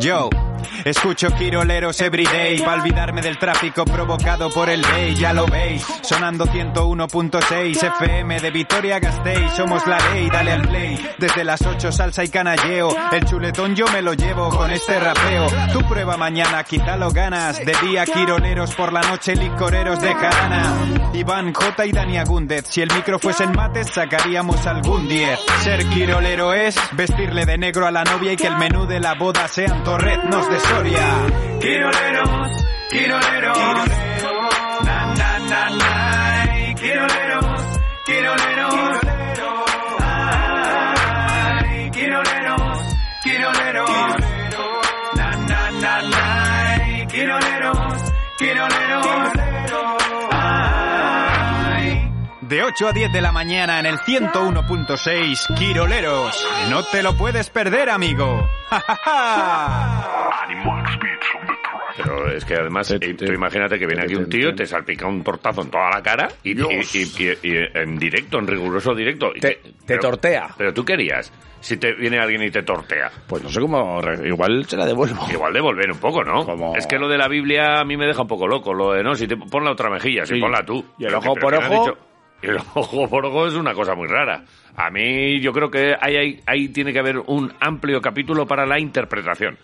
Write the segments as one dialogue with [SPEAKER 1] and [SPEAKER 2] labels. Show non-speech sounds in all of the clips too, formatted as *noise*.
[SPEAKER 1] Yo. Escucho quiroleros everyday, pa' olvidarme del tráfico provocado por el ley, ya lo veis. Sonando 101.6 FM de Vitoria Gasteiz, somos la ley, dale al play. Desde las 8 salsa y canalleo, el chuletón yo me lo llevo con este rapeo. Tu prueba mañana, quizá lo ganas. De día quiroleros, por la noche licoreros de jarana. Iván J y Dani Agúndez, si el micro fuese en mates sacaríamos algún 10. Ser quirolero es vestirle de negro a la novia y que el menú de la boda sean torretnos de Soria. Quiroleros, quiroleros, na na na na, quiroleros, quiroleros, ay, quiroleros, quiroleros, na na na na, quiroleros, quiroleros, ay. De 8 a 10 de la mañana en el 101.6 Quiroleros. No te lo puedes perder, amigo. ¡Ja, ja, ja!
[SPEAKER 2] Pero es que además, eh, tú imagínate que viene aquí un tío, te salpica un tortazo en toda la cara y, y- y- y- y en directo, en riguroso directo. y
[SPEAKER 3] Te- te
[SPEAKER 2] pero-
[SPEAKER 3] tortea.
[SPEAKER 2] Pero tú querías, si te viene alguien y te tortea,
[SPEAKER 3] Pues no sé cómo. re- Igual se la devuelvo.
[SPEAKER 2] igual devolver un poco, ¿no?
[SPEAKER 3] Como-
[SPEAKER 2] Es que lo de la Biblia a mí me deja un poco loco, lo de, no, si te pon la otra mejilla, si
[SPEAKER 3] Sí.
[SPEAKER 2] ponla tú.
[SPEAKER 3] Y el
[SPEAKER 2] Pero
[SPEAKER 3] ojo
[SPEAKER 2] que- pero
[SPEAKER 3] por
[SPEAKER 2] que me han
[SPEAKER 3] ojo.
[SPEAKER 2] y El *laughs* ojo por ojo es una cosa muy rara. A mí yo creo que ahí, ahí, ahí tiene que haber un amplio capítulo para la interpretación.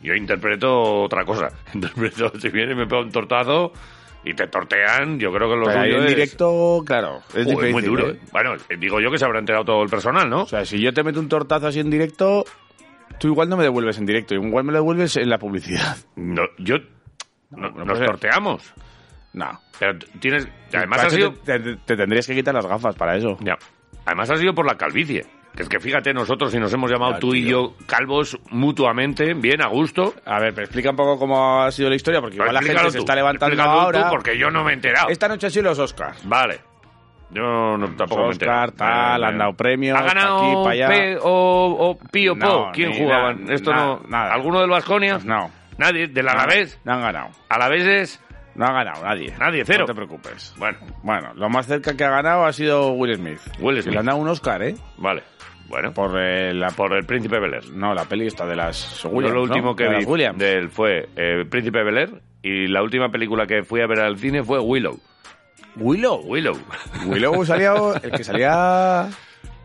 [SPEAKER 2] Yo interpreto otra cosa. *laughs* Interpreto, si viene y me pega un tortazo y te tortean, yo creo que lo
[SPEAKER 3] Pero ahí
[SPEAKER 2] suyo
[SPEAKER 3] en
[SPEAKER 2] es...
[SPEAKER 3] directo, claro. Es
[SPEAKER 2] Uy,
[SPEAKER 3] difícil,
[SPEAKER 2] muy duro,
[SPEAKER 3] ¿eh?
[SPEAKER 2] ¿eh? Bueno, eh, digo yo que se habrá enterado todo el personal, ¿no?
[SPEAKER 3] O sea, si yo te meto un tortazo así en directo, tú igual no me devuelves en directo, igual me lo devuelves en la publicidad.
[SPEAKER 2] *laughs* No, yo... no-
[SPEAKER 3] no
[SPEAKER 2] nos
[SPEAKER 3] puede ser.
[SPEAKER 2] torteamos.
[SPEAKER 3] No.
[SPEAKER 2] Pero t- tienes... Además
[SPEAKER 3] Para
[SPEAKER 2] ha
[SPEAKER 3] eso
[SPEAKER 2] sido...
[SPEAKER 3] te, te- te tendrías que quitar las gafas para eso.
[SPEAKER 2] Ya. Además ha sido por la calvicie. Que es que fíjate, nosotros si nos hemos llamado
[SPEAKER 3] Ya,
[SPEAKER 2] tú y
[SPEAKER 3] tío.
[SPEAKER 2] yo calvos mutuamente, bien, a gusto.
[SPEAKER 3] A ver, pero explica un poco cómo ha sido la historia, porque igual la gente
[SPEAKER 2] Explícalo
[SPEAKER 3] se
[SPEAKER 2] tú.
[SPEAKER 3] está levantando
[SPEAKER 2] Explícalo tú,
[SPEAKER 3] ahora.
[SPEAKER 2] porque yo no me he enterado.
[SPEAKER 3] Esta noche han sido los Oscars.
[SPEAKER 2] Vale. Yo no, tampoco me he enterado.
[SPEAKER 3] Oscar, tal,
[SPEAKER 2] Eh,
[SPEAKER 3] han dado premios,
[SPEAKER 2] ¿Ha ganado
[SPEAKER 3] pa' aquí, pa' allá.
[SPEAKER 2] P o, o Pío
[SPEAKER 3] No,
[SPEAKER 2] Po? ¿Quién
[SPEAKER 3] ni
[SPEAKER 2] jugaban?
[SPEAKER 3] na-
[SPEAKER 2] Esto
[SPEAKER 3] na-
[SPEAKER 2] no.
[SPEAKER 3] nada.
[SPEAKER 2] ¿Alguno del Vasconia?
[SPEAKER 3] No.
[SPEAKER 2] Nadie. ¿Del Alavés?
[SPEAKER 3] No han ganado.
[SPEAKER 2] Alavés es.
[SPEAKER 3] No ha ganado nadie.
[SPEAKER 2] Nadie, cero.
[SPEAKER 3] No te preocupes.
[SPEAKER 2] Bueno,
[SPEAKER 3] Bueno, lo más cerca que ha ganado ha sido Will Smith.
[SPEAKER 2] Will
[SPEAKER 3] Que
[SPEAKER 2] Smith.
[SPEAKER 3] Le han dado un Oscar, ¿eh?
[SPEAKER 2] vale. Bueno, por,
[SPEAKER 3] Por eh, la...
[SPEAKER 2] el Príncipe Belén.
[SPEAKER 3] No, la peli está de las
[SPEAKER 2] Yo
[SPEAKER 3] Williams,
[SPEAKER 2] lo
[SPEAKER 3] ¿no?
[SPEAKER 2] último que
[SPEAKER 3] de
[SPEAKER 2] vi
[SPEAKER 3] las Williams.
[SPEAKER 2] de él fue eh, Príncipe Bel Air y la última película que fui a ver al cine fue Willow.
[SPEAKER 3] Willow.
[SPEAKER 2] Willow. *laughs*
[SPEAKER 3] Willow salía el que salía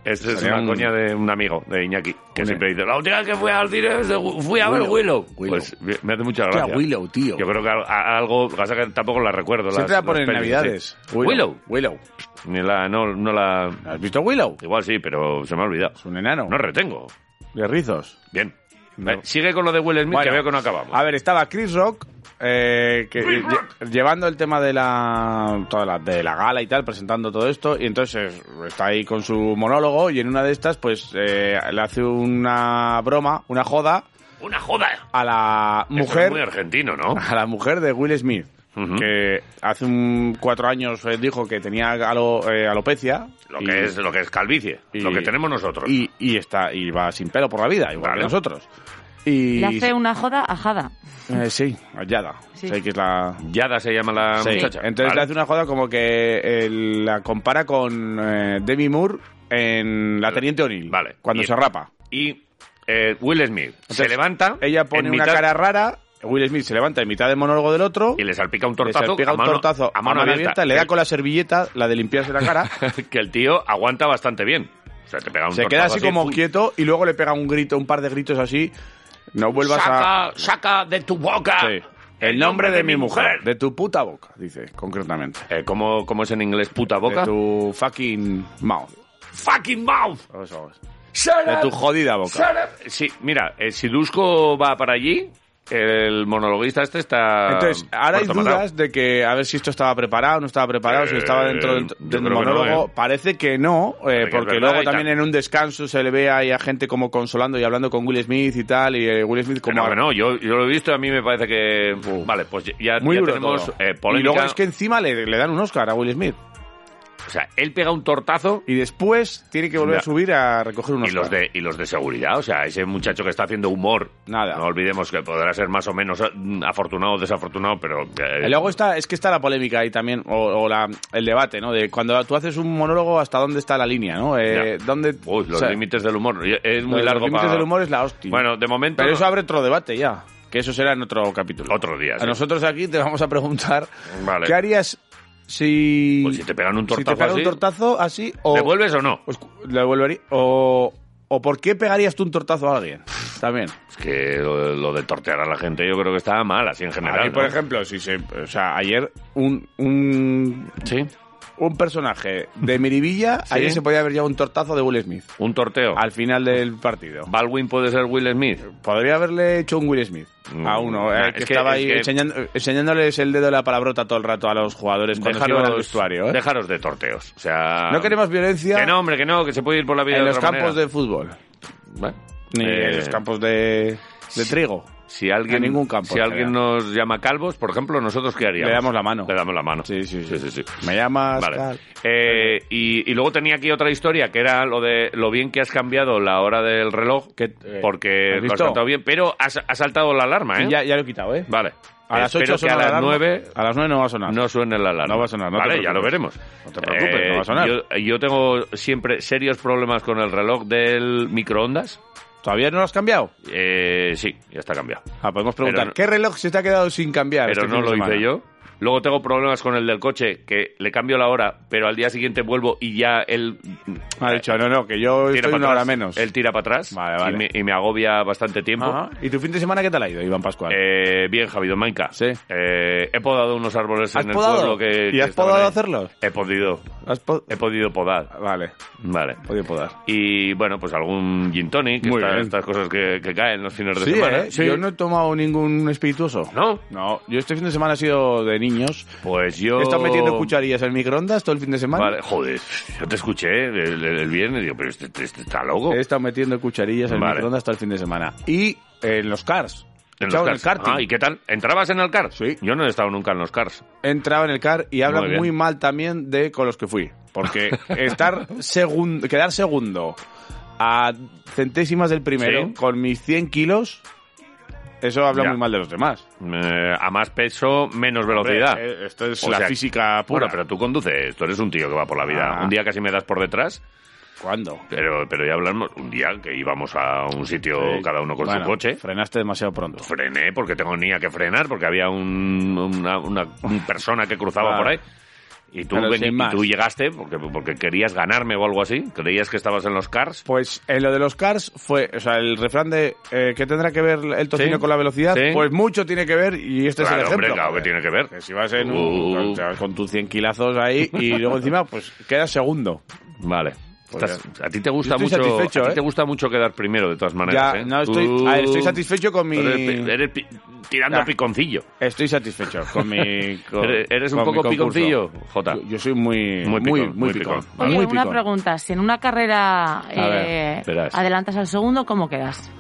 [SPEAKER 2] Esta es
[SPEAKER 3] Sería
[SPEAKER 2] una
[SPEAKER 3] un-
[SPEAKER 2] coña de un amigo, de Iñaki, que
[SPEAKER 3] Un-
[SPEAKER 2] siempre dice, la última vez que fui al cine es de- fui a ver
[SPEAKER 3] Willow.
[SPEAKER 2] Willow.
[SPEAKER 3] Willow.
[SPEAKER 2] Pues me- me hace mucha
[SPEAKER 3] Hostia,
[SPEAKER 2] gracia.
[SPEAKER 3] Willow, tío.
[SPEAKER 2] Yo creo que al- a- algo, pasa que tampoco la recuerdo.
[SPEAKER 3] siempre
[SPEAKER 2] las-
[SPEAKER 3] la ponen en
[SPEAKER 2] las pelis,
[SPEAKER 3] Navidades.
[SPEAKER 2] sí. Willow.
[SPEAKER 3] Willow.
[SPEAKER 2] Ni la, no, no la...
[SPEAKER 3] ¿Has visto Willow?
[SPEAKER 2] Igual sí, pero se me ha olvidado.
[SPEAKER 3] Es un enano.
[SPEAKER 2] No retengo.
[SPEAKER 3] de rizos.
[SPEAKER 2] Bien.
[SPEAKER 3] No.
[SPEAKER 2] Eh, sigue con lo de Will Smith, que
[SPEAKER 3] Bueno,
[SPEAKER 2] veo que no acabamos.
[SPEAKER 3] A ver, estaba Chris Rock eh, que, lle- llevando el tema de la, toda la- de la gala y tal, presentando todo esto, y entonces está ahí con su monólogo y en una de estas, pues eh, le hace una broma, una joda
[SPEAKER 2] Una joda.
[SPEAKER 3] a la
[SPEAKER 2] Eso
[SPEAKER 3] mujer
[SPEAKER 2] es muy argentino, ¿no?
[SPEAKER 3] *laughs* a la mujer de Will Smith,
[SPEAKER 2] Ujú.
[SPEAKER 3] que hace un cuatro años eh, dijo que tenía alo- eh, alopecia.
[SPEAKER 2] Lo
[SPEAKER 3] y-
[SPEAKER 2] que, es, lo que es calvicie,
[SPEAKER 3] y-
[SPEAKER 2] lo que tenemos nosotros.
[SPEAKER 3] Y, y está, y va sin pelo por la vida, igual
[SPEAKER 2] Claro.
[SPEAKER 3] que nosotros. Y,
[SPEAKER 4] Le hace una joda ajada.
[SPEAKER 3] eh, sí, hallada.
[SPEAKER 4] Sí.
[SPEAKER 3] Sé que es la...
[SPEAKER 2] Yada se llama la
[SPEAKER 3] Sí.
[SPEAKER 2] muchacha.
[SPEAKER 3] Entonces
[SPEAKER 2] Vale.
[SPEAKER 3] le hace una joda como que eh, la compara con eh, Demi Moore en La Teniente O'Neill.
[SPEAKER 2] Vale.
[SPEAKER 3] Cuando
[SPEAKER 2] Y-
[SPEAKER 3] se rapa.
[SPEAKER 2] Y eh, Will Smith se
[SPEAKER 3] Entonces,
[SPEAKER 2] levanta.
[SPEAKER 3] Ella pone
[SPEAKER 2] en
[SPEAKER 3] una
[SPEAKER 2] mitad
[SPEAKER 3] cara rara, Will Smith se levanta en mitad del monólogo del otro.
[SPEAKER 2] y le salpica un
[SPEAKER 3] le
[SPEAKER 2] tortazo.
[SPEAKER 3] salpica
[SPEAKER 2] a
[SPEAKER 3] un
[SPEAKER 2] mano-
[SPEAKER 3] tortazo
[SPEAKER 2] a mano, abierta.
[SPEAKER 3] le da con la servilleta, la de limpiarse la cara.
[SPEAKER 2] *laughs* que el tío aguanta bastante bien. O sea, te pega un
[SPEAKER 3] se queda
[SPEAKER 2] tortazo
[SPEAKER 3] así como
[SPEAKER 2] ¡pum!
[SPEAKER 3] quieto y luego le pega un grito, un par de gritos así. No vuelvas a.
[SPEAKER 2] Saca, saca de tu boca
[SPEAKER 3] Sí. El nombre de mi mujer. De tu puta boca, dice, concretamente.
[SPEAKER 2] Eh, ¿cómo, cómo es en inglés puta boca?
[SPEAKER 3] De tu fucking mouth.
[SPEAKER 2] fucking mouth.
[SPEAKER 3] Eso es.
[SPEAKER 2] Shut
[SPEAKER 3] De
[SPEAKER 2] up.
[SPEAKER 3] tu jodida boca.
[SPEAKER 2] Shut up. Sí, mira, eh, si Dusko va para allí, el monologuista este está.
[SPEAKER 3] Entonces, ahora hay
[SPEAKER 2] Ah, muerto matado.
[SPEAKER 3] dudas de que a ver si esto estaba preparado, no estaba preparado, si
[SPEAKER 2] Eh,
[SPEAKER 3] estaba dentro del,
[SPEAKER 2] yo
[SPEAKER 3] del
[SPEAKER 2] creo que no,
[SPEAKER 3] monólogo.
[SPEAKER 2] ¿eh?
[SPEAKER 3] Parece que no, eh,
[SPEAKER 2] Parece que
[SPEAKER 3] porque
[SPEAKER 2] es verdad
[SPEAKER 3] luego
[SPEAKER 2] y tal.
[SPEAKER 3] también en un descanso se le ve ahí a gente como consolando y hablando con Will Smith y tal, y eh, Will Smith
[SPEAKER 2] Que
[SPEAKER 3] como...
[SPEAKER 2] no, que no, yo, yo lo he visto, a mí me parece que. Vale, pues ya,
[SPEAKER 3] Muy
[SPEAKER 2] ya
[SPEAKER 3] duro
[SPEAKER 2] tenemos
[SPEAKER 3] todo.
[SPEAKER 2] eh,
[SPEAKER 3] y
[SPEAKER 2] polémica.
[SPEAKER 3] luego es que encima le, le dan un Oscar a Will Smith.
[SPEAKER 2] sea, él pega un tortazo
[SPEAKER 3] Y después tiene que volver
[SPEAKER 2] Ya.
[SPEAKER 3] a subir a recoger unos
[SPEAKER 2] y los, de, y los de seguridad, o sea, ese muchacho que está haciendo humor.
[SPEAKER 3] Nada.
[SPEAKER 2] No olvidemos que podrá ser más o menos mm, afortunado o desafortunado, pero... eh,
[SPEAKER 3] Y luego está, es que está la polémica ahí también, o, o la, el debate, ¿no? De cuando tú haces un monólogo, ¿hasta dónde está la línea, no? Eh, ¿Dónde,
[SPEAKER 2] uy, Pues los
[SPEAKER 3] o sea,
[SPEAKER 2] límites del humor. Es muy
[SPEAKER 3] los
[SPEAKER 2] largo
[SPEAKER 3] límites
[SPEAKER 2] pa-
[SPEAKER 3] del humor es la hostia.
[SPEAKER 2] Bueno, de momento...
[SPEAKER 3] Pero
[SPEAKER 2] no.
[SPEAKER 3] eso abre otro debate ya, que eso será en otro capítulo.
[SPEAKER 2] Otro día,
[SPEAKER 3] A
[SPEAKER 2] sí.
[SPEAKER 3] nosotros aquí te vamos a preguntar,
[SPEAKER 2] Vale.
[SPEAKER 3] ¿qué harías si...
[SPEAKER 2] Pues si te pegan un
[SPEAKER 3] si te
[SPEAKER 2] tortazo
[SPEAKER 3] pegan un
[SPEAKER 2] así,
[SPEAKER 3] tortazo así o...
[SPEAKER 2] ¿Devuelves o no?
[SPEAKER 3] o escu- le devolverí- o, o por qué pegarías tú un tortazo a alguien, también.
[SPEAKER 2] Es que lo, lo de tortear a la gente yo creo que está mal, así en general.
[SPEAKER 3] A mí, por
[SPEAKER 2] ¿no?
[SPEAKER 3] ejemplo, si se, o sea, ayer un, un,
[SPEAKER 2] Sí,
[SPEAKER 3] un personaje de Miribilla,
[SPEAKER 2] *laughs*
[SPEAKER 3] ayer se podía haber llevado un tortazo de Will Smith
[SPEAKER 2] un torteo.
[SPEAKER 3] al final del partido. Pues,
[SPEAKER 2] Baldwin puede ser Will Smith.
[SPEAKER 3] Podría haberle hecho un Will Smith
[SPEAKER 2] Mm,
[SPEAKER 3] a uno,
[SPEAKER 2] nah,
[SPEAKER 3] eh,
[SPEAKER 2] es
[SPEAKER 3] que
[SPEAKER 2] que-
[SPEAKER 3] estaba
[SPEAKER 2] es
[SPEAKER 3] ahí
[SPEAKER 2] que-
[SPEAKER 3] enseñando- eh, enseñándoles el dedo de la palabrota todo el rato a los jugadores cuando se iban al vestuario. ¿eh?
[SPEAKER 2] dejaros de torteos. O sea,
[SPEAKER 3] No queremos violencia
[SPEAKER 2] Ah. Que no, hombre, que no, que se puede ir por la vida
[SPEAKER 3] en
[SPEAKER 2] de
[SPEAKER 3] los
[SPEAKER 2] otra
[SPEAKER 3] campos
[SPEAKER 2] manera.
[SPEAKER 3] de fútbol,
[SPEAKER 2] Bueno,
[SPEAKER 3] ni
[SPEAKER 2] eh,
[SPEAKER 3] en los campos de, de trigo.
[SPEAKER 2] Si alguien,
[SPEAKER 3] en ningún campo,
[SPEAKER 2] si
[SPEAKER 3] en
[SPEAKER 2] alguien nos llama calvos, por ejemplo, nosotros qué haríamos?
[SPEAKER 3] Le damos la mano.
[SPEAKER 2] Le damos la mano.
[SPEAKER 3] Sí, sí, sí.
[SPEAKER 2] sí, sí.
[SPEAKER 3] Me llamas.
[SPEAKER 2] Vale.
[SPEAKER 3] tal.
[SPEAKER 2] Eh, y, y luego tenía aquí otra historia que era lo de lo bien que has cambiado la hora del reloj, que,
[SPEAKER 3] Eh,
[SPEAKER 2] porque
[SPEAKER 3] ¿has
[SPEAKER 2] lo has
[SPEAKER 3] visto?
[SPEAKER 2] saltado bien, pero has, has saltado la alarma, ¿eh?
[SPEAKER 3] Sí, ya, ya lo he quitado, ¿eh?
[SPEAKER 2] Vale.
[SPEAKER 3] A las
[SPEAKER 2] Espero
[SPEAKER 3] 8
[SPEAKER 2] que
[SPEAKER 3] suena
[SPEAKER 2] a las
[SPEAKER 3] la alarma.
[SPEAKER 2] 9
[SPEAKER 3] A las 9 no va a sonar.
[SPEAKER 2] no suene la alarma.
[SPEAKER 3] No va a sonar, no te
[SPEAKER 2] Vale, ya
[SPEAKER 3] preocupes.
[SPEAKER 2] lo veremos. Eh,
[SPEAKER 3] No te preocupes, no va a sonar.
[SPEAKER 2] Yo, yo tengo siempre serios problemas con el reloj del microondas.
[SPEAKER 3] ¿Todavía no lo has cambiado?
[SPEAKER 2] Eh, sí, ya está cambiado.
[SPEAKER 3] Ah, podemos preguntar,
[SPEAKER 2] Pero no-
[SPEAKER 3] ¿qué reloj se te ha quedado sin cambiar?
[SPEAKER 2] pero
[SPEAKER 3] este
[SPEAKER 2] no
[SPEAKER 3] fin de
[SPEAKER 2] lo hice
[SPEAKER 3] semana?
[SPEAKER 2] yo. Luego tengo problemas con el del coche, que le cambio la hora, pero al día siguiente vuelvo y ya él
[SPEAKER 3] Ha dicho, no, no, que yo
[SPEAKER 2] tira
[SPEAKER 3] estoy
[SPEAKER 2] para
[SPEAKER 3] una
[SPEAKER 2] atrás.
[SPEAKER 3] hora menos.
[SPEAKER 2] Él tira para atrás
[SPEAKER 3] Vale, vale.
[SPEAKER 2] Y, me, y me agobia bastante tiempo.
[SPEAKER 3] Ajá. ¿Y tu fin de semana qué tal ha ido, Iván Pascual?
[SPEAKER 2] Eh, bien, Javi Domanca.
[SPEAKER 3] Sí.
[SPEAKER 2] Eh, he podado unos árboles
[SPEAKER 3] ¿Has
[SPEAKER 2] en el
[SPEAKER 3] podado?
[SPEAKER 2] pueblo que.
[SPEAKER 3] ¿Y
[SPEAKER 2] que
[SPEAKER 3] has
[SPEAKER 2] estaban
[SPEAKER 3] podado
[SPEAKER 2] ahí.
[SPEAKER 3] hacerlo?
[SPEAKER 2] He podido.
[SPEAKER 3] ¿Has po-
[SPEAKER 2] He podido podar.
[SPEAKER 3] Vale,
[SPEAKER 2] Vale.
[SPEAKER 3] podía podar.
[SPEAKER 2] Y bueno, pues algún gin tonic,
[SPEAKER 3] Muy
[SPEAKER 2] esta-
[SPEAKER 3] bien.
[SPEAKER 2] estas cosas que, que caen los fines de
[SPEAKER 3] Sí,
[SPEAKER 2] semana.
[SPEAKER 3] ¿eh? Yo no he tomado ningún espirituoso.
[SPEAKER 2] ¿No?
[SPEAKER 3] No, yo este fin de semana ha sido de niños.
[SPEAKER 2] Pues yo.
[SPEAKER 3] He estado metiendo cucharillas en microondas todo el fin de semana.
[SPEAKER 2] Vale, joder, yo te escuché el, el- el viernes digo, pero este, este- este está loco.
[SPEAKER 3] He estado metiendo cucharillas en
[SPEAKER 2] Vale.
[SPEAKER 3] microondas todo el fin de semana. Y eh, en los cars.
[SPEAKER 2] En los
[SPEAKER 3] Estaba
[SPEAKER 2] cars.
[SPEAKER 3] el karting.
[SPEAKER 2] Ah, ¿y qué tal? ¿Entrabas en el car?
[SPEAKER 3] Sí.
[SPEAKER 2] Yo no he estado nunca en los cars.
[SPEAKER 3] entraba en el car y habla
[SPEAKER 2] Muy
[SPEAKER 3] muy,
[SPEAKER 2] bien.
[SPEAKER 3] mal también de con los que fui.
[SPEAKER 2] *laughs*
[SPEAKER 3] Porque estar segundo, quedar segundo a centésimas del primero
[SPEAKER 2] Sí.
[SPEAKER 3] con mis 100 kilos, eso habla
[SPEAKER 2] Ya.
[SPEAKER 3] muy mal de los demás.
[SPEAKER 2] Eh, a más peso, menos velocidad.
[SPEAKER 3] Hombre, eh, esto es
[SPEAKER 2] O
[SPEAKER 3] la
[SPEAKER 2] sea,
[SPEAKER 3] física pura.
[SPEAKER 2] Bueno, pero tú conduces, tú eres un tío que va por la vida.
[SPEAKER 3] Ah.
[SPEAKER 2] Un día casi me das por detrás,
[SPEAKER 3] ¿Cuándo?
[SPEAKER 2] pero, pero ya hablamos, un día que íbamos a un sitio cada uno con
[SPEAKER 3] Bueno,
[SPEAKER 2] su coche.
[SPEAKER 3] Frenaste demasiado pronto.
[SPEAKER 2] frené porque tenía que frenar, porque había un- una, una-
[SPEAKER 3] *laughs*
[SPEAKER 2] una persona que cruzaba
[SPEAKER 3] Claro.
[SPEAKER 2] por ahí. Y tú,
[SPEAKER 3] Ah. Pero
[SPEAKER 2] ven-
[SPEAKER 3] sin
[SPEAKER 2] y
[SPEAKER 3] más.
[SPEAKER 2] tú llegaste porque, porque querías ganarme o algo así, creías que estabas en los cars.
[SPEAKER 3] Pues en lo de los cars fue, o sea, el refrán de eh, ¿qué tendrá que ver el tocino
[SPEAKER 2] Sí.
[SPEAKER 3] con la velocidad?
[SPEAKER 2] Sí.
[SPEAKER 3] Pues mucho tiene que ver y este es
[SPEAKER 2] Claro,
[SPEAKER 3] el ejemplo.
[SPEAKER 2] hombre, claro que tiene que ver.
[SPEAKER 3] Que si vas en un-
[SPEAKER 2] Uh.
[SPEAKER 3] te vas con tus 100
[SPEAKER 2] *laughs*
[SPEAKER 3] kilazos ahí y luego encima pues quedas segundo.
[SPEAKER 2] Vale.
[SPEAKER 3] Pues
[SPEAKER 2] Estás- a ti te gusta
[SPEAKER 3] Yo estoy
[SPEAKER 2] mucho
[SPEAKER 3] satisfecho,
[SPEAKER 2] a ti
[SPEAKER 3] ¿eh?
[SPEAKER 2] te gusta mucho quedar primero de todas maneras
[SPEAKER 3] Ya,
[SPEAKER 2] ¿eh?
[SPEAKER 3] no estoy,
[SPEAKER 2] Tú-
[SPEAKER 3] a ver, estoy satisfecho con mi,
[SPEAKER 2] eres, pi- eres pi- tirando
[SPEAKER 3] Ya.
[SPEAKER 2] a piconcillo
[SPEAKER 3] estoy satisfecho con mi,
[SPEAKER 2] *laughs*
[SPEAKER 3] con-
[SPEAKER 2] eres, eres un
[SPEAKER 3] con mi
[SPEAKER 2] poco
[SPEAKER 3] concurso.
[SPEAKER 2] piconcillo Jota
[SPEAKER 3] Yo, yo soy muy,
[SPEAKER 2] Muy
[SPEAKER 3] muy, muy,
[SPEAKER 2] picón, muy
[SPEAKER 3] picón,
[SPEAKER 2] picón.
[SPEAKER 3] muy
[SPEAKER 4] Oye, una
[SPEAKER 3] picón.
[SPEAKER 4] pregunta. Si en una carrera eh,
[SPEAKER 2] ver, verás.
[SPEAKER 4] adelantas al segundo, ¿cómo quedas?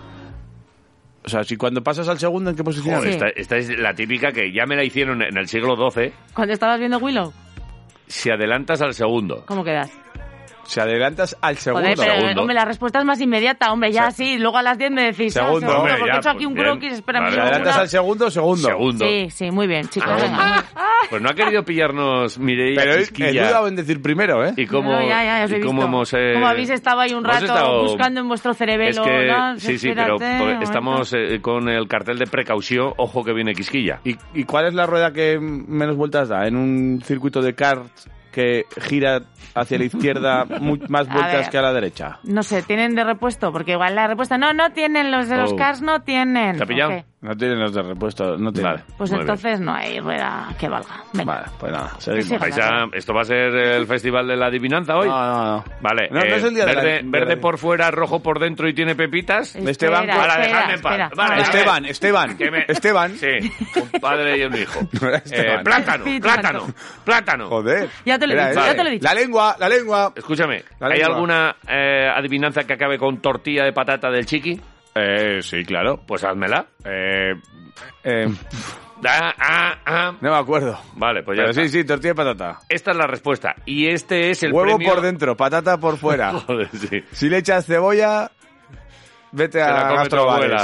[SPEAKER 3] O sea, si cuando pasas al segundo, ¿en qué posición?
[SPEAKER 2] Joder,
[SPEAKER 4] Sí.
[SPEAKER 2] esta, esta es la típica que ya me la hicieron en el siglo XII
[SPEAKER 4] Cuando estabas viendo Willow,
[SPEAKER 2] si adelantas al segundo
[SPEAKER 4] ¿cómo quedas?
[SPEAKER 3] Si adelantas al segundo.
[SPEAKER 4] Joder, pero, eh,
[SPEAKER 2] segundo.
[SPEAKER 4] hombre, la respuesta es más inmediata, hombre, ya sí. Luego a las 10 me decís,
[SPEAKER 3] Segundo,
[SPEAKER 4] ah, segundo,
[SPEAKER 2] hombre,
[SPEAKER 4] porque
[SPEAKER 2] ya,
[SPEAKER 4] he hecho aquí
[SPEAKER 2] pues
[SPEAKER 4] un
[SPEAKER 2] bien.
[SPEAKER 4] croquis, espérame.
[SPEAKER 2] Vale,
[SPEAKER 3] Si
[SPEAKER 4] un segundo.
[SPEAKER 3] adelantas al segundo, segundo.
[SPEAKER 2] segundo
[SPEAKER 4] *laughs* Sí, sí, muy bien, chicos.
[SPEAKER 2] Segundo.
[SPEAKER 4] venga.
[SPEAKER 2] pues no ha querido pillarnos Mireia
[SPEAKER 3] Pero he- he
[SPEAKER 2] Quisquilla.
[SPEAKER 3] dudado en decir primero, ¿eh?
[SPEAKER 2] y cómo
[SPEAKER 4] No, ya, ya, ya os
[SPEAKER 2] y
[SPEAKER 4] he
[SPEAKER 2] cómo
[SPEAKER 4] visto.
[SPEAKER 2] hemos eh,
[SPEAKER 4] Como habéis estado ahí un
[SPEAKER 2] hemos
[SPEAKER 4] rato
[SPEAKER 2] estado-
[SPEAKER 4] buscando en vuestro
[SPEAKER 2] es
[SPEAKER 4] cerebelo.
[SPEAKER 2] que
[SPEAKER 4] ¿no?
[SPEAKER 2] sí sí
[SPEAKER 4] Espérate,
[SPEAKER 2] pero
[SPEAKER 4] un momento.
[SPEAKER 2] estamos eh, con el cartel de precaución ojo que viene Quisquilla
[SPEAKER 3] ¿Y, y cuál es la rueda que menos vueltas da? En un circuito de karts que gira hacia la izquierda
[SPEAKER 4] *laughs*
[SPEAKER 3] mu- más
[SPEAKER 4] A
[SPEAKER 3] vueltas
[SPEAKER 4] ver.
[SPEAKER 3] que a la derecha.
[SPEAKER 4] No sé, ¿tienen de repuesto? Porque igual la respuesta, no, no tienen, los de los
[SPEAKER 2] Oh.
[SPEAKER 4] cars no tienen.
[SPEAKER 2] ¿Te ha pillado?
[SPEAKER 4] Ok.
[SPEAKER 3] No tienen los de repuesto, no tienen.
[SPEAKER 2] Vale,
[SPEAKER 4] Pues
[SPEAKER 2] muy bien.
[SPEAKER 4] entonces no hay rueda que valga. Venga.
[SPEAKER 3] Vale, pues nada,
[SPEAKER 4] Que siga.
[SPEAKER 3] seguimos.
[SPEAKER 2] Vais a- esto va a ser el festival de la adivinanza hoy.
[SPEAKER 3] No, no, no.
[SPEAKER 2] Vale,
[SPEAKER 3] No, no
[SPEAKER 2] eh,
[SPEAKER 3] es el día de la-
[SPEAKER 2] verde,
[SPEAKER 3] de la-
[SPEAKER 2] verde por fuera, rojo por dentro y tiene pepitas.
[SPEAKER 4] Espera,
[SPEAKER 3] Esteban, pues,
[SPEAKER 4] espera,
[SPEAKER 2] Ahora, dejadme en paz.
[SPEAKER 4] espera.
[SPEAKER 2] Vale, a ver.
[SPEAKER 3] Esteban, Esteban,
[SPEAKER 2] Que me-
[SPEAKER 3] Esteban.
[SPEAKER 2] Sí, un padre y un hijo.
[SPEAKER 3] *laughs* No era
[SPEAKER 2] Eh,
[SPEAKER 3] Esteban.
[SPEAKER 2] plátano,
[SPEAKER 4] Espíritu
[SPEAKER 2] plátano,
[SPEAKER 4] Santo.
[SPEAKER 2] plátano.
[SPEAKER 3] Joder.
[SPEAKER 4] Ya te lo he
[SPEAKER 3] Era
[SPEAKER 4] dicho,
[SPEAKER 3] ese.
[SPEAKER 2] ya te
[SPEAKER 4] lo he dicho.
[SPEAKER 3] eh, La lengua, la lengua.
[SPEAKER 2] Escúchame,
[SPEAKER 3] La
[SPEAKER 2] ¿hay
[SPEAKER 3] lengua.
[SPEAKER 2] alguna eh, adivinanza que acabe con tortilla de patata del chiqui?
[SPEAKER 3] Eh, sí, claro.
[SPEAKER 2] Pues házmela.
[SPEAKER 3] Eh, eh,
[SPEAKER 2] Ah, ah, ah.
[SPEAKER 3] No me acuerdo.
[SPEAKER 2] Vale, pues ya
[SPEAKER 3] Pero
[SPEAKER 2] está.
[SPEAKER 3] sí, sí, tortilla de patata.
[SPEAKER 2] Esta es la respuesta. Y este es el
[SPEAKER 3] Huevo
[SPEAKER 2] premio...
[SPEAKER 3] por dentro, patata por fuera.
[SPEAKER 2] *laughs* Joder, sí.
[SPEAKER 3] si le echas cebolla, vete
[SPEAKER 2] Se
[SPEAKER 3] a
[SPEAKER 2] la come tu abuela.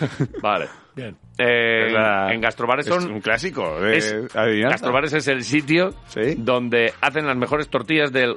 [SPEAKER 3] gastrobares.
[SPEAKER 2] Vale. Bien.
[SPEAKER 3] Es la-
[SPEAKER 2] en gastrobares
[SPEAKER 3] es
[SPEAKER 2] son...
[SPEAKER 3] un clásico de
[SPEAKER 2] es-
[SPEAKER 3] adivinanza.
[SPEAKER 2] Gastrobares es el sitio
[SPEAKER 3] Sí.
[SPEAKER 2] donde hacen las mejores tortillas del...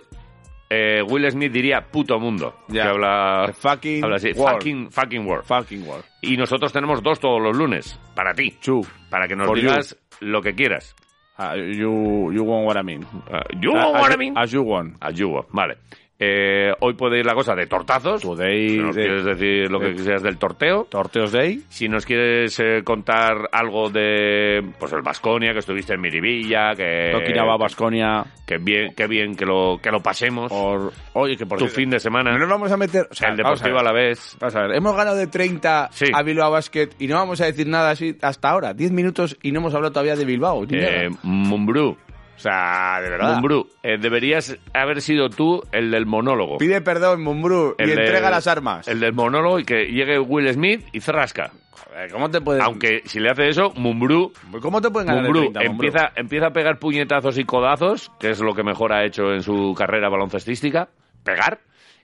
[SPEAKER 2] eh, Will Smith diría puto mundo.
[SPEAKER 3] Ya.
[SPEAKER 2] Que habla...
[SPEAKER 3] The fucking
[SPEAKER 2] habla así.
[SPEAKER 3] world.
[SPEAKER 2] Fucking, fucking world.
[SPEAKER 3] Fucking world.
[SPEAKER 2] Y nosotros tenemos dos todos los lunes, para ti,
[SPEAKER 3] Chu.
[SPEAKER 2] para que nos
[SPEAKER 3] For you.
[SPEAKER 2] digas lo que quieras.
[SPEAKER 3] Ah, you, you want what I mean.
[SPEAKER 2] Ah, you want what I mean?
[SPEAKER 3] As you want.
[SPEAKER 2] Ah, you want. vale. Eh, hoy puede ir la cosa de tortazos. Si
[SPEAKER 3] Today,
[SPEAKER 2] nos
[SPEAKER 3] de-
[SPEAKER 2] quieres decir lo que
[SPEAKER 3] de-
[SPEAKER 2] quieras del torteo.
[SPEAKER 3] Torteos Day.
[SPEAKER 2] Si nos quieres eh, contar algo de pues el Vasconia, que estuviste en Miribilla, que
[SPEAKER 3] Okinawa, Basconia.
[SPEAKER 2] que bien, que bien que lo que lo pasemos.
[SPEAKER 3] Or... Oye, que por
[SPEAKER 2] tu
[SPEAKER 3] cierto,
[SPEAKER 2] fin de semana,
[SPEAKER 3] No nos ah, vamos a meter. O sea,
[SPEAKER 2] el
[SPEAKER 3] vamos a
[SPEAKER 2] Deportivo a
[SPEAKER 3] ver.
[SPEAKER 2] pues la vez.
[SPEAKER 3] Vamos a ver, hemos ganado de 30
[SPEAKER 2] Sí.
[SPEAKER 3] a Bilbao Basket y no vamos a decir nada así hasta ahora. 10 minutos y no hemos hablado todavía de Bilbao. ni
[SPEAKER 2] Eh,
[SPEAKER 3] nada.
[SPEAKER 2] Mumbrú,
[SPEAKER 3] o sea, de verdad.
[SPEAKER 2] Mumbrú, eh, deberías haber sido tú el del monólogo.
[SPEAKER 3] Pide perdón, Mumbrú, y
[SPEAKER 2] El de-
[SPEAKER 3] entrega las armas.
[SPEAKER 2] El del monólogo y que llegue Will Smith y rasca.
[SPEAKER 3] Joder, ¿Cómo te puedes
[SPEAKER 2] Aunque si le hace eso, Mumbrú,
[SPEAKER 3] ¿Cómo te pueden ganar de
[SPEAKER 2] Mumbrú
[SPEAKER 3] 30, Mumbrú?
[SPEAKER 2] empieza, empieza a pegar puñetazos y codazos, que es lo que mejor ha hecho en su carrera baloncestística, pegar,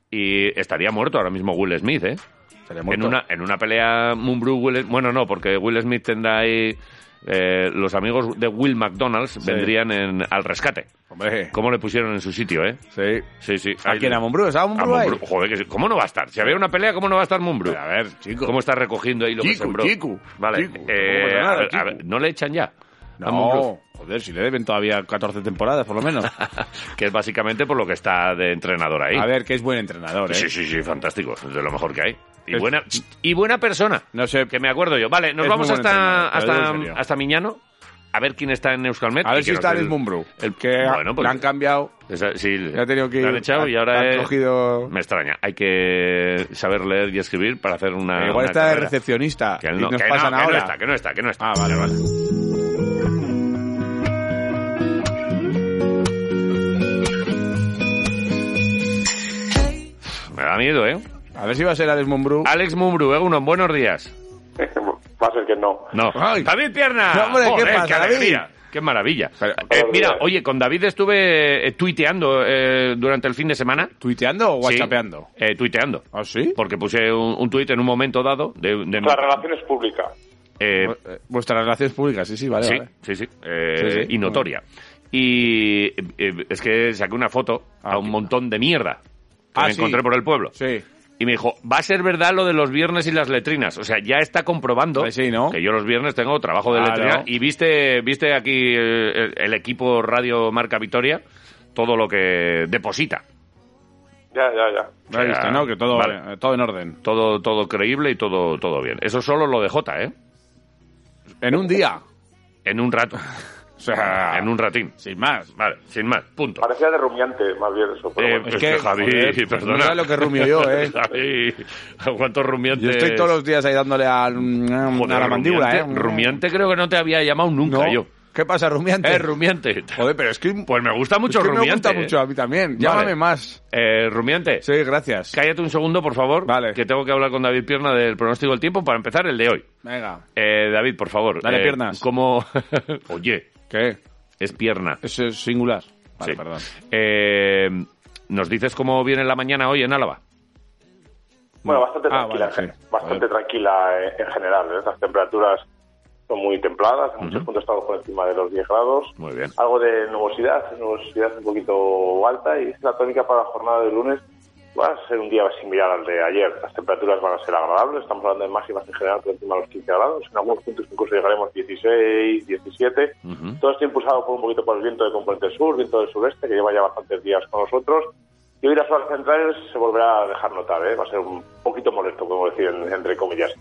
[SPEAKER 2] y estaría muerto ahora mismo Will Smith, ¿eh?
[SPEAKER 3] Estaría
[SPEAKER 2] En
[SPEAKER 3] muerto.
[SPEAKER 2] una, en una pelea Mumbrú-Will... Bueno, no, porque Will Smith tendrá ahí... eh, los amigos de Will McDonald's vendrían en- al rescate.
[SPEAKER 3] Hombre,
[SPEAKER 2] ¿Cómo le pusieron en su sitio, eh?
[SPEAKER 3] sí.
[SPEAKER 2] Sí, sí.
[SPEAKER 3] ¿A
[SPEAKER 2] Ahí-
[SPEAKER 3] quién? ¿A Mumbrú? ¿Estaba Mumbrú
[SPEAKER 2] a
[SPEAKER 3] ahí?
[SPEAKER 2] Mumbrú. Joder, que sí. ¿cómo no va a estar? Si había una pelea, ¿cómo no va a estar Mumbrú?
[SPEAKER 3] A ver, chico.
[SPEAKER 2] ¿Cómo está recogiendo ahí lo que
[SPEAKER 3] Chico,
[SPEAKER 2] sembró?
[SPEAKER 3] chico,
[SPEAKER 2] Vale.
[SPEAKER 3] chico,
[SPEAKER 2] eh,
[SPEAKER 3] no pasa nada,
[SPEAKER 2] a ver, a
[SPEAKER 3] chico.
[SPEAKER 2] ver, no le echan ya. a Mumbrú,
[SPEAKER 3] No, joder, si le deben todavía 14 temporadas, por lo menos.
[SPEAKER 2] *laughs* que es básicamente por lo que está de entrenador ahí.
[SPEAKER 3] A ver, que es buen entrenador, ¿eh?
[SPEAKER 2] sí, sí, sí, fantástico. Es de lo mejor que hay. Y
[SPEAKER 3] Es-
[SPEAKER 2] buena, y buena persona.
[SPEAKER 3] No sé.
[SPEAKER 2] Que me acuerdo yo. Vale, nos
[SPEAKER 3] Es
[SPEAKER 2] vamos
[SPEAKER 3] muy buen
[SPEAKER 2] hasta,
[SPEAKER 3] entrenador, te lo digo
[SPEAKER 2] hasta,
[SPEAKER 3] en serio.
[SPEAKER 2] hasta Miñano. A ver quién está en Euskalmet.
[SPEAKER 3] A
[SPEAKER 2] y
[SPEAKER 3] ver si
[SPEAKER 2] que
[SPEAKER 3] está
[SPEAKER 2] nos dé
[SPEAKER 3] el Mumbrú.
[SPEAKER 2] el-
[SPEAKER 3] El que ha-
[SPEAKER 2] Bueno, pues-
[SPEAKER 3] le han cambiado.
[SPEAKER 2] Esa- sí,
[SPEAKER 3] Ya ha tenido que
[SPEAKER 2] la han
[SPEAKER 3] ir-
[SPEAKER 2] echado y
[SPEAKER 3] ha-
[SPEAKER 2] ahora
[SPEAKER 3] han
[SPEAKER 2] es-
[SPEAKER 3] cogido-
[SPEAKER 2] Me extraña. Hay que saber leer y escribir para hacer una.
[SPEAKER 3] Ah, Igual
[SPEAKER 2] una
[SPEAKER 3] está de
[SPEAKER 2] carrera.
[SPEAKER 3] recepcionista.
[SPEAKER 2] Que
[SPEAKER 3] y
[SPEAKER 2] no,
[SPEAKER 3] nos
[SPEAKER 2] que no,
[SPEAKER 3] pasan
[SPEAKER 2] que no
[SPEAKER 3] ahora.
[SPEAKER 2] está, que no está, que no está.
[SPEAKER 3] Ah, vale, vale.
[SPEAKER 2] Me da miedo, ¿eh?
[SPEAKER 3] A ver si va a ser Alex Mumbrú.
[SPEAKER 2] Alex Mumbrú, ¿eh? unos buenos días.
[SPEAKER 5] *laughs* Va a ser que no.
[SPEAKER 2] No.
[SPEAKER 3] Ay.
[SPEAKER 2] David Pierna.
[SPEAKER 3] No, hombre, ¿qué
[SPEAKER 2] Joder,
[SPEAKER 3] pasa,
[SPEAKER 2] qué
[SPEAKER 3] David?
[SPEAKER 2] alegría. Qué maravilla.
[SPEAKER 3] Pero-
[SPEAKER 2] Eh,
[SPEAKER 5] Buenos
[SPEAKER 2] mira,
[SPEAKER 5] días.
[SPEAKER 2] oye, con David estuve eh, tuiteando eh, durante el fin de semana.
[SPEAKER 3] ¿Tuiteando o
[SPEAKER 2] Sí.
[SPEAKER 3] whatsappeando?
[SPEAKER 2] Eh, tuiteando.
[SPEAKER 3] ¿Ah, sí?
[SPEAKER 2] Porque puse un, un tuit en un momento dado de... de-
[SPEAKER 5] Las relaciones públicas.
[SPEAKER 2] eh,
[SPEAKER 3] Vu- eh, Vuestras relaciones públicas, sí, sí, vale,
[SPEAKER 2] sí,
[SPEAKER 3] vale.
[SPEAKER 2] sí, sí, eh,
[SPEAKER 3] Sí, sí.
[SPEAKER 2] Y notoria. Y eh, es que saqué una foto a
[SPEAKER 3] Ah,
[SPEAKER 2] un
[SPEAKER 3] qué-
[SPEAKER 2] montón de mierda que
[SPEAKER 3] Ah,
[SPEAKER 2] me
[SPEAKER 3] sí.
[SPEAKER 2] encontré por el pueblo.
[SPEAKER 3] Sí.
[SPEAKER 2] Y me dijo, va a ser verdad lo de los viernes y las letrinas. O sea, ya está comprobando
[SPEAKER 3] Pues sí, ¿no? Ah,
[SPEAKER 2] que yo los viernes tengo trabajo de
[SPEAKER 3] Claro.
[SPEAKER 2] letrina. Y viste, viste aquí eh, el, el equipo Radio Marca Vitoria todo lo que deposita.
[SPEAKER 5] Ya, ya, ya.
[SPEAKER 3] No he visto, ¿no? Que todo,
[SPEAKER 2] Vale.
[SPEAKER 3] eh, todo en orden.
[SPEAKER 2] Todo, todo creíble y todo, todo bien. Eso solo lo de Jota, ¿eh?
[SPEAKER 3] En un día.
[SPEAKER 2] En un rato.
[SPEAKER 3] *laughs* O sea,
[SPEAKER 2] en un ratín.
[SPEAKER 3] sin más.
[SPEAKER 2] Vale, sin más. Punto.
[SPEAKER 5] Parecía de rumiante, más bien eso. Pero
[SPEAKER 2] Eh,
[SPEAKER 5] bueno.
[SPEAKER 2] es
[SPEAKER 3] Es
[SPEAKER 2] que,
[SPEAKER 3] que,
[SPEAKER 2] Javi,
[SPEAKER 3] joder,
[SPEAKER 2] *laughs* perdona.
[SPEAKER 3] no sabes lo que rumio yo,
[SPEAKER 2] *laughs*
[SPEAKER 3] ¿eh?
[SPEAKER 2] Javi, cuántos rumiantes.
[SPEAKER 3] Yo estoy todos los días ahí dándole al-
[SPEAKER 2] Este
[SPEAKER 3] mm,
[SPEAKER 2] Joder,
[SPEAKER 3] a la mandíbula, ¿eh?
[SPEAKER 2] rumiante- Rumiante creo que no te había llamado nunca
[SPEAKER 3] No.
[SPEAKER 2] yo.
[SPEAKER 3] ¿Qué pasa, rumiante?
[SPEAKER 2] Eh, rumiante.
[SPEAKER 3] Joder, pero es que...
[SPEAKER 2] Pues me gusta mucho
[SPEAKER 3] es que
[SPEAKER 2] rumiante.
[SPEAKER 3] me gusta
[SPEAKER 2] eh.
[SPEAKER 3] mucho a mí también.
[SPEAKER 2] Vale.
[SPEAKER 3] Llámame más.
[SPEAKER 2] Eh, rumiante,
[SPEAKER 3] Sí, gracias.
[SPEAKER 2] cállate un segundo, por favor.
[SPEAKER 3] Vale.
[SPEAKER 2] Que tengo que hablar con David Pierna del pronóstico del tiempo para empezar el de hoy.
[SPEAKER 3] Venga.
[SPEAKER 2] Eh, David, por favor.
[SPEAKER 3] Dale,
[SPEAKER 2] eh,
[SPEAKER 3] piernas.
[SPEAKER 2] ¿Cómo. *laughs* Oye,
[SPEAKER 3] ¿Qué?
[SPEAKER 2] es pierna.
[SPEAKER 3] Eso es singular. Vale,
[SPEAKER 2] Sí.
[SPEAKER 3] perdón.
[SPEAKER 2] Eh, ¿Nos dices cómo viene la mañana hoy en Álava?
[SPEAKER 5] bueno, bastante
[SPEAKER 3] Ah,
[SPEAKER 5] tranquila.
[SPEAKER 3] vale,
[SPEAKER 5] en
[SPEAKER 3] sí.
[SPEAKER 5] gen- Bastante tranquila eh, en general. ¿eh? Las temperaturas son muy templadas. En muchos puntos estamos por encima de los 10 grados.
[SPEAKER 2] Muy bien.
[SPEAKER 5] Algo de nubosidad, nubosidad un poquito alta. Y es la tónica para la jornada de lunes. Va a ser un día similar al de ayer. Las temperaturas van a ser agradables. Estamos hablando de máximas en general por encima de los 15 grados. En algunos puntos incluso llegaremos 16, 17.
[SPEAKER 2] Ujú.
[SPEAKER 5] Todo esto impulsado por un poquito por el viento de componente sur, viento del sureste, que lleva ya bastantes días con nosotros. Y hoy las horas centrales se volverá a dejar notar, ¿eh? va a ser un poquito molesto, podemos decir, en- entre comillas.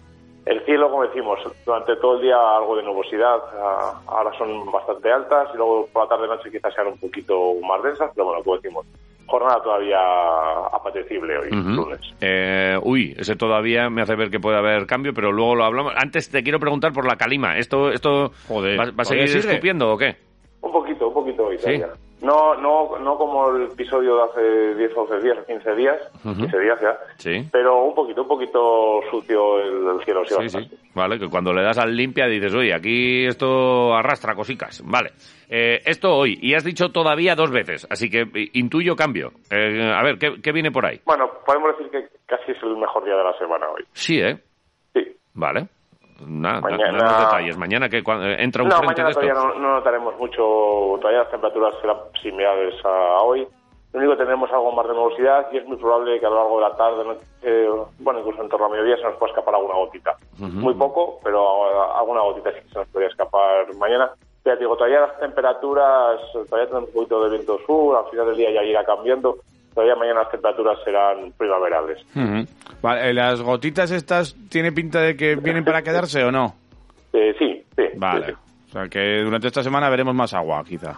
[SPEAKER 5] El cielo, como decimos, durante todo el día algo de nubosidad, ah, ahora son bastante altas y luego por la tarde-noche quizás sean un poquito más densas, pero bueno, como decimos, jornada todavía apetecible hoy,
[SPEAKER 2] Ujú.
[SPEAKER 5] lunes.
[SPEAKER 2] Eh, uy, ese todavía me hace ver que puede haber cambio, pero luego lo hablamos. Antes te quiero preguntar por la calima. ¿Esto, esto
[SPEAKER 3] Joder,
[SPEAKER 2] va, va a
[SPEAKER 3] ¿todavía
[SPEAKER 2] seguir
[SPEAKER 3] sigue?
[SPEAKER 2] escupiendo o qué?
[SPEAKER 5] Un poquito, un poquito hoy
[SPEAKER 2] Sí.
[SPEAKER 5] todavía. No, no, no como el episodio de hace 10 o 11 días, 15 días, 15 días ya,
[SPEAKER 2] Sí.
[SPEAKER 5] pero un poquito, un poquito sucio el, el cielo. Sí,
[SPEAKER 2] Sí, sí.
[SPEAKER 5] bastante.
[SPEAKER 2] Vale, que cuando le das al limpia dices, oye, aquí esto arrastra cositas. Vale. Eh, esto hoy, y has dicho todavía dos veces, así que eh, intuyo cambio. Eh, a ver, ¿qué, qué viene por ahí?
[SPEAKER 5] Bueno, podemos decir que casi es el mejor día de la semana hoy.
[SPEAKER 2] Sí, ¿eh?
[SPEAKER 5] Sí.
[SPEAKER 2] Vale. Nada,
[SPEAKER 5] Mañana-
[SPEAKER 2] nada más detalles. Mañana que cuan- eh, entra un
[SPEAKER 5] No,
[SPEAKER 2] frente de
[SPEAKER 5] mañana
[SPEAKER 2] esto.
[SPEAKER 5] todavía no, no notaremos mucho, todavía las temperaturas serán similares a hoy. Lo único que tendremos algo más de nubosidad y es muy probable que a lo largo de la tarde, noche, bueno, incluso en torno a mediodía, se nos pueda escapar alguna gotita. Muy poco, pero a- alguna gotita sí que se nos podría escapar mañana. Ya te digo, todavía las temperaturas, todavía tenemos un poquito de viento sur, al final del día ya irá cambiando. Todavía mañana las temperaturas serán primaverales.
[SPEAKER 3] Ujú. Vale, eh, ¿Las gotitas estas tiene pinta de que vienen para quedarse o no?
[SPEAKER 5] Eh, sí, sí. sí,
[SPEAKER 3] Vale.
[SPEAKER 5] sí.
[SPEAKER 3] O sea, que durante esta semana veremos más agua, quizá.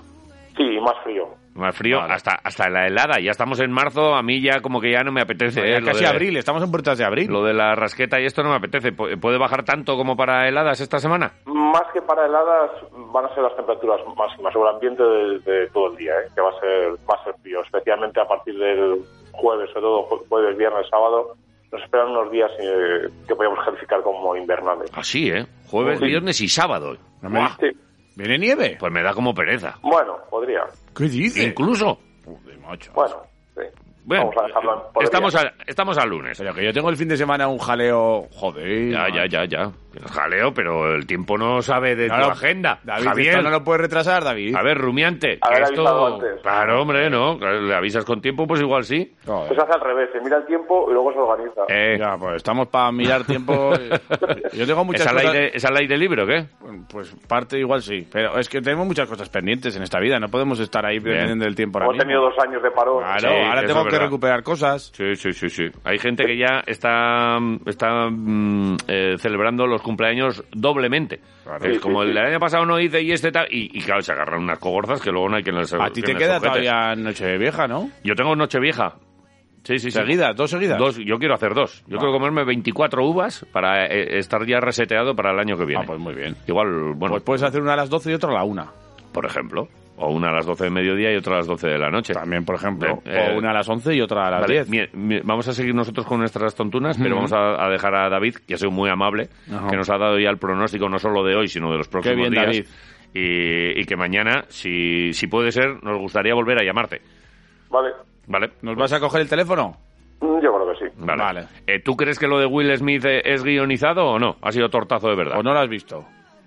[SPEAKER 5] Sí, más frío.
[SPEAKER 2] Más frío, hasta, hasta la helada. Ya estamos en marzo, a mí ya como que ya no me apetece. eh,
[SPEAKER 3] Ya
[SPEAKER 2] lo
[SPEAKER 3] casi
[SPEAKER 2] de-
[SPEAKER 3] abril, estamos en puertas de abril.
[SPEAKER 2] Lo de la rasqueta y esto no me apetece. ¿Pu- ¿Puede bajar tanto como para heladas esta semana?
[SPEAKER 5] Más que para heladas, van a ser las temperaturas máximas sobre el ambiente de, de todo el día, ¿eh? que va a ser va a ser frío, especialmente a partir del jueves, sobre todo jue- jueves, viernes, sábado. Nos esperan unos días eh, que podríamos calificar como invernales.
[SPEAKER 2] Así, ¿eh? Jueves,
[SPEAKER 5] Sí.
[SPEAKER 2] viernes y sábado.
[SPEAKER 3] No me-
[SPEAKER 2] Buah,
[SPEAKER 5] Sí.
[SPEAKER 3] ¿Viene nieve?
[SPEAKER 2] Pues me da como pereza.
[SPEAKER 5] Bueno, podría.
[SPEAKER 3] ¿Qué dices?
[SPEAKER 2] Incluso.
[SPEAKER 3] Joder, macho.
[SPEAKER 5] Bueno, sí.
[SPEAKER 2] Bueno,
[SPEAKER 5] Vamos a dejarlo en podría.
[SPEAKER 2] estamos, al, estamos al lunes.
[SPEAKER 3] Pero que yo tengo el fin de semana un jaleo... Joder.
[SPEAKER 2] Ya, ya, ya, ya. Jaleo, pero el tiempo no sabe de
[SPEAKER 3] Claro.
[SPEAKER 2] tu agenda.
[SPEAKER 3] David,
[SPEAKER 2] Javier,
[SPEAKER 3] esto no lo puedes retrasar, David.
[SPEAKER 2] a ver, rumiante.
[SPEAKER 5] Haber
[SPEAKER 2] que esto...
[SPEAKER 5] avisado antes.
[SPEAKER 2] Claro, hombre, ¿no? Claro, Le avisas con tiempo, pues igual sí.
[SPEAKER 3] Joder.
[SPEAKER 5] Pues hace al revés, se mira el tiempo y luego se organiza.
[SPEAKER 2] Eh,
[SPEAKER 3] Ya, pues estamos para mirar *laughs* tiempo. Yo tengo muchas
[SPEAKER 2] ¿Es al,
[SPEAKER 3] cosas-
[SPEAKER 2] aire, ¿Es al aire libre o qué?
[SPEAKER 3] Pues parte igual sí, pero es que tenemos muchas cosas pendientes en esta vida, no podemos estar ahí dependiendo del tiempo ahora
[SPEAKER 5] Hemos tenido
[SPEAKER 3] mismo.
[SPEAKER 5] dos años de parón.
[SPEAKER 3] Claro,
[SPEAKER 2] Sí,
[SPEAKER 3] ahora
[SPEAKER 2] eso
[SPEAKER 3] tengo
[SPEAKER 2] es
[SPEAKER 3] que
[SPEAKER 2] verdad.
[SPEAKER 3] recuperar cosas.
[SPEAKER 2] Sí, sí, sí, sí. Hay gente que ya está, está mm, eh, celebrando los cumpleaños doblemente.
[SPEAKER 3] Claro.
[SPEAKER 2] Es
[SPEAKER 5] Sí,
[SPEAKER 2] como
[SPEAKER 5] sí,
[SPEAKER 2] el
[SPEAKER 5] sí.
[SPEAKER 2] del año pasado no hice y este tal. Y, y claro, se agarran unas cogorzas que luego no hay quien las
[SPEAKER 3] A ti te
[SPEAKER 2] quien las
[SPEAKER 3] queda
[SPEAKER 2] sujete.
[SPEAKER 3] todavía noche vieja, ¿no?
[SPEAKER 2] Yo tengo Nochevieja. Sí, sí, sí.
[SPEAKER 3] Seguidas, dos seguidas.
[SPEAKER 2] Dos, yo quiero hacer dos. Yo
[SPEAKER 3] Ah.
[SPEAKER 2] quiero comerme 24 uvas para eh, estar ya reseteado para el año que viene.
[SPEAKER 3] Ah, pues muy bien.
[SPEAKER 2] Igual, bueno,
[SPEAKER 3] Pues puedes hacer una a las 12 y otra a la 1.
[SPEAKER 2] por ejemplo, o una a las 12 de mediodía y otra a las 12 de la noche.
[SPEAKER 3] También, por ejemplo,
[SPEAKER 2] Eh, eh,
[SPEAKER 3] o una a las 11 y otra a las
[SPEAKER 2] Vale,
[SPEAKER 3] 10.
[SPEAKER 2] mire, mire, vamos a seguir nosotros con nuestras tontunas, pero vamos a, a dejar a David, que ha sido muy amable,
[SPEAKER 3] Ajá.
[SPEAKER 2] que nos ha dado ya el pronóstico no solo de hoy, sino de los próximos
[SPEAKER 3] bien,
[SPEAKER 2] días.
[SPEAKER 3] David.
[SPEAKER 2] Y, y que mañana, si, si puede ser, nos gustaría volver a llamarte.
[SPEAKER 5] Vale,
[SPEAKER 2] ¿Vale? Pues,
[SPEAKER 3] ¿Nos vas a coger el teléfono?
[SPEAKER 5] Mm, yo creo que sí.
[SPEAKER 2] Vale.
[SPEAKER 3] Vale.
[SPEAKER 2] Eh, ¿Tú crees que lo de Will Smith eh, es guionizado o no? ¿Ha sido tortazo de verdad?
[SPEAKER 3] ¿O no lo has visto?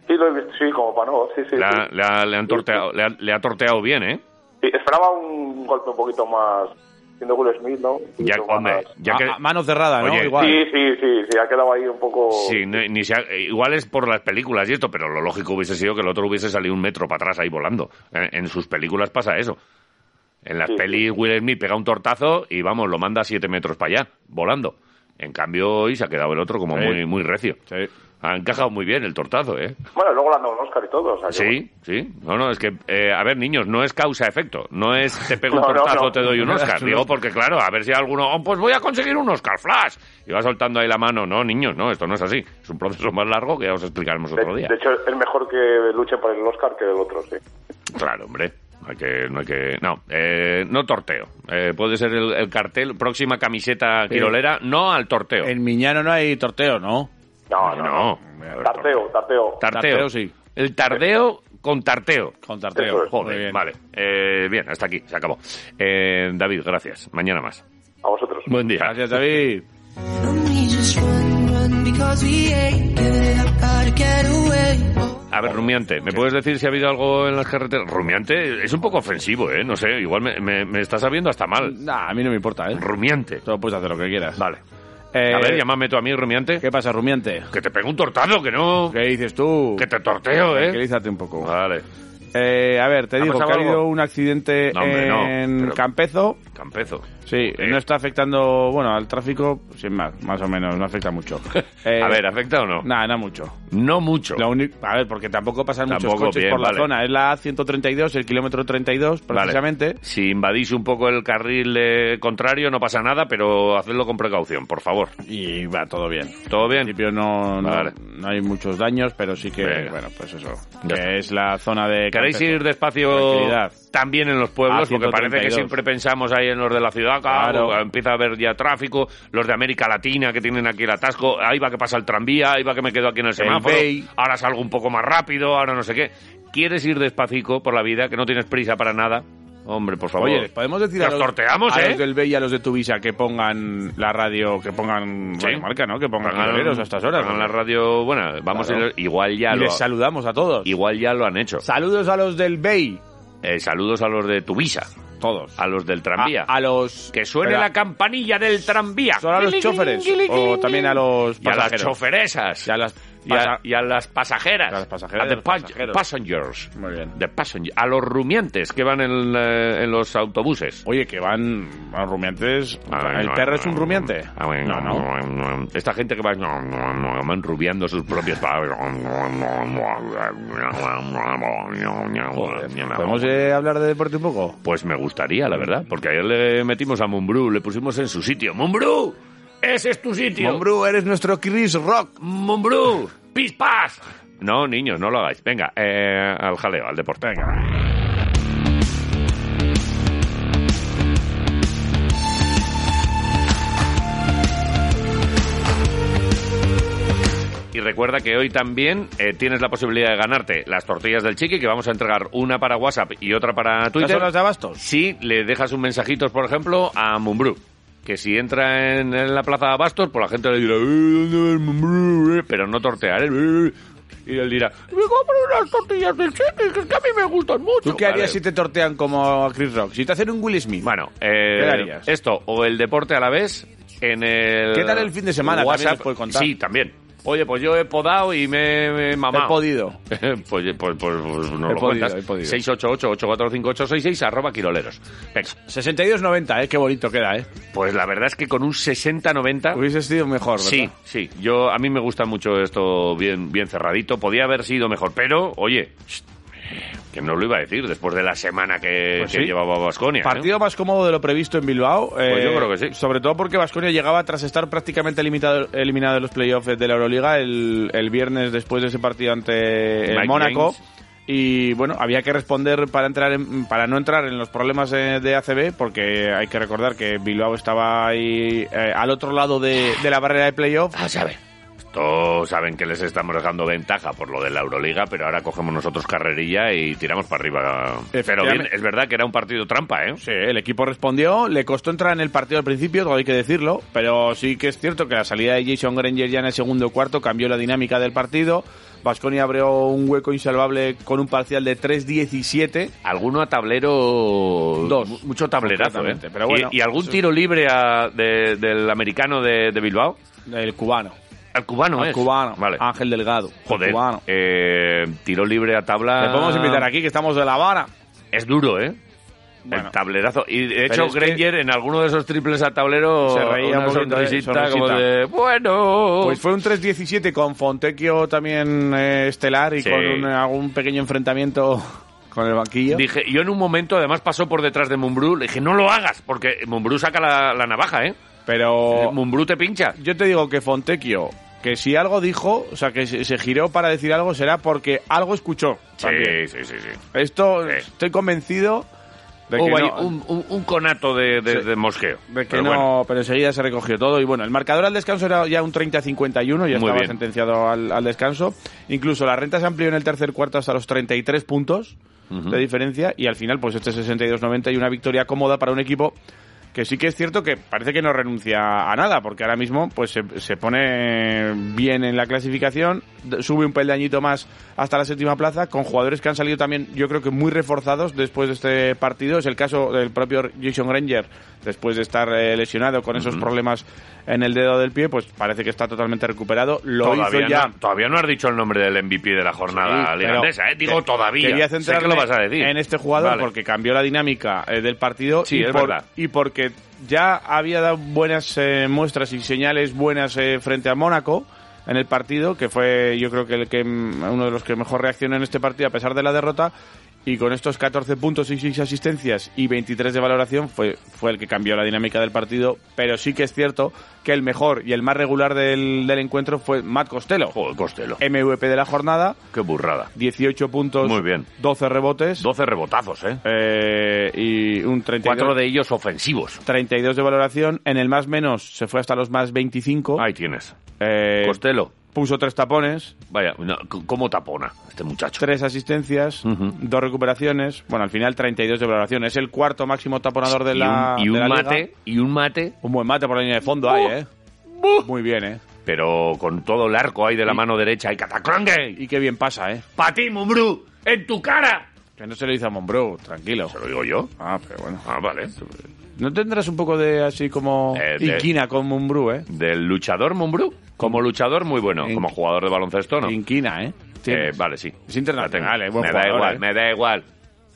[SPEAKER 5] Sí, lo he visto, sí, como para no. Sí, sí,
[SPEAKER 2] Le, ha,
[SPEAKER 5] sí.
[SPEAKER 2] le ha- le han torteado, le, ha, le ha torteado bien, ¿eh?
[SPEAKER 5] Sí, Esperaba un golpe un poquito más. Siendo Will Smith, ¿no? Un
[SPEAKER 2] Ya,
[SPEAKER 5] poquito
[SPEAKER 2] hombre,
[SPEAKER 5] más-
[SPEAKER 2] ya
[SPEAKER 3] A-
[SPEAKER 2] que...
[SPEAKER 3] a mano cerrada, ¿no?
[SPEAKER 2] Oye,
[SPEAKER 3] Igual.
[SPEAKER 5] Sí, sí, sí, sí, ha quedado ahí un poco.
[SPEAKER 2] Sí, no- ni se ha- eh, igual es por las películas y esto, pero lo lógico hubiese sido que el otro hubiese salido un metro para atrás ahí volando. Eh, En, en sus películas pasa eso. En las
[SPEAKER 5] Sí, sí.
[SPEAKER 2] pelis Will Smith pega un tortazo y vamos, lo manda siete metros para allá, volando. En cambio hoy se ha quedado el otro como
[SPEAKER 3] Sí.
[SPEAKER 2] muy, muy recio.
[SPEAKER 3] Sí.
[SPEAKER 2] Ha encajado muy bien el tortazo, ¿eh?
[SPEAKER 5] Bueno, luego la han dado un Oscar y todo. O sea, que Ah, bueno.
[SPEAKER 2] Sí, sí. No, no, es que, eh, a ver, niños, no es causa-efecto. No es te
[SPEAKER 5] *laughs*
[SPEAKER 2] pego un
[SPEAKER 5] No, no,
[SPEAKER 2] tortazo,
[SPEAKER 5] no.
[SPEAKER 2] te doy un Oscar.
[SPEAKER 3] Eso
[SPEAKER 2] Digo,
[SPEAKER 3] no.
[SPEAKER 2] porque claro, a ver si alguno, "Oh, pues voy a conseguir un Oscar Flash. Y va soltando ahí la mano. No, niños, no, esto no es así. Es un proceso más largo que ya os explicaremos otro
[SPEAKER 5] De,
[SPEAKER 2] día.
[SPEAKER 5] de hecho, es mejor que luchen por el Oscar que el otro, sí.
[SPEAKER 2] Claro, hombre. Hay que, no hay que. No, eh, no torteo. Eh, puede ser el, el cartel, próxima camiseta quirolera, no al torteo.
[SPEAKER 3] En Miñano no hay torteo, ¿no?
[SPEAKER 5] No, no.
[SPEAKER 2] No.
[SPEAKER 5] Tarteo, tarteo.
[SPEAKER 2] Tarteo.
[SPEAKER 3] Tarteo, sí.
[SPEAKER 2] El tardeo con tarteo.
[SPEAKER 3] Con
[SPEAKER 5] Eso
[SPEAKER 3] torteo.
[SPEAKER 5] es.
[SPEAKER 2] Joder,
[SPEAKER 3] Muy bien.
[SPEAKER 2] vale. Eh, bien, hasta aquí, se acabó. Eh, David, gracias. Mañana más.
[SPEAKER 5] A vosotros.
[SPEAKER 2] Buen día.
[SPEAKER 3] Gracias, David.
[SPEAKER 6] Only just run, run because we ain't giving it up. Gotta get away.
[SPEAKER 2] A ver, Rumiante, ¿me puedes decir si ha habido algo en las carreteras? Rumiante es un poco ofensivo, ¿eh? No sé, igual me, me, me está sabiendo hasta mal.
[SPEAKER 3] Nah, a mí no me importa, ¿eh?
[SPEAKER 2] Rumiante.
[SPEAKER 3] Tú puedes hacer lo que quieras.
[SPEAKER 2] Vale.
[SPEAKER 3] Eh,
[SPEAKER 2] A ver, llámame tú a mí, Rumiante.
[SPEAKER 3] ¿Qué pasa, rumiante?
[SPEAKER 2] Que te pego un tortado, que no...
[SPEAKER 3] ¿Qué dices tú?
[SPEAKER 2] Que te torteo, ¿eh?
[SPEAKER 3] Tranquilízate un poco.
[SPEAKER 2] Vale.
[SPEAKER 3] Eh, a ver, te
[SPEAKER 2] ¿Ha
[SPEAKER 3] digo que
[SPEAKER 2] pasado
[SPEAKER 3] ha habido
[SPEAKER 2] algo?
[SPEAKER 3] un accidente
[SPEAKER 2] No, hombre, no,
[SPEAKER 3] en
[SPEAKER 2] pero-
[SPEAKER 3] Campezo.
[SPEAKER 2] Campezo.
[SPEAKER 3] Sí,
[SPEAKER 2] Eh,
[SPEAKER 3] no está afectando, bueno, al tráfico, sin más, más o menos, no afecta mucho. Eh,
[SPEAKER 2] *laughs* A ver, ¿afecta o no?
[SPEAKER 3] Nada, no mucho.
[SPEAKER 2] No mucho.
[SPEAKER 3] Lo único- a ver, porque tampoco pasan muchos
[SPEAKER 2] Tampoco,
[SPEAKER 3] coches
[SPEAKER 2] bien,
[SPEAKER 3] por la
[SPEAKER 2] vale.
[SPEAKER 3] zona. Es la A132, el kilómetro 32,
[SPEAKER 2] Vale.
[SPEAKER 3] Pues precisamente.
[SPEAKER 2] Si invadís un poco el carril eh, contrario, no pasa nada, pero hacedlo con precaución, por favor.
[SPEAKER 3] Y va todo bien.
[SPEAKER 2] ¿Todo
[SPEAKER 3] En
[SPEAKER 2] bien?
[SPEAKER 3] principio no, no-
[SPEAKER 2] Vale.
[SPEAKER 3] no hay muchos daños, pero sí que,
[SPEAKER 2] Venga.
[SPEAKER 3] bueno, pues eso.
[SPEAKER 2] Ya
[SPEAKER 3] que
[SPEAKER 2] está.
[SPEAKER 3] es la zona de.
[SPEAKER 2] Eh, ¿Queréis
[SPEAKER 3] Campezo.
[SPEAKER 2] ir despacio
[SPEAKER 3] Tranquilidad.
[SPEAKER 2] también en los pueblos,
[SPEAKER 3] Ah,
[SPEAKER 2] porque parece que
[SPEAKER 3] 132.
[SPEAKER 2] siempre pensamos ahí en los de la ciudad, claro,
[SPEAKER 3] Claro.
[SPEAKER 2] empieza a haber ya tráfico, los de América Latina que tienen aquí el atasco, ahí va que pasa el tranvía, ahí va que me quedo aquí en el semáforo,
[SPEAKER 3] BEI.
[SPEAKER 2] ahora salgo un poco más rápido, ahora no sé qué. ¿Quieres ir despacico por la vida, que no tienes prisa para nada? Hombre, por favor.
[SPEAKER 3] Oye, les podemos decir a
[SPEAKER 2] Nos
[SPEAKER 3] los,
[SPEAKER 2] torteamos,
[SPEAKER 3] a
[SPEAKER 2] ¿eh?
[SPEAKER 3] los del B y a los de Tuvisa que pongan la radio, que pongan
[SPEAKER 2] Sí.
[SPEAKER 3] Radio marca, ¿no? Que pongan
[SPEAKER 2] Hagan-
[SPEAKER 3] guerreros a estas horas.
[SPEAKER 2] hagan la radio, bueno, vamos a ir- igual ya
[SPEAKER 3] y
[SPEAKER 2] lo
[SPEAKER 3] les saludamos a todos.
[SPEAKER 2] igual ya lo han hecho.
[SPEAKER 3] Saludos a los del BEI.
[SPEAKER 2] Eh, saludos a los de Tuvisa,
[SPEAKER 3] Todos.
[SPEAKER 2] a los del tranvía.
[SPEAKER 3] A, a los...
[SPEAKER 2] Que suene
[SPEAKER 3] Espera,
[SPEAKER 2] la campanilla del tranvía.
[SPEAKER 3] ¿Son a los choferes? ¿O también a los
[SPEAKER 2] Y a las
[SPEAKER 3] pasajeros?
[SPEAKER 2] choferesas.
[SPEAKER 3] Y a las...
[SPEAKER 2] y, a,
[SPEAKER 3] pasa-
[SPEAKER 2] y a las pasajeras.
[SPEAKER 3] A las pasajeras,
[SPEAKER 2] A the
[SPEAKER 3] los
[SPEAKER 2] pas-
[SPEAKER 3] pasajeros.
[SPEAKER 2] passengers.
[SPEAKER 3] Muy bien.
[SPEAKER 2] The passenger- A los rumiantes que van en, eh, en los autobuses.
[SPEAKER 3] Oye, que van, van rumiantes. ¿El perro es un rumiante?
[SPEAKER 2] No, no. Esta gente que va, van rubiando sus
[SPEAKER 3] *laughs*
[SPEAKER 2] propias palabras.
[SPEAKER 3] ¿Podemos eh, hablar de deporte un poco?
[SPEAKER 2] Pues me gustaría, la verdad, porque ayer le metimos a Mumbrú, le pusimos en su sitio. ¡Mumbrú! ¡Ese es tu sitio!
[SPEAKER 3] Mombrú, eres nuestro Chris Rock.
[SPEAKER 2] ¡Mumbrú! ¡Pispas! No, niños, no lo hagáis. Venga, eh, al jaleo, al deporte. Venga. Y recuerda que hoy también eh, tienes la posibilidad de ganarte las tortillas del chiqui, que vamos a entregar una para WhatsApp y otra para
[SPEAKER 3] ¿Estas
[SPEAKER 2] Twitter
[SPEAKER 3] son las de Abastos?
[SPEAKER 2] si le dejas un mensajito, por ejemplo, a Mumbrú. Que si entra en, en la plaza de Bastos, pues la gente le dirá, "Eh, ¿dónde va el Mumbrú? eh?". Pero no tortear, ¿eh? Y él dirá, me compro unas tortillas del Chiqui, que es que a mí me gustan mucho.
[SPEAKER 3] ¿Tú qué harías
[SPEAKER 2] Vale.
[SPEAKER 3] si te tortean como a Chris Rock? Si te hacen un Will Smith.
[SPEAKER 2] Bueno,
[SPEAKER 3] ¿Qué
[SPEAKER 2] eh,
[SPEAKER 3] harías?
[SPEAKER 2] esto o el deporte a la vez en el
[SPEAKER 3] ¿Qué tal el fin de semana? También
[SPEAKER 2] WhatsApp.
[SPEAKER 3] nos puedes contar.
[SPEAKER 2] Sí, también. Oye, pues yo he podado y me, me he
[SPEAKER 3] Te
[SPEAKER 2] mamado.
[SPEAKER 3] he podido.
[SPEAKER 2] *laughs* pues, pues, pues, pues no
[SPEAKER 3] He
[SPEAKER 2] lo
[SPEAKER 3] podido,
[SPEAKER 2] cuentas.
[SPEAKER 3] he podido.
[SPEAKER 2] 688-845-866 arroba quiroleros. Venga.
[SPEAKER 3] 62-90, ¿eh? Qué bonito queda, ¿eh?
[SPEAKER 2] Pues la verdad es que con un 60-90...
[SPEAKER 3] Hubiese sido mejor, ¿verdad?
[SPEAKER 2] Sí, sí. Yo, a mí me gusta mucho esto bien, bien cerradito. Podía haber sido mejor, pero, oye... Que no lo iba a decir después de la semana que,
[SPEAKER 3] Pues
[SPEAKER 2] que
[SPEAKER 3] sí.
[SPEAKER 2] llevaba Vasconia.
[SPEAKER 3] Partido más cómodo de lo previsto en Bilbao. eh,
[SPEAKER 2] Pues yo creo que sí.
[SPEAKER 3] Sobre todo porque Vasconia llegaba tras estar prácticamente limitado- eliminado de los playoffs de la Euroliga el, el viernes después de ese partido ante el
[SPEAKER 2] Mike
[SPEAKER 3] Mónaco.
[SPEAKER 2] James.
[SPEAKER 3] Y bueno, había que responder para entrar en- para no entrar en los problemas eh, de ACB, porque hay que recordar que Bilbao estaba ahí eh, al otro lado de, de la barrera de playoff.
[SPEAKER 2] Vamos a ver. Todos saben que les estamos dejando ventaja por lo de la Euroliga, pero ahora cogemos nosotros carrerilla y tiramos para arriba. Pero bien,
[SPEAKER 3] Efectivamente.
[SPEAKER 2] es verdad que era un partido trampa, ¿eh?
[SPEAKER 3] Sí, el equipo respondió, le costó entrar en el partido al principio, todo hay que decirlo, pero sí que es cierto que la salida de Jason Granger ya en el segundo cuarto cambió la dinámica del partido. Vasconi abrió un hueco insalvable con un parcial de 3-17.
[SPEAKER 2] Alguno a tablero.
[SPEAKER 3] Dos.
[SPEAKER 2] mu- Mucho tablerazo, ¿eh?
[SPEAKER 3] Concretamente, pero bueno.
[SPEAKER 2] y, y algún tiro libre a- de- del americano de, de Bilbao.
[SPEAKER 3] El cubano.
[SPEAKER 2] Al cubano,
[SPEAKER 3] al
[SPEAKER 2] es.
[SPEAKER 3] cubano.
[SPEAKER 2] Vale.
[SPEAKER 3] Ángel Delgado. el
[SPEAKER 2] Joder.
[SPEAKER 3] Cubano.
[SPEAKER 2] eh, tiro libre a tabla.
[SPEAKER 3] Le podemos invitar aquí que estamos de La Habana.
[SPEAKER 2] Es duro, ¿eh?
[SPEAKER 3] Bueno.
[SPEAKER 2] el tablerazo. Y de
[SPEAKER 3] Pero
[SPEAKER 2] hecho,
[SPEAKER 3] es que-
[SPEAKER 2] Granger en alguno de esos triples a tablero
[SPEAKER 3] Se reía
[SPEAKER 2] una
[SPEAKER 3] un poquito, ¿eh?
[SPEAKER 2] sonrisita como
[SPEAKER 3] Sonrisita.
[SPEAKER 2] de. Bueno.
[SPEAKER 3] Pues fue un 3-17 con Fontecchio también eh, estelar y
[SPEAKER 2] Sí.
[SPEAKER 3] con un- algún pequeño *laughs* enfrentamiento con el banquillo.
[SPEAKER 2] Dije, yo en un momento, además pasó por detrás de Mumbrú, le dije, no lo hagas, porque Mumbrú saca la, la navaja, ¿eh?
[SPEAKER 3] Pero
[SPEAKER 2] Mumbrú te pincha.
[SPEAKER 3] Yo te digo que Fontecchio, que si algo dijo, o sea, que se se giró para decir algo, será porque algo escuchó. también.
[SPEAKER 2] Sí, sí, sí, sí.
[SPEAKER 3] Esto
[SPEAKER 2] Sí.
[SPEAKER 3] estoy convencido de que
[SPEAKER 2] Hubo ahí
[SPEAKER 3] no,
[SPEAKER 2] Oh, un, un- un conato de, de-
[SPEAKER 3] Sí.
[SPEAKER 2] de mosqueo.
[SPEAKER 3] de que
[SPEAKER 2] Pero
[SPEAKER 3] no,
[SPEAKER 2] bueno,
[SPEAKER 3] pero enseguida se recogió todo. Y bueno, el marcador al descanso era ya un 30-51, ya
[SPEAKER 2] Muy
[SPEAKER 3] estaba
[SPEAKER 2] bien.
[SPEAKER 3] sentenciado al, al descanso. Incluso la renta se amplió en el tercer cuarto hasta los 33 puntos de diferencia. Y al final, pues este 62-90 y una victoria cómoda para un equipo que sí que es cierto que parece que no renuncia a nada, porque ahora mismo pues se, se pone bien en la clasificación, d- sube un peldañito más hasta la séptima plaza, con jugadores que han salido también, yo creo que muy reforzados después de este partido. Es el caso del propio Jason Granger, después de estar eh, lesionado con esos problemas en el dedo del pie, pues parece que está totalmente recuperado. Lo
[SPEAKER 2] todavía,
[SPEAKER 3] hizo ya.
[SPEAKER 2] No, todavía no has dicho el nombre del MVP de la jornada
[SPEAKER 3] Sí,
[SPEAKER 2] ligandesa,
[SPEAKER 3] pero
[SPEAKER 2] ¿eh? Digo
[SPEAKER 3] que-
[SPEAKER 2] todavía.
[SPEAKER 3] Quería
[SPEAKER 2] Sé que
[SPEAKER 3] centrarme
[SPEAKER 2] lo vas a decir.
[SPEAKER 3] en este jugador
[SPEAKER 2] Vale.
[SPEAKER 3] porque cambió la dinámica eh, del partido
[SPEAKER 2] Sí,
[SPEAKER 3] y,
[SPEAKER 2] es
[SPEAKER 3] por-
[SPEAKER 2] verdad.
[SPEAKER 3] y porque ya había dado buenas eh, muestras y señales buenas eh, frente a Mónaco en el partido, que fue yo creo que, el que mm, uno de los que mejor reaccionó en este partido a pesar de la derrota. y con estos 14 puntos y 6 asistencias y 23 de valoración fue, fue el que cambió la dinámica del partido, pero sí que es cierto que el mejor y el más regular del, del encuentro fue Matt Costello,
[SPEAKER 2] Joder, Costello.
[SPEAKER 3] MVP de la jornada,
[SPEAKER 2] Qué burrada.
[SPEAKER 3] 18 puntos,
[SPEAKER 2] Muy bien.
[SPEAKER 3] 12 rebotes
[SPEAKER 2] 12 rebotazos, ¿eh?
[SPEAKER 3] eh, y un 32,
[SPEAKER 2] Cuatro de ellos ofensivos.
[SPEAKER 3] 32 de valoración. En el más menos se fue hasta los más 25.
[SPEAKER 2] Ahí tienes.
[SPEAKER 3] Eh,
[SPEAKER 2] Costello.
[SPEAKER 3] puso tres tapones,
[SPEAKER 2] Vaya, no, c- cómo tapona este muchacho.
[SPEAKER 3] tres asistencias,
[SPEAKER 2] Ujú.
[SPEAKER 3] dos recuperaciones. Bueno, al final 32 de valoración. Es el cuarto máximo taponador de
[SPEAKER 2] Y
[SPEAKER 3] la.
[SPEAKER 2] un, y
[SPEAKER 3] de
[SPEAKER 2] un
[SPEAKER 3] la liga.
[SPEAKER 2] mate, y un mate,
[SPEAKER 3] Un buen mate por la línea de fondo ahí, ¿eh? Muy bien, ¿eh?
[SPEAKER 2] uh. pero con todo el arco ahí de la mano derecha. ¡Ay, cataclangue!
[SPEAKER 3] Y qué bien pasa, ¿eh?
[SPEAKER 2] ¡Para ti, Mumbrú! ¡En tu cara!
[SPEAKER 3] Que no se lo hizo a Monbrou, tranquilo.
[SPEAKER 2] ¿Se lo digo yo?
[SPEAKER 3] Ah, pero bueno.
[SPEAKER 2] Ah, vale.
[SPEAKER 3] ¿No tendrás un poco de así como
[SPEAKER 2] Eh, de-
[SPEAKER 3] inquina con Monbrou, eh?
[SPEAKER 2] Del luchador Mumbrú. Como luchador, muy bueno.
[SPEAKER 3] En-
[SPEAKER 2] Como jugador de baloncesto, ¿no?
[SPEAKER 3] Inquina, ¿eh?
[SPEAKER 2] Eh,
[SPEAKER 3] Tienes.
[SPEAKER 2] vale, sí.
[SPEAKER 3] Es internacional,
[SPEAKER 2] La tengo.
[SPEAKER 3] eh, buen
[SPEAKER 2] me da
[SPEAKER 3] jugador,
[SPEAKER 2] igual,
[SPEAKER 3] eh.
[SPEAKER 2] me da igual.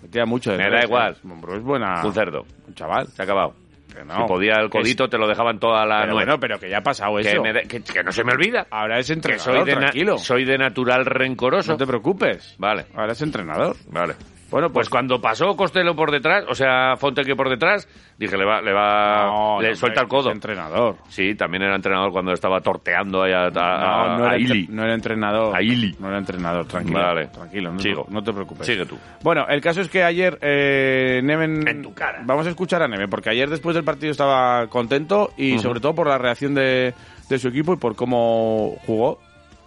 [SPEAKER 3] Me tira mucho de
[SPEAKER 2] me da
[SPEAKER 3] tres, ¿eh?
[SPEAKER 2] igual.
[SPEAKER 3] Monbrou es buena.
[SPEAKER 2] Un cerdo.
[SPEAKER 3] Un chaval.
[SPEAKER 2] Se ha acabado.
[SPEAKER 3] Que
[SPEAKER 2] Si podía el
[SPEAKER 3] Que es-
[SPEAKER 2] codito, te lo dejaban toda la
[SPEAKER 3] Pero
[SPEAKER 2] nuez.
[SPEAKER 3] bueno, pero que ya ha pasado
[SPEAKER 2] que,
[SPEAKER 3] eso.
[SPEAKER 2] me da- que- que no se me olvida.
[SPEAKER 3] Ahora es
[SPEAKER 2] Que
[SPEAKER 3] entrenador,
[SPEAKER 2] soy de, na-
[SPEAKER 3] tranquilo.
[SPEAKER 2] soy de natural rencoroso.
[SPEAKER 3] No te preocupes.
[SPEAKER 2] Vale,
[SPEAKER 3] Ahora es entrenador.
[SPEAKER 2] vale.
[SPEAKER 3] Bueno,
[SPEAKER 2] Pues
[SPEAKER 3] pues...
[SPEAKER 2] cuando pasó Costello por detrás, o sea, Fonteque por detrás, dije, le va, le va,
[SPEAKER 3] No,
[SPEAKER 2] le
[SPEAKER 3] no,
[SPEAKER 2] suelta el
[SPEAKER 3] hombre,
[SPEAKER 2] codo.
[SPEAKER 3] es entrenador.
[SPEAKER 2] Sí, también era entrenador cuando estaba torteando ahí a, a-
[SPEAKER 3] no, no
[SPEAKER 2] Ah, a
[SPEAKER 3] era,
[SPEAKER 2] Ili.
[SPEAKER 3] entre- no era entrenador.
[SPEAKER 2] A Ili.
[SPEAKER 3] No era entrenador, tranquilo.
[SPEAKER 2] Vale.
[SPEAKER 3] Tranquilo, no,
[SPEAKER 2] Sigo.
[SPEAKER 3] no te preocupes.
[SPEAKER 2] Sigue tú.
[SPEAKER 3] Bueno, el caso es que ayer eh, Neven...
[SPEAKER 2] En tu cara.
[SPEAKER 3] Vamos a escuchar a Neven, porque ayer después del partido estaba contento y sobre todo por la reacción de, de su equipo y por cómo jugó.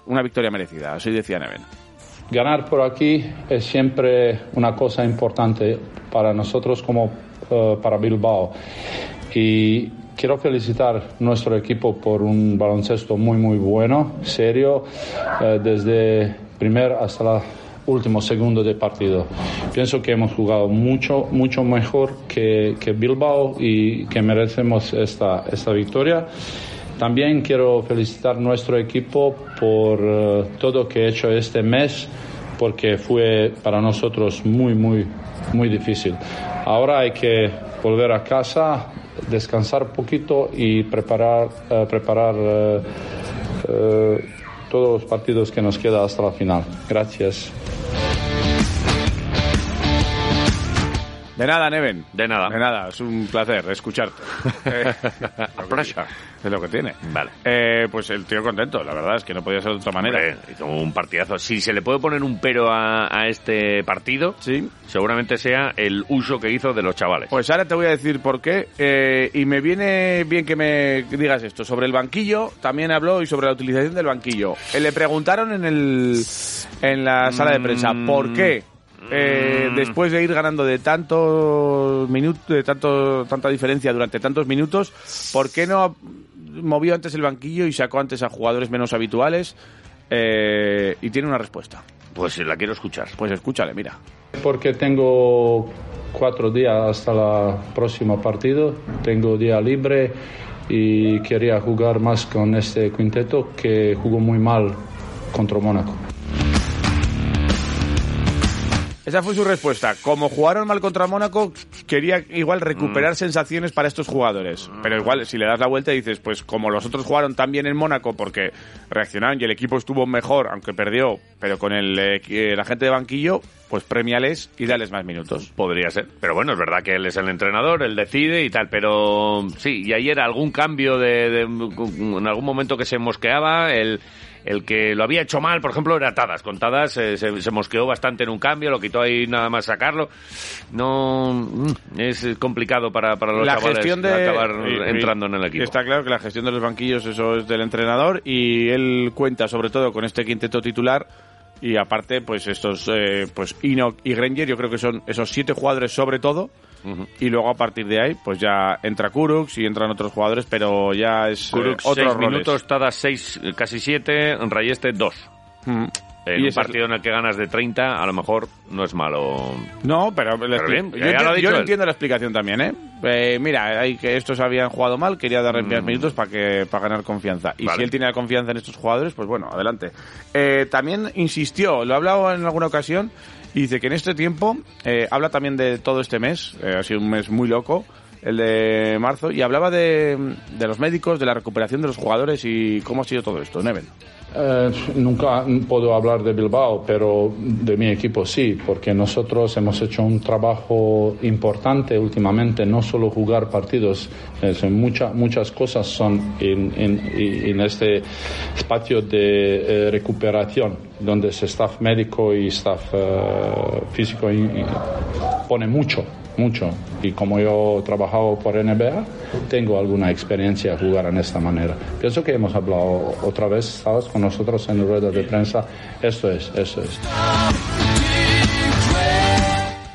[SPEAKER 3] Una victoria merecida, así decía Neven.
[SPEAKER 7] Ganar por aquí es siempre una cosa importante para nosotros como eh, para Bilbao. Y quiero felicitar a nuestro equipo por un baloncesto muy, muy bueno, serio, eh, desde primer hasta la último segundo de partido. Pienso que hemos jugado mucho, mucho mejor que, que Bilbao y que merecemos esta, esta victoria. También quiero felicitar a nuestro equipo por eh, todo que he hecho este mes, porque fue para nosotros muy, muy, muy difícil. Ahora hay que volver a casa, descansar un poquito y preparar, eh, preparar eh, eh, todos los partidos que nos queda hasta la final. Gracias.
[SPEAKER 3] De nada, Neven.
[SPEAKER 2] De nada.
[SPEAKER 3] De nada, es un placer
[SPEAKER 2] *laughs*
[SPEAKER 3] escucharte. Eh, lo que-
[SPEAKER 2] Pressure.
[SPEAKER 3] Es lo que tiene.
[SPEAKER 2] Vale.
[SPEAKER 3] Eh, pues el tío contento, la verdad es que no podía ser de otra manera.
[SPEAKER 2] Hombre, hizo un partidazo. Si se le puede poner un pero a, a este partido,
[SPEAKER 3] Sí.
[SPEAKER 2] seguramente sea el uso que hizo de los chavales.
[SPEAKER 3] Pues ahora te voy a decir por qué. eh, y me viene bien que me digas esto. Sobre el banquillo, también habló y sobre la utilización del banquillo. Eh, le preguntaron en, el, en la sala de prensa
[SPEAKER 2] Mm.
[SPEAKER 3] por qué. eh, después de ir ganando de tantos minutos, de tanto, tanta diferencia durante tantos minutos, ¿por qué no movió antes el banquillo y sacó antes a jugadores menos habituales? Eh, y tiene una respuesta.
[SPEAKER 2] Pues la quiero escuchar.
[SPEAKER 3] Pues escúchale, mira.
[SPEAKER 7] Porque tengo cuatro días hasta el próximo partido, tengo día libre y quería jugar más con este quinteto que jugó muy mal contra Mónaco.
[SPEAKER 3] Esa fue su respuesta. Como jugaron mal contra Mónaco, quería igual recuperar sensaciones para estos jugadores. Pero igual, si le das la vuelta y dices, pues como los otros jugaron tan bien en Mónaco porque reaccionaron y el equipo estuvo mejor, aunque perdió, pero con el, eh, eh, la gente de banquillo, pues premiales y dales más minutos.
[SPEAKER 2] Podría ser. Pero bueno, es verdad que él es el entrenador, él decide y tal. Pero sí, y ayer algún cambio de, de- en algún momento que se mosqueaba, el, el que lo había hecho mal, por ejemplo, era Tadas. Con Tadas eh, se, se mosqueó bastante en un cambio, lo quitó ahí nada más sacarlo. No mm, es complicado para, para los chavales acabar
[SPEAKER 3] y- y-
[SPEAKER 2] entrando en el equipo.
[SPEAKER 3] Está claro que la gestión de los banquillos eso es del entrenador y él cuenta sobre todo con este quinteto titular y aparte pues estos eh, pues Enoch y Granger yo creo que son esos siete jugadores sobre todo y luego a partir de ahí pues ya entra Kurux y entran otros jugadores pero ya es eh,
[SPEAKER 2] Kuruk
[SPEAKER 3] otros
[SPEAKER 2] seis
[SPEAKER 3] roles.
[SPEAKER 2] minutos, Tadas seis, eh, casi siete, Rayeste dos.
[SPEAKER 3] Mm.
[SPEAKER 2] En
[SPEAKER 3] Y
[SPEAKER 2] un
[SPEAKER 3] esa es-
[SPEAKER 2] partido en el que ganas de 30, a lo mejor no es malo.
[SPEAKER 3] No, pero, la
[SPEAKER 2] Pero
[SPEAKER 3] expli-
[SPEAKER 2] bien,
[SPEAKER 3] yo,
[SPEAKER 2] ya lo ha
[SPEAKER 3] enti-
[SPEAKER 2] dicho
[SPEAKER 3] yo
[SPEAKER 2] él.
[SPEAKER 3] entiendo la explicación también, ¿eh? Eh, mira, hay que estos habían jugado mal, quería darle enviar minutos para que para ganar confianza. Y
[SPEAKER 2] Mm. Vale.
[SPEAKER 3] si él tiene la confianza en estos jugadores, pues bueno, adelante. Eh, también insistió, lo he hablado en alguna ocasión, y dice que en este tiempo, eh, habla también de todo este mes, eh, ha sido un mes muy loco, el de marzo, y hablaba de, de los médicos, de la recuperación de los jugadores y cómo ha sido todo esto, Neven.
[SPEAKER 7] Eh, nunca puedo hablar de Bilbao, pero de mi equipo sí, porque nosotros hemos hecho un trabajo importante últimamente, no solo jugar partidos, es, mucha- muchas cosas son en, en- y- en este espacio de eh, recuperación, donde es staff médico y staff eh, físico y- y pone mucho, mucho. Y como yo he trabajado por NBA, tengo alguna experiencia de jugar en esta manera. Pienso que hemos hablado otra vez, estabas con nosotros en rueda de prensa. Esto es, eso es.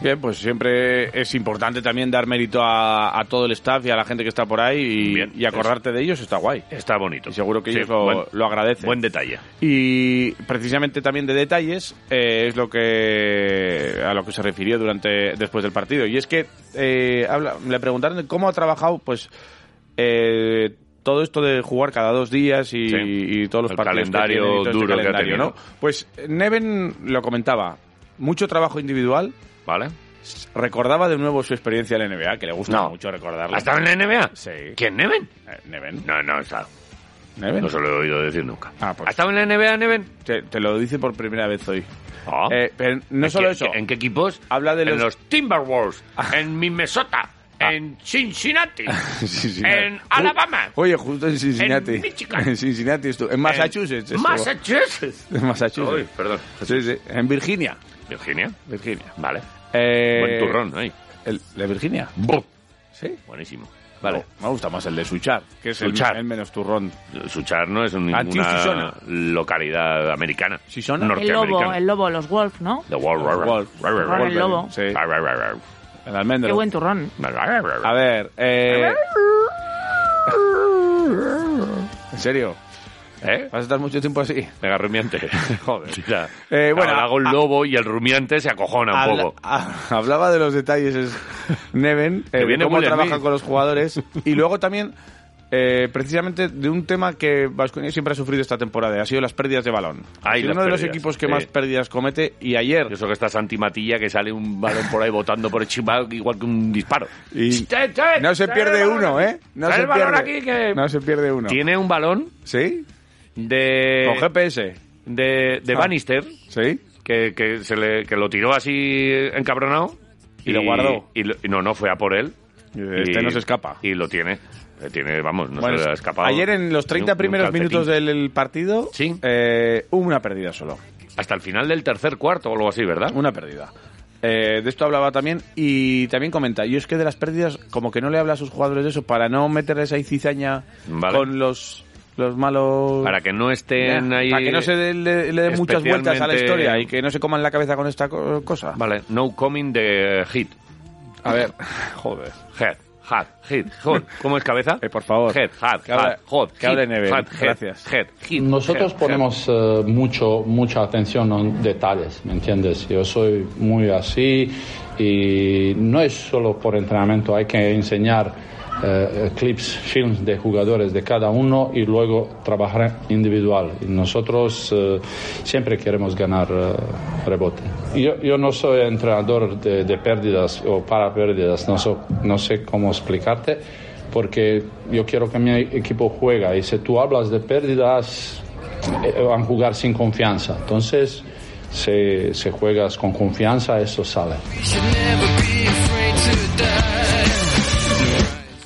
[SPEAKER 3] Bien, pues siempre es importante también dar mérito a, a todo el staff y a la gente que está por ahí y,
[SPEAKER 2] Bien.
[SPEAKER 3] y acordarte de ellos está guay.
[SPEAKER 2] Está bonito.
[SPEAKER 3] Y seguro que
[SPEAKER 2] Sí,
[SPEAKER 3] ellos lo,
[SPEAKER 2] buen-
[SPEAKER 3] lo agradecen.
[SPEAKER 2] Buen detalle.
[SPEAKER 3] Y precisamente también de detalles eh, es lo que a lo que se refirió durante después del partido. Y es que eh, habla- le preguntaron de cómo ha trabajado, pues eh, todo esto de jugar cada dos días y,
[SPEAKER 2] Sí.
[SPEAKER 3] y todos los
[SPEAKER 2] El
[SPEAKER 3] partidos que
[SPEAKER 2] calendario
[SPEAKER 3] tiene y todo este
[SPEAKER 2] duro que ha
[SPEAKER 3] calendario,
[SPEAKER 2] tenido.
[SPEAKER 3] ¿no? Pues Neven lo comentaba, mucho trabajo individual.
[SPEAKER 2] ¿Vale?
[SPEAKER 3] Recordaba de nuevo su experiencia en la NBA, que le gusta
[SPEAKER 2] No.
[SPEAKER 3] mucho recordarla.
[SPEAKER 2] ¿Ha estado en la NBA?
[SPEAKER 3] Sí.
[SPEAKER 2] ¿Quién, Neven?
[SPEAKER 3] Eh, Neven.
[SPEAKER 2] No, no, ha estado.
[SPEAKER 3] Neven.
[SPEAKER 2] No se lo he oído decir nunca.
[SPEAKER 3] Ah, pues-
[SPEAKER 2] ¿Ha estado en la NBA, Neven?
[SPEAKER 3] Te, te lo dice por primera vez hoy.
[SPEAKER 2] Ah.
[SPEAKER 3] Eh, pero no
[SPEAKER 2] ¿En
[SPEAKER 3] solo
[SPEAKER 2] qué-
[SPEAKER 3] eso. *laughs*
[SPEAKER 2] ¿En qué equipos?
[SPEAKER 3] Habla de
[SPEAKER 2] En
[SPEAKER 3] los- Ah.
[SPEAKER 2] los
[SPEAKER 3] *laughs*
[SPEAKER 2] Timberwolves, en Minnesota, en Cincinnati,
[SPEAKER 3] Cincinnati.
[SPEAKER 2] en Alabama,
[SPEAKER 3] Uy, Oye, justo en Cincinnati.
[SPEAKER 2] En Michigan.
[SPEAKER 3] *laughs* En Cincinnati estuvo. En Massachusetts.
[SPEAKER 2] en
[SPEAKER 3] estuvo. *laughs*
[SPEAKER 2] Massachusetts.
[SPEAKER 3] En Massachusetts.
[SPEAKER 2] Uy, perdón.
[SPEAKER 3] Sí, sí. En Virginia.
[SPEAKER 2] Virginia.
[SPEAKER 3] Virginia.
[SPEAKER 2] Vale.
[SPEAKER 3] Eh,
[SPEAKER 2] Buen turrón ahí.
[SPEAKER 3] el- ¿De Virginia? Sí.
[SPEAKER 2] Buenísimo. Vale.
[SPEAKER 3] No, me gusta más el de Suchar, que es el-
[SPEAKER 2] Suchar.
[SPEAKER 3] El, menos turrón.
[SPEAKER 2] Suchar no es
[SPEAKER 3] Antiu
[SPEAKER 2] ninguna
[SPEAKER 3] Sisona.
[SPEAKER 2] localidad americana.
[SPEAKER 3] ¿Sisona?
[SPEAKER 4] El lobo,
[SPEAKER 2] Norteamericana.
[SPEAKER 4] el lobo, los wolf, ¿no?
[SPEAKER 2] The Wolf.
[SPEAKER 3] Los Wolf.
[SPEAKER 2] Rar, rar, rar,
[SPEAKER 4] Wolf, el
[SPEAKER 2] rar.
[SPEAKER 4] lobo.
[SPEAKER 3] Sí.
[SPEAKER 2] Rar, rar, rar, rar.
[SPEAKER 3] El almendro.
[SPEAKER 4] Qué buen turrón.
[SPEAKER 2] Rar, rar,
[SPEAKER 3] A
[SPEAKER 2] rar.
[SPEAKER 3] ver, eh... ¿En serio?
[SPEAKER 2] ¿Eh?
[SPEAKER 3] ¿Vas a estar mucho tiempo así?
[SPEAKER 2] Venga,
[SPEAKER 3] *laughs*
[SPEAKER 2] rumiante. Joder. Tira.
[SPEAKER 3] Eh, bueno,
[SPEAKER 2] Ahora hago el
[SPEAKER 3] a-
[SPEAKER 2] lobo y el rumiante se acojona un
[SPEAKER 3] Habla-
[SPEAKER 2] poco.
[SPEAKER 3] ah, *laughs* hablaba de los detalles es Neven, eh,
[SPEAKER 2] Que viene
[SPEAKER 3] de cómo
[SPEAKER 2] muy de
[SPEAKER 3] trabaja
[SPEAKER 2] mí.
[SPEAKER 3] con los jugadores y luego también eh, precisamente de un tema que Vasconia siempre ha sufrido esta temporada, ha sido las pérdidas de balón.
[SPEAKER 2] Ay,
[SPEAKER 3] ha sido
[SPEAKER 2] las
[SPEAKER 3] uno de los
[SPEAKER 2] pérdidas,
[SPEAKER 3] equipos que
[SPEAKER 2] sí.
[SPEAKER 3] más pérdidas comete y ayer
[SPEAKER 2] Eso que está Santi Matilla, que sale un balón por ahí botando por el chimbal igual que un disparo.
[SPEAKER 3] Y-
[SPEAKER 2] ¡Che, che!
[SPEAKER 3] no se
[SPEAKER 2] ¡Trae
[SPEAKER 3] pierde
[SPEAKER 2] el balón
[SPEAKER 3] uno,
[SPEAKER 2] aquí!
[SPEAKER 3] ¿eh? No
[SPEAKER 2] ¡Trae
[SPEAKER 3] se
[SPEAKER 2] el balón
[SPEAKER 3] pierde.
[SPEAKER 2] aquí que-
[SPEAKER 3] No se pierde uno.
[SPEAKER 2] Tiene un balón
[SPEAKER 3] ¿Sí?
[SPEAKER 2] de...
[SPEAKER 3] Con GPS.
[SPEAKER 2] de, de
[SPEAKER 3] Ah.
[SPEAKER 2] Bannister,
[SPEAKER 3] ¿Sí?
[SPEAKER 2] que, que, se le, que lo tiró así encabronado.
[SPEAKER 3] Y lo guardó.
[SPEAKER 2] Y, lo- y no, no, fue a por él.
[SPEAKER 3] Este
[SPEAKER 2] Y-
[SPEAKER 3] no se escapa.
[SPEAKER 2] Y lo tiene. Eh, tiene vamos, no
[SPEAKER 3] Bueno,
[SPEAKER 2] se le ha escapado.
[SPEAKER 3] ayer en los
[SPEAKER 2] ni un-
[SPEAKER 3] 30
[SPEAKER 2] ni un
[SPEAKER 3] primeros
[SPEAKER 2] calcetín.
[SPEAKER 3] minutos del el partido
[SPEAKER 2] Sí.
[SPEAKER 3] eh, hubo una pérdida solo.
[SPEAKER 2] Hasta el final del tercer cuarto o algo así, ¿verdad?
[SPEAKER 3] Una pérdida. Eh, de esto hablaba también y también comenta, yo es que de las pérdidas como que no le habla a sus jugadores de eso para no meterles ahí cizaña
[SPEAKER 2] Vale.
[SPEAKER 3] con los, los malos...
[SPEAKER 2] Para que no
[SPEAKER 3] Ya,
[SPEAKER 2] estén ahí...
[SPEAKER 3] para que no se dé- le, le den muchas vueltas a la
[SPEAKER 2] especialmente-
[SPEAKER 3] historia y que no se coman la cabeza con esta co- cosa.
[SPEAKER 2] Vale, no coming de hit.
[SPEAKER 3] A ver, *laughs* joder.
[SPEAKER 2] Head, head, hit, hot. ¿Cómo es cabeza?
[SPEAKER 3] Eh, por favor.
[SPEAKER 2] Head, head,
[SPEAKER 3] Que hable-
[SPEAKER 2] head, hot.
[SPEAKER 3] que hable
[SPEAKER 2] hit,
[SPEAKER 3] Nebel.
[SPEAKER 2] head, head,
[SPEAKER 3] Gracias.
[SPEAKER 2] Head, hit,
[SPEAKER 7] Nosotros
[SPEAKER 2] head,
[SPEAKER 7] ponemos eh, mucho, mucha atención a detalles, ¿me entiendes? Yo soy muy así y no es solo por entrenamiento, hay que enseñar eh, clips, films de jugadores de cada uno y luego trabajar individual. Y nosotros eh, siempre queremos ganar eh, rebote. Yo, yo no soy entrenador de, de pérdidas o para pérdidas, no, so- no sé cómo explicarte. Porque yo quiero que mi equipo juega y si tú hablas de pérdidas, eh, van a jugar sin confianza. Entonces, si, si juegas con confianza, eso sale.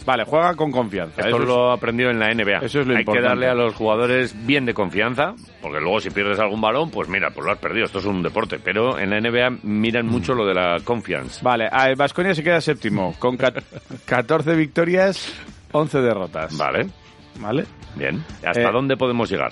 [SPEAKER 3] Vale, juega con confianza.
[SPEAKER 2] Esto
[SPEAKER 3] Eso es-
[SPEAKER 2] lo he aprendido en la NBA.
[SPEAKER 3] eso es lo
[SPEAKER 2] Hay
[SPEAKER 3] importante.
[SPEAKER 2] que darle a los jugadores bien de confianza, porque luego si pierdes algún balón, pues mira, pues lo has perdido. Esto es un deporte. Pero en la NBA miran mucho lo de la confianza.
[SPEAKER 3] Vale, Vasconia se queda séptimo con
[SPEAKER 2] *laughs*
[SPEAKER 3] ca- 14 victorias, 11 derrotas.
[SPEAKER 2] Vale,
[SPEAKER 3] ¿Vale?
[SPEAKER 2] bien. ¿Hasta
[SPEAKER 3] Eh,
[SPEAKER 2] dónde podemos llegar?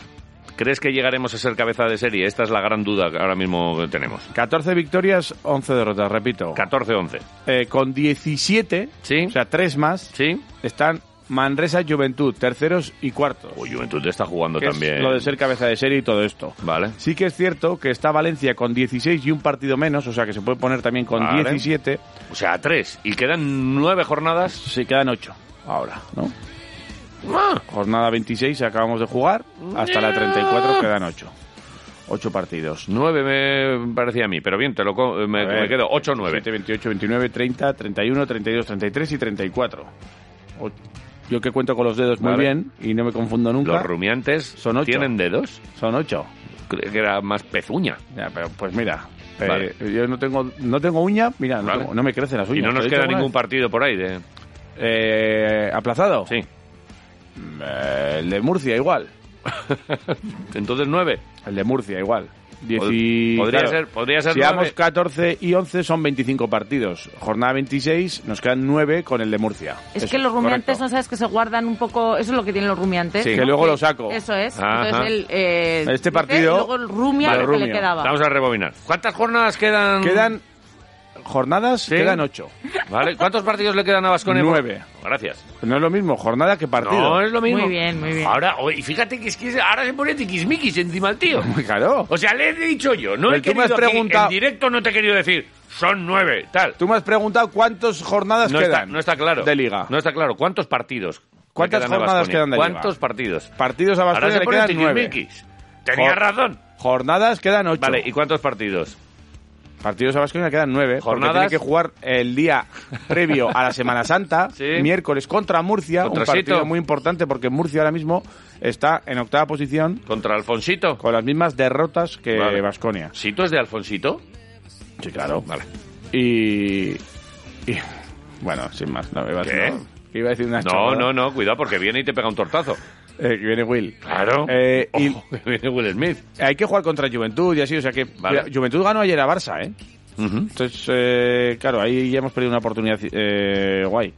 [SPEAKER 2] ¿Crees que llegaremos a ser cabeza de serie? Esta es la gran duda que ahora mismo que tenemos.
[SPEAKER 3] 14 victorias, 11 derrotas, repito.
[SPEAKER 2] 14-11.
[SPEAKER 3] Eh, con 17,
[SPEAKER 2] Sí.
[SPEAKER 3] o sea, 3 más,
[SPEAKER 2] ¿Sí?
[SPEAKER 3] están Manresa Juventud, terceros y cuartos.
[SPEAKER 2] O Juventud está jugando
[SPEAKER 3] que es
[SPEAKER 2] también.
[SPEAKER 3] lo de ser cabeza de serie y todo esto.
[SPEAKER 2] Vale.
[SPEAKER 3] Sí que es cierto que está Valencia con 16 y un partido menos, o sea que se puede poner también con
[SPEAKER 2] Vale.
[SPEAKER 3] 17.
[SPEAKER 2] O sea, a tres. Y quedan nueve jornadas.
[SPEAKER 3] Se quedan 8 ahora, ¿no?
[SPEAKER 2] Ah.
[SPEAKER 3] Jornada 26 acabamos de jugar, hasta la 34 quedan 8. 8 partidos.
[SPEAKER 2] Nueve me parecía a mí, pero bien, te lo co- eh, me,
[SPEAKER 3] A ver,
[SPEAKER 2] me quedo. Ocho, nueve.
[SPEAKER 3] 7, 28, 29, 30, 31, 32, 33 y 34. O- Yo que cuento con los dedos muy
[SPEAKER 2] Vale.
[SPEAKER 3] bien y no me confundo nunca.
[SPEAKER 2] Los rumiantes
[SPEAKER 3] Son ocho.
[SPEAKER 2] tienen dedos.
[SPEAKER 3] Son ocho.
[SPEAKER 2] Creo que era más pezuña.
[SPEAKER 3] Ya, pero pues mira,
[SPEAKER 2] Vale.
[SPEAKER 3] eh, yo no tengo, no tengo uña, mira, no,
[SPEAKER 2] Vale.
[SPEAKER 3] tengo- no me crecen las uñas.
[SPEAKER 2] Y no
[SPEAKER 3] ¿te
[SPEAKER 2] nos
[SPEAKER 3] he dicho
[SPEAKER 2] queda
[SPEAKER 3] alguna
[SPEAKER 2] ningún
[SPEAKER 3] vez?
[SPEAKER 2] partido por ahí de...
[SPEAKER 3] Eh, ¿Aplazado?
[SPEAKER 2] Sí.
[SPEAKER 3] Eh, el de Murcia igual.
[SPEAKER 2] Entonces nueve.
[SPEAKER 3] El de Murcia igual.
[SPEAKER 2] Pod-
[SPEAKER 3] Dieci-
[SPEAKER 2] podría ser- podría ser
[SPEAKER 3] Si damos
[SPEAKER 2] nueve.
[SPEAKER 3] 14 y 11 son 25 partidos. Jornada 26 nos quedan 9 con el de Murcia.
[SPEAKER 4] Es
[SPEAKER 3] Eso
[SPEAKER 4] que los rumiantes,
[SPEAKER 3] correcto.
[SPEAKER 4] no sabes, que se guardan un poco... Eso es lo que tienen los rumiantes.
[SPEAKER 3] Sí,
[SPEAKER 4] ¿no? Eh,
[SPEAKER 3] que luego lo saco.
[SPEAKER 4] Eso es.
[SPEAKER 2] Ajá.
[SPEAKER 4] Entonces él, eh,
[SPEAKER 3] Este
[SPEAKER 4] dice,
[SPEAKER 3] partido-
[SPEAKER 4] y luego el rumia
[SPEAKER 3] Vale,
[SPEAKER 4] lo que le
[SPEAKER 3] rumio.
[SPEAKER 4] quedaba.
[SPEAKER 2] Vamos a rebobinar. ¿Cuántas jornadas quedan?
[SPEAKER 3] Quedan jornadas,
[SPEAKER 2] Sí.
[SPEAKER 3] quedan 8.
[SPEAKER 2] ¿Vale? ¿Cuántos partidos le quedan a Vasconia?
[SPEAKER 3] Nueve.
[SPEAKER 2] Gracias.
[SPEAKER 3] No es lo mismo jornada que partido.
[SPEAKER 2] No, es lo mismo.
[SPEAKER 4] Muy bien, muy bien.
[SPEAKER 2] Ahora, oye, fíjate que es que ahora se pone tiquismiquis encima el tío.
[SPEAKER 3] *laughs* Muy caro.
[SPEAKER 2] O sea, le he dicho yo, no
[SPEAKER 3] Pero
[SPEAKER 2] he
[SPEAKER 3] tú me
[SPEAKER 2] querido
[SPEAKER 3] has
[SPEAKER 2] aquí,
[SPEAKER 3] preguntado-
[SPEAKER 2] en directo no te he querido decir, son nueve, tal.
[SPEAKER 3] Tú me has preguntado cuántas jornadas
[SPEAKER 2] no,
[SPEAKER 3] quedan.
[SPEAKER 2] está, no está claro.
[SPEAKER 3] De liga.
[SPEAKER 2] No está claro. ¿Cuántos partidos? le
[SPEAKER 3] ¿Cuántas
[SPEAKER 2] quedan a
[SPEAKER 3] jornadas
[SPEAKER 2] Baskonia?
[SPEAKER 3] quedan de liga?
[SPEAKER 2] ¿Cuántos partidos?
[SPEAKER 3] Partidos a
[SPEAKER 2] Ahora
[SPEAKER 3] Bastogne
[SPEAKER 2] se
[SPEAKER 3] le
[SPEAKER 2] pone
[SPEAKER 3] quedan 9.
[SPEAKER 2] tiquismiquis. Tenía
[SPEAKER 3] Jo-
[SPEAKER 2] razón.
[SPEAKER 3] Jornadas quedan 8.
[SPEAKER 2] Vale, ¿y cuántos partidos?
[SPEAKER 3] Partidos a Baskonia quedan nueve.
[SPEAKER 2] Jornadas.
[SPEAKER 3] Porque tiene que jugar el día previo a la Semana
[SPEAKER 2] *laughs*
[SPEAKER 3] Santa,
[SPEAKER 2] Sí.
[SPEAKER 3] miércoles contra Murcia,
[SPEAKER 2] Contra
[SPEAKER 3] un partido
[SPEAKER 2] Sito.
[SPEAKER 3] muy importante porque Murcia ahora mismo está en octava posición
[SPEAKER 2] ¿Contra Alfonsito?
[SPEAKER 3] con las mismas derrotas que
[SPEAKER 2] Vale.
[SPEAKER 3] Vasconia.
[SPEAKER 2] ¿Sito es de Alfonsito?
[SPEAKER 3] Sí, claro.
[SPEAKER 2] Vale.
[SPEAKER 3] Y, y- bueno, sin más, no me vas
[SPEAKER 2] ¿Qué?
[SPEAKER 3] Ah, no, que iba a decir una
[SPEAKER 2] No, no, no, cuidado, porque viene y te pega un tortazo.
[SPEAKER 3] Eh, que viene Will.
[SPEAKER 2] Claro.
[SPEAKER 3] Eh, y-
[SPEAKER 2] Ojo, que viene Will Smith.
[SPEAKER 3] Hay que jugar contra Juventud y así, o sea que
[SPEAKER 2] Vale.
[SPEAKER 3] Juventud ganó ayer a Barça, ¿eh?
[SPEAKER 2] Ujú.
[SPEAKER 3] Entonces, eh, claro, ahí ya hemos perdido una oportunidad eh, guay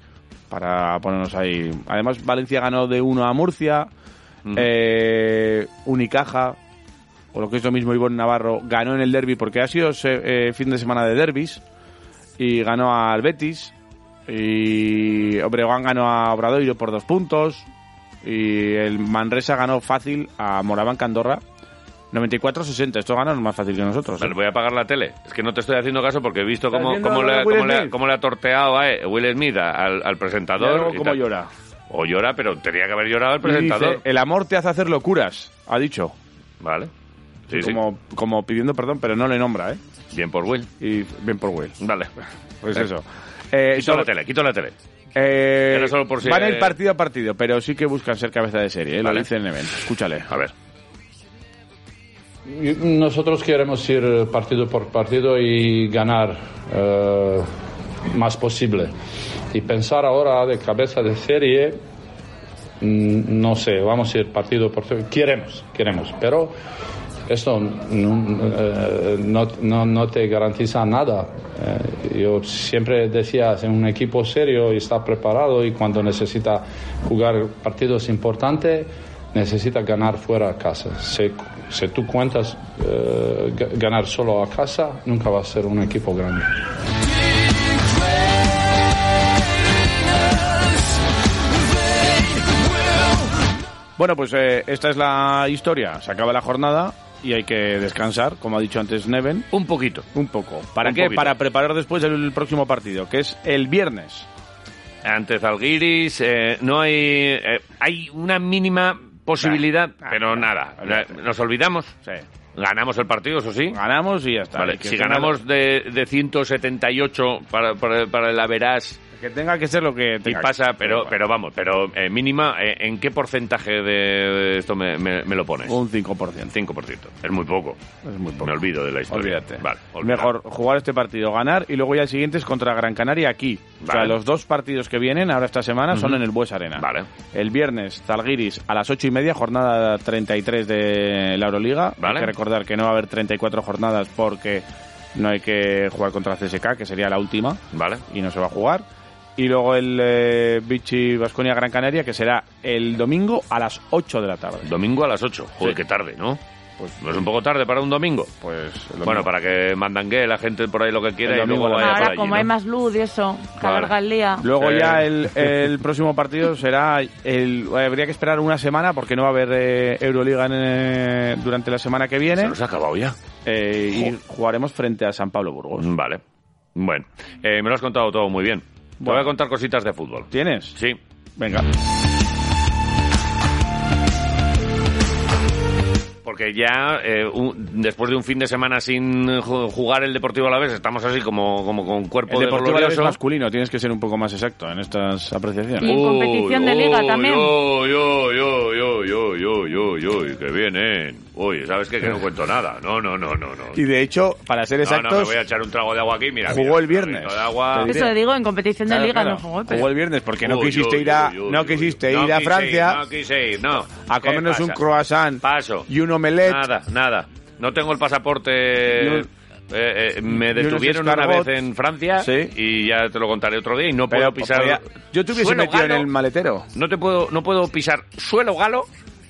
[SPEAKER 3] para ponernos ahí. Además, Valencia ganó de 1 a Murcia, eh, Unicaja, o lo que es lo mismo, Ivonne Navarro ganó en el derby porque ha sido se- eh, fin de semana de derbis y ganó al Betis. Y Obregón ganó a Obradoiro por dos puntos. Y el Manresa ganó fácil a Moraván Andorra 94-60. Esto ganan más fácil que nosotros. ¿eh?
[SPEAKER 2] Vale, voy a apagar la tele. Es que no te estoy haciendo caso porque he visto
[SPEAKER 3] ¿Estás
[SPEAKER 2] cómo,
[SPEAKER 3] viendo
[SPEAKER 2] cómo,
[SPEAKER 3] lo de
[SPEAKER 2] le,
[SPEAKER 3] Will
[SPEAKER 2] cómo le-
[SPEAKER 3] Smith?
[SPEAKER 2] cómo le ha torteado a eh, Will Smith a- al, al
[SPEAKER 3] Mira
[SPEAKER 2] presentador.
[SPEAKER 3] luego
[SPEAKER 2] y
[SPEAKER 3] cómo
[SPEAKER 2] tal.
[SPEAKER 3] llora.
[SPEAKER 2] O llora, pero tenía que haber llorado el
[SPEAKER 3] Y
[SPEAKER 2] presentador.
[SPEAKER 3] dice, el amor te hace hacer locuras, ha dicho.
[SPEAKER 2] Vale. Sí, sí.
[SPEAKER 3] como, como pidiendo perdón, pero no le nombra, ¿eh?
[SPEAKER 2] Bien por Will.
[SPEAKER 3] Y bien por Will.
[SPEAKER 2] Vale.
[SPEAKER 3] Pues
[SPEAKER 2] Eh,
[SPEAKER 3] eso. Eh,
[SPEAKER 2] Quito la
[SPEAKER 3] sobre-
[SPEAKER 2] tele, quito la tele.
[SPEAKER 3] eh,
[SPEAKER 2] Era solo por si-
[SPEAKER 3] Van a ir partido a partido, pero sí que buscan ser cabeza de serie, ¿eh?
[SPEAKER 2] Vale.
[SPEAKER 3] lo dice Neven. Escúchale.
[SPEAKER 2] A ver.
[SPEAKER 8] Y Nosotros queremos ir partido por partido y ganar eh, más posible. Y pensar ahora de cabeza de serie, mm, no sé, vamos a ir partido por partido. Queremos, queremos, pero esto no, eh, no, no- no te garantiza nada. Eh, yo siempre decía, es un equipo serio y está preparado y cuando necesita jugar partidos importantes, necesita ganar fuera a casa. Si, si tú cuentas eh, ga- ganar solo a casa, nunca va a ser un equipo grande.
[SPEAKER 3] Bueno, pues eh, esta es la historia. Se acaba la jornada y hay que descansar, como ha dicho antes Neven.
[SPEAKER 2] Un poquito.
[SPEAKER 3] Un poco. ¿Para
[SPEAKER 2] Un
[SPEAKER 3] qué?
[SPEAKER 2] poquito.
[SPEAKER 3] Para preparar después el próximo partido, que es el viernes.
[SPEAKER 2] Ante Zalguiris, eh, no hay. eh, hay una mínima posibilidad,
[SPEAKER 3] Nah, nah,
[SPEAKER 2] pero
[SPEAKER 3] nah,
[SPEAKER 2] nada. Eh,
[SPEAKER 3] olvídate.
[SPEAKER 2] Nos olvidamos. Ganamos el partido, eso sí.
[SPEAKER 3] Ganamos y ya está.
[SPEAKER 2] Vale,
[SPEAKER 3] Y que
[SPEAKER 2] si
[SPEAKER 3] tenga-
[SPEAKER 2] ganamos de, de 178 para, para, para el Averas
[SPEAKER 3] Que tenga que ser lo que
[SPEAKER 2] y
[SPEAKER 3] tenga que
[SPEAKER 2] pasa,
[SPEAKER 3] ser.
[SPEAKER 2] pero pero vamos, pero eh, mínima, eh, ¿en qué porcentaje de esto me, me- me lo pones?
[SPEAKER 3] Un 5%.
[SPEAKER 2] 5%. Es muy poco.
[SPEAKER 3] Es muy poco.
[SPEAKER 2] Me olvido de la historia.
[SPEAKER 3] Olvídate.
[SPEAKER 2] Vale, olvidado.
[SPEAKER 3] Mejor jugar este partido, ganar y luego ya el siguiente es contra Gran Canaria aquí. O sea,
[SPEAKER 2] Vale.
[SPEAKER 3] los dos partidos que vienen ahora esta semana son en el Bues Arena.
[SPEAKER 2] Vale.
[SPEAKER 3] El viernes, Zalgiris a las ocho y media, jornada 33 de la Euroliga.
[SPEAKER 2] Vale.
[SPEAKER 3] Hay que recordar que no va a haber 34 jornadas porque no hay que jugar contra CSK, que sería la última,
[SPEAKER 2] Vale.
[SPEAKER 3] y no se va a jugar. Y luego el eh, Vichy Vasconia Gran Canaria, que será el domingo a las 8 de la tarde.
[SPEAKER 2] Domingo a las 8. Joder,
[SPEAKER 3] Sí.
[SPEAKER 2] qué tarde, ¿no?
[SPEAKER 3] Pues-
[SPEAKER 2] ¿No es un poco tarde para un domingo?
[SPEAKER 3] Pues el domingo.
[SPEAKER 2] Bueno, para que mandangue la gente por ahí lo que quiera
[SPEAKER 3] El
[SPEAKER 2] y luego
[SPEAKER 3] domingo a
[SPEAKER 2] vaya
[SPEAKER 3] las
[SPEAKER 2] por
[SPEAKER 4] Ahora,
[SPEAKER 2] allí,
[SPEAKER 4] como
[SPEAKER 2] ¿no?
[SPEAKER 4] hay más luz y eso, que
[SPEAKER 2] Vale.
[SPEAKER 4] alarga el día.
[SPEAKER 3] Luego
[SPEAKER 2] Sí.
[SPEAKER 3] ya el,
[SPEAKER 2] *laughs*
[SPEAKER 3] el próximo partido será el habría que esperar una semana porque no va a haber eh, Euroliga en, eh, durante la semana que
[SPEAKER 2] Se
[SPEAKER 3] viene
[SPEAKER 2] nos ha acabado ya.
[SPEAKER 3] eh, y jugaremos frente a San Pablo Burgos.
[SPEAKER 2] Vale. Bueno, eh, me lo has contado todo muy bien. Te voy a
[SPEAKER 3] Bueno.
[SPEAKER 2] contar cositas de fútbol.
[SPEAKER 3] ¿Tienes?
[SPEAKER 2] Sí.
[SPEAKER 3] Venga.
[SPEAKER 2] Porque porque ya eh, un- después de un fin de semana sin eh, ju- jugar el Deportivo a la vez, estamos así como, como con cuerpo
[SPEAKER 3] El
[SPEAKER 2] de
[SPEAKER 3] deportivo es
[SPEAKER 2] glorioso.
[SPEAKER 3] masculino, tienes que ser un poco más exacto en estas
[SPEAKER 4] Y
[SPEAKER 3] apreciaciones.
[SPEAKER 4] en competición de liga también.
[SPEAKER 2] Uy, uy, uy, uy, uy, uy, uy, uy, que vienen. Uy, ¿sabes qué? Que no cuento nada. No, no, no, no, no.
[SPEAKER 3] Y de hecho, para ser
[SPEAKER 2] No, no, me
[SPEAKER 3] exactos,
[SPEAKER 2] voy a echar un trago de agua aquí, mira.
[SPEAKER 3] Jugó
[SPEAKER 2] mira,
[SPEAKER 3] el viernes.
[SPEAKER 2] un traguito De agua.
[SPEAKER 3] Te diré.
[SPEAKER 4] Eso digo, en competición de
[SPEAKER 3] Claro,
[SPEAKER 4] liga
[SPEAKER 3] claro,
[SPEAKER 4] no jugó.
[SPEAKER 3] jugó el viernes porque no
[SPEAKER 2] Uy,
[SPEAKER 3] quisiste
[SPEAKER 2] uy,
[SPEAKER 3] ir a
[SPEAKER 2] uy, uy,
[SPEAKER 3] no
[SPEAKER 2] uy,
[SPEAKER 3] quisiste
[SPEAKER 2] uy.
[SPEAKER 3] ir
[SPEAKER 2] No
[SPEAKER 3] a
[SPEAKER 2] quise
[SPEAKER 3] Francia
[SPEAKER 2] ir, no quise ir, no.
[SPEAKER 3] a
[SPEAKER 2] ¿Qué
[SPEAKER 3] comernos un
[SPEAKER 2] pasa?
[SPEAKER 3] croissant
[SPEAKER 2] Paso.
[SPEAKER 3] y un omelette.
[SPEAKER 2] Nada, nada. No tengo el pasaporte.
[SPEAKER 3] Y un-
[SPEAKER 2] eh, eh, me
[SPEAKER 3] y unos
[SPEAKER 2] detuvieron una
[SPEAKER 3] escargots.
[SPEAKER 2] vez en Francia
[SPEAKER 3] Sí.
[SPEAKER 2] y ya te lo contaré otro día y no
[SPEAKER 3] Pero
[SPEAKER 2] puedo pisar.
[SPEAKER 3] podía- yo te hubiese
[SPEAKER 2] suelo
[SPEAKER 3] metido en
[SPEAKER 2] galo.
[SPEAKER 3] el maletero.
[SPEAKER 2] No te puedo, no puedo pisar suelo galo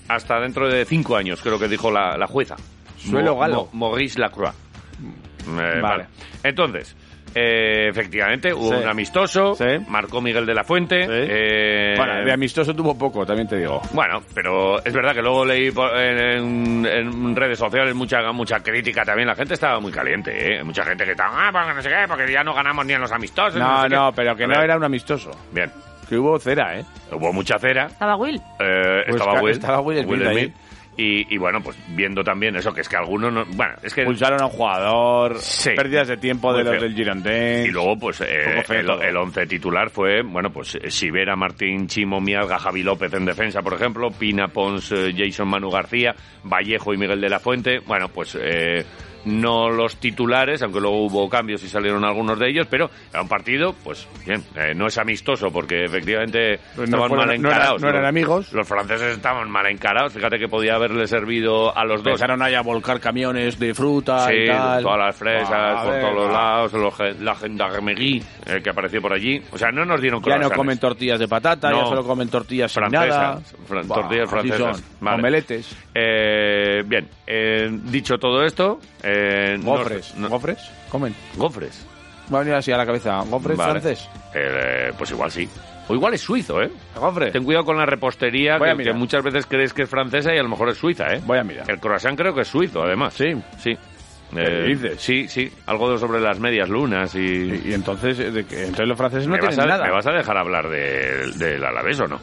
[SPEAKER 2] hasta dentro de cinco años, creo que dijo la, la jueza.
[SPEAKER 3] Suelo galo.
[SPEAKER 2] Maurice Lacroix. Eh, vale.
[SPEAKER 3] Vale.
[SPEAKER 2] Entonces, eh, efectivamente, hubo
[SPEAKER 3] Sí.
[SPEAKER 2] un amistoso,
[SPEAKER 3] Sí.
[SPEAKER 2] marcó Miguel de la Fuente.
[SPEAKER 3] Sí.
[SPEAKER 2] eh,
[SPEAKER 3] Bueno, de amistoso tuvo poco, también te digo.
[SPEAKER 2] bueno, pero es verdad que luego leí por- en, en- en redes sociales mucha mucha crítica también. La gente estaba muy caliente, ¿eh? Mucha gente que estaba, ah, porque no sé qué, porque ya no ganamos ni en los amistosos.
[SPEAKER 3] No,
[SPEAKER 2] sé qué".
[SPEAKER 3] no, pero que
[SPEAKER 2] A
[SPEAKER 3] no
[SPEAKER 2] ver,
[SPEAKER 3] era un amistoso.
[SPEAKER 2] Bien,
[SPEAKER 3] Que hubo cera, ¿eh?
[SPEAKER 2] hubo mucha cera.
[SPEAKER 4] Estaba Will.
[SPEAKER 2] Eh,
[SPEAKER 3] Pues
[SPEAKER 2] estaba
[SPEAKER 3] ca-
[SPEAKER 2] Will,
[SPEAKER 3] estaba Will Smith ahí.
[SPEAKER 2] y, y bueno, pues viendo también eso, que es que algunos no... Bueno, es que...
[SPEAKER 3] Pulsaron a un jugador,
[SPEAKER 2] Sí.
[SPEAKER 3] pérdidas de tiempo
[SPEAKER 2] Muy
[SPEAKER 3] de los
[SPEAKER 2] feo.
[SPEAKER 3] del Girondins.
[SPEAKER 2] Y luego, pues, eh,
[SPEAKER 3] Poco feo
[SPEAKER 2] el,
[SPEAKER 3] todo.
[SPEAKER 2] el once titular fue, bueno, pues, eh, Sivera, Martín, Chimo, Mialga, Javi López en defensa, por ejemplo, Pina, Pons, eh, Jason, Manu García, Vallejo y Miguel de la Fuente. Bueno, pues, eh, no los titulares, aunque luego hubo cambios y salieron algunos de ellos, pero era un partido, pues, bien, eh, no es amistoso porque efectivamente
[SPEAKER 3] Pues no
[SPEAKER 2] estaban
[SPEAKER 3] fueron-
[SPEAKER 2] mal
[SPEAKER 3] no eran-
[SPEAKER 2] encarados.
[SPEAKER 3] no eran
[SPEAKER 2] Los-
[SPEAKER 3] amigos.
[SPEAKER 2] Los franceses estaban mal encarados, fíjate que podía haberle servido a los dos.
[SPEAKER 3] Empezaron ahí a volcar camiones de fruta
[SPEAKER 2] Sí,
[SPEAKER 3] y tal.
[SPEAKER 2] todas las fresas,
[SPEAKER 3] Ah,
[SPEAKER 2] por
[SPEAKER 3] venga.
[SPEAKER 2] todos los lados, los- la gendarmerie eh, que apareció por allí. O sea, no nos dieron
[SPEAKER 3] Ya no
[SPEAKER 2] croissants.
[SPEAKER 3] comen tortillas de patata,
[SPEAKER 2] No.
[SPEAKER 3] ya solo comen tortillas sin nada.
[SPEAKER 2] Francesas, fran-
[SPEAKER 3] Buah,
[SPEAKER 2] tortillas
[SPEAKER 3] así
[SPEAKER 2] francesas.
[SPEAKER 3] son.
[SPEAKER 2] Vale.
[SPEAKER 3] Omeletes.
[SPEAKER 2] Eh, bien, eh, dicho todo esto... eh, nos-
[SPEAKER 3] Gofres.
[SPEAKER 2] no-
[SPEAKER 3] ¿Gofres? Comen.
[SPEAKER 2] gofres.
[SPEAKER 3] Me ha venido así a la cabeza. ¿Gofres
[SPEAKER 2] Vale.
[SPEAKER 3] francés?
[SPEAKER 2] Eh, pues igual sí. O igual es suizo, ¿eh?
[SPEAKER 3] ¿Gofres?
[SPEAKER 2] Ten cuidado con la repostería,
[SPEAKER 3] Voy a
[SPEAKER 2] que,
[SPEAKER 3] mirar.
[SPEAKER 2] que muchas veces crees que es francesa y a lo mejor es suiza, ¿eh?
[SPEAKER 3] Voy a mirar.
[SPEAKER 2] El croissant creo que es suizo, además.
[SPEAKER 3] Sí.
[SPEAKER 2] Sí. Eh,
[SPEAKER 3] ¿Qué dices?
[SPEAKER 2] Sí, sí. Algo sobre las medias lunas y...
[SPEAKER 3] Y, y entonces, eh, de que- entonces los franceses no
[SPEAKER 2] ¿Me, vas
[SPEAKER 3] tienen
[SPEAKER 2] a,
[SPEAKER 3] nada.
[SPEAKER 2] me vas a dejar hablar de- del Alavés o no?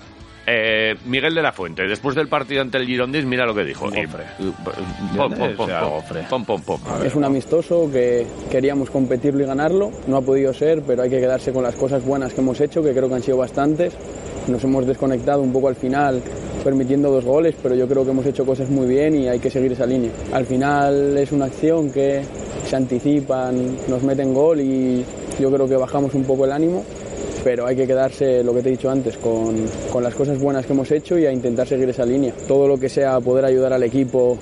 [SPEAKER 2] Eh, Miguel de la Fuente, después del partido ante el Girondins, mira lo que dijo.
[SPEAKER 3] Gofre.
[SPEAKER 2] Y- eh, y- Pom, pom, pom,
[SPEAKER 3] O sea,
[SPEAKER 2] pom.
[SPEAKER 3] gofre.
[SPEAKER 2] Pom, pom, pom.
[SPEAKER 9] Es un amistoso que queríamos competirlo y ganarlo. No ha podido ser, pero hay que quedarse con las cosas buenas que hemos hecho, que creo que han sido bastantes. Nos hemos desconectado un poco al final, permitiendo dos goles, pero yo creo que hemos hecho cosas muy bien y hay que seguir esa línea. Al final es una acción que se anticipan, nos meten gol y yo creo que bajamos un poco el ánimo. Pero hay que quedarse, lo que te he dicho antes, con, con las cosas buenas que hemos hecho y a intentar seguir esa línea. Todo lo que sea poder ayudar al equipo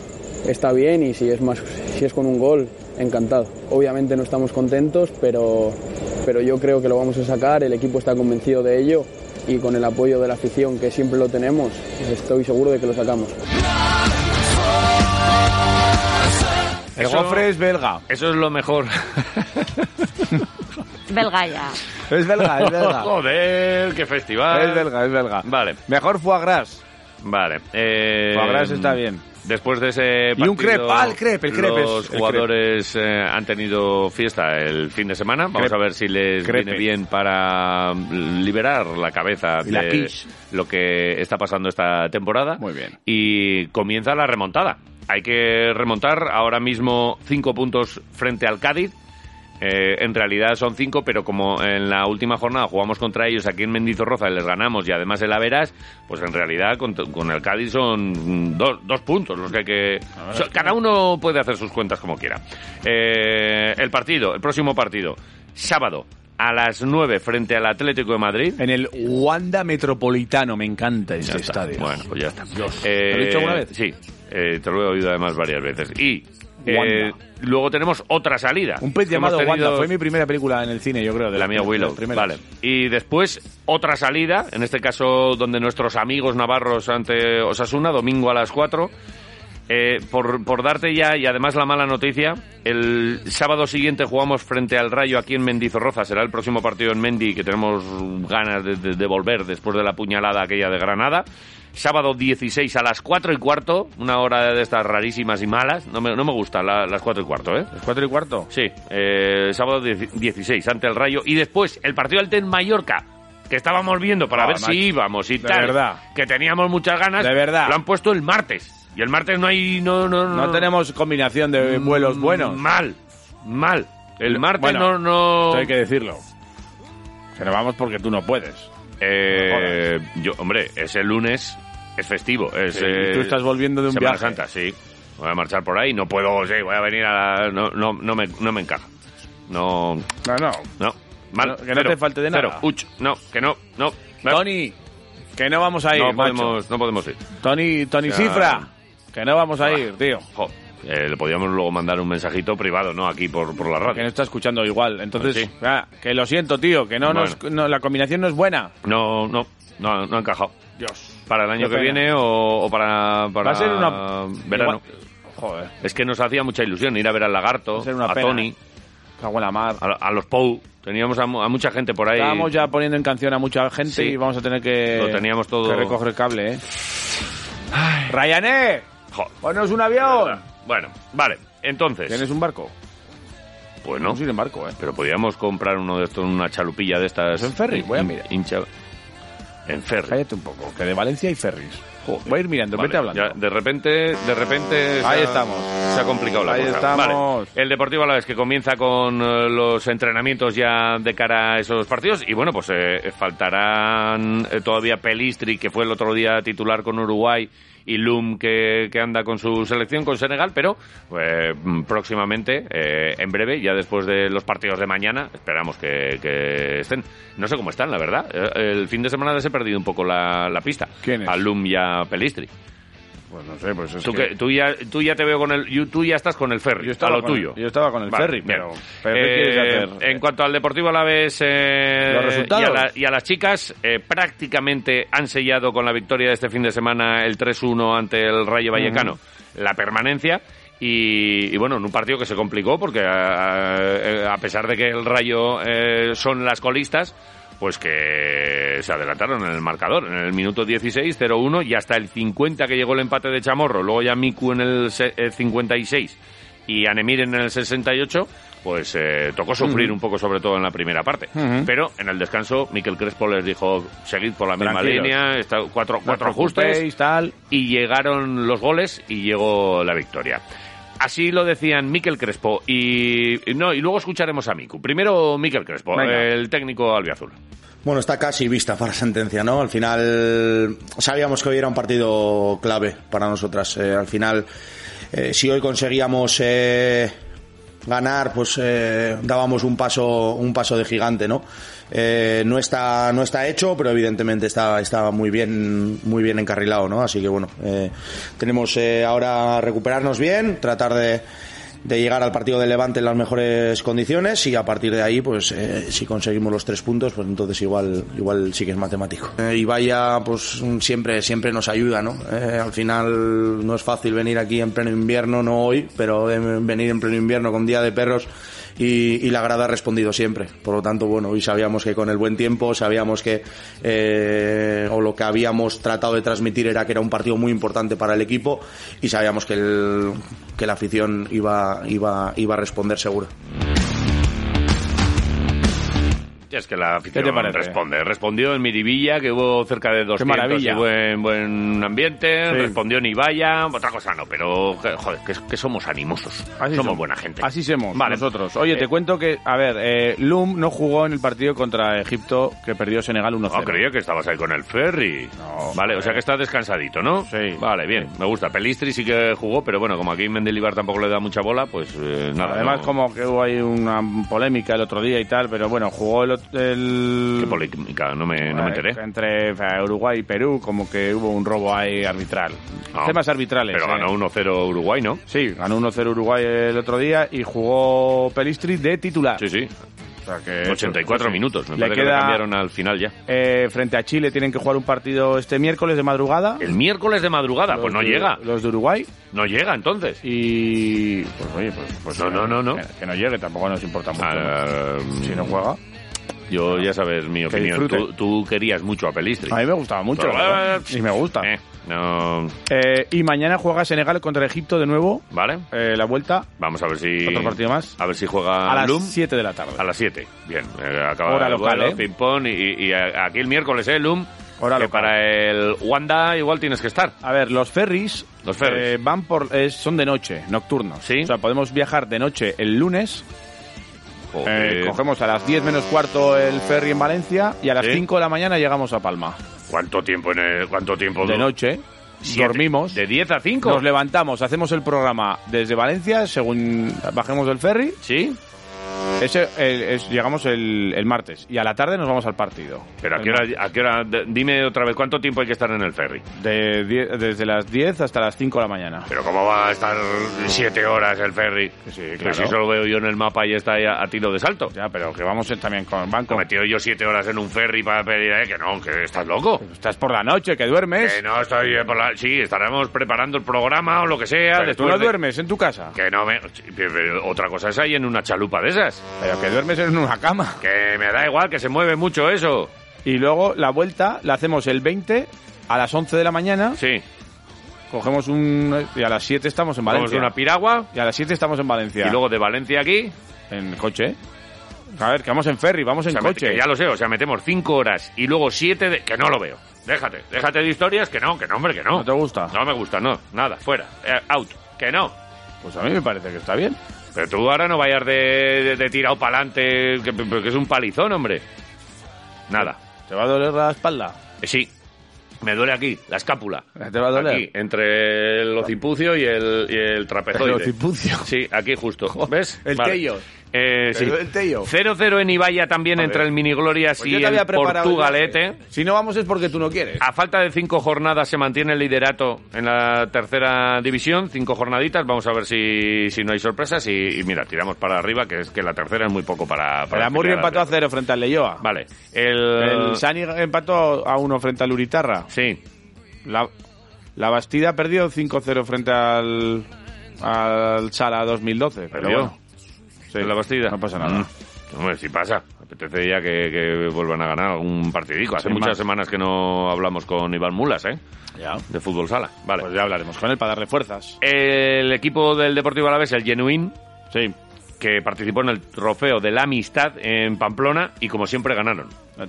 [SPEAKER 9] está bien y si es más si es con un gol encantado obviamente no estamos contentos pero pero yo creo que lo vamos a sacar el equipo está convencido de ello y con el apoyo de la afición que siempre lo tenemos estoy seguro de que lo sacamos
[SPEAKER 3] El
[SPEAKER 2] Eso-
[SPEAKER 3] gofre es belga.
[SPEAKER 2] Eso es lo mejor.
[SPEAKER 4] Belgaya.
[SPEAKER 3] Es belga, es belga.
[SPEAKER 2] *laughs* Joder, qué festival.
[SPEAKER 3] es belga, es belga.
[SPEAKER 2] Vale.
[SPEAKER 3] Mejor foie gras.
[SPEAKER 2] Vale. Eh,
[SPEAKER 3] Foie gras está bien.
[SPEAKER 2] Después de ese
[SPEAKER 3] Y
[SPEAKER 2] partido,
[SPEAKER 3] un crepe. Ah, el crepe, el crepe es-
[SPEAKER 2] los
[SPEAKER 3] el crepe.
[SPEAKER 2] jugadores eh, han tenido fiesta el fin de semana. Vamos
[SPEAKER 3] Crepe.
[SPEAKER 2] a ver si les
[SPEAKER 3] Crepe.
[SPEAKER 2] viene bien para liberar la cabeza
[SPEAKER 3] Y la
[SPEAKER 2] de
[SPEAKER 3] quiche.
[SPEAKER 2] lo que está pasando esta temporada.
[SPEAKER 3] Muy bien.
[SPEAKER 2] Y comienza la remontada. Hay que remontar ahora mismo cinco puntos frente al Cádiz. Eh, en realidad son cinco, pero como en la última jornada jugamos contra ellos aquí en Mendizorroza y les ganamos y además el Averas, pues en realidad con, con el Cádiz son dos, dos puntos los que hay que... so- cada uno puede hacer sus cuentas como quiera. Eh, el partido, el próximo partido, sábado a las nueve frente al Atlético de Madrid.
[SPEAKER 3] En el Wanda Metropolitano. Me encanta este
[SPEAKER 2] Ya está.
[SPEAKER 3] estadio.
[SPEAKER 2] Bueno, pues ya está.
[SPEAKER 3] ¿Te lo he dicho alguna vez?
[SPEAKER 2] Sí, eh, te lo he oído además varias veces. Y eh,
[SPEAKER 3] Wanda.
[SPEAKER 2] luego tenemos otra salida.
[SPEAKER 3] Un pez
[SPEAKER 2] Que hemos
[SPEAKER 3] llamado Wanda.
[SPEAKER 2] tenido-
[SPEAKER 3] Fue mi primera película en el cine, yo creo. De
[SPEAKER 2] la
[SPEAKER 3] las-
[SPEAKER 2] mía
[SPEAKER 3] de
[SPEAKER 2] Willow.
[SPEAKER 3] las primeras.
[SPEAKER 2] Vale. Y después otra salida, en este caso donde nuestros amigos navarros ante Osasuna, domingo a las 4. Eh, por, por darte ya, y además la mala noticia, el sábado siguiente jugamos frente al Rayo aquí en Mendizorroza. Será el próximo partido en Mendi que tenemos ganas de, de- de volver después de la puñalada aquella de Granada. Sábado 16 a las 4 y cuarto, una hora de estas rarísimas y malas. No me, no me gusta la- las 4 y cuarto, ¿eh?
[SPEAKER 3] ¿Las cuatro y cuarto?
[SPEAKER 2] Sí, eh, sábado 10 16 ante el Rayo y después el partido ante el Mallorca que estábamos viendo para
[SPEAKER 3] Ah,
[SPEAKER 2] ver
[SPEAKER 3] macho.
[SPEAKER 2] si íbamos y
[SPEAKER 3] De
[SPEAKER 2] tal,
[SPEAKER 3] verdad.
[SPEAKER 2] que teníamos muchas ganas,
[SPEAKER 3] De verdad.
[SPEAKER 2] lo han Ah, puesto el martes. Y el martes no hay. No, no, no,
[SPEAKER 3] No tenemos combinación de vuelos buenos.
[SPEAKER 2] Mal, mal. El martes no.
[SPEAKER 3] Bueno,
[SPEAKER 2] no...
[SPEAKER 3] Esto hay que decirlo. Que nos vamos porque tú no puedes.
[SPEAKER 2] Eh, yo, hombre, ese lunes es festivo. Es,
[SPEAKER 3] Sí,
[SPEAKER 2] eh,
[SPEAKER 3] y tú estás volviendo de un
[SPEAKER 2] Semana
[SPEAKER 3] viaje.
[SPEAKER 2] Santa, sí. Voy a marchar por ahí, no puedo, sí, voy a venir a... la- No, no, no, me, no me encaja. No,
[SPEAKER 3] No, no.
[SPEAKER 2] no, mal.
[SPEAKER 3] No, que no
[SPEAKER 2] cero,
[SPEAKER 3] te falte de nada.
[SPEAKER 2] cero, uch, no, que no, no.
[SPEAKER 3] Tony, que no vamos a ir,
[SPEAKER 2] no
[SPEAKER 3] macho.
[SPEAKER 2] podemos, no podemos ir.
[SPEAKER 3] Tony, Tony
[SPEAKER 2] Ya.
[SPEAKER 3] Cifra, que no vamos a
[SPEAKER 2] Ah.
[SPEAKER 3] ir, tío.
[SPEAKER 2] Jo, eh, le podíamos luego mandar un mensajito privado, ¿no? Aquí por, por la
[SPEAKER 3] Que no
[SPEAKER 2] radio.
[SPEAKER 3] está escuchando igual. Entonces,
[SPEAKER 2] Pues sí.
[SPEAKER 3] ah, que lo siento, tío, que no, nos- no, la combinación no es buena.
[SPEAKER 2] No, no, no, no ha encajado.
[SPEAKER 3] Dios.
[SPEAKER 2] Para el año
[SPEAKER 3] Qué
[SPEAKER 2] que
[SPEAKER 3] pena.
[SPEAKER 2] viene o, o para, para
[SPEAKER 3] Va a ser una...
[SPEAKER 2] verano.
[SPEAKER 3] Igual- Joder,
[SPEAKER 2] Es que nos hacía mucha ilusión ir a ver al lagarto,
[SPEAKER 3] Va a ser una
[SPEAKER 2] a
[SPEAKER 3] pena.
[SPEAKER 2] Tony,
[SPEAKER 3] cago en la mar.
[SPEAKER 2] a, a los Pou. Teníamos a, mu- a mucha gente por ahí.
[SPEAKER 3] Estábamos ya poniendo en canción a mucha gente
[SPEAKER 2] Sí.
[SPEAKER 3] y vamos a tener que...
[SPEAKER 2] Lo teníamos todo-
[SPEAKER 3] Que recoger cable, ¿eh? Ryanair,
[SPEAKER 2] Jo,
[SPEAKER 3] ponos un avión.
[SPEAKER 2] Bueno, vale. Entonces,
[SPEAKER 3] ¿Tienes un barco?
[SPEAKER 2] pues no.
[SPEAKER 3] Vamos a ir en barco, ¿eh?
[SPEAKER 2] Pero podíamos comprar uno de estos, una chalupilla de estas.
[SPEAKER 3] Pues en ferry, voy a mirar.
[SPEAKER 2] hincha- En ferry.
[SPEAKER 3] Cállate un poco, que de Valencia hay ferries.
[SPEAKER 2] Joder.
[SPEAKER 3] Voy a ir mirando,
[SPEAKER 2] Vale,
[SPEAKER 3] vete hablando.
[SPEAKER 2] ya, de repente, de repente. se
[SPEAKER 3] Ahí
[SPEAKER 2] ha-
[SPEAKER 3] estamos.
[SPEAKER 2] Se ha complicado la
[SPEAKER 3] Ahí
[SPEAKER 2] cosa. Vale.
[SPEAKER 3] estamos.
[SPEAKER 2] El Deportivo a la vez que comienza con eh, los entrenamientos ya de cara a esos partidos. Y bueno, pues eh, faltarán eh, todavía Pelistri, que fue el otro día titular con Uruguay. Y Lum, que, que anda con su selección, con Senegal, pero eh, mm, próximamente, eh, en breve, ya después de los partidos de mañana, esperamos que, que estén. No sé cómo están, la verdad. Eh, El fin de semana les he perdido un poco la, la pista.
[SPEAKER 3] ¿Quiénes?
[SPEAKER 2] A Lum y a Pelistri.
[SPEAKER 3] Pues no sé, pues es
[SPEAKER 2] Tú,
[SPEAKER 3] que-
[SPEAKER 2] que- tú, ya, tú ya te veo con el. you- Tú ya estás con el ferry.
[SPEAKER 3] Yo estaba
[SPEAKER 2] a lo
[SPEAKER 3] con-
[SPEAKER 2] tuyo.
[SPEAKER 3] yo estaba con el ferry,
[SPEAKER 2] bien.
[SPEAKER 3] pero- pero
[SPEAKER 2] Eh,
[SPEAKER 3] ¿qué quieres hacer?
[SPEAKER 2] En cuanto al Deportivo Alavés. Eh,
[SPEAKER 3] ¿Los resultados?
[SPEAKER 2] Y a, la- y a las chicas, eh, prácticamente han sellado con la victoria de este fin de semana el 3-1 ante el Rayo Vallecano la permanencia. Y, y bueno, en un partido que se complicó porque a, a- a pesar de que el Rayo eh, son las colistas, pues que se adelantaron en el marcador. En el minuto 16, 0-1 y hasta el 50 que llegó el empate de Chamorro. Luego ya Miku en el, se- eh, el 56 y Anemir en el 68, pues eh, tocó sufrir un poco sobre todo en la primera parte. Pero en el descanso Miquel Crespo les dijo, seguid por la misma
[SPEAKER 3] Tranquilos.
[SPEAKER 2] línea, está, cuatro,
[SPEAKER 3] No os
[SPEAKER 2] cuatro ajustes
[SPEAKER 3] preocupéis, tal.
[SPEAKER 2] y llegaron los goles y llegó la victoria. Así lo decían Miquel Crespo y, y no y luego escucharemos a Miku. Primero Miquel Crespo,
[SPEAKER 3] Venga.
[SPEAKER 2] el técnico albiazul.
[SPEAKER 10] Bueno, está casi vista para sentencia, ¿no? Al final sabíamos que hoy era un partido clave para nosotras. Eh, al final, eh, si hoy conseguíamos eh, ganar, pues eh, dábamos un paso, un paso de gigante, ¿no? Eh, no está, no está hecho, pero evidentemente está, está muy bien, muy bien encarrilado, ¿no? Así que bueno, eh, tenemos eh, ahora recuperarnos bien, tratar de de llegar al partido de Levante en las mejores condiciones y a partir de ahí, pues eh, si conseguimos los tres puntos, pues entonces igual, igual sí que es matemático. Eh, y vaya, pues siempre, siempre nos ayuda, ¿no? Eh, al final no es fácil venir aquí en pleno invierno, no hoy, pero eh, venir en pleno invierno con día de perros y, y la grada ha respondido siempre. Por lo tanto, bueno, hoy sabíamos que con el buen tiempo, sabíamos que eh, o lo que habíamos tratado de transmitir era que era un partido muy importante para el equipo y sabíamos que, el- que la afición iba, iba, iba a responder seguro.
[SPEAKER 2] Y Es que la afición
[SPEAKER 3] ¿Qué te parece?
[SPEAKER 2] responde. Respondió en Miribilla, que hubo cerca de 200
[SPEAKER 3] maravilla.
[SPEAKER 2] y buen, buen ambiente.
[SPEAKER 3] Sí.
[SPEAKER 2] Respondió en Ibaya, otra cosa no, pero joder, que, que somos animosos.
[SPEAKER 3] Así
[SPEAKER 2] somos buena gente.
[SPEAKER 3] Así somos
[SPEAKER 2] Vale.
[SPEAKER 3] nosotros. Oye, te
[SPEAKER 2] Eh,
[SPEAKER 3] cuento que, a ver, eh, Lum no jugó en el partido contra Egipto que perdió Senegal 1-0.
[SPEAKER 2] No, creía que estabas ahí con el ferry.
[SPEAKER 3] No,
[SPEAKER 2] vale,
[SPEAKER 3] joder.
[SPEAKER 2] o sea que estás descansadito, ¿no?
[SPEAKER 3] Sí.
[SPEAKER 2] Vale, bien, me gusta. Pelistri sí que jugó, pero bueno, como aquí Mendilibar tampoco le da mucha bola, pues eh, nada.
[SPEAKER 3] Además,
[SPEAKER 2] no-
[SPEAKER 3] como que hubo ahí una polémica el otro día y tal, pero bueno, jugó el... ot- el- Pues,
[SPEAKER 2] Qué polémica, no me, no me enteré.
[SPEAKER 3] Entre o sea, Uruguay y Perú, como que hubo un robo ahí arbitral.
[SPEAKER 2] No.
[SPEAKER 3] Temas arbitrales.
[SPEAKER 2] Ah, Pero
[SPEAKER 3] eh.
[SPEAKER 2] ganó 1-0 Uruguay, ¿no?
[SPEAKER 3] Sí, ganó 1-0 Uruguay el otro día y jugó Pelistri de titular.
[SPEAKER 2] Sí, sí.
[SPEAKER 3] O sea que-
[SPEAKER 2] 84
[SPEAKER 3] sí, sí.
[SPEAKER 2] minutos. Me
[SPEAKER 3] Le
[SPEAKER 2] parece que
[SPEAKER 3] queda-
[SPEAKER 2] le cambiaron al final ya.
[SPEAKER 3] Eh, frente a Chile tienen que jugar un partido este miércoles de madrugada.
[SPEAKER 2] El miércoles de madrugada, pues no
[SPEAKER 3] Los de-
[SPEAKER 2] llega.
[SPEAKER 3] Los de Uruguay.
[SPEAKER 2] No llega entonces.
[SPEAKER 3] Y. Pues oye, pues. pues
[SPEAKER 2] No,
[SPEAKER 3] que-
[SPEAKER 2] no, no, no.
[SPEAKER 3] Que, que no llegue, tampoco nos importa mucho.
[SPEAKER 2] Ah,
[SPEAKER 3] ¿no? Si
[SPEAKER 2] mm,
[SPEAKER 3] no juega.
[SPEAKER 2] Yo ya sabes mi opinión.
[SPEAKER 3] disfrute.
[SPEAKER 2] Tú, tú querías mucho a Pelistri.
[SPEAKER 3] A mí me gustaba mucho.
[SPEAKER 2] Pero,
[SPEAKER 3] la verdad.
[SPEAKER 2] eh,
[SPEAKER 3] y me gusta.
[SPEAKER 2] Eh, no,
[SPEAKER 3] Eh, y mañana juega Senegal contra Egipto de nuevo.
[SPEAKER 2] vale.
[SPEAKER 3] eh, la vuelta.
[SPEAKER 2] Vamos a ver si.
[SPEAKER 3] Otro partido más.
[SPEAKER 2] A ver si juega
[SPEAKER 3] A las
[SPEAKER 2] Lum.
[SPEAKER 3] 7 de la tarde.
[SPEAKER 2] A las 7. Bien. eh, acaba
[SPEAKER 3] Hora
[SPEAKER 2] el
[SPEAKER 3] local,
[SPEAKER 2] duelo,
[SPEAKER 3] ¿eh?
[SPEAKER 2] ping-pong. Y, y a- aquí el miércoles, ¿eh, Lum?
[SPEAKER 3] Hora
[SPEAKER 2] que
[SPEAKER 3] local.
[SPEAKER 2] para el Wanda igual tienes que estar.
[SPEAKER 3] A ver, los ferries,
[SPEAKER 2] Los ferries.
[SPEAKER 3] eh, van por, eh, son de noche, nocturnos.
[SPEAKER 2] Sí.
[SPEAKER 3] O sea, podemos viajar de noche el lunes, eh,
[SPEAKER 2] Joder,
[SPEAKER 3] cogemos a las 10 menos cuarto el ferry en Valencia y a las
[SPEAKER 2] Sí.
[SPEAKER 3] 5 de la mañana llegamos a Palma.
[SPEAKER 2] ¿Cuánto tiempo en el- cuánto tiempo
[SPEAKER 3] De
[SPEAKER 2] du-
[SPEAKER 3] noche,
[SPEAKER 2] Siete.
[SPEAKER 3] ¿Eh? dormimos,
[SPEAKER 2] de 10 a 5?
[SPEAKER 3] nos levantamos, hacemos el programa desde Valencia, según bajemos del ferry,
[SPEAKER 2] Sí,
[SPEAKER 3] ese, el- es- llegamos el, el martes y a la tarde nos vamos al partido.
[SPEAKER 2] pero ¿a
[SPEAKER 3] El
[SPEAKER 2] qué hora? A qué hora D- dime otra vez, ¿cuánto tiempo hay que estar en el ferry?
[SPEAKER 3] mar- de die- desde las 10 hasta las 5 de la mañana.
[SPEAKER 2] Pero ¿cómo va a estar 7 horas el ferry?
[SPEAKER 3] Sí,
[SPEAKER 2] Pero
[SPEAKER 3] claro.
[SPEAKER 2] si eso lo veo yo en el mapa y está ahí a, a tiro de salto.
[SPEAKER 3] Ya, pero que vamos también con
[SPEAKER 2] He
[SPEAKER 3] banco.
[SPEAKER 2] metido yo 7 horas en un ferry para pedir, eh, que no, que estás loco.
[SPEAKER 3] Estás por la noche, que duermes.
[SPEAKER 2] Que no estoy eh, por la... Sí, estaremos preparando el programa o lo que sea.
[SPEAKER 3] Pero tú
[SPEAKER 2] después
[SPEAKER 3] no
[SPEAKER 2] de-
[SPEAKER 3] duermes en tu casa.
[SPEAKER 2] Que no me... Sí, pero- pero Otra cosa es ahí en una chalupa de esas.
[SPEAKER 3] Pero que duermes en una cama.
[SPEAKER 2] Que me da igual, que se mueve mucho eso.
[SPEAKER 3] Y luego la vuelta la hacemos el 20 a las 11 de la mañana.
[SPEAKER 2] Sí.
[SPEAKER 3] Cogemos un. Y a las 7 estamos en
[SPEAKER 2] Vamos
[SPEAKER 3] Valencia.
[SPEAKER 2] una piragua
[SPEAKER 3] Y a las 7 estamos en Valencia.
[SPEAKER 2] y luego de Valencia aquí.
[SPEAKER 3] En coche. A ver, que vamos en ferry, vamos
[SPEAKER 2] o
[SPEAKER 3] en
[SPEAKER 2] sea,
[SPEAKER 3] coche.
[SPEAKER 2] que ya lo sé, o sea, metemos 5 horas y luego 7 de... Que no lo veo. Déjate, déjate de historias, que no, que no, hombre, que no.
[SPEAKER 3] ¿No te gusta?
[SPEAKER 2] No me gusta, no. Nada, fuera. Eh, out. Que no.
[SPEAKER 3] Pues a mí me parece que está bien.
[SPEAKER 2] Pero tú ahora no vayas de, de- de tirado para adelante, que, que es un palizón, hombre. Nada.
[SPEAKER 3] ¿Te va a doler la espalda?
[SPEAKER 2] Eh, Sí, me duele aquí, la escápula.
[SPEAKER 3] ¿Te va a doler?
[SPEAKER 2] Aquí, entre el occipucio y el, y el trapezoide.
[SPEAKER 3] *laughs* El occipucio.
[SPEAKER 2] Sí, aquí
[SPEAKER 3] *laughs*
[SPEAKER 2] justo. ¿Ves?
[SPEAKER 3] el tello.
[SPEAKER 2] Eh, sí.
[SPEAKER 3] Pero el tello.
[SPEAKER 2] 0-0 en Ibaya también
[SPEAKER 3] A
[SPEAKER 2] entre
[SPEAKER 3] ver.
[SPEAKER 2] el Mini Glorias
[SPEAKER 3] Pues yo
[SPEAKER 2] y
[SPEAKER 3] te
[SPEAKER 2] el
[SPEAKER 3] había preparado
[SPEAKER 2] Portugalete.
[SPEAKER 3] el viaje. Si no vamos es porque tú no quieres.
[SPEAKER 2] A falta de cinco jornadas se mantiene el liderato en la tercera división, cinco jornaditas, vamos a ver si, si no hay sorpresas y, y mira, tiramos para arriba, que es que la tercera es muy poco para...
[SPEAKER 3] el
[SPEAKER 2] para
[SPEAKER 3] Amurrio
[SPEAKER 2] pelear
[SPEAKER 3] empató a
[SPEAKER 2] arriba.
[SPEAKER 3] cero frente al Leyoa.
[SPEAKER 2] Vale, el...
[SPEAKER 3] El Eh, Sani empató a uno frente al Uritarra.
[SPEAKER 2] Eh, Sí,
[SPEAKER 3] La, la Bastida perdió 5-0 frente al, al Sala 2012. Pero
[SPEAKER 2] Perdió.
[SPEAKER 3] bueno. Sí,
[SPEAKER 2] en la Bastida.
[SPEAKER 3] No pasa nada.
[SPEAKER 2] Mm. Hombre, si pasa. Apetece ya que, que vuelvan a ganar un partidico. Hace
[SPEAKER 3] Sin
[SPEAKER 2] muchas
[SPEAKER 3] más.
[SPEAKER 2] semanas que no hablamos con Iván Mulas, ¿eh?
[SPEAKER 3] Ya.
[SPEAKER 2] De fútbol sala. Vale.
[SPEAKER 3] Pues ya hablaremos con él para darle fuerzas.
[SPEAKER 2] El equipo del Deportivo Alavés, el Genuín,
[SPEAKER 3] Sí.
[SPEAKER 2] que participó en el trofeo de la amistad en Pamplona y como siempre ganaron.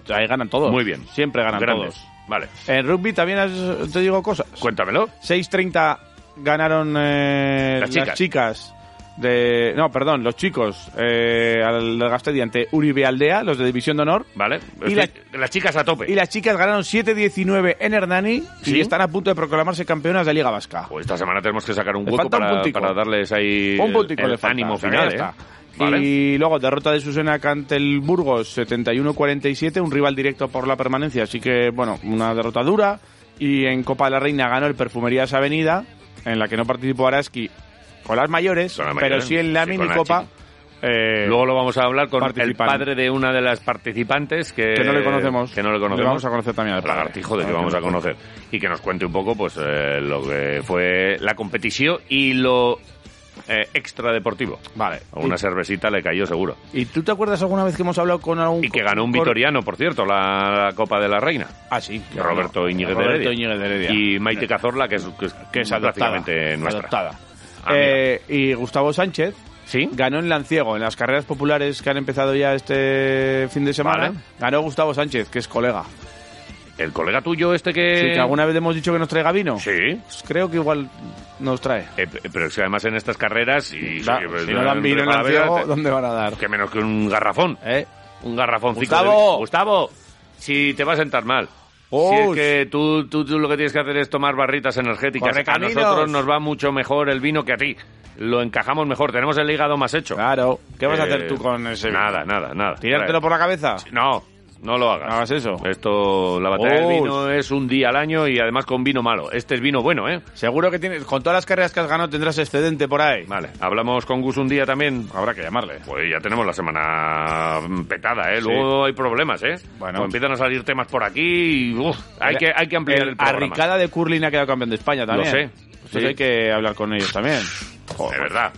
[SPEAKER 3] Ahí ganan todos.
[SPEAKER 2] Muy bien.
[SPEAKER 3] Siempre ganan
[SPEAKER 2] Grandes.
[SPEAKER 3] todos.
[SPEAKER 2] Vale.
[SPEAKER 3] En rugby también has- te digo cosas.
[SPEAKER 2] Cuéntamelo.
[SPEAKER 3] 6.30 ganaron eh,
[SPEAKER 2] Las
[SPEAKER 3] las,
[SPEAKER 2] chicas.
[SPEAKER 3] chicas. de... No, perdón, los chicos eh, al Gastedi ante Uribe Aldea, los de División de Honor.
[SPEAKER 2] Vale.
[SPEAKER 3] Y
[SPEAKER 2] Estoy- Las chicas a tope.
[SPEAKER 3] Y las chicas ganaron 7-19 en Hernani
[SPEAKER 2] ¿Sí?
[SPEAKER 3] y están a punto de proclamarse campeonas de Liga Vasca.
[SPEAKER 2] Pues esta semana tenemos que sacar un
[SPEAKER 3] Le
[SPEAKER 2] hueco
[SPEAKER 3] falta un
[SPEAKER 2] para,
[SPEAKER 3] puntico.
[SPEAKER 2] para darles ahí
[SPEAKER 3] Un puntico
[SPEAKER 2] el
[SPEAKER 3] le falta,
[SPEAKER 2] ánimo
[SPEAKER 3] o sea,
[SPEAKER 2] final.
[SPEAKER 3] ya está.
[SPEAKER 2] ¿eh? Vale.
[SPEAKER 3] Y luego derrota de Susana ante el Burgos 71-47, un rival directo por la permanencia, así que bueno, una derrota dura. Y en Copa de la Reina ganó el Perfumerías Avenida, en la que no participó Araski con las mayores,
[SPEAKER 2] Con las
[SPEAKER 3] pero
[SPEAKER 2] mayores,
[SPEAKER 3] sí en la
[SPEAKER 2] sí, con la
[SPEAKER 3] minicopa.
[SPEAKER 2] chica.
[SPEAKER 3] eh,
[SPEAKER 2] Luego lo vamos a hablar con el
[SPEAKER 3] participan.
[SPEAKER 2] padre de una de las participantes que,
[SPEAKER 3] que no le conocemos.
[SPEAKER 2] eh, Que no le conocemos.
[SPEAKER 3] vamos a conocer también al padre.
[SPEAKER 2] Lagartijo de que
[SPEAKER 3] Ah,
[SPEAKER 2] vamos a
[SPEAKER 3] no.
[SPEAKER 2] conocer. Y que nos cuente un poco pues eh, lo que fue la competición y lo eh, extradeportivo.
[SPEAKER 3] Vale.
[SPEAKER 2] Alguna cervecita le cayó seguro.
[SPEAKER 3] ¿Y, y tú te acuerdas alguna vez que hemos hablado con algún
[SPEAKER 2] Y que ganó un
[SPEAKER 3] con-
[SPEAKER 2] vitoriano, por cierto, la, la Copa de la Reina.
[SPEAKER 3] Ah, sí. que ganó.
[SPEAKER 2] Roberto Iñiguez de
[SPEAKER 3] Roberto
[SPEAKER 2] Heredia.
[SPEAKER 3] Íñiguez de Heredia.
[SPEAKER 2] Y Maite Cazorla, que es, que es,
[SPEAKER 3] que es adoptada.
[SPEAKER 2] prácticamente nuestra.
[SPEAKER 3] Adoptada.
[SPEAKER 2] Ah, mira.
[SPEAKER 3] Eh, y Gustavo Sánchez
[SPEAKER 2] ¿Sí?
[SPEAKER 3] ganó en Lanciego, en las carreras populares que han empezado ya este fin de semana.
[SPEAKER 2] Vale.
[SPEAKER 3] Ganó Gustavo Sánchez, que es colega.
[SPEAKER 2] El colega tuyo este que...
[SPEAKER 3] Sí, que alguna vez hemos dicho que nos traiga vino.
[SPEAKER 2] Sí.
[SPEAKER 3] Pues creo que igual nos trae.
[SPEAKER 2] Eh, p- pero es que además en estas carreras... Y,
[SPEAKER 3] Da-
[SPEAKER 2] sí, pues,
[SPEAKER 3] si no dan vino en
[SPEAKER 2] Talavera,
[SPEAKER 3] Lanciego,
[SPEAKER 2] te-
[SPEAKER 3] ¿dónde van a dar?
[SPEAKER 2] Que menos que un garrafón.
[SPEAKER 3] ¿Eh?
[SPEAKER 2] Un garrafón.
[SPEAKER 3] Gustavo.
[SPEAKER 2] Gustavo, si te va a sentar mal. Si es
[SPEAKER 3] Ush.
[SPEAKER 2] que tú, tú, tú lo que tienes que hacer es tomar barritas energéticas.
[SPEAKER 3] Corre
[SPEAKER 2] a
[SPEAKER 3] caminos.
[SPEAKER 2] nosotros nos va mucho mejor el vino que a ti. Lo encajamos mejor. Tenemos el hígado más hecho.
[SPEAKER 3] Claro. ¿Qué vas a
[SPEAKER 2] Eh,
[SPEAKER 3] hacer tú con ese vino?
[SPEAKER 2] Nada, nada, nada.
[SPEAKER 3] ¿Tirártelo por la cabeza?
[SPEAKER 2] No, no lo hagas.
[SPEAKER 3] No hagas eso.
[SPEAKER 2] Esto, la batalla del
[SPEAKER 3] Ush.
[SPEAKER 2] vino es un día al año y además con vino malo. Este es vino bueno, ¿eh?
[SPEAKER 3] Seguro que tienes, con todas las carreras que has ganado tendrás excedente por ahí.
[SPEAKER 2] Vale. Hablamos con Gus un día también.
[SPEAKER 3] Habrá que llamarle.
[SPEAKER 2] Pues ya tenemos la semana mm, petada, ¿eh? Luego hay problemas, ¿eh?
[SPEAKER 3] Bueno.
[SPEAKER 2] Pues empiezan a salir temas por aquí y uf, hay, que, hay que ampliar el, pues programa.
[SPEAKER 3] Arricada de Curlin ha quedado campeón de España también.
[SPEAKER 2] sé.
[SPEAKER 3] Entonces
[SPEAKER 2] Sí.
[SPEAKER 3] hay que hablar con ellos también.
[SPEAKER 2] De
[SPEAKER 3] Joder.
[SPEAKER 2] verdad.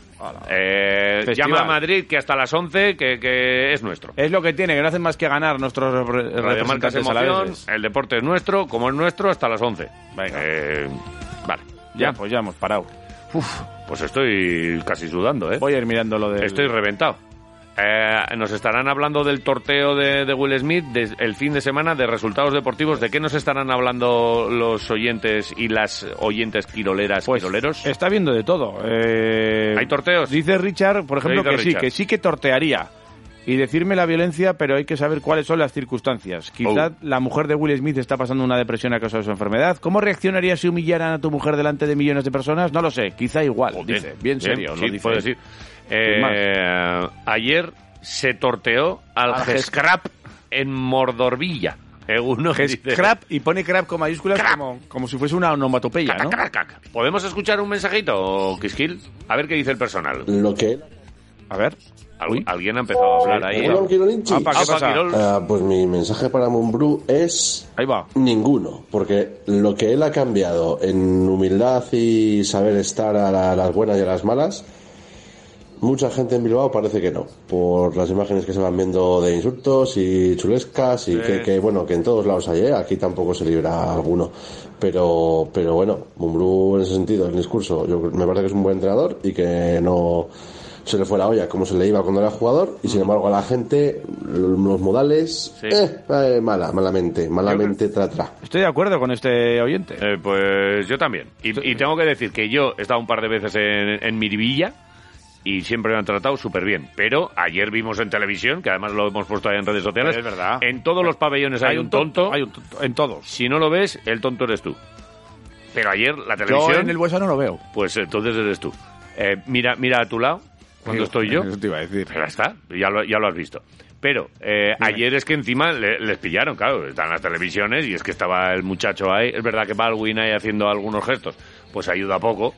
[SPEAKER 2] Eh,
[SPEAKER 3] Festival.
[SPEAKER 2] llama a Madrid que hasta las 11 que, que es nuestro.
[SPEAKER 3] Es lo que tiene, que no hacen más que ganar nuestros repre-
[SPEAKER 2] Radio Marca es
[SPEAKER 3] representantes
[SPEAKER 2] emoción,
[SPEAKER 3] alaveses.
[SPEAKER 2] el deporte es nuestro, como es nuestro, hasta las 11.
[SPEAKER 3] Venga.
[SPEAKER 2] Eh, vale.
[SPEAKER 3] Ya,
[SPEAKER 2] Ya,
[SPEAKER 3] pues ya hemos parado.
[SPEAKER 2] pues estoy casi sudando, ¿eh?
[SPEAKER 3] Voy a ir mirando lo de...
[SPEAKER 2] Estoy reventado. Eh, nos estarán hablando del torteo de, de Will Smith des- el fin de semana, de resultados deportivos. ¿De qué nos estarán hablando los oyentes y las oyentes quiroleras,
[SPEAKER 3] Pues,
[SPEAKER 2] quiroleros?
[SPEAKER 3] Está viendo de todo. Eh,
[SPEAKER 2] ¿Hay torteos?
[SPEAKER 3] Dice Richard, por ejemplo,
[SPEAKER 2] Dice
[SPEAKER 3] que sí,
[SPEAKER 2] Richard.
[SPEAKER 3] que sí que tortearía. Y decirme la violencia, pero hay que saber cuáles son las circunstancias. Quizá
[SPEAKER 2] Oh.
[SPEAKER 3] la mujer de Will Smith está pasando una depresión a causa de su enfermedad. ¿Cómo reaccionaría si humillaran a tu mujer delante de millones de personas? No lo sé, quizá igual.
[SPEAKER 2] Joder,
[SPEAKER 3] dice, bien serio. lo
[SPEAKER 2] sí,
[SPEAKER 3] dice.
[SPEAKER 2] puedo
[SPEAKER 3] *laughs*
[SPEAKER 2] decir. Eh, ayer se torteó al
[SPEAKER 3] Al
[SPEAKER 2] Gescrap en Mordorvilla. Eguno *laughs* dice-
[SPEAKER 3] Crap, y pone crap con mayúsculas como, como si fuese una onomatopeya, ¿no?
[SPEAKER 2] Crac, crac. ¿Podemos escuchar un mensajito, Quisquil? A ver qué dice el personal.
[SPEAKER 11] Lo que él.
[SPEAKER 3] A ver.
[SPEAKER 2] Al- alguien ha empezado a hablar ahí.
[SPEAKER 11] Hola, Quirolinchi.
[SPEAKER 3] Apa, ¿qué
[SPEAKER 2] Apa,
[SPEAKER 3] pasa?
[SPEAKER 2] Quirol.
[SPEAKER 11] Ah, pues mi mensaje para Mumbrú es
[SPEAKER 3] Ahí va.
[SPEAKER 11] ninguno, porque lo que él ha cambiado en humildad y saber estar a la- las buenas y a las malas, mucha gente en Bilbao parece que no, por las imágenes que se van viendo de insultos y chulescas y que, que, bueno, que en todos lados hay, ¿eh? aquí tampoco se libra alguno, pero pero bueno, Mumbrú en ese sentido, en el discurso, yo, creo- me parece que es un buen entrenador y que no se le fue la olla como se le iba cuando era jugador y sin embargo a la gente lo- los modales
[SPEAKER 2] Sí.
[SPEAKER 11] eh, eh, mala malamente malamente tra tra
[SPEAKER 3] Estoy de acuerdo con este oyente.
[SPEAKER 2] Eh, pues yo también. Y, y tengo que decir que yo he estado un par de veces en, en Miribilla y siempre me han tratado súper bien. Pero ayer vimos en televisión, que además lo hemos puesto ahí en redes sociales,
[SPEAKER 3] Es verdad.
[SPEAKER 2] en todos los pabellones hay, un tonto.
[SPEAKER 3] Hay un tonto. En todos.
[SPEAKER 2] Si no lo ves, el tonto eres tú. Pero ayer la
[SPEAKER 3] Yo
[SPEAKER 2] televisión,
[SPEAKER 3] en el hueso no lo veo.
[SPEAKER 2] pues entonces eres tú. Eh, mira, mira a tu lado cuando estoy yo.
[SPEAKER 3] Eso te iba a decir.
[SPEAKER 2] Pero ya está, ya lo, ya lo has visto. Pero eh, ayer es que encima le- les pillaron, claro, están las televisiones y es que estaba el muchacho ahí. Es verdad que Baldwin ahí haciendo algunos gestos, pues ayuda poco,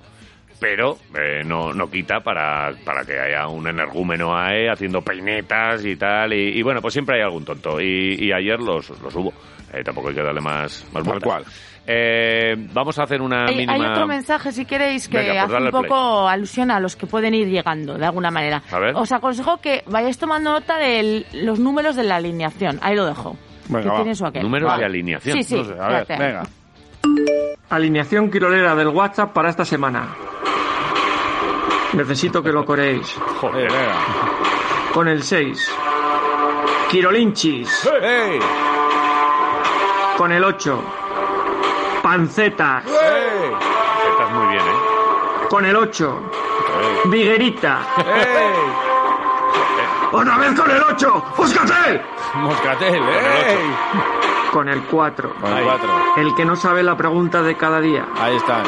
[SPEAKER 2] pero eh, no, no quita para, para que haya un energúmeno ahí haciendo peinetas y tal. Y, y bueno, pues siempre hay algún tonto. Y, y ayer los, los hubo. Eh, tampoco hay que darle más, más vueltas.
[SPEAKER 3] cual.
[SPEAKER 2] Eh, vamos a hacer una
[SPEAKER 4] Hay,
[SPEAKER 2] mínima...
[SPEAKER 4] hay otro mensaje, si queréis, que
[SPEAKER 2] Venga, pues
[SPEAKER 4] hace
[SPEAKER 2] dale
[SPEAKER 4] un
[SPEAKER 2] play.
[SPEAKER 4] poco alusión a los que pueden ir llegando, de alguna manera.
[SPEAKER 2] A ver.
[SPEAKER 4] Os aconsejo que vayáis tomando nota de los números de la alineación. Ahí lo dejo.
[SPEAKER 3] Venga,
[SPEAKER 4] que
[SPEAKER 3] va.
[SPEAKER 4] tiene su aquel.
[SPEAKER 2] Números
[SPEAKER 4] Vale.
[SPEAKER 2] de alineación.
[SPEAKER 4] Sí, sí.
[SPEAKER 3] No sé, a ver,
[SPEAKER 4] espérate.
[SPEAKER 3] venga.
[SPEAKER 12] Alineación quirolera del WhatsApp para esta semana. Necesito que lo
[SPEAKER 2] *laughs*
[SPEAKER 12] coreéis.
[SPEAKER 3] Joder, venga.
[SPEAKER 12] Con el 6. Quirolinchis.
[SPEAKER 3] ¡Ey!
[SPEAKER 12] Con el 8. Panceta.
[SPEAKER 3] ¡Ey!
[SPEAKER 2] Estás muy bien, ¿eh?
[SPEAKER 12] Con el 8. Viguerita.
[SPEAKER 3] ¡Ey!
[SPEAKER 12] ¡Otra vez con el 8! ¡Fúscate!
[SPEAKER 3] Moscatel, ¡ey!
[SPEAKER 12] Con el 4.
[SPEAKER 3] Con el cuatro.
[SPEAKER 12] El que no sabe la pregunta de cada día.
[SPEAKER 3] Ahí están.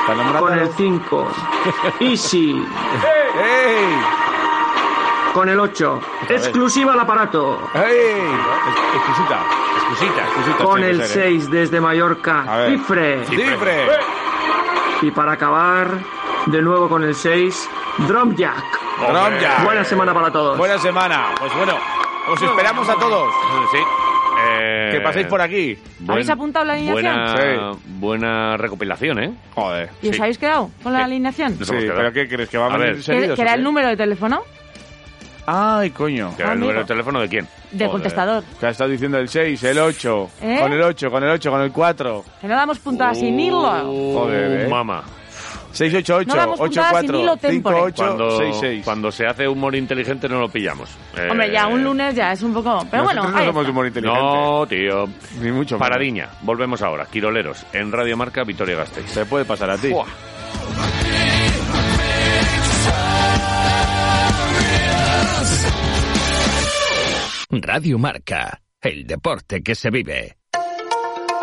[SPEAKER 3] Está nombrado.
[SPEAKER 12] Con el 5. Easy.
[SPEAKER 3] ¡Ey!
[SPEAKER 12] Con el 8. *laughs* Exclusiva al aparato.
[SPEAKER 3] ¡Ey! Es- Exquisita. Exquisita. Exquisita.
[SPEAKER 12] Con
[SPEAKER 3] tiene
[SPEAKER 12] el
[SPEAKER 3] que ser, ¿eh?
[SPEAKER 12] 6 desde
[SPEAKER 3] A
[SPEAKER 12] Mallorca.
[SPEAKER 3] ver.
[SPEAKER 12] Cifre.
[SPEAKER 3] ¡Cifre!
[SPEAKER 12] Y para acabar, de nuevo con el 6, Drum Jack.
[SPEAKER 3] Drum Jack.
[SPEAKER 12] Buena semana para todos.
[SPEAKER 3] Buena semana. Pues bueno, os esperamos a todos.
[SPEAKER 2] Sí. Eh,
[SPEAKER 3] Que paséis por aquí.
[SPEAKER 4] ¿Habéis apuntado la alineación?
[SPEAKER 2] Buena, buena recopilación, ¿eh?
[SPEAKER 3] Joder.
[SPEAKER 4] ¿Y os
[SPEAKER 2] Sí.
[SPEAKER 4] habéis quedado con la
[SPEAKER 2] Sí.
[SPEAKER 4] alineación?
[SPEAKER 2] Nos
[SPEAKER 3] Sí,
[SPEAKER 2] hemos quedado.
[SPEAKER 3] ¿pero qué crees? ¿Que va a
[SPEAKER 2] A
[SPEAKER 3] venir
[SPEAKER 2] ver.
[SPEAKER 4] ¿Que,
[SPEAKER 3] seguidos,
[SPEAKER 4] que era
[SPEAKER 3] o
[SPEAKER 4] el
[SPEAKER 3] qué?
[SPEAKER 4] número de teléfono?
[SPEAKER 3] Ay, coño.
[SPEAKER 2] ¿Que era el
[SPEAKER 4] Amigo.
[SPEAKER 2] número de teléfono de quién?
[SPEAKER 4] De
[SPEAKER 2] Joder.
[SPEAKER 4] contestador.
[SPEAKER 3] Que ha estado diciendo el 6, el 8,
[SPEAKER 4] ¿Eh?
[SPEAKER 3] con el 8, con el 8, con el 4,
[SPEAKER 4] Que no damos puntadas sin hilo.
[SPEAKER 2] Oh,
[SPEAKER 3] Joder, eh.
[SPEAKER 2] Mamá.
[SPEAKER 3] 688,
[SPEAKER 4] No damos puntadas sin
[SPEAKER 3] 84,
[SPEAKER 4] hilo tempore.
[SPEAKER 3] 58,
[SPEAKER 2] Cuando,
[SPEAKER 3] 66.
[SPEAKER 2] cuando se hace humor inteligente no lo pillamos. Eh,
[SPEAKER 4] Hombre, ya un lunes ya es un poco... Pero bueno,
[SPEAKER 3] Nosotros no
[SPEAKER 4] ahí
[SPEAKER 3] somos
[SPEAKER 4] está.
[SPEAKER 3] de humor inteligente.
[SPEAKER 2] No, tío.
[SPEAKER 3] Ni mucho menos.
[SPEAKER 2] Paradiña. Volvemos ahora. Quiroleros. En Radio Marca, Vitoria Gasteiz.
[SPEAKER 3] Se puede pasar a ti.
[SPEAKER 2] Buah.
[SPEAKER 13] Radio Marca, el deporte que se vive.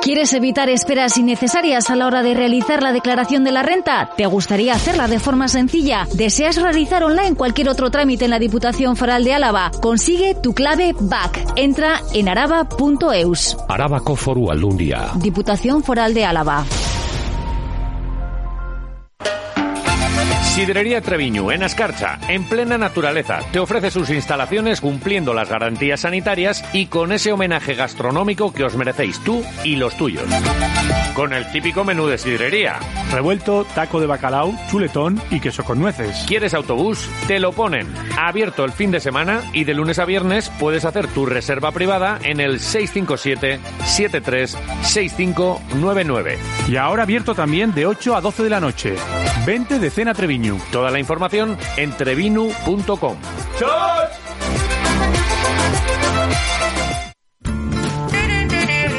[SPEAKER 14] ¿Quieres evitar esperas innecesarias a la hora de realizar la declaración de la renta? ¿Te gustaría hacerla de forma sencilla? ¿Deseas realizar online cualquier otro trámite en la Diputación Foral de Álava? Consigue tu clave BAC. Entra en araba.eus.
[SPEAKER 13] Arabako foru alundia.
[SPEAKER 14] Diputación Foral de Álava.
[SPEAKER 2] Sidrería Treviñu, en Ascarcha, en plena naturaleza, te ofrece sus instalaciones cumpliendo las garantías sanitarias y con ese homenaje gastronómico que os merecéis tú y los tuyos. Con el típico menú de sidrería.
[SPEAKER 12] Revuelto, taco de bacalao, chuletón y queso con nueces.
[SPEAKER 2] ¿Quieres autobús? Te lo ponen. Abierto el fin de semana y de lunes a viernes puedes hacer tu reserva privada en el 657-736599.
[SPEAKER 12] Y ahora abierto también de 8 a 12 de la noche. 20 de cena Treviño.
[SPEAKER 2] Trevinu. Toda la información en trevinu.com.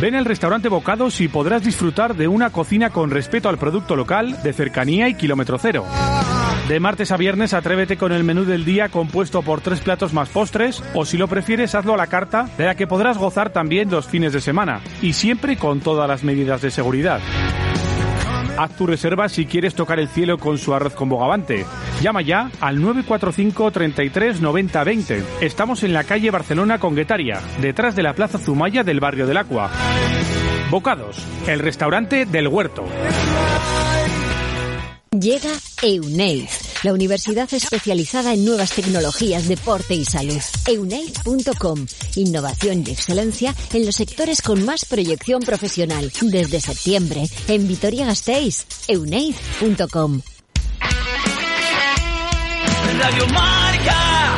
[SPEAKER 15] Ven al restaurante Bocados y podrás disfrutar de una cocina con respeto al producto local, de cercanía y kilómetro cero. De martes a viernes atrévete con el menú del día compuesto por tres platos más postres o si lo prefieres hazlo a la carta de la que podrás gozar también los fines de semana y siempre con todas las medidas de seguridad. Haz tu reserva si quieres tocar el cielo con su arroz con bogavante. Llama ya al 945 33 90 20. Estamos en la calle Barcelona con Guetaria, detrás de la Plaza Zumaya del barrio del Acua. Bocados, el restaurante del huerto.
[SPEAKER 16] Llega EUNEID, la universidad especializada en nuevas tecnologías, deporte y salud. EUNEID.com, innovación y excelencia en los sectores con más proyección profesional. Desde septiembre, en Vitoria-Gasteiz, EUNEID.com.
[SPEAKER 17] Radio Marca.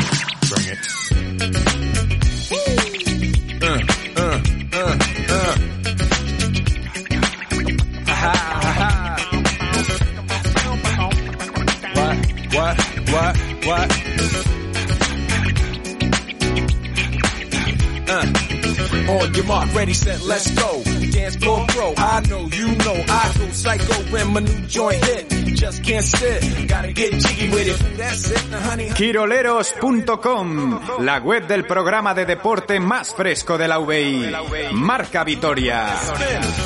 [SPEAKER 6] What, what, what? Uh. On your mark, ready, set, let's go. Dance floor pro, I know, you know, I go psycho when my new joint hit. Just can't sit, gotta get jiggy with it. That's it, now, honey.
[SPEAKER 1] Quiroleros.com, la web del programa de deporte más fresco de la UBI. Marca Vitoria.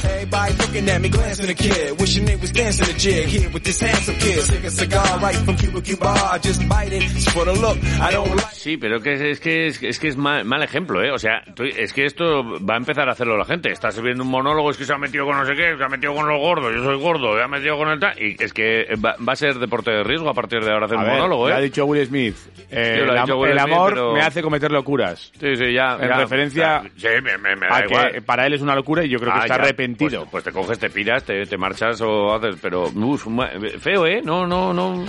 [SPEAKER 6] Everybody looking at me, glancing a kid, wishing they was dancing a jig here with this handsome kid. Stick a cigar right from Cuba Cuba, I just bite it, it's for the look. I don't like.
[SPEAKER 2] Sí, pero que es, es que es, es que es ma- mal, ejemplo, ¿eh? O sea, tú- es que esto va a empezar a hacerlo la gente. Estás viendo un monólogo, es que se ha metido con no sé qué, se ha metido con los gordos, yo soy gordo, se ha metido con el tal. Y es que va, va a ser deporte de riesgo a partir de ahora hacer
[SPEAKER 3] A
[SPEAKER 2] un
[SPEAKER 3] ver,
[SPEAKER 2] monólogo,
[SPEAKER 3] lo ha
[SPEAKER 2] ¿eh?
[SPEAKER 3] dicho Will Smith. eh,
[SPEAKER 2] Sí, lo ha
[SPEAKER 3] el,
[SPEAKER 2] dicho
[SPEAKER 3] am-
[SPEAKER 2] Will
[SPEAKER 3] el
[SPEAKER 2] Smith,
[SPEAKER 3] amor
[SPEAKER 2] pero-
[SPEAKER 3] me hace cometer locuras.
[SPEAKER 2] Sí, sí, ya.
[SPEAKER 3] En
[SPEAKER 2] ya,
[SPEAKER 3] referencia
[SPEAKER 2] ya, sí, me, me- me da
[SPEAKER 3] a que
[SPEAKER 2] igual.
[SPEAKER 3] para él es una locura y yo creo que
[SPEAKER 2] Ah,
[SPEAKER 3] está
[SPEAKER 2] ya.
[SPEAKER 3] arrepentido.
[SPEAKER 2] Pues, pues te coges, te piras, te, te marchas o haces, pero uf, ma- feo, ¿eh? No, no, no.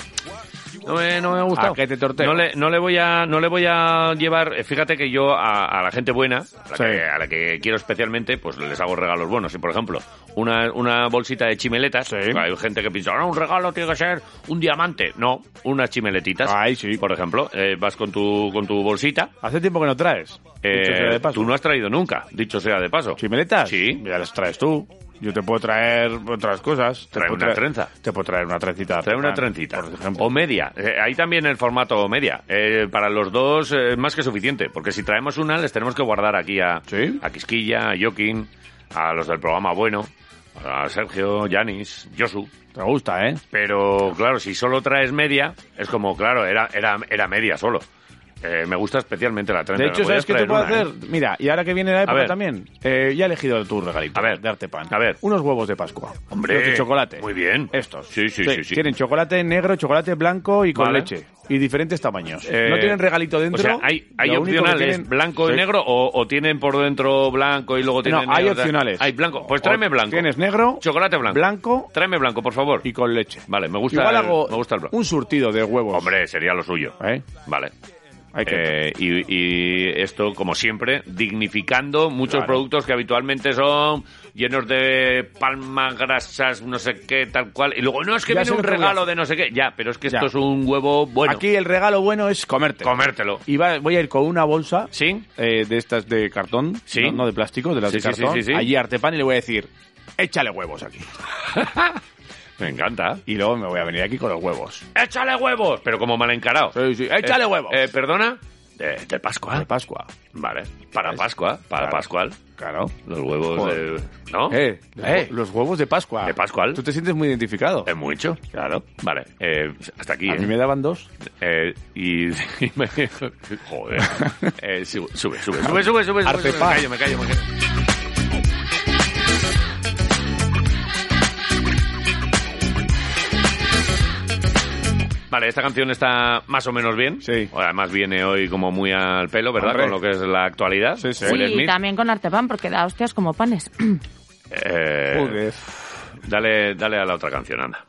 [SPEAKER 2] No me, no me ha gustado.
[SPEAKER 3] ¿A qué te torteo?
[SPEAKER 2] No le, no le voy a, no le voy a llevar. eh, Fíjate que yo a, a la gente buena, a la, que, a la que quiero especialmente, pues les hago regalos buenos. Y por ejemplo, una, una bolsita de chimeletas. Hay gente que piensa, "Ah, un regalo tiene que ser un diamante. No, unas chimeletitas. Por ejemplo, eh, vas con tu, con tu bolsita. Eh,
[SPEAKER 3] Hace tiempo que no traes. dicho sea de paso.
[SPEAKER 2] tú no has traído nunca, dicho sea de paso.
[SPEAKER 3] ¿Chimeletas? Sí. Ya las traes tú. Yo te puedo traer otras cosas. Te
[SPEAKER 2] Trae
[SPEAKER 3] puedo
[SPEAKER 2] una trenza.
[SPEAKER 3] Te puedo traer una trencita.
[SPEAKER 2] Trae una trencita. O media. Eh, ahí también el formato media. Eh, para los dos eh, más que suficiente. Porque si traemos una, les tenemos que guardar aquí a, a Quisquilla, a Joaquín, a los del programa Bueno, a Sergio, Yanis, Josu.
[SPEAKER 3] Te gusta, ¿eh?
[SPEAKER 2] Pero claro, si solo traes media, es como, claro, era, era, era media solo. Eh, me gusta especialmente la trenza.
[SPEAKER 3] De
[SPEAKER 2] Me
[SPEAKER 3] hecho,
[SPEAKER 2] podías
[SPEAKER 3] ¿sabes qué
[SPEAKER 2] traer
[SPEAKER 3] te puedo
[SPEAKER 2] una, ¿eh?
[SPEAKER 3] hacer? Mira, y ahora que viene la época
[SPEAKER 2] ver.
[SPEAKER 3] también, eh, ya he elegido tu regalito. A ver. De arte pan. A ver. Unos huevos de Pascua.
[SPEAKER 2] Hombre,
[SPEAKER 3] Los de chocolate.
[SPEAKER 2] Muy bien.
[SPEAKER 3] Estos.
[SPEAKER 2] Sí, sí, sí. sí,
[SPEAKER 3] Tienen chocolate negro, chocolate blanco y con
[SPEAKER 2] Vale.
[SPEAKER 3] leche. Y diferentes tamaños.
[SPEAKER 2] Eh,
[SPEAKER 3] no tienen regalito dentro.
[SPEAKER 2] O sea, hay, hay
[SPEAKER 3] lo único que
[SPEAKER 2] opcionales,
[SPEAKER 3] tienen-
[SPEAKER 2] blanco y
[SPEAKER 3] Sí.
[SPEAKER 2] negro, o, o tienen por dentro blanco y luego tienen
[SPEAKER 3] No, hay
[SPEAKER 2] negro, o sea,
[SPEAKER 3] opcionales.
[SPEAKER 2] Hay blanco. Pues
[SPEAKER 3] O
[SPEAKER 2] tráeme blanco.
[SPEAKER 3] Tienes negro.
[SPEAKER 2] Chocolate blanco.
[SPEAKER 3] Blanco.
[SPEAKER 2] Tráeme blanco, por favor.
[SPEAKER 3] Y con leche.
[SPEAKER 2] Vale, me gusta,
[SPEAKER 3] Igual
[SPEAKER 2] el,
[SPEAKER 3] hago
[SPEAKER 2] me gusta el blanco.
[SPEAKER 3] un surtido de huevos.
[SPEAKER 2] Hombre, sería lo suyo. Vale. Eh, y, y esto, como siempre, dignificando muchos
[SPEAKER 3] Claro.
[SPEAKER 2] productos que habitualmente son llenos de palmas grasas, no sé qué, tal cual. Y luego, no, es que
[SPEAKER 3] Ya
[SPEAKER 2] viene
[SPEAKER 3] sé
[SPEAKER 2] un
[SPEAKER 3] lo que voy a
[SPEAKER 2] regalo
[SPEAKER 3] hacer.
[SPEAKER 2] de no sé qué. Ya, pero es que
[SPEAKER 3] Ya.
[SPEAKER 2] esto es un huevo bueno.
[SPEAKER 3] Aquí el regalo bueno es comértelo.
[SPEAKER 2] Comértelo.
[SPEAKER 3] Y va- voy a ir con una bolsa eh, de estas de cartón,
[SPEAKER 2] Sí.
[SPEAKER 3] no, no de plástico, de las
[SPEAKER 2] Sí,
[SPEAKER 3] de
[SPEAKER 2] sí, sí,
[SPEAKER 3] cartón.
[SPEAKER 2] sí, sí.
[SPEAKER 3] Allí a Artepan y le voy a decir, échale huevos aquí.
[SPEAKER 2] *laughs* Me encanta. Eh,
[SPEAKER 3] Y luego me voy a venir aquí con los huevos.
[SPEAKER 2] ¡Échale huevos! Pero como mal encarado.
[SPEAKER 3] Sí, sí. ¡Échale huevos!
[SPEAKER 2] Eh, ¿Perdona? De, de Pascua. De
[SPEAKER 3] Pascua.
[SPEAKER 2] Vale. Para Pascua. Para Pascual.
[SPEAKER 3] Claro.
[SPEAKER 2] Los huevos
[SPEAKER 3] Joder.
[SPEAKER 2] de... ¿No?
[SPEAKER 3] Eh, los huevos de Pascua.
[SPEAKER 2] De Pascual.
[SPEAKER 3] Tú te sientes muy identificado.
[SPEAKER 2] Es mucho. Claro. Vale. eh, hasta aquí.
[SPEAKER 3] A
[SPEAKER 2] ¿eh?
[SPEAKER 3] mí me daban dos.
[SPEAKER 2] Eh, y... *laughs* y me-
[SPEAKER 3] *laughs*
[SPEAKER 2] Joder. Eh, sube, sube, sube, sube, sube, sube. sube,
[SPEAKER 3] Artefaz.
[SPEAKER 2] Me callo, me callo, me callo. Vale, esta canción está más o menos bien. Sí. Además viene hoy como muy al pelo, ¿verdad?
[SPEAKER 4] Hombre.
[SPEAKER 2] Con lo que es la actualidad. Sí,
[SPEAKER 4] Sí, también con Artepan, porque da hostias como panes. *clears throat*
[SPEAKER 2] Eh, Dale, dale a la otra canción, anda.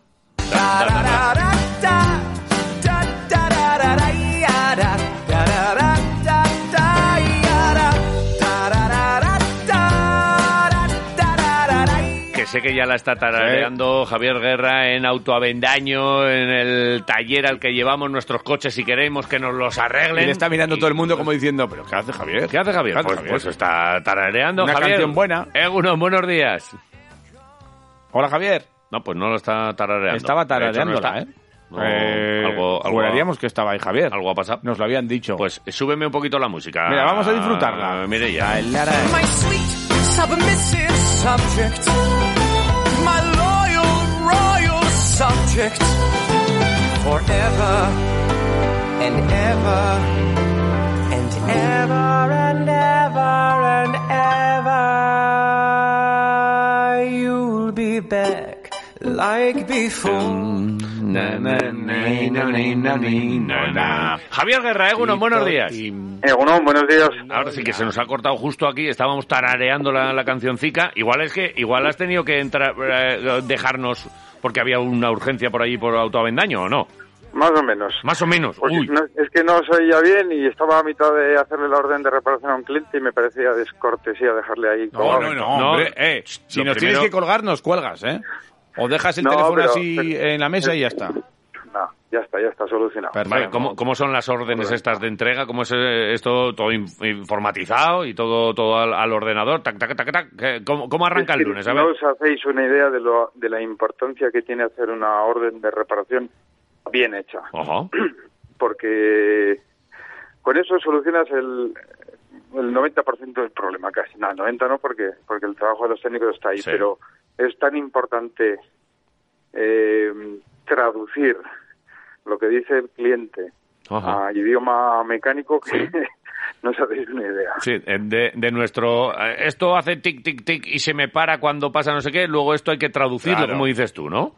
[SPEAKER 2] Que sé que ya la está tarareando Javier Guerra en Autoavendaño, en el taller al que llevamos nuestros coches y queremos que nos los arreglen.
[SPEAKER 3] Y le está mirando todo el mundo como diciendo, ¿pero qué hace Javier?
[SPEAKER 2] ¿Qué hace Javier? Pues, pues está tarareando
[SPEAKER 3] Una
[SPEAKER 2] Javier.
[SPEAKER 3] canción buena.
[SPEAKER 2] Egunon, Eh, buenos días.
[SPEAKER 3] Hola, Javier.
[SPEAKER 2] No, pues no lo está tarareando.
[SPEAKER 3] Estaba
[SPEAKER 2] De hecho, no
[SPEAKER 3] tarareándola,
[SPEAKER 2] está.
[SPEAKER 3] ¿eh?
[SPEAKER 2] No,
[SPEAKER 3] Eh,
[SPEAKER 2] algo, algo,
[SPEAKER 3] juraríamos que estaba ahí Javier.
[SPEAKER 2] Algo ha pasado.
[SPEAKER 3] Nos lo habían dicho.
[SPEAKER 2] Pues súbeme un poquito la música.
[SPEAKER 3] Mira, vamos a disfrutarla.
[SPEAKER 2] Mire ya.
[SPEAKER 6] My sweet, submissive subject. My loyal, royal subject. Forever and ever and ever and ever and ever. You'll be back like before.
[SPEAKER 2] Mm. Javier Guerra, Egunon, buenos días.
[SPEAKER 18] Egunon, Eh, buenos días.
[SPEAKER 2] Ahora sí que se nos ha cortado justo aquí, estábamos tarareando la, la cancioncica. Igual es que, igual has tenido que entrar, eh, dejarnos porque había una urgencia por allí por autoavendaño, ¿o no?
[SPEAKER 18] Más o menos. Pues
[SPEAKER 2] Más o menos.
[SPEAKER 18] Porque
[SPEAKER 2] Uy.
[SPEAKER 18] no- es que no se oía bien y estaba a mitad de hacerle la orden de reparación a un cliente y me parecía descortesía dejarle ahí.
[SPEAKER 3] No,
[SPEAKER 18] colgado.
[SPEAKER 3] no, no, hombre, eh, si
[SPEAKER 18] lo
[SPEAKER 3] nos
[SPEAKER 18] primero-
[SPEAKER 3] tienes que colgar, nos cuelgas, ¿eh? O dejas el
[SPEAKER 18] No,
[SPEAKER 3] teléfono
[SPEAKER 18] pero-
[SPEAKER 3] así
[SPEAKER 18] pero-
[SPEAKER 3] en la mesa y ya está.
[SPEAKER 18] No, ya está, ya está solucionado.
[SPEAKER 2] Vale, ¿cómo, cómo son las órdenes estas de entrega? ¿Cómo es eh, esto todo in- informatizado y todo todo al, al ordenador? Tac, tac, tac, tac. ¿Qué- ¿Cómo, cómo arranca
[SPEAKER 18] Es
[SPEAKER 2] el
[SPEAKER 18] que
[SPEAKER 2] lunes? A
[SPEAKER 18] No
[SPEAKER 2] ver.
[SPEAKER 18] os hacéis una idea de, lo, de la importancia que tiene hacer una orden de reparación bien hecha.
[SPEAKER 2] Ajá.
[SPEAKER 18] Porque con eso solucionas el, el 90% del problema, casi. No, 90 no, porque, porque el trabajo de los técnicos está ahí.
[SPEAKER 2] Sí.
[SPEAKER 18] Pero es tan importante eh, traducir lo que dice el cliente
[SPEAKER 2] Ajá.
[SPEAKER 18] a idioma mecánico que *laughs* no os hacéis una idea.
[SPEAKER 2] Sí, eh, de, de nuestro... eh, Esto hace tic, tic, tic y se me para cuando pasa no sé qué, luego esto hay que traducirlo,
[SPEAKER 18] Claro.
[SPEAKER 2] como dices tú, ¿no?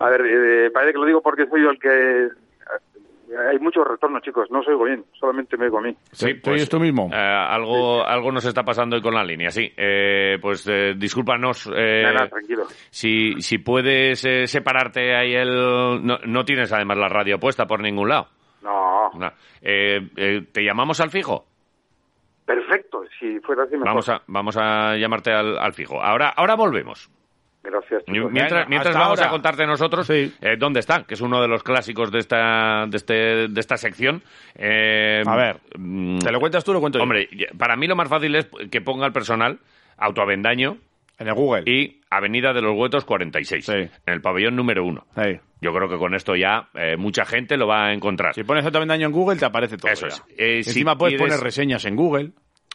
[SPEAKER 18] A ver, eh, parece que lo digo porque soy yo el que... eh, Hay muchos retornos, chicos. No os oigo bien, solamente me oigo a mí.
[SPEAKER 2] Sí,
[SPEAKER 3] Tú oyes tú mismo.
[SPEAKER 2] Eh, algo, algo nos está pasando hoy con la línea, sí. Eh, pues eh, discúlpanos. eh,
[SPEAKER 18] Nada, tranquilo.
[SPEAKER 2] si, si puedes eh, separarte ahí el... No, no tienes además la radio puesta por ningún lado.
[SPEAKER 18] No,
[SPEAKER 2] No. Eh, eh, ¿Te llamamos al fijo?
[SPEAKER 18] perfecto. Si fuera así, mejor.
[SPEAKER 2] Vamos a, vamos a llamarte al, al fijo. Ahora, ahora volvemos.
[SPEAKER 18] Gracias. chicos.
[SPEAKER 2] Mientras,
[SPEAKER 18] Venga,
[SPEAKER 2] mientras
[SPEAKER 18] hasta
[SPEAKER 2] vamos a
[SPEAKER 18] ahora.
[SPEAKER 2] contarte nosotros eh, dónde está, que es uno de los clásicos de esta, de este, de esta sección.
[SPEAKER 3] A ver,
[SPEAKER 2] ¿te
[SPEAKER 3] lo cuentas tú o lo cuento yo?
[SPEAKER 2] Hombre, para mí lo más fácil es que ponga el personal Autoavendaño.
[SPEAKER 3] En el Google.
[SPEAKER 2] Y Avenida de los Huetos 46, en el pabellón número uno. Yo creo que con esto ya eh, mucha gente lo va a encontrar.
[SPEAKER 3] Si pones autovendaño en Google, te aparece todo. Eso es.
[SPEAKER 2] Eh, si
[SPEAKER 3] Encima puedes
[SPEAKER 2] pides-
[SPEAKER 3] poner reseñas en Google.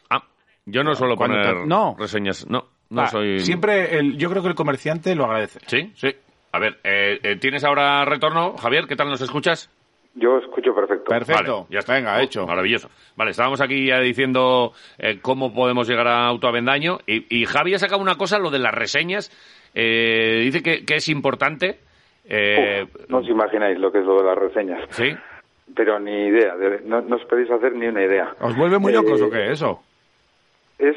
[SPEAKER 2] Ah, yo no suelo
[SPEAKER 3] Cuando
[SPEAKER 2] poner
[SPEAKER 3] te- no.
[SPEAKER 2] reseñas. No, no
[SPEAKER 19] Ah,
[SPEAKER 2] soy...
[SPEAKER 19] Siempre, el, yo creo que el comerciante lo agradece.
[SPEAKER 2] Sí, sí. A ver, eh, eh, ¿tienes ahora retorno, Javier? ¿Qué tal nos escuchas?
[SPEAKER 18] Yo escucho perfecto.
[SPEAKER 2] Vale, ya está. Venga, hecho. Maravilloso. Vale, estábamos aquí ya diciendo eh, cómo podemos llegar a Autoavendaño. Y, y Javi ha sacado una cosa, lo de las reseñas. Eh, dice que, que es importante. Eh,
[SPEAKER 18] Uf, no os imagináis lo que es lo de las reseñas.
[SPEAKER 2] Sí.
[SPEAKER 18] Pero ni idea, de- no, no os podéis hacer ni una idea.
[SPEAKER 3] ¿Os vuelve muy
[SPEAKER 18] Eh,
[SPEAKER 3] locos o qué eso?
[SPEAKER 18] Es,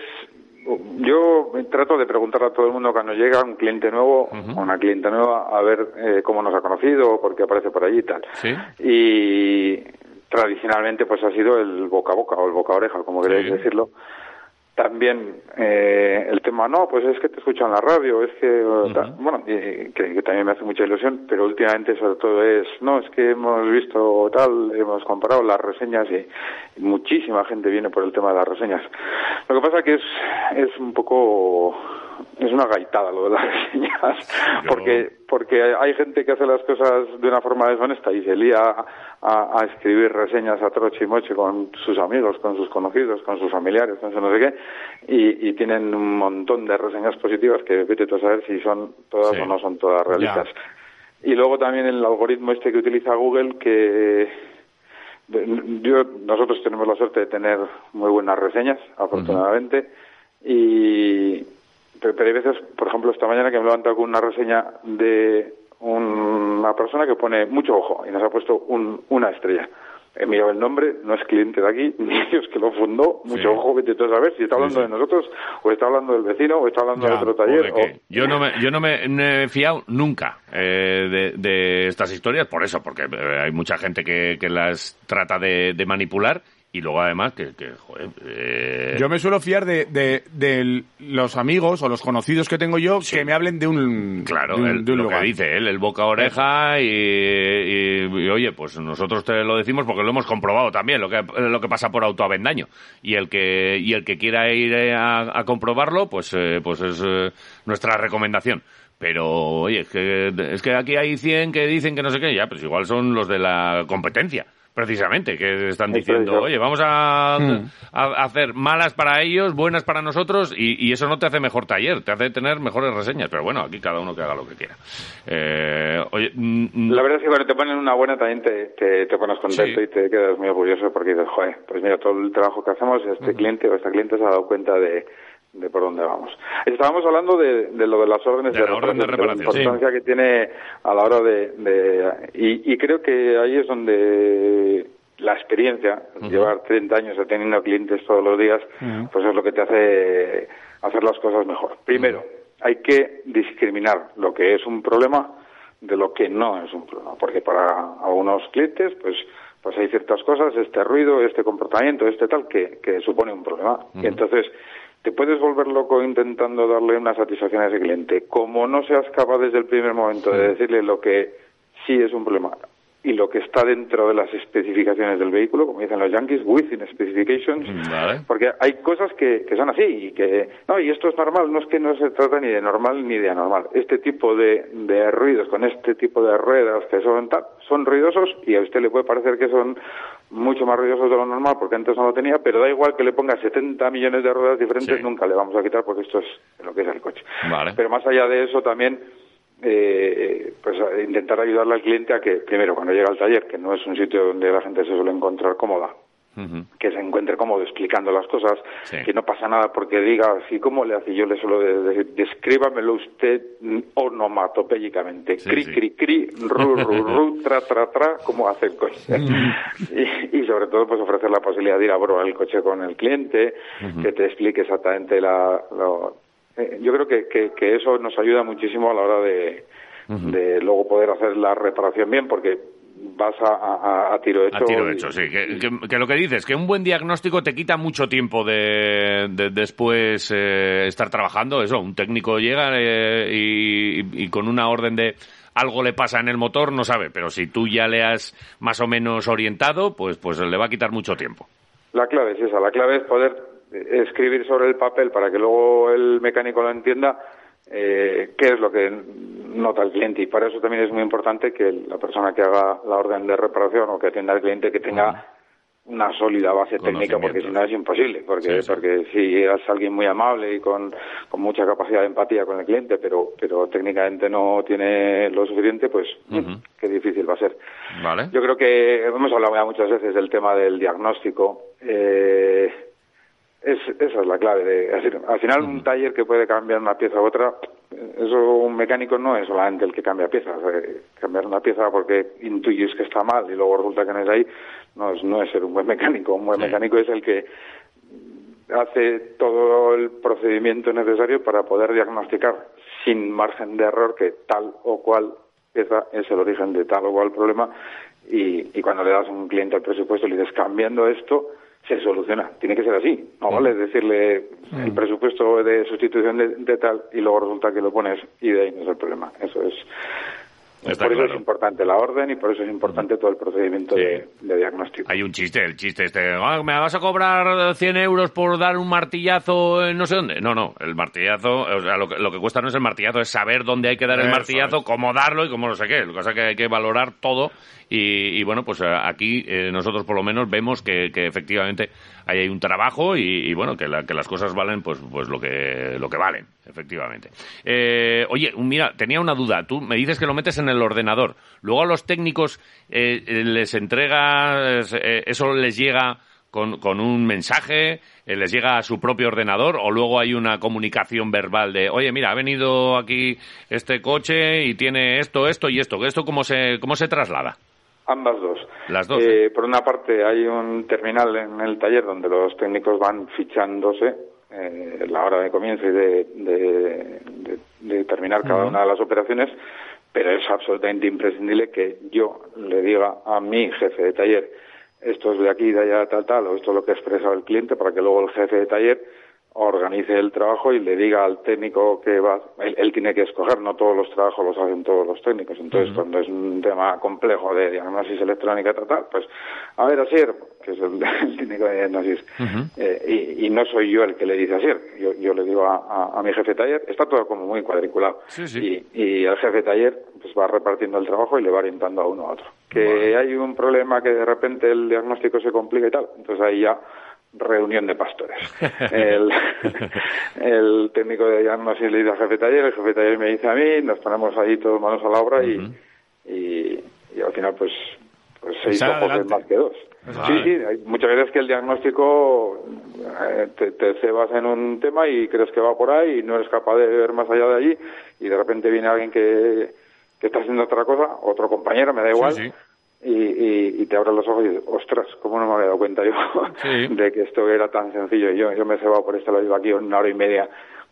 [SPEAKER 18] yo trato de preguntar a todo el mundo cuando llega un cliente nuevo o una cliente nueva a ver eh, cómo nos ha conocido, por qué aparece por allí y tal.
[SPEAKER 2] Sí.
[SPEAKER 18] Y tradicionalmente pues ha sido el boca a boca o el boca a oreja, como queréis decirlo. También eh, el tema, no, pues es que te escuchan en la radio, es que, eh, ta- bueno, eh, que, que también me hace mucha ilusión, pero últimamente sobre todo es, no, es que hemos visto tal, hemos comparado las reseñas y muchísima gente viene por el tema de las reseñas. Lo que pasa que es, es un poco, es una gaitada lo de las *laughs* reseñas, porque, porque hay gente que hace las cosas de una forma deshonesta y se lía a, a- a escribir reseñas a troche y moche con sus amigos, con sus conocidos, con sus familiares, con su no sé qué, y, y tienen un montón de reseñas positivas que vete tú a saber si son todas
[SPEAKER 5] Sí.
[SPEAKER 18] o no son todas realistas. Y luego también el algoritmo este que utiliza Google que de- yo nosotros tenemos la suerte de tener muy buenas reseñas, afortunadamente, y pero, pero hay veces, por ejemplo, esta mañana que me he levantado con una reseña de un- una persona que pone mucho ojo y nos ha puesto un- una estrella. He mirado el nombre, no es cliente de aquí, *laughs* ni Dios que lo fundó. Mucho ojo, vete tú a saber si está hablando de nosotros, o está hablando del vecino, o está hablando de
[SPEAKER 2] Ya,
[SPEAKER 18] otro
[SPEAKER 2] o de
[SPEAKER 18] taller. o-
[SPEAKER 2] que Yo no me, yo no me, no he fiado nunca eh, de, de estas historias por eso, porque eh, hay mucha gente que, que las trata de, de manipular y luego además que, que, joder, eh,
[SPEAKER 3] Yo me suelo fiar de, de- de los amigos o los conocidos que tengo yo que me hablen de un,
[SPEAKER 2] Claro,
[SPEAKER 3] de un-
[SPEAKER 2] el-
[SPEAKER 3] de un
[SPEAKER 2] lo
[SPEAKER 3] lugar.
[SPEAKER 2] que dice él, el boca a oreja y, y- y, oye, pues nosotros te lo decimos porque lo hemos comprobado también, lo que, lo que pasa por autoavendaño. Y el que, y el que quiera ir eh, a, a comprobarlo, pues, eh, pues es eh, nuestra recomendación. Pero, oye, es que, es que aquí hay 100 que dicen que no sé qué, ya, pues igual son los de la competencia. Precisamente, que están diciendo, oye, vamos a,
[SPEAKER 19] Hmm.
[SPEAKER 2] a- a hacer malas para ellos, buenas para nosotros, y, y eso no te hace mejor taller, te hace tener mejores reseñas. Pero bueno, aquí cada uno que haga lo que quiera. Eh, oye, mm, mm,
[SPEAKER 18] La verdad es que cuando te ponen una buena también te, te, te pones contento
[SPEAKER 2] Sí.
[SPEAKER 18] y te quedas muy orgulloso porque dices, joder, pues mira, todo el trabajo que hacemos, este cliente o esta cliente se ha dado cuenta de, de por dónde vamos. Estábamos hablando de, de lo de las órdenes
[SPEAKER 2] De la orden de reparación,
[SPEAKER 18] la importancia que tiene a la hora de... de- y, y creo que ahí es donde la experiencia, llevar 30 años atendiendo a clientes todos los días, pues es lo que te hace hacer las cosas mejor. Primero, hay que discriminar lo que es un problema de lo que no es un problema, porque para algunos clientes, pues, pues hay ciertas cosas, este ruido, este comportamiento, este tal, que, que supone un problema. Y entonces, te puedes volver loco intentando darle una satisfacción a ese cliente. Como no seas capaz desde el primer momento de decirle lo que sí es un problema y lo que está dentro de las especificaciones del vehículo, como dicen los yankees, within specifications, porque hay cosas que, que son así y que, no, y esto es normal, no es que no se trata ni de normal ni de anormal. Este tipo de, de ruidos con este tipo de ruedas que son tal, son ruidosos y a usted le puede parecer que son mucho más ruidosos de lo normal porque antes no lo tenía, pero da igual que le ponga 70 millones de ruedas diferentes, nunca le vamos a quitar porque esto es lo que es el coche.
[SPEAKER 2] Vale.
[SPEAKER 18] Pero más allá de eso también, eh, pues a- intentar ayudarle al cliente a que, primero, cuando llega al taller, que no es un sitio donde la gente se suele encontrar cómoda, que se encuentre cómodo explicando las cosas, que no pasa nada porque diga así como le hace, yo le suelo de- decir, descríbamelo usted mm, onomatopéyicamente, cri,
[SPEAKER 2] sí.
[SPEAKER 18] cri, cri, ru, ru, ru, tra, tra, tra, como hace el coche. y, y sobre todo, pues ofrecer la posibilidad de ir a probar el coche con el cliente, que te explique exactamente la... lo- eh, yo creo que, que, que eso nos ayuda muchísimo a la hora de, de luego poder hacer la reparación bien, porque vas a, a- a tiro hecho.
[SPEAKER 2] a tiro
[SPEAKER 18] y-
[SPEAKER 2] hecho, sí. Que, que- que lo que dices, que un buen diagnóstico te quita mucho tiempo de, de- después eh, estar trabajando. Eso, un técnico llega eh, y, y con una orden de algo le pasa en el motor, no sabe. Pero si tú ya le has más o menos orientado, pues, pues le va a quitar mucho tiempo.
[SPEAKER 18] La clave es esa, la clave es poder eh, escribir sobre el papel para que luego el mecánico lo entienda eh, qué es lo que nota el cliente y para eso también es muy importante que la persona que haga la orden de reparación o que atienda al cliente que tenga una sólida base técnica porque si no es imposible porque porque si eres alguien muy amable y con, con mucha capacidad de empatía con el cliente pero pero técnicamente no tiene lo suficiente pues qué difícil va a ser
[SPEAKER 2] Vale.
[SPEAKER 18] yo creo que hemos hablado ya muchas veces del tema del diagnóstico. Eh, es, esa es la clave. De, es decir, al final, un taller que puede cambiar una pieza u otra, eh, eso un mecánico no es solamente el que cambia piezas. eh, cambiar una pieza porque intuyes que está mal y luego resulta que no es ahí, no es, no es ser un buen mecánico. Un buen mecánico es el que hace todo el procedimiento necesario para poder diagnosticar sin margen de error que tal o cual pieza es el origen de tal o cual problema y, y cuando le das a un cliente el presupuesto y le dices cambiando esto se soluciona, tiene que ser así, no
[SPEAKER 2] Mm.
[SPEAKER 18] vale decirle el presupuesto de sustitución de, de tal y luego resulta que lo pones y de ahí no es el problema, eso es
[SPEAKER 2] Está
[SPEAKER 18] por eso
[SPEAKER 2] claro. Mm.
[SPEAKER 18] es importante la orden y por eso es importante todo el procedimiento de, de diagnóstico.
[SPEAKER 2] Hay un chiste, el chiste este, "Ah, ¿me vas a cobrar 100 euros por dar un martillazo en no sé dónde? No, no, el martillazo, o sea, lo que, lo que cuesta no es el martillazo, es saber dónde hay que dar el
[SPEAKER 19] Eso
[SPEAKER 2] martillazo, cómo darlo y cómo no sé qué. Lo que pasa es que hay que valorar todo y, y bueno, pues eh, aquí eh, nosotros por lo menos vemos que, que efectivamente ahí hay un trabajo y, y, bueno, que, la- que las cosas valen pues, pues lo, que, lo que valen, efectivamente. Eh, oye, mira, tenía una duda. Tú me dices que lo metes en el ordenador. Luego a los técnicos eh, eh, les entregas, eh, eso les llega con, con un mensaje, eh, les llega a su propio ordenador o luego hay una comunicación verbal de, oye, mira, ha venido aquí este coche y tiene esto, esto y esto. ¿Esto cómo se, cómo se traslada?
[SPEAKER 18] Ambas dos.
[SPEAKER 2] Las dos.
[SPEAKER 18] Eh, por una parte hay un terminal en el taller donde los técnicos van fichándose eh, la hora de comienzo y de, de- de- de terminar cada
[SPEAKER 20] Ujú.
[SPEAKER 18] una de las operaciones, pero es absolutamente imprescindible que yo le diga a mi jefe de taller esto es de aquí, de allá, tal, tal, o esto es lo que ha expresado el cliente, para que luego el jefe de taller organice el trabajo y le diga al técnico que va, él, él tiene que escoger, no todos los trabajos los hacen todos los técnicos, entonces
[SPEAKER 20] Ujú.
[SPEAKER 18] cuando es un tema complejo de diagnosis electrónica, tal, tal, pues a ver, Asier, que es el, *laughs* el técnico de diagnosis, eh, y, y no soy yo el que le dice así. Yo, yo le digo a, a- a mi jefe de taller, está todo como muy cuadriculado. Y, y el jefe de taller pues va repartiendo el trabajo y le va orientando a uno a otro. Que hay un problema que de repente el diagnóstico se complica y tal. Entonces ahí ya reunión de pastores.
[SPEAKER 20] *laughs*
[SPEAKER 18] El, el técnico de diagnósis le dice al jefe de taller, el jefe de taller me dice a mí, nos ponemos ahí todos manos a la obra y- y, y al final pues, pues
[SPEAKER 20] Y
[SPEAKER 18] seis
[SPEAKER 20] sale
[SPEAKER 18] ojos es
[SPEAKER 20] adelante.
[SPEAKER 18] más que dos. Sí,
[SPEAKER 20] Vale.
[SPEAKER 18] sí, hay muchas veces que el diagnóstico eh, te, te cebas en un tema y crees que va por ahí y no eres capaz de ver más allá de allí y de repente viene alguien que, que está haciendo otra cosa, otro compañero, me da igual, Y, y- y te abres los ojos y dices, ostras, ¿cómo no me había dado cuenta yo *laughs* de que esto era tan sencillo? Yo, yo me he cebado por esto, lo llevo aquí una hora y media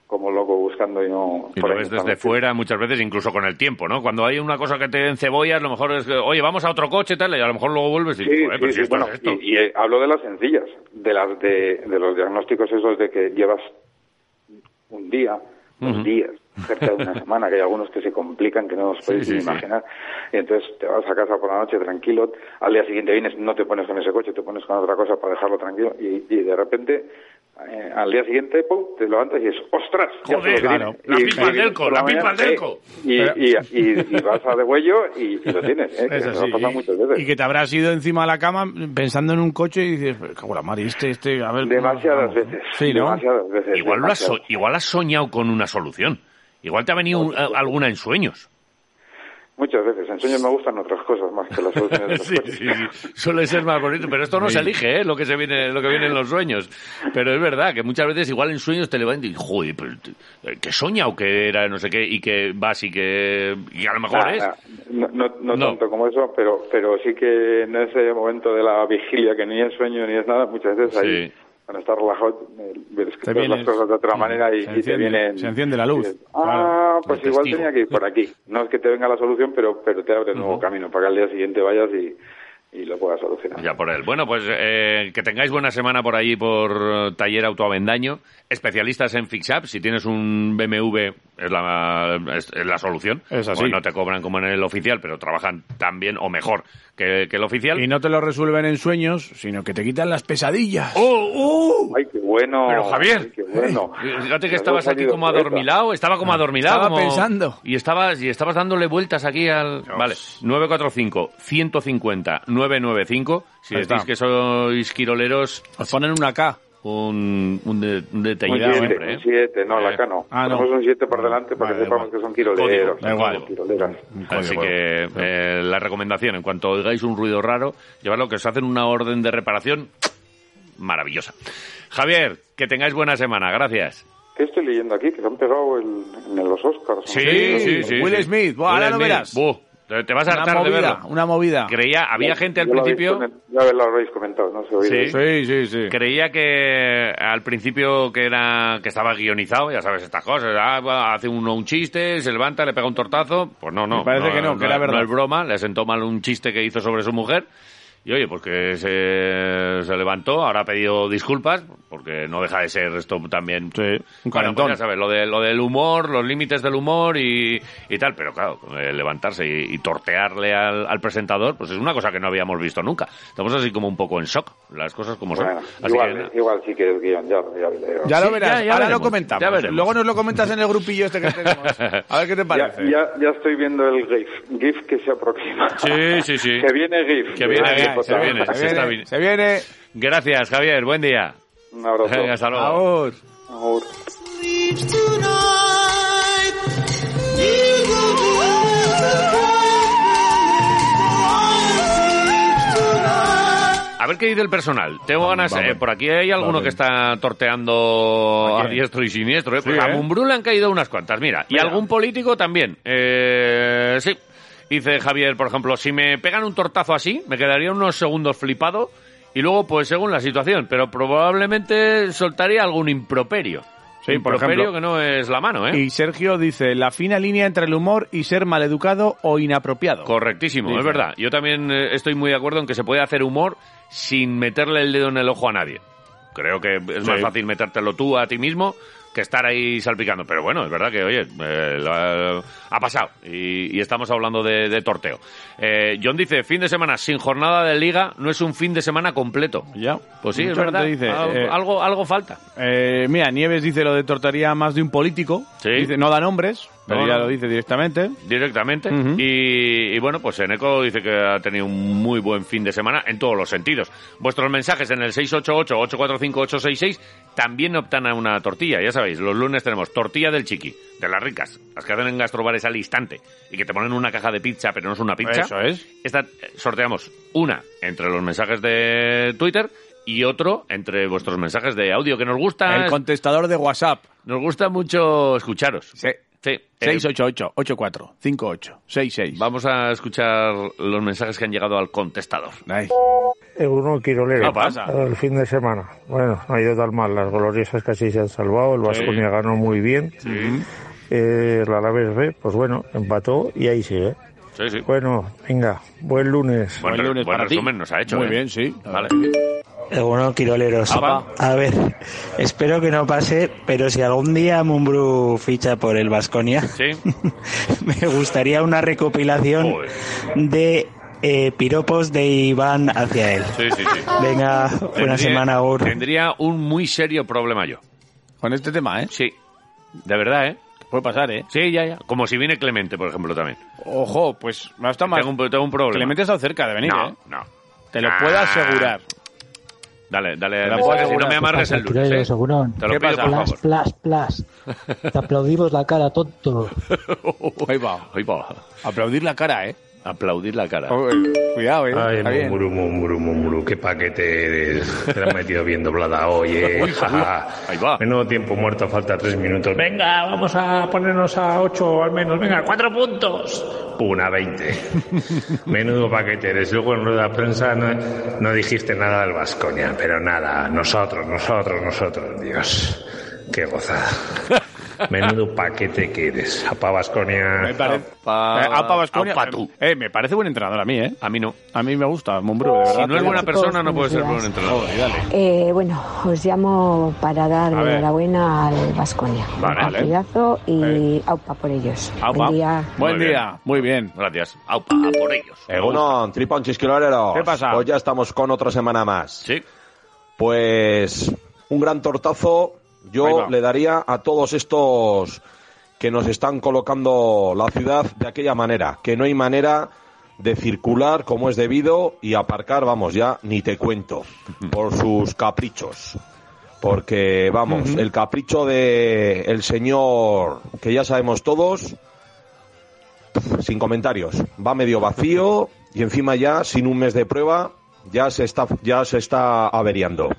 [SPEAKER 18] como loco buscando y no...
[SPEAKER 2] Y
[SPEAKER 18] por
[SPEAKER 2] lo
[SPEAKER 18] ahí
[SPEAKER 2] ves
[SPEAKER 18] no
[SPEAKER 2] desde
[SPEAKER 18] estaba.
[SPEAKER 2] fuera muchas veces, incluso con el tiempo, ¿no? Cuando hay una cosa que te encebolla, a lo mejor es, que, oye, vamos a otro coche, tal, y a lo mejor luego vuelves y
[SPEAKER 18] Sí,
[SPEAKER 2] dices, "Joder,
[SPEAKER 18] sí,
[SPEAKER 2] pero
[SPEAKER 18] sí,
[SPEAKER 2] si esto
[SPEAKER 18] bueno,
[SPEAKER 2] es esto".
[SPEAKER 18] y, y, eh, hablo de las sencillas, de las de, de los diagnósticos esos de que llevas un día,
[SPEAKER 20] Ujú.
[SPEAKER 2] Mm.
[SPEAKER 18] dos días, cerca de
[SPEAKER 2] *laughs*
[SPEAKER 18] una semana, que hay algunos que se complican que no os podéis
[SPEAKER 20] sí,
[SPEAKER 18] ni
[SPEAKER 20] sí.
[SPEAKER 18] imaginar, y entonces te vas a casa por la noche tranquilo, al día siguiente vienes, no te pones con ese coche, te pones con otra cosa para dejarlo tranquilo, y, y de repente eh, al día siguiente pum, te levantas y es ¡ostras! ya
[SPEAKER 2] Joder,
[SPEAKER 18] sé lo que
[SPEAKER 2] claro.
[SPEAKER 18] tiene".
[SPEAKER 2] La
[SPEAKER 18] Y-
[SPEAKER 2] pipa al
[SPEAKER 18] y-
[SPEAKER 2] delco,
[SPEAKER 18] por
[SPEAKER 2] la pipa
[SPEAKER 18] mañana,
[SPEAKER 2] al delco.
[SPEAKER 18] eh, Y, y- y- y vas a de huello y, y lo tienes, eh, que
[SPEAKER 19] Es
[SPEAKER 18] nos
[SPEAKER 19] así.
[SPEAKER 18] ha pasado muchas veces.
[SPEAKER 19] Y que te habrás ido encima de la cama pensando en un coche y dices, "Pero, cago en la madre, este, este, a ver. cómo nos
[SPEAKER 18] Demasiadas
[SPEAKER 19] vamos".
[SPEAKER 18] veces.
[SPEAKER 19] Sí, ¿no?
[SPEAKER 18] Demasiadas veces.
[SPEAKER 2] Igual, lo has, so-
[SPEAKER 18] demasiadas.
[SPEAKER 2] igual has soñado con una solución. Igual te ha venido
[SPEAKER 18] pues,
[SPEAKER 2] un- a- alguna en sueños.
[SPEAKER 18] Muchas veces. En sueños me gustan otras cosas más que las soluciones
[SPEAKER 2] *laughs*
[SPEAKER 18] de los
[SPEAKER 2] Sí,
[SPEAKER 18] coches.
[SPEAKER 2] sí, sí. Suele ser más bonito, pero esto no se elige, ¿eh? lo, que se viene, lo que viene en los sueños. Pero es verdad que muchas veces igual en sueños te levantas y dices, joder, pero te- eh, que soña o que era no sé qué, y que vas y que... Y a lo mejor
[SPEAKER 18] Ah,
[SPEAKER 2] es...
[SPEAKER 18] ah, No, no, no tanto como eso, pero, pero sí que en ese momento de la vigilia, que ni es sueño ni es nada, muchas veces ahí, cuando estás relajado, eh, ves que
[SPEAKER 19] Te
[SPEAKER 18] ves las
[SPEAKER 19] vienes-
[SPEAKER 18] cosas de otra manera y,
[SPEAKER 19] se
[SPEAKER 18] y te
[SPEAKER 19] enciende-
[SPEAKER 18] vienen.
[SPEAKER 19] se enciende la luz,
[SPEAKER 18] y dices,
[SPEAKER 19] claro,
[SPEAKER 18] ah, pues
[SPEAKER 19] el
[SPEAKER 18] igual
[SPEAKER 19] testigo".
[SPEAKER 18] tenía que ir por aquí. No es que te venga la solución, pero, pero te abre un nuevo camino para que al día siguiente vayas y, y lo puedas solucionar.
[SPEAKER 2] Ya por él. Bueno, pues eh, que tengáis buena semana por allí por eh, Taller Autoavendaño. Especialistas en fix-up. Si tienes un BMW, es la, es- es la solución.
[SPEAKER 19] Es así.
[SPEAKER 2] Pues no te cobran como en el oficial, pero trabajan tan bien o mejor que, que el oficial.
[SPEAKER 19] Y no te lo resuelven en sueños, sino que te quitan las pesadillas.
[SPEAKER 18] ¡Ay, qué bueno!
[SPEAKER 2] Oh, uh. Pero Javier,
[SPEAKER 18] Ay, ¡Qué bueno!
[SPEAKER 2] Fíjate que
[SPEAKER 18] Nos
[SPEAKER 2] estabas
[SPEAKER 18] hemos
[SPEAKER 2] aquí
[SPEAKER 18] salido
[SPEAKER 2] como
[SPEAKER 18] por esta.
[SPEAKER 2] adormilado, estaba como adormilado.
[SPEAKER 19] Estaba
[SPEAKER 2] como-
[SPEAKER 19] pensando.
[SPEAKER 2] Y estabas, y estabas dándole vueltas aquí al... Vale, 945-150-995. Si
[SPEAKER 19] Ahí
[SPEAKER 2] decís
[SPEAKER 19] está.
[SPEAKER 2] que sois quiroleros... Os ponen una K. Un, un, de- un
[SPEAKER 18] Un
[SPEAKER 2] detallado
[SPEAKER 18] 7,
[SPEAKER 2] siempre, ¿eh?
[SPEAKER 18] un 7, no, la K no.
[SPEAKER 2] Ah, no.
[SPEAKER 18] Ponemos un 7 por delante para que sepamos que son quiroleros.
[SPEAKER 2] Código, da igual.
[SPEAKER 18] son quiroleras.
[SPEAKER 2] Así que eh, la recomendación, en cuanto oigáis un ruido raro, llevadlo que os hacen una orden de reparación maravillosa. Javier, que tengáis buena semana, gracias.
[SPEAKER 18] ¿Qué estoy leyendo aquí? Que se han pegado el- en los Oscars.
[SPEAKER 2] Sí, sí, sí.
[SPEAKER 19] Will
[SPEAKER 2] sí.
[SPEAKER 19] Smith, buah, ahora lo
[SPEAKER 2] Smith,
[SPEAKER 19] verás.
[SPEAKER 2] buh, te, te vas a hartar
[SPEAKER 19] una
[SPEAKER 2] de
[SPEAKER 19] movida,
[SPEAKER 2] verlo.
[SPEAKER 19] Una movida.
[SPEAKER 2] Creía, había gente al
[SPEAKER 18] Ya lo habéis
[SPEAKER 2] principio.
[SPEAKER 18] comen- Ya lo habréis comentado, no se oye.
[SPEAKER 19] sí, sí, sí.
[SPEAKER 2] Creía que al principio que era que estaba guionizado, ya sabes estas cosas, ah, va, hace uno un chiste, se levanta, le pega un tortazo, pues no, no.
[SPEAKER 19] Me parece que no, que era verdad.
[SPEAKER 2] No es broma, le sentó mal un chiste que hizo sobre su mujer. Y oye, pues que se, se levantó, ahora ha pedido disculpas, porque no deja de ser esto también.
[SPEAKER 19] un
[SPEAKER 2] Bueno,
[SPEAKER 19] calentón.
[SPEAKER 2] pues ya sabes, lo, de, lo del humor, los límites del humor y, y tal, pero claro, eh, levantarse y, y tortearle al, al presentador, pues es una cosa que no habíamos visto nunca. Estamos así como un poco en shock, las cosas como son.
[SPEAKER 18] Bueno,
[SPEAKER 2] Así que,
[SPEAKER 18] igual, igual sí que es guión, ya, ya, ya-
[SPEAKER 19] Ya lo verás, ahora
[SPEAKER 2] veremos,
[SPEAKER 19] lo comentamos.
[SPEAKER 2] ya veremos.
[SPEAKER 19] Luego nos lo comentas en el grupillo este
[SPEAKER 2] *laughs*
[SPEAKER 19] que tenemos. A ver qué te
[SPEAKER 18] Ya,
[SPEAKER 19] parece.
[SPEAKER 18] ya, ya estoy viendo el GIF, GIF que se aproxima.
[SPEAKER 2] Sí, sí, sí.
[SPEAKER 18] *laughs* que viene GIF.
[SPEAKER 2] Que viene,
[SPEAKER 18] Ah,
[SPEAKER 2] que-
[SPEAKER 18] por
[SPEAKER 2] se
[SPEAKER 18] favor.
[SPEAKER 2] viene, se está viniendo. Gracias, Javier, buen día.
[SPEAKER 18] Un abrazo.
[SPEAKER 2] Venga, hasta luego.
[SPEAKER 18] Ahora.
[SPEAKER 2] A ver qué dice el personal. Tengo ganas.
[SPEAKER 19] vamos.
[SPEAKER 2] eh, por aquí hay alguno
[SPEAKER 19] Vale.
[SPEAKER 2] que está torteando a diestro y siniestro. Eh. Pues
[SPEAKER 19] Sí,
[SPEAKER 2] a
[SPEAKER 19] ¿eh?
[SPEAKER 2] Mumbrú le han caído unas cuantas, mira. Y algún político también. Eh, sí. Dice Javier, por ejemplo, si me pegan un tortazo así, me quedaría unos segundos flipado y luego, pues según la situación, pero probablemente soltaría algún improperio.
[SPEAKER 3] Sí, por
[SPEAKER 2] improperio
[SPEAKER 3] ejemplo.
[SPEAKER 2] que no es la mano, ¿eh?
[SPEAKER 3] Y Sergio dice, la fina línea entre el humor y ser maleducado o inapropiado.
[SPEAKER 2] Correctísimo,
[SPEAKER 3] Dice.
[SPEAKER 2] es verdad. Yo también eh, estoy muy de acuerdo en que se puede hacer humor sin meterle el dedo en el ojo a nadie. Creo que es más
[SPEAKER 19] Sí.
[SPEAKER 2] fácil metértelo tú a ti mismo que estar ahí salpicando. Pero bueno, es verdad que, oye, eh, lo ha, ha pasado y, y estamos hablando de, de torteo. Eh, John dice, fin de semana sin jornada de liga no es un fin de semana completo.
[SPEAKER 3] Ya.
[SPEAKER 2] Pues sí, es
[SPEAKER 3] Mucha gente
[SPEAKER 2] verdad.
[SPEAKER 3] dice,
[SPEAKER 2] Al-
[SPEAKER 3] eh,
[SPEAKER 2] algo, algo falta.
[SPEAKER 3] Eh, mira, Nieves dice lo de tortaría a más de un político. Dice, no da nombres, pero
[SPEAKER 2] No,
[SPEAKER 3] ya
[SPEAKER 2] no.
[SPEAKER 3] lo dice directamente.
[SPEAKER 2] directamente.
[SPEAKER 3] Ujú.
[SPEAKER 2] y, y bueno, pues Eneco dice que ha tenido un muy buen fin de semana en todos los sentidos. Vuestros mensajes en el 688-845-866 también optan a una tortilla. Ya sabéis, los lunes tenemos tortilla del chiqui, de las ricas, las que hacen en gastrobares al instante y que te ponen una caja de pizza, pero no es una pizza.
[SPEAKER 3] Eso es.
[SPEAKER 2] Esta, eh, sorteamos una entre los mensajes de Twitter y otro entre vuestros mensajes de audio que nos gusta.
[SPEAKER 3] El contestador de WhatsApp.
[SPEAKER 2] Nos gusta mucho escucharos.
[SPEAKER 3] Sí.
[SPEAKER 2] Sí. Eh,
[SPEAKER 3] 688-84-58-66.
[SPEAKER 2] Vamos a escuchar los mensajes que han llegado al contestador.
[SPEAKER 20] Bruno Eh, Quirolero.
[SPEAKER 2] Ah, pasa.
[SPEAKER 20] El fin de semana. Bueno, no ha ido tan mal. Las gloriosas casi se han salvado. El Vasconia ganó muy bien. Eh, el Alavés B, pues bueno, empató y ahí sigue.
[SPEAKER 2] Sí, sí.
[SPEAKER 20] Bueno, venga, buen lunes.
[SPEAKER 2] Buen, lunes buen resumen nos ha hecho.
[SPEAKER 20] Muy
[SPEAKER 2] ¿eh?
[SPEAKER 20] bien,
[SPEAKER 3] sí.
[SPEAKER 2] Vale.
[SPEAKER 21] Bueno, Quiroleros.
[SPEAKER 2] Apa.
[SPEAKER 21] A ver, espero que no pase, pero si algún día Mumbrú ficha por el Vasconia, *laughs* me gustaría una recopilación de eh, piropos de Iván hacia él.
[SPEAKER 2] Sí, sí, sí.
[SPEAKER 21] Venga, buena
[SPEAKER 2] Tendría-
[SPEAKER 21] semana, Agur.
[SPEAKER 2] Tendría un muy serio problema yo.
[SPEAKER 3] Con este tema, ¿eh?
[SPEAKER 2] Sí. De verdad, ¿eh?
[SPEAKER 3] Puede pasar, ¿eh?
[SPEAKER 2] Sí, ya, ya. Como si viene Clemente, por ejemplo, también.
[SPEAKER 3] Ojo, pues no está mal.
[SPEAKER 2] Tengo un, tengo un problema.
[SPEAKER 3] Clemente ha estado cerca de venir,
[SPEAKER 2] no, Ah.
[SPEAKER 3] ¿eh?
[SPEAKER 2] no.
[SPEAKER 3] Te lo puedo asegurar.
[SPEAKER 2] Dale, dale.
[SPEAKER 3] lo
[SPEAKER 2] mensajes
[SPEAKER 3] puedo
[SPEAKER 2] y no
[SPEAKER 3] asegurar.
[SPEAKER 2] me amargues
[SPEAKER 3] ¿Qué pasa,
[SPEAKER 2] el lunes. ¿eh? Te lo
[SPEAKER 3] ¿Qué
[SPEAKER 2] pido,
[SPEAKER 3] pasa?
[SPEAKER 2] por favor.
[SPEAKER 22] Plas, plas, Te aplaudimos la cara, tonto.
[SPEAKER 3] Ahí va.
[SPEAKER 2] *laughs* Ahí va.
[SPEAKER 3] Aplaudir la cara, ¿eh?
[SPEAKER 2] Aplaudir la cara.
[SPEAKER 3] Cuidado, ¿eh?
[SPEAKER 23] Ay,
[SPEAKER 3] Está bien.
[SPEAKER 23] Mumuru, Mumuru, Mumuru, qué paquete de- te la has metido bien doblada hoy, eh. Uy, uy.
[SPEAKER 2] Ahí va.
[SPEAKER 23] Menudo tiempo muerto, falta tres minutos. Venga,
[SPEAKER 15] Venga, vamos a ponernos a 8 al menos. Venga, cuatro puntos.
[SPEAKER 23] una
[SPEAKER 2] *laughs*
[SPEAKER 23] 20. Menudo paquete eres. Luego en rueda de prensa no, no dijiste nada del Vascoña, pero nada. Nosotros, nosotros, nosotros, Dios. Qué
[SPEAKER 2] *laughs*
[SPEAKER 23] gozada. Menudo paquete que eres. Apa Vasconia.
[SPEAKER 3] Me parece- Eh, Apa Baskonia- Eh, me parece buen entrenador a mí, ¿eh?
[SPEAKER 2] A mí no.
[SPEAKER 3] A mí me gusta, Mumbrú, de verdad.
[SPEAKER 2] Si no es buena persona, no puede ser
[SPEAKER 3] buen
[SPEAKER 2] buen entrenador.
[SPEAKER 24] Eh, bueno, os llamo para dar
[SPEAKER 3] A
[SPEAKER 24] la
[SPEAKER 3] ver.
[SPEAKER 24] enhorabuena al Vasconia.
[SPEAKER 2] Vale.
[SPEAKER 24] y aupa por ellos.
[SPEAKER 3] Eh. Aupa.
[SPEAKER 24] Buen día.
[SPEAKER 3] Buen día, muy bien.
[SPEAKER 2] Gracias. Aupa, a por ellos.
[SPEAKER 25] Egunon, triponchis quiroleros.
[SPEAKER 2] ¿Qué pasa?
[SPEAKER 25] Pues ya estamos con otra semana más.
[SPEAKER 2] Sí.
[SPEAKER 25] Pues un gran tortazo
[SPEAKER 2] Ahí
[SPEAKER 25] yo
[SPEAKER 2] va.
[SPEAKER 25] le daría a todos estos que nos están colocando la ciudad de aquella manera, que no hay manera de circular como es debido y aparcar, vamos, ya ni te cuento, por sus caprichos. Porque, vamos, el capricho de el señor, que ya sabemos todos, sin comentarios. Va medio vacío y encima ya sin un mes de prueba ya se está ya se está averiando.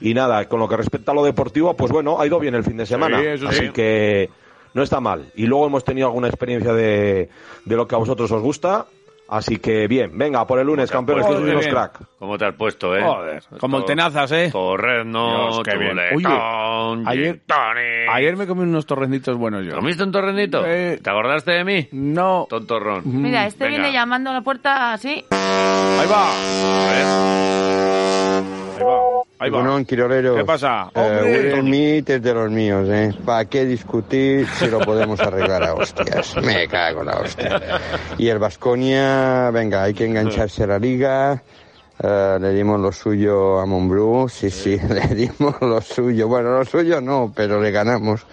[SPEAKER 25] Y nada, con lo que respecta a lo deportivo, pues bueno, ha ido bien el fin de semana.
[SPEAKER 26] Sí, eso
[SPEAKER 25] así
[SPEAKER 26] sí.
[SPEAKER 25] que no está mal. Y luego hemos tenido alguna experiencia de, de lo que a vosotros os gusta. Así que bien, venga, por el lunes,
[SPEAKER 3] Pues
[SPEAKER 25] campeones,
[SPEAKER 26] pues,
[SPEAKER 25] que
[SPEAKER 2] Joder,
[SPEAKER 25] sois unos
[SPEAKER 2] bien.
[SPEAKER 25] crack.
[SPEAKER 2] ¿Cómo te has puesto, eh?
[SPEAKER 25] Joder,
[SPEAKER 3] como el Tenazas, eh.
[SPEAKER 2] Torrezno,
[SPEAKER 3] Dios, qué bien.
[SPEAKER 2] chuletón,
[SPEAKER 3] Oye, ayer-
[SPEAKER 2] gin tonic.
[SPEAKER 3] Ayer me comí unos torrenditos buenos yo. Eh,
[SPEAKER 2] ¿Comiste un torrenito? ¿Te acordaste de mí?
[SPEAKER 3] No. Mm.
[SPEAKER 2] Tontorrón.
[SPEAKER 4] Mira, este
[SPEAKER 2] Mm, Venga.
[SPEAKER 4] viene llamando a la puerta así.
[SPEAKER 3] Ahí va. Ahí va.
[SPEAKER 27] Bueno, Quiroleros.
[SPEAKER 3] ¿Qué pasa?
[SPEAKER 27] Eh, Will Smith es de los míos, ¿eh? ¿Para qué discutir si lo podemos arreglar a hostias? Me cago en la hostia. Y el Vasconia, venga, hay que engancharse a la liga. Eh, le dimos lo suyo a Monbrú, sí, sí, *laughs* le dimos lo suyo. Bueno, lo suyo no, pero le ganamos.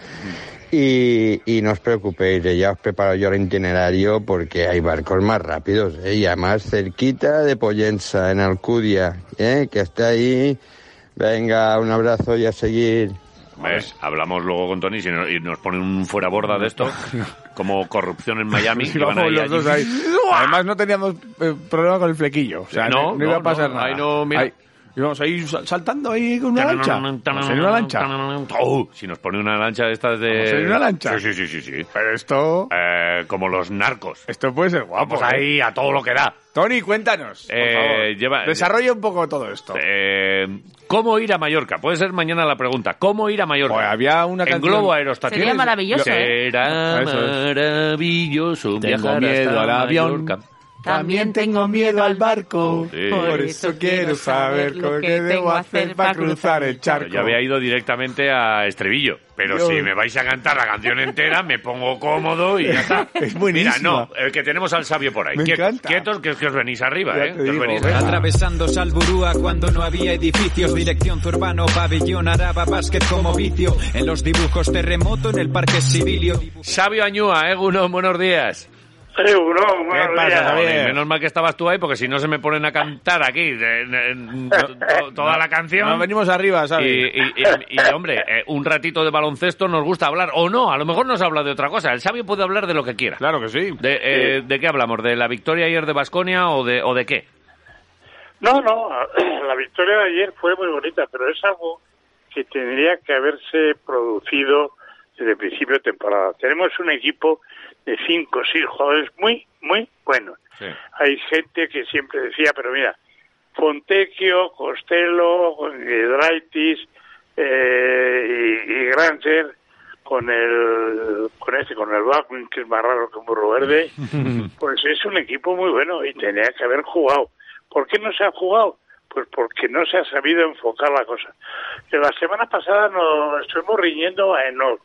[SPEAKER 27] Y, y no os preocupéis, eh, ya os preparo yo el itinerario porque hay barcos más rápidos, ¿eh? y además cerquita de Pollensa, en Alcudia, ¿eh? que está ahí. Venga, un abrazo y a seguir.
[SPEAKER 2] ¿Ves? Hablamos luego con Tony y nos, y nos pone un fuera borda de
[SPEAKER 3] *laughs*
[SPEAKER 2] esto, como corrupción en Miami.
[SPEAKER 3] Sí,
[SPEAKER 2] que van
[SPEAKER 3] vamos
[SPEAKER 2] ahí,
[SPEAKER 3] los
[SPEAKER 2] allí.
[SPEAKER 3] dos ahí. Además, no teníamos eh, problema con el flequillo. O sea, no, no iba a pasar
[SPEAKER 2] no,
[SPEAKER 3] nada.
[SPEAKER 2] Ahí no, mira.
[SPEAKER 3] Ahí- Y vamos ahí sal- saltando ahí con una lancha. Vamos a ir en una lancha.
[SPEAKER 2] Oh, si nos pone una lancha de estas de...
[SPEAKER 3] Vamos a ir en una lancha.
[SPEAKER 2] Sí, sí, sí, sí. sí.
[SPEAKER 3] Pero esto,
[SPEAKER 2] Eh, como los narcos.
[SPEAKER 3] esto puede ser guapo. ¿eh?
[SPEAKER 2] Vamos ahí a todo lo que da.
[SPEAKER 3] Tony, cuéntanos. por
[SPEAKER 2] Eh,
[SPEAKER 3] favor.
[SPEAKER 2] lleva-
[SPEAKER 3] Desarrolla un poco todo esto.
[SPEAKER 2] Eh, ¿Cómo ir a Mallorca? Puede ser mañana la pregunta. ¿Cómo ir a Mallorca?
[SPEAKER 3] Joder, Pues había una
[SPEAKER 2] en
[SPEAKER 3] canción-
[SPEAKER 2] globo aerostático.
[SPEAKER 4] Sería maravilloso, ¿eh?
[SPEAKER 2] Será
[SPEAKER 3] Eso es.
[SPEAKER 2] maravilloso.
[SPEAKER 3] Tengo
[SPEAKER 2] viajar
[SPEAKER 3] miedo
[SPEAKER 2] hasta
[SPEAKER 3] al avión.
[SPEAKER 2] Mallorca.
[SPEAKER 4] También tengo miedo al barco.
[SPEAKER 2] Sí.
[SPEAKER 3] Por eso quiero saber lo que debo hacer para cruzar el charco.
[SPEAKER 2] Yo había ido directamente a Estribillo, pero
[SPEAKER 3] Dios.
[SPEAKER 2] si me vais a cantar la canción entera, me pongo cómodo y ya está.
[SPEAKER 3] Es *laughs* buenísima.
[SPEAKER 2] Mira, no, el que tenemos al sabio por ahí.
[SPEAKER 3] Me
[SPEAKER 2] quietos,
[SPEAKER 3] encanta.
[SPEAKER 2] quietos, que es que os venís arriba,
[SPEAKER 3] Ya
[SPEAKER 2] ¿eh?
[SPEAKER 3] te
[SPEAKER 2] Que os
[SPEAKER 3] digo,
[SPEAKER 2] venís
[SPEAKER 3] venga.
[SPEAKER 2] arriba.
[SPEAKER 1] Atravesando Salburúa cuando no había edificios, dirección Zurbano, pabellón Araba, básquet como vicio, en los dibujos terremoto, en el parque civilio.
[SPEAKER 2] Sabio Añúa, eh, Eguno, buenos días.
[SPEAKER 3] ¿Qué pasa,
[SPEAKER 2] Joder,
[SPEAKER 3] Javier?
[SPEAKER 2] menos mal que estabas tú ahí, porque si no se me ponen a cantar aquí de- de- de- to- toda la canción.
[SPEAKER 3] Nos venimos arriba,
[SPEAKER 2] y,
[SPEAKER 3] ¿sabes?
[SPEAKER 2] y- y- y, hombre, eh, un ratito de baloncesto nos gusta hablar, o no, a lo mejor nos habla de otra cosa. El sabio puede hablar de lo que quiera.
[SPEAKER 3] Claro que sí.
[SPEAKER 2] De, eh, ¿de qué hablamos? ¿De la victoria ayer de Basconia o de, o de qué?
[SPEAKER 8] No, no, la victoria de ayer fue muy bonita, pero es algo que tendría que haberse producido desde el principio de temporada. Tenemos un equipo de cinco, seis jugadores muy, muy buenos. Hay gente que siempre decía, pero mira, Fontecchio, Costello, Hidraitis eh, y, y Granger con el con este con el Bachmann, que es más raro que un burro verde pues es un equipo muy bueno y tenía que haber jugado ¿por qué no se ha jugado? pues porque no se ha sabido enfocar la cosa Que la semana pasada nos estuvimos riñendo a Enoch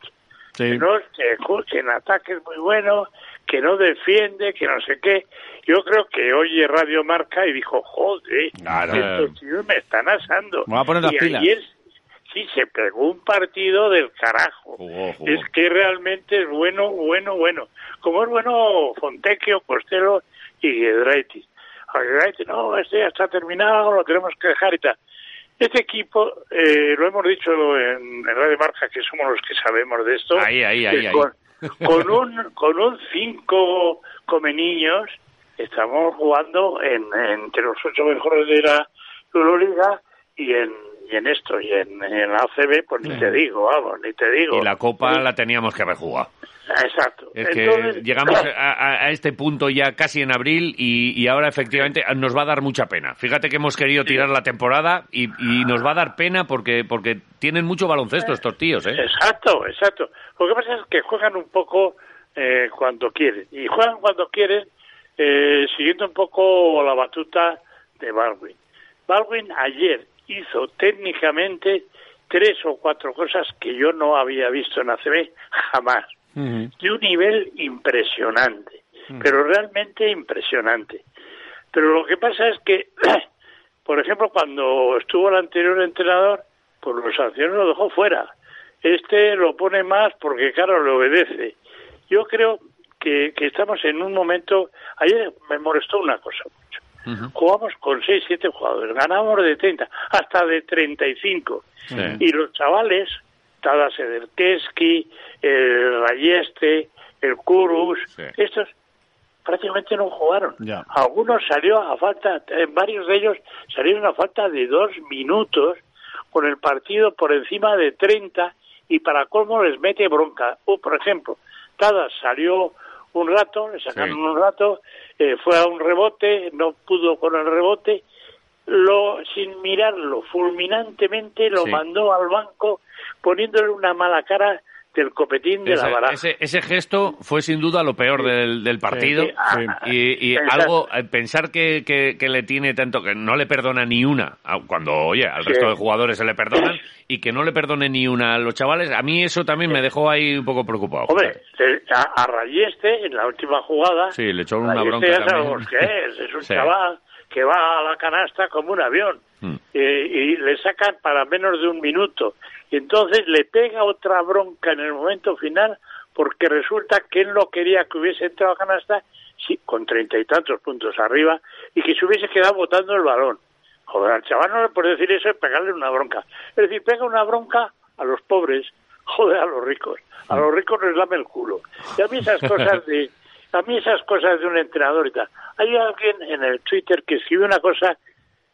[SPEAKER 8] Enoch que, ju- que en ataque es muy bueno que no defiende que no sé qué yo creo que oye Radio Marca y dijo joder
[SPEAKER 2] Claro.
[SPEAKER 8] estos tíos me están asando
[SPEAKER 3] Me voy a poner las
[SPEAKER 8] y
[SPEAKER 3] pilas.
[SPEAKER 8] ayer sí se pegó un partido del carajo
[SPEAKER 2] Jugó, jugó.
[SPEAKER 8] es que realmente es bueno, bueno, bueno. Como es bueno Fontecchio, Costello y Guedraitis. A Guedraitis, no, este ya está terminado, lo tenemos que dejar y tal. Este equipo, eh, lo hemos dicho en, en Radio Marca, que somos los que sabemos de esto.
[SPEAKER 2] Ahí, ahí, ahí,
[SPEAKER 8] que
[SPEAKER 2] ahí.
[SPEAKER 8] Con, con un con un cinco come niños estamos jugando en, entre los ocho mejores de la Euroliga y en y en esto y en, en la ACB pues ni te digo vamos ni te digo
[SPEAKER 2] Y la copa la teníamos que haber jugado.
[SPEAKER 8] Exacto.
[SPEAKER 2] Es que
[SPEAKER 8] Entonces, *coughs*
[SPEAKER 2] llegamos a, a- a este punto ya casi en abril y, y ahora efectivamente nos va a dar mucha pena. Fíjate que hemos querido tirar la temporada y, y nos va a dar pena porque, porque tienen mucho baloncesto estos tíos, ¿eh?
[SPEAKER 8] Exacto, exacto. Lo que pasa es que juegan un poco eh, cuando quieren. Y juegan cuando quieren eh, siguiendo un poco la batuta de Baldwin. Baldwin ayer hizo técnicamente tres o cuatro cosas que yo no había visto en ACB jamás. De un nivel impresionante, *laughs*
[SPEAKER 6] Mm.
[SPEAKER 8] pero realmente impresionante. Pero lo que pasa es que, *clears throat* por ejemplo, cuando estuvo el anterior entrenador, pues los sanciones lo dejó fuera. Este lo pone más porque, claro, le obedece. Yo creo que, que estamos en un momento. Ayer me molestó una cosa mucho. Jugamos con 6, 7 jugadores, ganamos de 30, hasta de 35.
[SPEAKER 2] Sí.
[SPEAKER 8] Y los chavales, Tada Sederkeski, el Balleste, el Kurus,
[SPEAKER 2] Sí.
[SPEAKER 8] estos prácticamente no jugaron.
[SPEAKER 3] Ya.
[SPEAKER 8] Algunos salió a falta, eh, varios de ellos salieron a falta de dos minutos con el partido por encima de 30 y para colmo les mete bronca. O, por ejemplo, Tada salió un rato, le sacaron
[SPEAKER 2] Sí.
[SPEAKER 8] un rato, eh, fue a un rebote, no pudo con el rebote, lo sin mirarlo, fulminantemente lo
[SPEAKER 2] Sí.
[SPEAKER 8] mandó al banco poniéndole una mala cara del copetín de la
[SPEAKER 2] Ese-
[SPEAKER 8] baraja.
[SPEAKER 2] ese, ese gesto fue sin duda lo peor del, del partido
[SPEAKER 8] Sí, Ah, sí.
[SPEAKER 2] y, y
[SPEAKER 8] Pensar-
[SPEAKER 2] algo eh, pensar que, que- que le tiene tanto que no le perdona ni una a- cuando oye al
[SPEAKER 8] Sí.
[SPEAKER 2] resto de jugadores se le perdonan y que no le perdone ni una a los chavales a mí eso también me dejó ahí un poco preocupado.
[SPEAKER 8] Hombre, le- a, a Rayeste, en la última jugada,
[SPEAKER 2] Sí, le echó una
[SPEAKER 8] Rayeste
[SPEAKER 2] bronca
[SPEAKER 8] ya
[SPEAKER 2] también.
[SPEAKER 8] sabemos pues, qué es, es
[SPEAKER 2] *laughs*
[SPEAKER 8] un
[SPEAKER 2] Sí.
[SPEAKER 8] chaval que va a la canasta como un avión
[SPEAKER 2] Mm.
[SPEAKER 8] eh, y le sacan para menos de un minuto. Y entonces le pega otra bronca en el momento final porque resulta que él no quería que hubiese entrado a canasta sí, con treinta y tantos puntos arriba y que se hubiese quedado botando el balón. Joder, al chaval no le puedes decir eso y pegarle una bronca. Es decir, pega una bronca a los pobres, joder, a los ricos. A los ricos les lame el culo. Y a mí esas cosas de, a mí esas cosas de un entrenador y tal. Hay alguien en el Twitter que escribe una cosa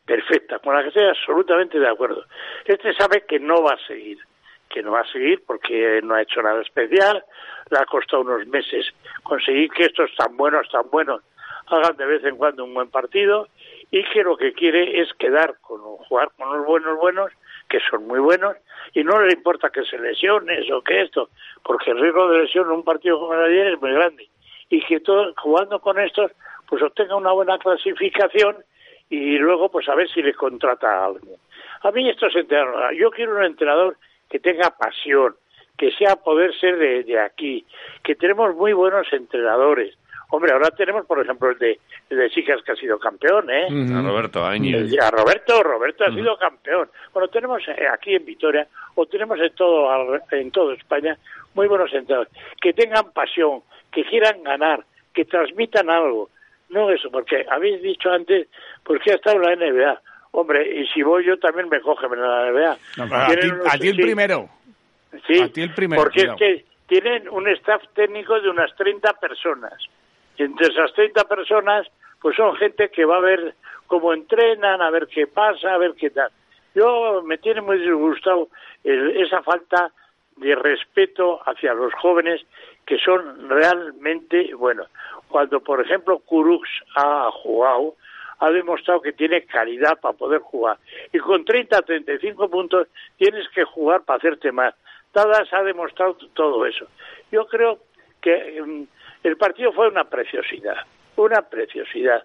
[SPEAKER 8] perfecta, con la que estoy absolutamente de acuerdo. Este sabe que no va a seguir, que no va a seguir porque no ha hecho nada especial, le ha costado unos meses conseguir que estos tan buenos, tan buenos, hagan de vez en cuando un buen partido y que lo que quiere es quedar con jugar con los buenos buenos que son muy buenos y no le importa que se lesiones o que esto porque el riesgo de lesión en un partido como el de ayer es muy grande y que todo, jugando con estos pues obtenga una buena clasificación y luego pues a ver si le contrata a alguien a mí estos entrenadores yo quiero un entrenador que tenga pasión que sea poder ser de, de aquí que tenemos muy buenos entrenadores Hombre, ahora tenemos, por ejemplo, el de, el de Chicas que ha sido campeón, ¿eh?
[SPEAKER 2] A Roberto Áñez.
[SPEAKER 8] El- A Roberto, Roberto ha sido campeón. Bueno, tenemos eh, aquí en Vitoria, o tenemos en todo al- en toda España, muy buenos entrenadores. Que tengan pasión, que quieran ganar, que transmitan algo. No eso, porque habéis dicho antes, pues que ha estado en la NBA. Hombre, y si voy yo también me cogen en la NBA.
[SPEAKER 3] No, pero a ti-
[SPEAKER 8] Tienen unos-
[SPEAKER 3] a ti el
[SPEAKER 8] sí,
[SPEAKER 3] primero.
[SPEAKER 8] Sí,
[SPEAKER 3] A ti el primero.
[SPEAKER 8] porque
[SPEAKER 3] cuidado.
[SPEAKER 8] es que tienen un staff técnico de unas 30 personas. Y entre esas 30 personas, pues son gente que va a ver cómo entrenan, a ver qué pasa, a ver qué tal. Yo me tiene muy disgustado el- esa falta de respeto hacia los jóvenes que son realmente buenos. Cuando, por ejemplo, Kurux ha jugado, ha demostrado que tiene calidad para poder jugar. Y con 30, 35 puntos tienes que jugar para hacerte más. Tadas ha demostrado t- todo eso. Yo creo que mm, el partido fue una preciosidad, una preciosidad.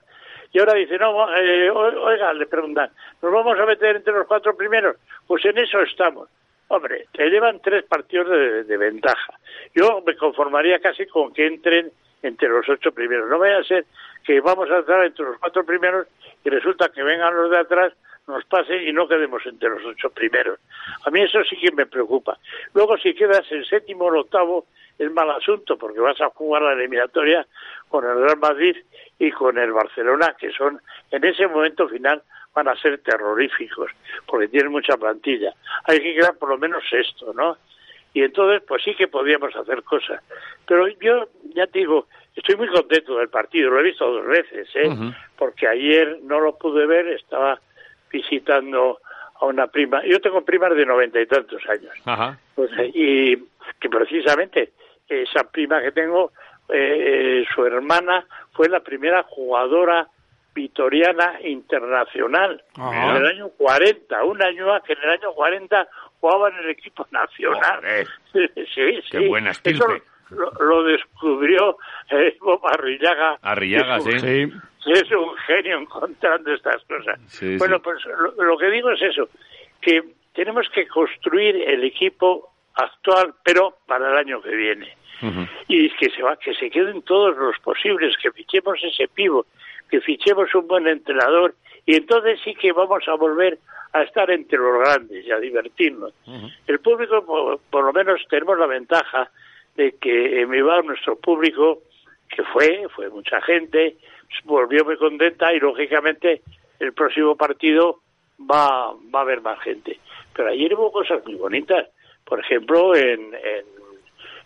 [SPEAKER 8] Y ahora dice, no, eh, o- oiga, le preguntan, ¿nos vamos a meter entre los cuatro primeros? Pues en eso estamos. Hombre, te llevan tres partidos de, de ventaja. Yo me conformaría casi con que entren entre los ocho primeros. No vaya a ser que vamos a entrar entre los cuatro primeros y resulta que vengan los de atrás, nos pasen y no quedemos entre los ocho primeros. A mí eso sí que me preocupa. Luego, si quedas en séptimo o el octavo, es mal asunto porque vas a jugar la eliminatoria con el Real Madrid y con el Barcelona, que son en ese momento final van a ser terroríficos porque tienen mucha plantilla. Hay que quedar por lo menos esto, ¿no? Y entonces, pues sí que podíamos hacer cosas. Pero yo, ya te digo, estoy muy contento del partido, lo he visto dos veces, ¿eh? porque ayer no lo pude ver, estaba visitando a una prima. Yo tengo primas de noventa y tantos años.
[SPEAKER 2] Ajá.
[SPEAKER 8] Pues, eh, y que precisamente esa prima que tengo, eh, eh, su hermana fue la primera jugadora vitoriana internacional
[SPEAKER 2] Ajá.
[SPEAKER 8] en el año 40, un año que en el año 40 jugaba en el equipo nacional. *laughs* sí,
[SPEAKER 2] Qué
[SPEAKER 8] sí.
[SPEAKER 2] buena estirpe.
[SPEAKER 8] Eso lo, lo descubrió eh, Bob Arrillaga.
[SPEAKER 2] Arrillaga,
[SPEAKER 8] Es un-
[SPEAKER 2] sí.
[SPEAKER 8] *laughs* Es un genio encontrando estas cosas.
[SPEAKER 2] Sí,
[SPEAKER 8] bueno,
[SPEAKER 2] sí.
[SPEAKER 8] pues lo, lo que digo es eso, que tenemos que construir el equipo actual, pero para el año que viene y que se va, que se queden todos los posibles, que fichemos ese pivo, que fichemos un buen entrenador y entonces sí que vamos a volver a estar entre los grandes y a divertirnos. El público, por, por lo menos, tenemos la ventaja de que en mi bar nuestro público, que fue, fue mucha gente, volvió muy contenta y lógicamente el próximo partido va, va a haber más gente. Pero ayer hubo cosas muy bonitas. Por ejemplo, en, en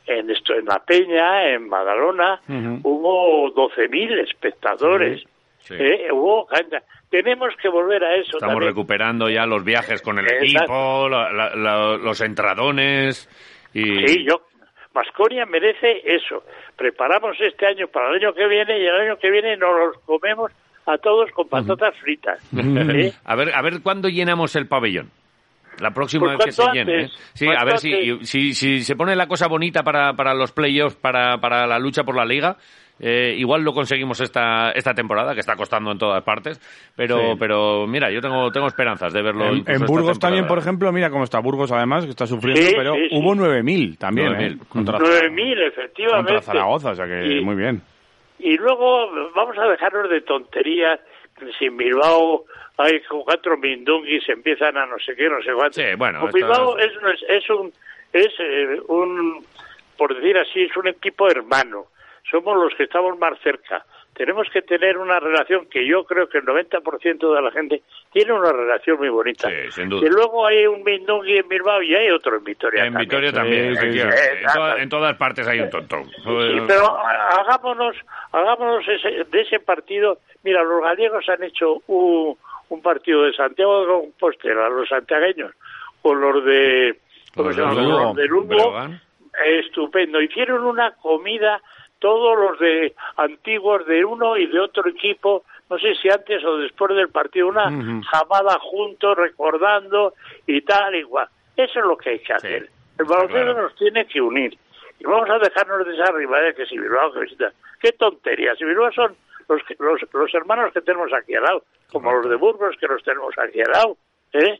[SPEAKER 8] en esto en La Peña, en Madalona, hubo 12.000 espectadores.
[SPEAKER 2] Sí.
[SPEAKER 8] ¿eh? Hubo gente. Tenemos que volver a eso
[SPEAKER 2] Estamos
[SPEAKER 8] también.
[SPEAKER 2] recuperando ya los viajes con el
[SPEAKER 8] Exacto.
[SPEAKER 2] equipo, la- la- la- los entradones y...
[SPEAKER 8] Sí, yo. Vasconia merece eso. Preparamos este año para el año que viene y el año que viene nos los comemos a todos con patatas
[SPEAKER 2] *laughs*
[SPEAKER 8] fritas. ¿eh?
[SPEAKER 2] a ver, a ver cuándo llenamos el pabellón. La próxima
[SPEAKER 8] Pues
[SPEAKER 2] vez que se
[SPEAKER 8] cuanto
[SPEAKER 2] llene.
[SPEAKER 8] antes,
[SPEAKER 2] ¿eh? Sí,
[SPEAKER 8] cuanto
[SPEAKER 2] a ver si,
[SPEAKER 8] antes.
[SPEAKER 2] si, si se pone la cosa bonita para, para los playoffs, para, para la lucha por la liga. eh, igual lo conseguimos esta, esta temporada, que está costando en todas partes. Pero,
[SPEAKER 3] Sí.
[SPEAKER 2] pero mira, yo tengo, tengo esperanzas de verlo.
[SPEAKER 3] En,
[SPEAKER 2] incluso
[SPEAKER 3] en
[SPEAKER 2] esta
[SPEAKER 3] Burgos
[SPEAKER 2] temporada.
[SPEAKER 3] también, por ejemplo, mira cómo está Burgos, además, que está sufriendo,
[SPEAKER 8] Sí,
[SPEAKER 3] pero
[SPEAKER 8] sí, sí.
[SPEAKER 3] hubo 9.000 también, ¿eh?
[SPEAKER 2] 9.000.
[SPEAKER 3] Contra,
[SPEAKER 8] 9.000,
[SPEAKER 3] contra
[SPEAKER 8] efectivamente.
[SPEAKER 3] Zaragoza, o sea que
[SPEAKER 8] Y-
[SPEAKER 3] muy bien.
[SPEAKER 8] Y luego vamos a dejarnos de tonterías. Si en Bilbao hay con cuatro mindunguis empiezan a no sé qué, no sé cuánto.
[SPEAKER 2] bueno,
[SPEAKER 8] Con
[SPEAKER 2] esto
[SPEAKER 8] Bilbao es, no es- es un, es eh, un, por decir así, es un equipo hermano. Somos los que estamos más cerca. Tenemos que tener una relación que yo creo que el 90% de la gente tiene una relación muy bonita.
[SPEAKER 2] sin
[SPEAKER 8] Y
[SPEAKER 2] duda.
[SPEAKER 8] luego hay un mindungui en Bilbao y hay otro en Vitoria. Eh,
[SPEAKER 2] En Vitoria también.
[SPEAKER 8] Sí, sí,
[SPEAKER 2] efectivamente.
[SPEAKER 8] sí.
[SPEAKER 2] en, toda- en todas partes hay un tonto. Eh,
[SPEAKER 8] Sí, pero hagámonos, hagámonos ese- de ese partido. Mira, los gallegos han hecho un, un partido de Santiago de Compostela, los santiagueños, con los de, ¿cómo
[SPEAKER 2] Los
[SPEAKER 8] se
[SPEAKER 2] de
[SPEAKER 8] llama?
[SPEAKER 2] Lugo.
[SPEAKER 8] Los de Lugo,
[SPEAKER 2] Breogán.
[SPEAKER 8] estupendo. Hicieron una comida todos los de antiguos de uno y de otro equipo, no sé si antes o después del partido, una
[SPEAKER 2] Mm.
[SPEAKER 9] Ujú.
[SPEAKER 8] jamada juntos, recordando y tal y cual. Eso es lo que hay que hacer. El baloncesto
[SPEAKER 9] claro.
[SPEAKER 8] nos tiene que unir. Y vamos a dejarnos de esa rivalidad que si Bilbao, que visita. ¡Qué tontería! Si Bilbao son los, que- los, los hermanos que tenemos aquí al lado, como los de Burgos que los tenemos aquí al lado. ¿eh?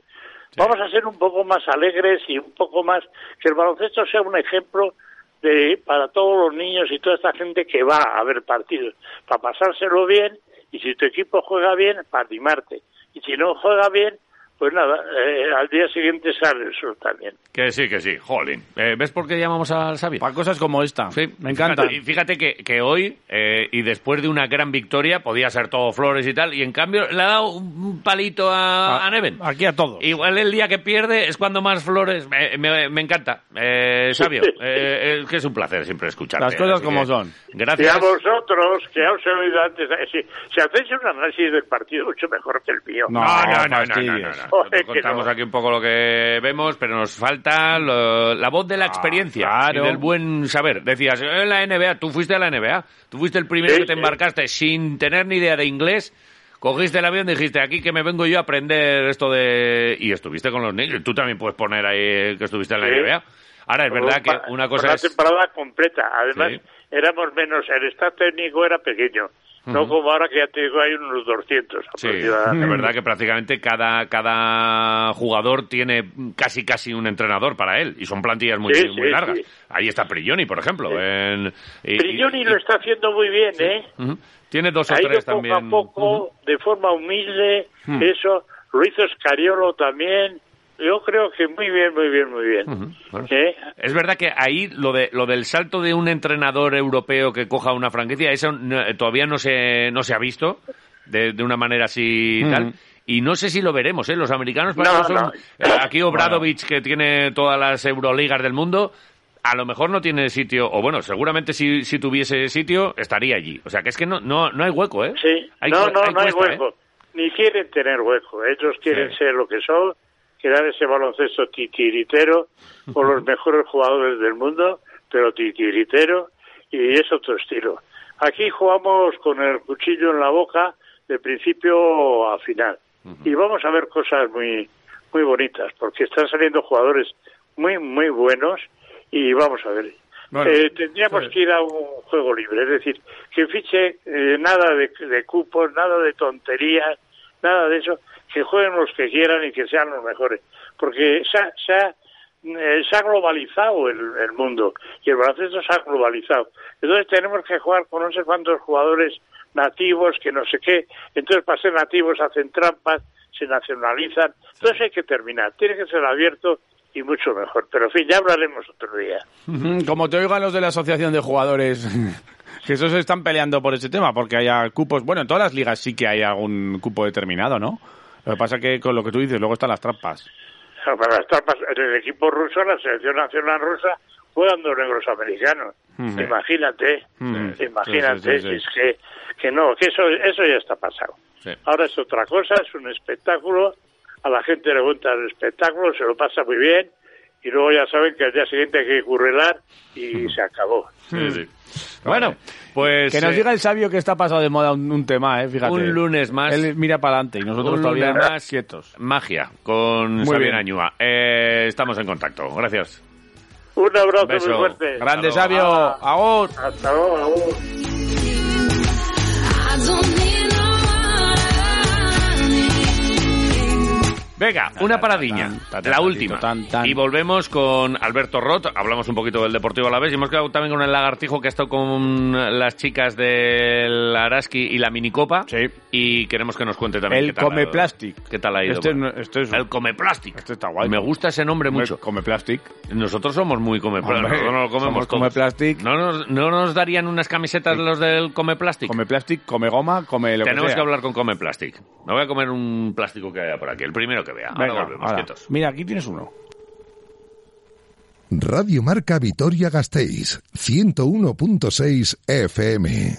[SPEAKER 8] Vamos a ser un poco más alegres y un poco más... Que el baloncesto sea un ejemplo de, para todos los niños y toda esta gente que va a ver partidos, para pasárselo bien y si tu equipo juega bien, para animarte. Y si no juega bien, pues nada, eh, al día siguiente sale el sol también.
[SPEAKER 2] Que sí, que sí, jolín. Eh, ¿Ves por qué llamamos al Xavi? Para
[SPEAKER 19] cosas como esta.
[SPEAKER 2] Sí,
[SPEAKER 19] me encanta.
[SPEAKER 2] Fíjate, y fíjate que, que hoy, eh, y después de una gran victoria, podía ser todo flores y tal, y en cambio le ha dado un palito a, a Neven.
[SPEAKER 19] Aquí a todos.
[SPEAKER 2] Igual el día que pierde es cuando más flores. Me, me- me encanta, eh, Sabio. eh, eh, que es un placer siempre escucharte.
[SPEAKER 19] Las cosas
[SPEAKER 2] así
[SPEAKER 19] como
[SPEAKER 2] que
[SPEAKER 19] son.
[SPEAKER 8] Y a
[SPEAKER 2] Gracias.
[SPEAKER 8] vosotros, que os he oído antes, eh, si, si hacéis un análisis del partido, mucho mejor que el mío.
[SPEAKER 2] No, no, no, no, no, no, no. Nosotros
[SPEAKER 8] Joder, *laughs* que
[SPEAKER 2] contamos
[SPEAKER 8] no.
[SPEAKER 2] aquí un poco lo que vemos, pero nos falta lo- la voz de
[SPEAKER 8] Ah,
[SPEAKER 2] la experiencia
[SPEAKER 19] claro.
[SPEAKER 2] y del buen saber. Decías, en la NBA, tú fuiste a la NBA, tú fuiste el primero
[SPEAKER 8] Sí,
[SPEAKER 2] que te
[SPEAKER 8] sí.
[SPEAKER 2] embarcaste sin tener ni idea de inglés, cogiste el avión y dijiste, aquí que me vengo yo a aprender esto de... Y estuviste con los negros, tú también puedes poner ahí que estuviste en la
[SPEAKER 8] Sí.
[SPEAKER 2] NBA. Ahora, es verdad
[SPEAKER 8] Fue un
[SPEAKER 2] que
[SPEAKER 8] pa-
[SPEAKER 2] una
[SPEAKER 8] fue
[SPEAKER 2] cosa es...
[SPEAKER 8] temporada completa. Además,
[SPEAKER 2] Sí.
[SPEAKER 8] éramos menos. El staff técnico era pequeño. No
[SPEAKER 2] Ujú.
[SPEAKER 8] como ahora que ya te digo, hay unos 200
[SPEAKER 2] Sí,
[SPEAKER 8] aproximadamente.
[SPEAKER 2] es verdad que prácticamente cada, cada jugador tiene casi casi un entrenador para él y son plantillas muy,
[SPEAKER 8] Sí,
[SPEAKER 2] muy
[SPEAKER 8] sí,
[SPEAKER 2] largas.
[SPEAKER 8] sí.
[SPEAKER 2] Ahí está Prigioni, por ejemplo. en- y- y-
[SPEAKER 8] Prigioni lo está haciendo muy bien, ¿eh?
[SPEAKER 2] Ujú. Tiene dos o
[SPEAKER 8] Ha ido
[SPEAKER 2] tres
[SPEAKER 8] poco
[SPEAKER 2] también.
[SPEAKER 8] a poco, de forma humilde,
[SPEAKER 2] Ujú.
[SPEAKER 8] eso. Lo hizo Scariolo también. Yo creo que muy bien, muy bien, muy bien.
[SPEAKER 2] Ujú, bueno.
[SPEAKER 8] ¿Eh?
[SPEAKER 2] Es verdad que ahí lo de lo del salto de un entrenador europeo que coja una franquicia, eso no- eh, todavía no se no se ha visto de, de una manera así y
[SPEAKER 19] Ujú.
[SPEAKER 2] tal. Y no sé si lo veremos, ¿eh? Los americanos para
[SPEAKER 19] No,
[SPEAKER 2] nosotros son-
[SPEAKER 19] no.
[SPEAKER 2] eh, aquí Obradovich, que tiene todas las Euroligas del mundo, a lo mejor no tiene sitio, o bueno, seguramente si, si tuviese sitio, estaría allí. O sea, que es que no, no, no hay hueco, ¿eh?
[SPEAKER 8] Sí,
[SPEAKER 2] Hay
[SPEAKER 8] no,
[SPEAKER 2] cue-
[SPEAKER 8] no,
[SPEAKER 2] hay
[SPEAKER 8] no hay
[SPEAKER 2] cuesta, ¿eh?
[SPEAKER 8] hueco. Ni quieren tener hueco. Ellos quieren ser lo que son, quedar ese baloncesto titiritero con
[SPEAKER 2] *laughs*
[SPEAKER 8] los mejores jugadores del mundo, pero titiritero, y es otro estilo. Aquí jugamos con el cuchillo en la boca de principio a final. Y vamos a ver cosas muy, muy bonitas, porque están saliendo jugadores muy, muy buenos y vamos a ver.
[SPEAKER 9] Bueno,
[SPEAKER 8] Eh, tendríamos que ir a un juego libre, es decir, que fiche eh, nada de, de cupos, nada de tonterías, nada de eso, que jueguen los que quieran y que sean los mejores, porque se ha, se ha, eh, se ha globalizado el, el mundo y el baloncesto se ha globalizado. Entonces tenemos que jugar con no sé cuántos jugadores nativos, que no sé qué, entonces para ser nativos hacen trampas, se nacionalizan, entonces hay que terminar, tiene que ser abierto y mucho mejor, pero en fin, ya hablaremos otro día.
[SPEAKER 19] Ujú, Como te oigan los de la asociación de jugadores, *laughs* que esos están peleando por ese tema, porque haya cupos. Bueno, en todas las ligas sí que hay algún cupo determinado, ¿no? Lo que pasa que con lo que tú dices, luego están las trampas.
[SPEAKER 8] Para las trampas, en el equipo ruso, la selección nacional rusa, juegan dos negros americanos.
[SPEAKER 19] Ujú.
[SPEAKER 8] Imagínate,
[SPEAKER 19] Mm.
[SPEAKER 8] imagínate,
[SPEAKER 19] Sí, sí, sí, sí.
[SPEAKER 8] es que, que no, que eso, eso ya está pasado.
[SPEAKER 2] Sí.
[SPEAKER 8] Ahora es otra cosa, es un espectáculo, a la gente le gusta el espectáculo, se lo pasa muy bien, y luego ya saben que al día siguiente hay que currelar y se acabó.
[SPEAKER 2] Sí, sí. Bueno, pues...
[SPEAKER 19] que nos
[SPEAKER 2] eh,
[SPEAKER 19] diga el sabio que está pasado de moda un, un tema, ¿eh? Fíjate.
[SPEAKER 2] Un lunes más.
[SPEAKER 19] Él mira para adelante y nosotros
[SPEAKER 2] Un
[SPEAKER 19] todavía
[SPEAKER 2] lunes más.
[SPEAKER 19] quietos.
[SPEAKER 2] Magia con
[SPEAKER 19] Muy
[SPEAKER 2] Xavier
[SPEAKER 19] bien.
[SPEAKER 2] Añúa. Eh, estamos en contacto. Gracias.
[SPEAKER 8] Un abrazo
[SPEAKER 2] Beso.
[SPEAKER 8] muy fuerte.
[SPEAKER 19] Grande
[SPEAKER 2] Hasta
[SPEAKER 19] sabio.
[SPEAKER 2] luego.
[SPEAKER 19] Ahora.
[SPEAKER 8] Hasta luego, agur.
[SPEAKER 2] Venga, una paradiña, la última. Y volvemos con Alberto Roth, hablamos un poquito del Deportivo a la vez y hemos quedado también con el lagartijo que ha estado con las chicas del Araski y la minicopa. Y queremos que nos cuente también
[SPEAKER 19] El
[SPEAKER 2] qué tal ha-
[SPEAKER 19] Come Plastic.
[SPEAKER 2] ¿Qué tal ha ido?
[SPEAKER 19] Este
[SPEAKER 2] Bueno,
[SPEAKER 19] no- este es-
[SPEAKER 2] el Come Plastic.
[SPEAKER 19] Este está guay.
[SPEAKER 2] Me gusta ese nombre mucho.
[SPEAKER 19] Come Plastic.
[SPEAKER 2] Nosotros somos muy Come Plastic.
[SPEAKER 19] Hombre,
[SPEAKER 2] Nosotros no lo comemos
[SPEAKER 19] somos Come
[SPEAKER 2] todos. No nos, no nos darían unas camisetas los del Come Plastic.
[SPEAKER 19] Come Plastic, come goma, come lo
[SPEAKER 2] Tenemos
[SPEAKER 19] que
[SPEAKER 2] que,
[SPEAKER 19] sea.
[SPEAKER 2] hablar con Come Plastic. Me voy a comer un plástico que haya por aquí, el primero que vea. Ahora
[SPEAKER 19] Venga,
[SPEAKER 2] volvemos,
[SPEAKER 19] ahora.
[SPEAKER 2] quietos.
[SPEAKER 19] Mira, aquí tienes uno.
[SPEAKER 10] Radio Marca Vitoria Gasteiz, 101.6 FM.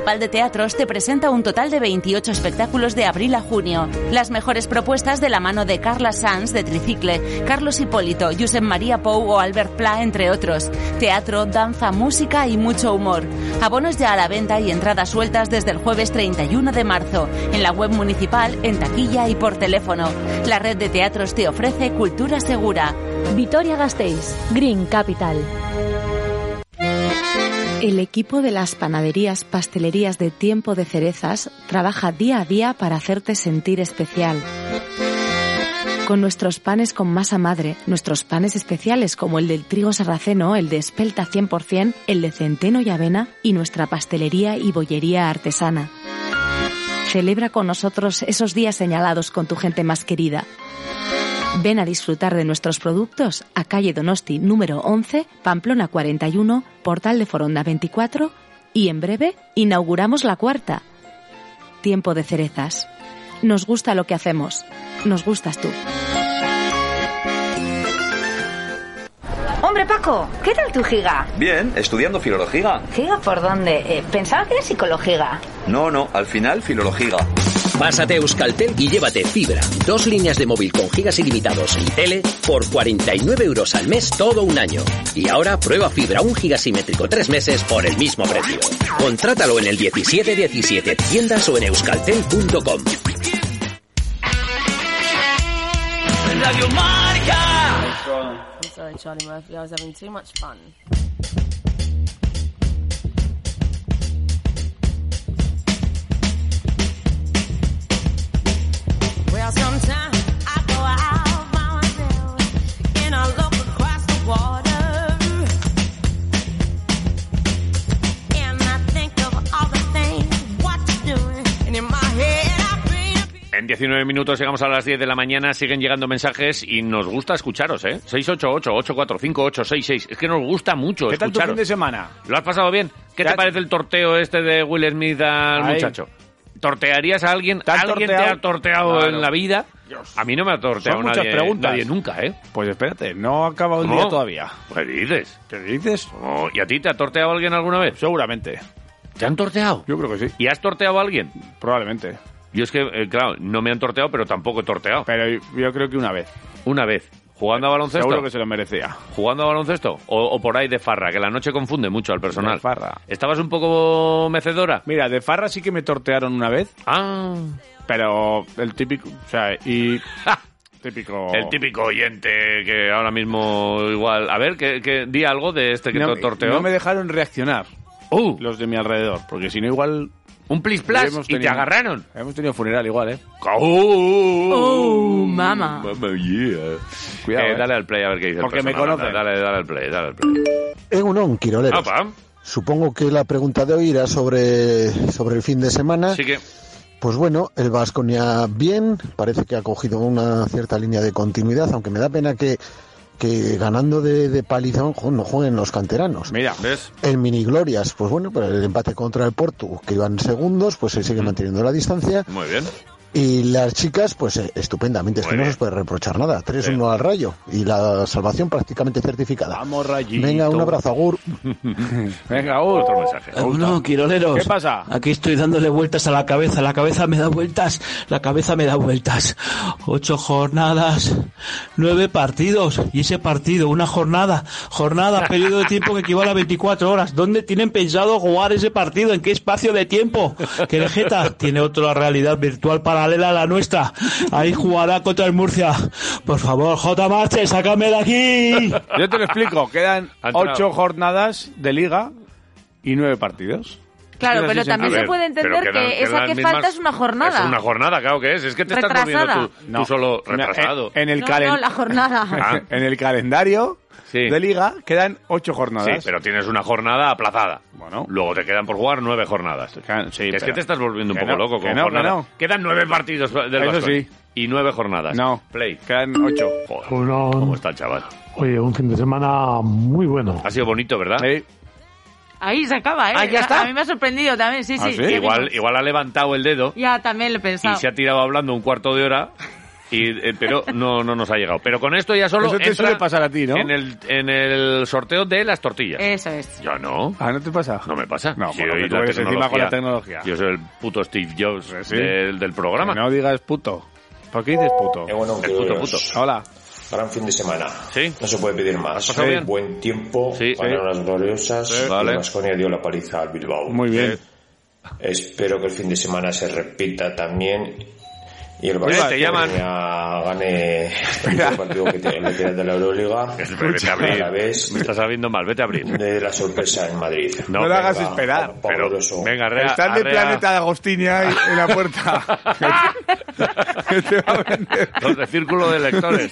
[SPEAKER 28] de Teatros te presenta un total de 28 espectáculos de abril a junio. Las mejores propuestas de la mano de Carla Sanz de Tricicle, Carlos Hipólito, Josep María Pou o Albert Pla, entre otros. Teatro, danza, música y mucho humor. Abonos ya a la venta y entradas sueltas desde el jueves 31 de marzo. En la web municipal, en taquilla y por teléfono. La Red de Teatros te ofrece cultura segura.
[SPEAKER 29] Vitoria Gasteiz, Green Capital.
[SPEAKER 24] El equipo de las panaderías pastelerías de Tiempo de Cerezas trabaja día a día para hacerte sentir especial. Con nuestros panes con masa madre, nuestros panes especiales como el del trigo sarraceno, el de espelta 100%, el de centeno y avena y nuestra pastelería y bollería artesana. Celebra con nosotros esos días señalados con tu gente más querida. Ven a disfrutar de nuestros productos a calle Donosti número 11, Pamplona 41, Portal de Foronda 24 y en breve inauguramos la cuarta. Tiempo de cerezas. Nos gusta lo que hacemos. Nos gustas tú.
[SPEAKER 30] Hombre, Paco, ¿qué tal tu giga?
[SPEAKER 25] Bien, estudiando filología.
[SPEAKER 30] ¿Giga por dónde? Eh, pensaba que era psicologiga.
[SPEAKER 25] No, no, al final filología.
[SPEAKER 31] Pásate a Euskaltel y llévate fibra, dos líneas de móvil con gigas ilimitados y tele por 49 euros al mes todo un año. Y ahora prueba fibra un gigasimétrico tres meses por el mismo precio. Contrátalo en el 1717 tiendas o en euskaltel.com.
[SPEAKER 32] Radio Marca.
[SPEAKER 33] I'm sorry, Charlie Murphy. I was having too much fun.
[SPEAKER 32] Well, sometimes I go out by myself and I look across the water and I think of all the things what you're doing and in my head I paint a
[SPEAKER 2] En 19 minutos llegamos a las 10 de la mañana, siguen llegando mensajes y nos gusta escucharos, ¿eh? 688-845-866. Es que nos gusta mucho
[SPEAKER 3] ¿Qué tal tu fin
[SPEAKER 2] escucharos.
[SPEAKER 3] de semana?
[SPEAKER 2] ¿Lo has pasado bien? ¿Qué te parece el torteo este de Will Smith al
[SPEAKER 3] Ay.
[SPEAKER 2] muchacho? ¿Tortearías a alguien?
[SPEAKER 3] ¿Te han
[SPEAKER 2] ¿Alguien te
[SPEAKER 3] torteado?
[SPEAKER 2] ha torteado
[SPEAKER 3] Claro.
[SPEAKER 2] en la vida? A mí no me ha torteado
[SPEAKER 3] Son
[SPEAKER 2] nadie,
[SPEAKER 3] muchas preguntas.
[SPEAKER 2] nadie nunca, ¿eh?
[SPEAKER 3] Pues espérate, no ha acabado el
[SPEAKER 2] ¿No?
[SPEAKER 3] día todavía.
[SPEAKER 2] ¿Qué dices?
[SPEAKER 3] ¿Qué dices?
[SPEAKER 2] Oh, ¿Y a ti te ha torteado alguien alguna vez?
[SPEAKER 3] Seguramente.
[SPEAKER 2] ¿Te han torteado?
[SPEAKER 3] Yo creo que Pues sí.
[SPEAKER 2] ¿Y has torteado a alguien?
[SPEAKER 3] Probablemente.
[SPEAKER 2] Yo es que, eh, claro, no me han torteado, pero tampoco he torteado.
[SPEAKER 3] Pero yo creo que una vez.
[SPEAKER 2] ¿Una vez? ¿Jugando a baloncesto?
[SPEAKER 3] Seguro que se lo merecía.
[SPEAKER 2] ¿Jugando a baloncesto? O, o por ahí de farra, que la noche confunde mucho al personal.
[SPEAKER 3] De farra.
[SPEAKER 2] ¿Estabas un poco mecedora?
[SPEAKER 3] Mira, de farra sí que me tortearon una vez.
[SPEAKER 2] Ah.
[SPEAKER 3] Pero el típico, o sea, y... típico...
[SPEAKER 2] El típico oyente que ahora mismo igual... A ver, que, que- di algo de este que
[SPEAKER 3] no,
[SPEAKER 2] te torteó. Uh.
[SPEAKER 3] no me dejaron reaccionar los de mi alrededor, porque si no igual...
[SPEAKER 2] Un plis plas
[SPEAKER 3] Hemos
[SPEAKER 2] y te
[SPEAKER 3] tenido-
[SPEAKER 2] agarraron.
[SPEAKER 3] Hemos tenido funeral igual, ¿eh?
[SPEAKER 28] Oh, mama.
[SPEAKER 3] Cuidado,
[SPEAKER 2] Eh,
[SPEAKER 3] eh.
[SPEAKER 2] Dale al play a ver qué dice el
[SPEAKER 3] Porque me
[SPEAKER 2] personal.
[SPEAKER 3] conocen.
[SPEAKER 2] Dale, dale al play, dale al play.
[SPEAKER 34] Egunon, Quiroleros.
[SPEAKER 2] Apa.
[SPEAKER 34] Supongo que la pregunta de hoy era sobre, sobre el fin de semana.
[SPEAKER 2] Así que...
[SPEAKER 34] Pues bueno, el Vasconia bien, parece que ha cogido una cierta línea de continuidad, aunque me da pena que, que ganando de, de palizón jo, no jueguen los canteranos.
[SPEAKER 2] Mira, oh. ¿ves?
[SPEAKER 34] El Mini Glorias, pues bueno, pero el empate contra el Porto, que iban segundos, pues se sigue manteniendo la distancia.
[SPEAKER 2] Muy bien.
[SPEAKER 34] Y las chicas, pues eh, estupendamente, es que no se os puede reprochar nada. 3-1 al rayo y la salvación prácticamente certificada.
[SPEAKER 3] Vamos, rayito.
[SPEAKER 34] Venga, un abrazo, Agur.
[SPEAKER 3] *laughs* Venga, otro mensaje.
[SPEAKER 21] Eh, No, Quiroleros.
[SPEAKER 3] ¿Qué pasa?
[SPEAKER 21] Aquí estoy dándole vueltas a la cabeza. La cabeza me da vueltas. La cabeza me da vueltas. Ocho jornadas, nueve partidos. Y ese partido, una jornada. Jornada, periodo de tiempo que equivale a 24 horas. ¿Dónde tienen pensado jugar ese partido? ¿En qué espacio de tiempo? Que el Geta tiene otra realidad virtual paralela a la nuestra. Ahí jugará contra el Murcia. Por favor, J. Marche, sácame de aquí.
[SPEAKER 3] Yo te lo explico. Quedan
[SPEAKER 21] Ha entrado.
[SPEAKER 3] ocho jornadas de liga y nueve partidos.
[SPEAKER 4] Claro,
[SPEAKER 2] Es
[SPEAKER 4] pero
[SPEAKER 2] así
[SPEAKER 4] también
[SPEAKER 2] sencillo.
[SPEAKER 4] se
[SPEAKER 2] A
[SPEAKER 4] puede
[SPEAKER 2] ver,
[SPEAKER 4] entender
[SPEAKER 2] pero
[SPEAKER 4] que
[SPEAKER 2] quedan-
[SPEAKER 4] esa
[SPEAKER 2] quedan
[SPEAKER 4] que
[SPEAKER 2] las mismas-
[SPEAKER 4] falta es una jornada.
[SPEAKER 2] Es una jornada, claro que es. Es que te estás
[SPEAKER 4] Retrasada.
[SPEAKER 2] poniendo tú, tú solo retrasado. Ah.
[SPEAKER 3] En el,
[SPEAKER 4] No,
[SPEAKER 3] calen-
[SPEAKER 4] no,
[SPEAKER 2] *laughs*
[SPEAKER 4] la jornada.
[SPEAKER 3] *laughs* en el calendario de liga quedan ocho
[SPEAKER 2] Sí,
[SPEAKER 3] jornadas.
[SPEAKER 2] pero tienes una jornada aplazada. Bueno. Luego te quedan por jugar nueve jornadas. Que es
[SPEAKER 3] pero-
[SPEAKER 2] que te estás volviendo un
[SPEAKER 3] Que
[SPEAKER 2] poco
[SPEAKER 3] no,
[SPEAKER 2] loco
[SPEAKER 3] que
[SPEAKER 2] con
[SPEAKER 3] no, que
[SPEAKER 2] jornadas.
[SPEAKER 3] no.
[SPEAKER 2] Quedan nueve partidos del
[SPEAKER 3] Eso
[SPEAKER 2] Vasconia.
[SPEAKER 3] sí.
[SPEAKER 2] Y nueve jornadas.
[SPEAKER 3] No.
[SPEAKER 2] Play.
[SPEAKER 3] Quedan ocho.
[SPEAKER 2] ¿Cómo está el chaval?
[SPEAKER 8] Oye, un fin de semana muy bueno.
[SPEAKER 2] Ha sido bonito, ¿verdad?
[SPEAKER 4] Ahí se acaba, ¿eh?
[SPEAKER 2] Ah, ¿ya está? Ah,
[SPEAKER 4] A mí me ha sorprendido también,
[SPEAKER 3] ¿Ah,
[SPEAKER 4] sí, sí. Ya mismo.
[SPEAKER 2] Igual, igual ha levantado el dedo
[SPEAKER 4] Ya también lo he
[SPEAKER 2] y
[SPEAKER 4] pensado.
[SPEAKER 2] se ha tirado hablando un cuarto de hora. Y, eh, pero no, no nos ha llegado. Pero con esto ya solo
[SPEAKER 3] Eso te
[SPEAKER 2] entra
[SPEAKER 3] suele pasar a ti, ¿no?
[SPEAKER 2] En el, en el sorteo de las tortillas.
[SPEAKER 4] Eso es.
[SPEAKER 2] Yo no.
[SPEAKER 3] Ah, ¿no te pasa?
[SPEAKER 2] No me pasa. No,
[SPEAKER 3] bueno, que tú eres encima con la tecnología. Eh,
[SPEAKER 2] Yo soy el puto Steve Jobs
[SPEAKER 3] Sí.
[SPEAKER 2] del, del programa.
[SPEAKER 3] Que no digas puto. ¿Por qué dices puto?
[SPEAKER 2] Es puto, puto.
[SPEAKER 3] Hola.
[SPEAKER 5] Gran fin de semana.
[SPEAKER 2] Sí.
[SPEAKER 5] No se puede pedir más.
[SPEAKER 3] pasado bien?
[SPEAKER 5] Buen tiempo,
[SPEAKER 3] Sí.
[SPEAKER 5] palabras gloriosas.
[SPEAKER 3] Sí.
[SPEAKER 5] y
[SPEAKER 3] Vale.
[SPEAKER 5] Baskonia dio la paliza al Bilbao.
[SPEAKER 3] Muy bien.
[SPEAKER 5] Espero que el fin de semana se repita también. Y el
[SPEAKER 2] Oye, te llaman.
[SPEAKER 5] Baskonia gane
[SPEAKER 3] *laughs*
[SPEAKER 5] el partido que te- le queda de la Euroliga.
[SPEAKER 2] Vete a
[SPEAKER 5] A
[SPEAKER 2] abrir.
[SPEAKER 5] la vez
[SPEAKER 2] Me estás sabiendo mal. Vete a abrir.
[SPEAKER 5] de la sorpresa en Madrid.
[SPEAKER 2] No lo hagas
[SPEAKER 5] esperar.
[SPEAKER 2] Pero, venga, arrea,
[SPEAKER 3] Están de
[SPEAKER 2] arrea.
[SPEAKER 3] planeta de Agostinha y- en la
[SPEAKER 4] *laughs*
[SPEAKER 3] puerta.
[SPEAKER 2] Los de círculo de
[SPEAKER 3] *laughs*
[SPEAKER 2] lectores.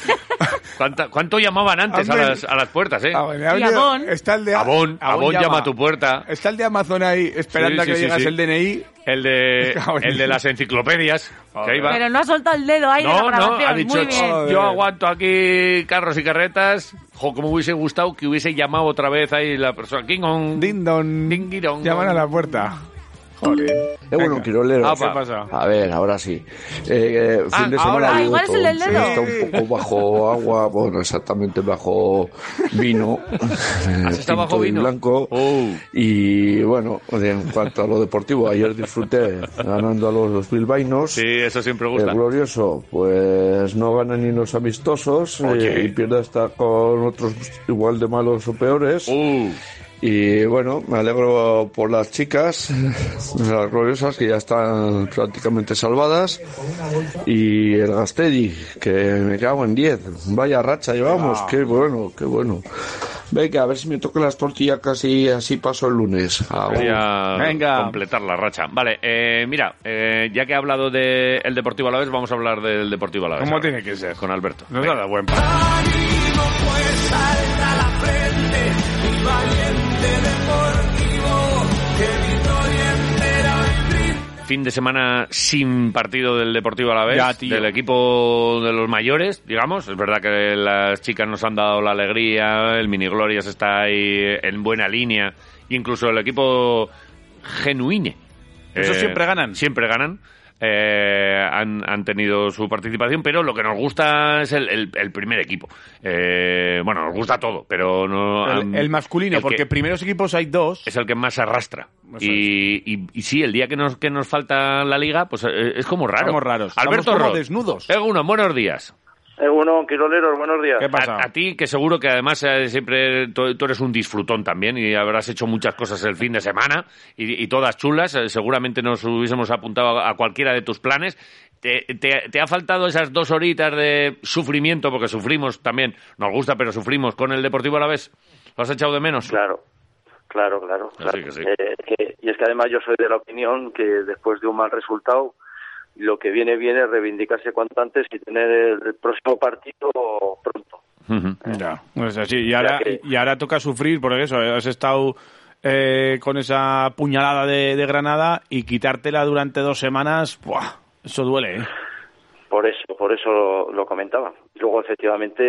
[SPEAKER 2] ¿Cuánta- ¿Cuánto llamaban antes a
[SPEAKER 3] Hombre. Ah,
[SPEAKER 2] las, a las puertas, eh?
[SPEAKER 3] Me ha venido- Está el de
[SPEAKER 2] Abón,
[SPEAKER 3] Abón
[SPEAKER 2] Abón llama a tu puerta.
[SPEAKER 3] Está el de Amazon ahí esperando
[SPEAKER 2] Sí, sí,
[SPEAKER 3] a que
[SPEAKER 2] sí,
[SPEAKER 3] llegas
[SPEAKER 2] sí.
[SPEAKER 3] el DNI.
[SPEAKER 2] El
[SPEAKER 3] *laughs*
[SPEAKER 2] de,
[SPEAKER 3] Cabrón.
[SPEAKER 2] el de las enciclopedias. Que ahí va.
[SPEAKER 4] Pero no ha soltado el dedo ahí de la
[SPEAKER 2] No, no,
[SPEAKER 4] grabación.
[SPEAKER 2] ha dicho,
[SPEAKER 4] Muy bien.
[SPEAKER 2] "Ch, yo aguanto aquí carros y carretas. Jo, como hubiese gustado que hubiese llamado otra vez ahí la persona. King on.
[SPEAKER 3] Ding dong. Llaman a la puerta. Joder.
[SPEAKER 35] Es bueno, Quiroleros.
[SPEAKER 3] Apa. Ah, ¿Qué pasa?
[SPEAKER 35] A ver, ahora sí. Eh, eh, fin
[SPEAKER 3] Ah,
[SPEAKER 35] de
[SPEAKER 3] ahora.
[SPEAKER 35] semana
[SPEAKER 3] Ah,
[SPEAKER 35] de
[SPEAKER 3] igual es el
[SPEAKER 35] Botón.
[SPEAKER 3] del dedo.
[SPEAKER 35] Está un poco bajo agua, bueno, exactamente bajo
[SPEAKER 3] *laughs*
[SPEAKER 35] vino.
[SPEAKER 2] estado bajo
[SPEAKER 35] tinto y
[SPEAKER 2] vino?
[SPEAKER 35] blanco.
[SPEAKER 3] Oh.
[SPEAKER 35] Y bueno, en cuanto a lo deportivo, ayer disfruté ganando a los, los bilbaínos.
[SPEAKER 2] Sí, eso siempre
[SPEAKER 35] El
[SPEAKER 2] gusta.
[SPEAKER 35] glorioso, pues no gana ni los amistosos
[SPEAKER 2] Oye.
[SPEAKER 35] eh, y pierde hasta con otros igual de malos o peores.
[SPEAKER 2] Uh.
[SPEAKER 35] Y bueno, me alegro por las chicas, *laughs* las gloriosas que ya están prácticamente salvadas. Y el Gastedi, que me cago en 10. Vaya racha llevamos,
[SPEAKER 5] Ah.
[SPEAKER 35] qué bueno, qué bueno. Venga, a ver si me tocan las tortillas casi así paso el lunes. Ah, Agur.
[SPEAKER 2] Quería completar la racha. Vale, eh, mira, eh, ya que he hablado del el Deportivo Alavés, vamos a hablar del Deportivo Alavés.
[SPEAKER 3] ¿Cómo
[SPEAKER 2] tiene que ser? Con Alberto.
[SPEAKER 3] No da buen
[SPEAKER 2] Fin de semana sin partido del Deportivo Alavés,
[SPEAKER 3] Ya, tío.
[SPEAKER 2] del equipo de los mayores, digamos. Es verdad que las chicas nos han dado la alegría, el Mini Glorias está ahí en buena línea, incluso el equipo genuine.
[SPEAKER 3] Eso siempre
[SPEAKER 2] ganan. Siempre ganan. Eh, han, han tenido su participación, pero lo que nos gusta es el, el- el primer equipo. Eh, bueno, nos gusta todo, pero no.
[SPEAKER 3] El,
[SPEAKER 2] han-
[SPEAKER 3] el masculino,
[SPEAKER 2] el que-
[SPEAKER 3] porque primeros equipos hay dos.
[SPEAKER 2] es el que más arrastra. Y, y, y sí, el día que nos, que nos falta la liga, pues eh, es como raro.
[SPEAKER 3] Estamos raros.
[SPEAKER 2] Alberto
[SPEAKER 3] Estamos como
[SPEAKER 2] Ross.
[SPEAKER 3] desnudos.
[SPEAKER 2] Egunon, buenos días.
[SPEAKER 36] Egunon, Quiroleros, Eh, buenos días.
[SPEAKER 2] A, a ti, que seguro que además eh, siempre tú, tú eres un disfrutón también y habrás hecho muchas cosas el fin de semana y, y todas chulas. eh, seguramente nos hubiésemos apuntado a, a cualquiera de tus planes. Te, te- te ha faltado esas dos horitas de sufrimiento, porque sufrimos también, nos gusta, pero sufrimos con el Deportivo a la vez. ¿Lo has echado de menos?
[SPEAKER 36] Claro, claro, claro.
[SPEAKER 2] Así
[SPEAKER 36] claro.
[SPEAKER 2] que Ah, sí.
[SPEAKER 36] Eh, que- y es que además yo soy de la opinión que después de un mal resultado, lo que viene bien es reivindicarse cuanto antes y tener el próximo partido pronto.
[SPEAKER 3] Ya, pues así. Y ahora, y ahora toca sufrir por eso. Has estado eh, con esa puñalada de, de Granada y quitártela durante dos semanas, ¡buah! eso duele. ¿eh?
[SPEAKER 36] Por eso, por eso lo, lo comentaba. Luego, efectivamente,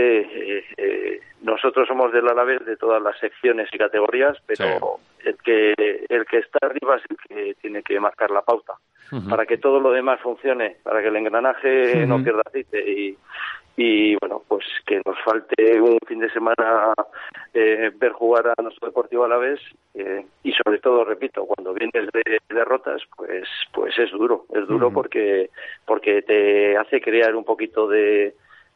[SPEAKER 36] eh, eh, nosotros somos del Alavés de todas las secciones y categorías, pero el que el que está arriba es el que tiene que marcar la pauta
[SPEAKER 2] Mm.
[SPEAKER 36] para que todo lo demás funcione, para que el engranaje
[SPEAKER 35] Ujú.
[SPEAKER 36] no pierda aceite y y bueno, pues que nos falte un fin de semana eh, ver jugar a nuestro Deportivo Alavés eh, y sobre todo, repito, cuando vienes de derrotas, pues pues es duro, es duro porque porque te hace crear un poquito de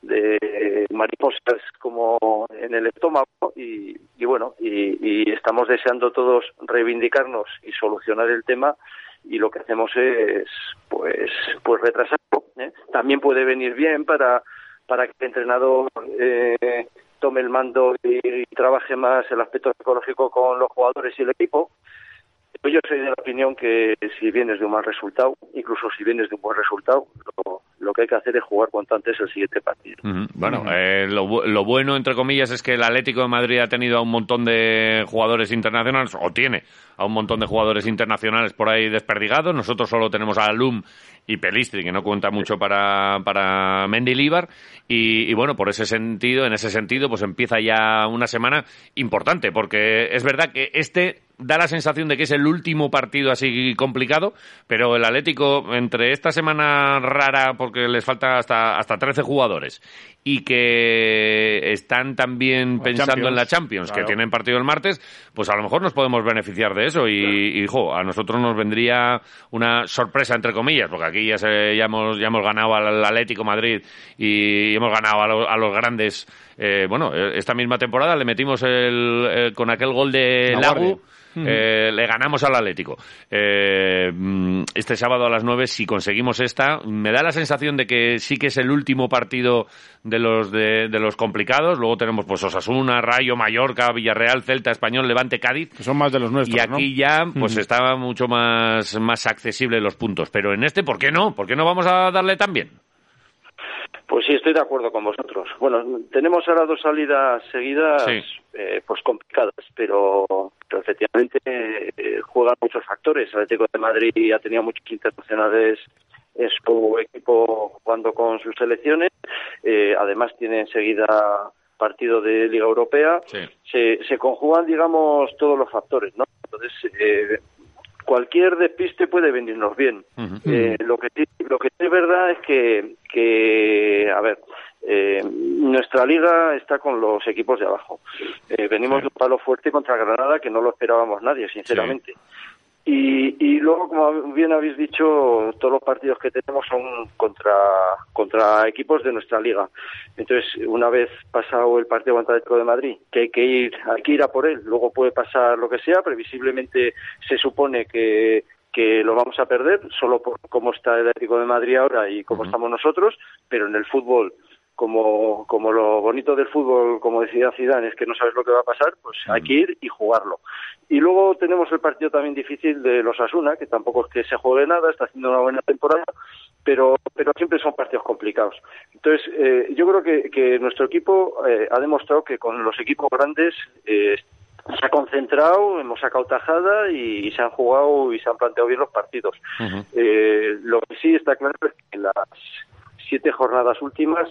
[SPEAKER 36] de mariposas como en el estómago y, y bueno y, y estamos deseando todos reivindicarnos y solucionar el tema y lo que hacemos es pues pues retrasarlo ¿eh? también puede venir bien para para que el entrenador eh, tome el mando y, y trabaje más el aspecto psicológico con los jugadores y el equipo Pues yo soy de la opinión que si vienes de un mal resultado, incluso si vienes de un buen resultado, lo, lo que hay que hacer es jugar cuanto antes el siguiente partido.
[SPEAKER 2] Ujú. Bueno, eh, lo, bu- lo bueno, entre comillas, es que el Atlético de Madrid ha tenido a un montón de jugadores internacionales, o tiene a un montón de jugadores internacionales por ahí desperdigados. Nosotros solo tenemos a Alum y Pelistri, que no cuenta mucho para, para Mendilibar. Y, y bueno, por ese sentido, en ese sentido, pues empieza ya una semana importante, porque es verdad que este da la sensación de que es el último partido así complicado, pero el Atlético entre esta semana rara porque les falta hasta hasta 13 jugadores y que están también pensando en
[SPEAKER 19] Champions,
[SPEAKER 2] la Champions,
[SPEAKER 19] claro.
[SPEAKER 2] que tienen partido el martes, pues a lo mejor nos podemos beneficiar de eso y, y, jo, a nosotros nos vendría una sorpresa entre comillas, porque aquí ya, se- ya hemos ya hemos ganado al Atlético Madrid y hemos ganado a, lo- a los grandes eh, bueno, eh, esta misma temporada le metimos el, eh, con aquel gol de
[SPEAKER 19] Laguardia.
[SPEAKER 2] Lagu,
[SPEAKER 19] Ujú.
[SPEAKER 2] eh, le ganamos al Atlético. Eh, mm, este sábado a las 9, si conseguimos esta, me da la sensación de que sí que es el último partido de los, de, de los complicados. Luego tenemos pues Osasuna, Rayo, Mallorca, Villarreal, Celta, Español, Levante, Cádiz.
[SPEAKER 19] Son más de los nuestros,
[SPEAKER 2] Y aquí
[SPEAKER 19] ¿no?
[SPEAKER 2] ya pues
[SPEAKER 19] Ujú.
[SPEAKER 2] está mucho más, más accesible los puntos. Pero en este, ¿por qué no? ¿Por qué no vamos a darle tan bien?
[SPEAKER 36] Pues sí, estoy de acuerdo con vosotros. Bueno, tenemos ahora dos salidas seguidas,
[SPEAKER 2] Sí.
[SPEAKER 36] eh, pues complicadas, pero, pero efectivamente eh, juegan muchos factores. El Atlético de Madrid ha tenido muchos internacionales en su equipo jugando con sus selecciones. Eh, además, tiene enseguida partido de Liga Europea. Se, se conjugan, digamos, todos los factores, ¿no? Entonces, eh, cualquier despiste puede venirnos bien.
[SPEAKER 6] Mm.
[SPEAKER 36] Eh, lo que sí, lo que sí es verdad es que, que a ver, eh, nuestra liga está con los equipos de abajo. Eh, venimos de un palo fuerte contra Granada que no lo esperábamos nadie, sinceramente. Y, y luego, como bien habéis dicho, todos los partidos que tenemos son contra, contra equipos de nuestra liga. Entonces, una vez pasado el partido contra el Atlético de Madrid, que hay que ir, hay que ir a por él, luego puede pasar lo que sea, previsiblemente se supone que, que lo vamos a perder, solo por cómo está el Atlético de Madrid ahora y cómo estamos nosotros, pero en el fútbol, como, como lo bonito del fútbol, como decía Zidane, es que no sabes lo que va a pasar, pues hay que ir y jugarlo. Y luego tenemos el partido también difícil de los Asuna, que tampoco es que se juegue nada, está haciendo una buena temporada, pero, pero siempre son partidos complicados. Entonces, eh, yo creo que, que nuestro equipo eh, ha demostrado que con los equipos grandes eh, se ha concentrado, hemos sacado tajada y, y se han jugado y se han planteado bien los partidos. Eh, lo que sí está claro es que en las siete jornadas últimas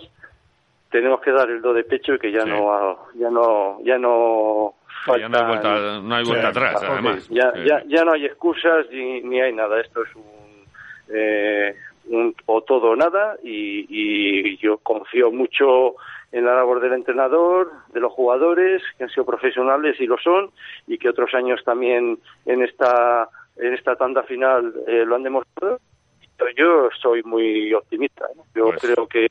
[SPEAKER 36] tenemos que dar el do de pecho y que ya no ha- ya no ya no
[SPEAKER 2] Ya no hay
[SPEAKER 36] falta-
[SPEAKER 2] vuelta, no hay vuelta
[SPEAKER 36] Sí. Ah,
[SPEAKER 2] atrás,
[SPEAKER 36] Ok,
[SPEAKER 2] además.
[SPEAKER 36] Ya,
[SPEAKER 2] Eh,
[SPEAKER 36] ya, ya no hay excusas ni, ni hay nada. Esto es un, eh, un o todo o nada y, y yo confío mucho en la labor del entrenador, de los jugadores que han sido profesionales y lo son y que otros años también en esta en esta tanda final eh, lo han demostrado. Yo soy muy optimista. ¿eh? Yo
[SPEAKER 2] Pues
[SPEAKER 36] creo que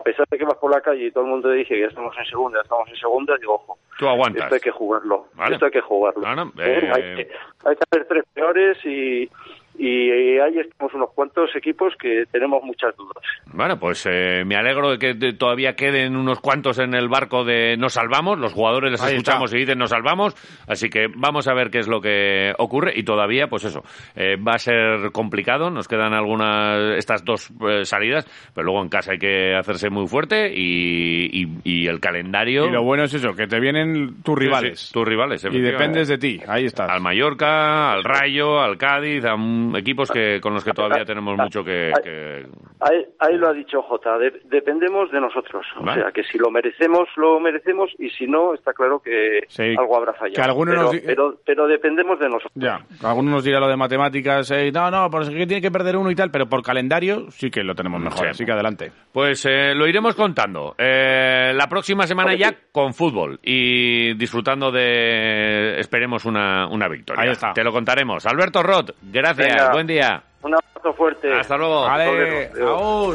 [SPEAKER 36] a pesar de que vas por la calle y todo el mundo te dice que ya estamos en segunda, ya estamos en segunda, digo ojo.
[SPEAKER 2] Tú aguantas.
[SPEAKER 36] Esto hay que jugarlo.
[SPEAKER 2] Vale.
[SPEAKER 36] Esto hay que jugarlo.
[SPEAKER 2] eh,
[SPEAKER 36] ¿Eh? Hay, que, hay que hacer tres peores y, y ahí estamos unos cuantos equipos que tenemos muchas dudas.
[SPEAKER 2] Bueno, pues eh, me alegro de que te- todavía queden unos cuantos en el barco de nos salvamos. Los jugadores les
[SPEAKER 19] Ahí
[SPEAKER 2] escuchamos y dicen nos salvamos. Así que vamos a ver qué es lo que ocurre. Y todavía, pues eso, eh, va a ser complicado. Nos quedan algunas, estas dos eh, salidas. Pero luego en casa hay que hacerse muy fuerte y, y- y el calendario.
[SPEAKER 19] Y lo bueno es eso, que te vienen tus
[SPEAKER 2] Sí,
[SPEAKER 19] rivales.
[SPEAKER 2] sí, tus rivales,
[SPEAKER 19] Y dependes de ti, ahí estás.
[SPEAKER 2] Al Mallorca, al Rayo, al Cádiz, a mm, equipos que, con los que todavía tenemos mucho que- que,
[SPEAKER 36] Ahí, ahí lo ha dicho Jota, de- dependemos de nosotros.
[SPEAKER 2] Vale.
[SPEAKER 36] O sea, que si lo merecemos, lo merecemos y si no, está claro que
[SPEAKER 19] Sí,
[SPEAKER 36] algo habrá fallado.
[SPEAKER 19] que alguno
[SPEAKER 36] pero,
[SPEAKER 19] nos di-
[SPEAKER 36] pero, pero dependemos de nosotros.
[SPEAKER 19] Ya, algunos nos dirán lo de matemáticas, eh, no, no, por eso que tiene que perder uno y tal, pero por calendario sí que lo tenemos mejor,
[SPEAKER 2] Sí.
[SPEAKER 19] así que adelante.
[SPEAKER 2] Pues eh, lo iremos contando. Eh, la próxima semana ya con fútbol y disfrutando de, esperemos, una, una victoria.
[SPEAKER 19] Ahí está.
[SPEAKER 2] Te lo contaremos. Alberto Roth, gracias.
[SPEAKER 19] Venga.
[SPEAKER 2] Buen día.
[SPEAKER 36] Un abrazo fuerte.
[SPEAKER 2] Hasta luego.
[SPEAKER 19] Vale, aún.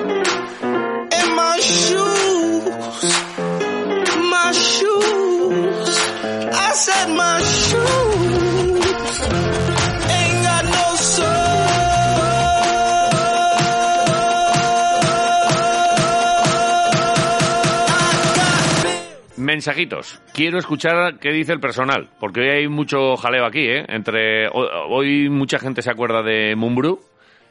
[SPEAKER 32] in my shoes. My shoes. I said my shoes. Ain't got no soul.
[SPEAKER 2] Mensaje Mensajitos. Quiero escuchar qué dice el personal, porque hoy hay mucho jaleo aquí, ¿eh? Entre, ho- hoy mucha gente se acuerda de Mumbrú,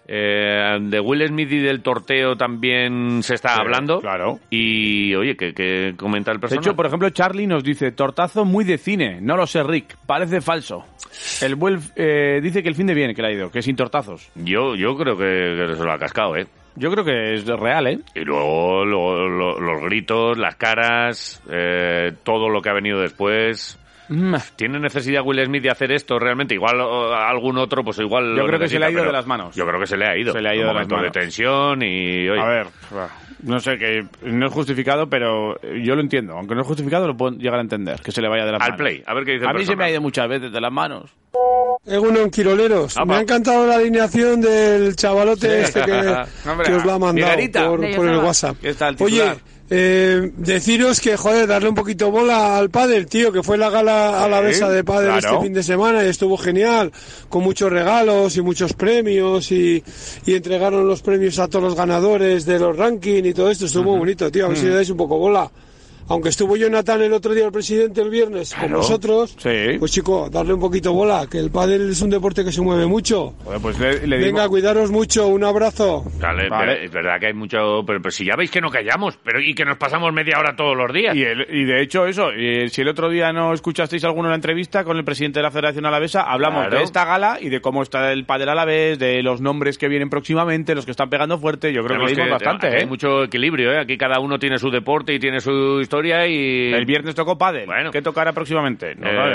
[SPEAKER 2] eh, de Will Smith y del torteo también se está hablando. Claro. Y, oye, ¿qué, qué comenta el
[SPEAKER 3] De
[SPEAKER 2] personal?
[SPEAKER 3] hecho, por ejemplo, Charlie nos dice, tortazo muy de cine, no lo sé, Rick, parece falso. El buen, eh, dice que el fin de bien que le ha ido, que sin tortazos.
[SPEAKER 2] Yo, yo creo que, que se lo ha cascado, ¿eh?
[SPEAKER 3] Yo creo que es real, ¿eh?
[SPEAKER 2] Y luego lo- lo- los gritos, las caras, eh, todo lo que ha venido después.
[SPEAKER 8] Mm.
[SPEAKER 2] ¿Tiene necesidad Will Smith de hacer esto realmente? Igual o, a algún otro, pues igual.
[SPEAKER 3] Yo
[SPEAKER 2] lo
[SPEAKER 3] creo que
[SPEAKER 2] necesita,
[SPEAKER 3] se le ha ido
[SPEAKER 2] pero
[SPEAKER 3] de las manos.
[SPEAKER 2] Yo creo que se le ha ido.
[SPEAKER 3] Se le ha ido
[SPEAKER 2] Un
[SPEAKER 3] de las
[SPEAKER 2] momento
[SPEAKER 3] manos.
[SPEAKER 2] de tensión y. oye,
[SPEAKER 3] A ver, no sé, que no es justificado, pero yo lo entiendo. Aunque no es justificado, lo puedo llegar a entender, que se le vaya de las
[SPEAKER 2] Al
[SPEAKER 3] manos.
[SPEAKER 2] play, a ver qué dice
[SPEAKER 3] A
[SPEAKER 2] el
[SPEAKER 3] mí se
[SPEAKER 2] personal.
[SPEAKER 3] me ha ido muchas veces de las manos.
[SPEAKER 37] Egunon Quiroleros,
[SPEAKER 3] Apa.
[SPEAKER 37] me ha encantado la alineación del chavalote
[SPEAKER 3] Ah, pues. Sí.
[SPEAKER 37] este
[SPEAKER 3] *laughs*
[SPEAKER 37] que,
[SPEAKER 3] Hombre,
[SPEAKER 37] que os la ha mandado
[SPEAKER 3] Miguelita.
[SPEAKER 37] por,
[SPEAKER 3] De
[SPEAKER 37] por el
[SPEAKER 3] Joseba.
[SPEAKER 37] WhatsApp.
[SPEAKER 3] Que está el titular.
[SPEAKER 37] Oye, eh, deciros que, joder, darle un poquito bola al pádel, tío, que fue la gala a la mesa de pádel
[SPEAKER 3] claro.
[SPEAKER 37] este fin de semana y estuvo genial, con muchos regalos y muchos premios y, y entregaron los premios a todos los ganadores de los rankings y todo esto, estuvo muy bonito, tío, a ver
[SPEAKER 3] Mm.
[SPEAKER 37] si le dais un poco bola. Aunque estuvo Jonathan el otro día, el presidente, el viernes, con
[SPEAKER 3] Claro.
[SPEAKER 37] vosotros,
[SPEAKER 3] Sí.
[SPEAKER 37] pues chico, darle un poquito bola, que el pádel es un deporte que se mueve mucho.
[SPEAKER 3] Joder, pues le, le dimos-
[SPEAKER 37] Venga, cuidaros mucho, un abrazo.
[SPEAKER 2] Dale, pero
[SPEAKER 37] Vale.
[SPEAKER 2] es verdad que hay mucho. Pero, pero si ya veis que no callamos pero y que nos pasamos media hora todos los días.
[SPEAKER 3] Y, el- y de hecho, eso, eh, si el otro día no escuchasteis alguna entrevista con el presidente de la Federación Alavesa, hablamos
[SPEAKER 2] Claro.
[SPEAKER 3] de esta gala y de cómo está el padel Alavés, de los nombres que vienen próximamente, los que están pegando fuerte. Yo creo
[SPEAKER 2] Tenemos
[SPEAKER 3] que lo
[SPEAKER 2] que-
[SPEAKER 3] dimos bastante,
[SPEAKER 2] aquí
[SPEAKER 3] ¿eh?
[SPEAKER 2] Hay mucho equilibrio, ¿eh? Aquí cada uno tiene su deporte y tiene su historia y...
[SPEAKER 3] El viernes tocó pádel. ¿Qué tocará próximamente? No lo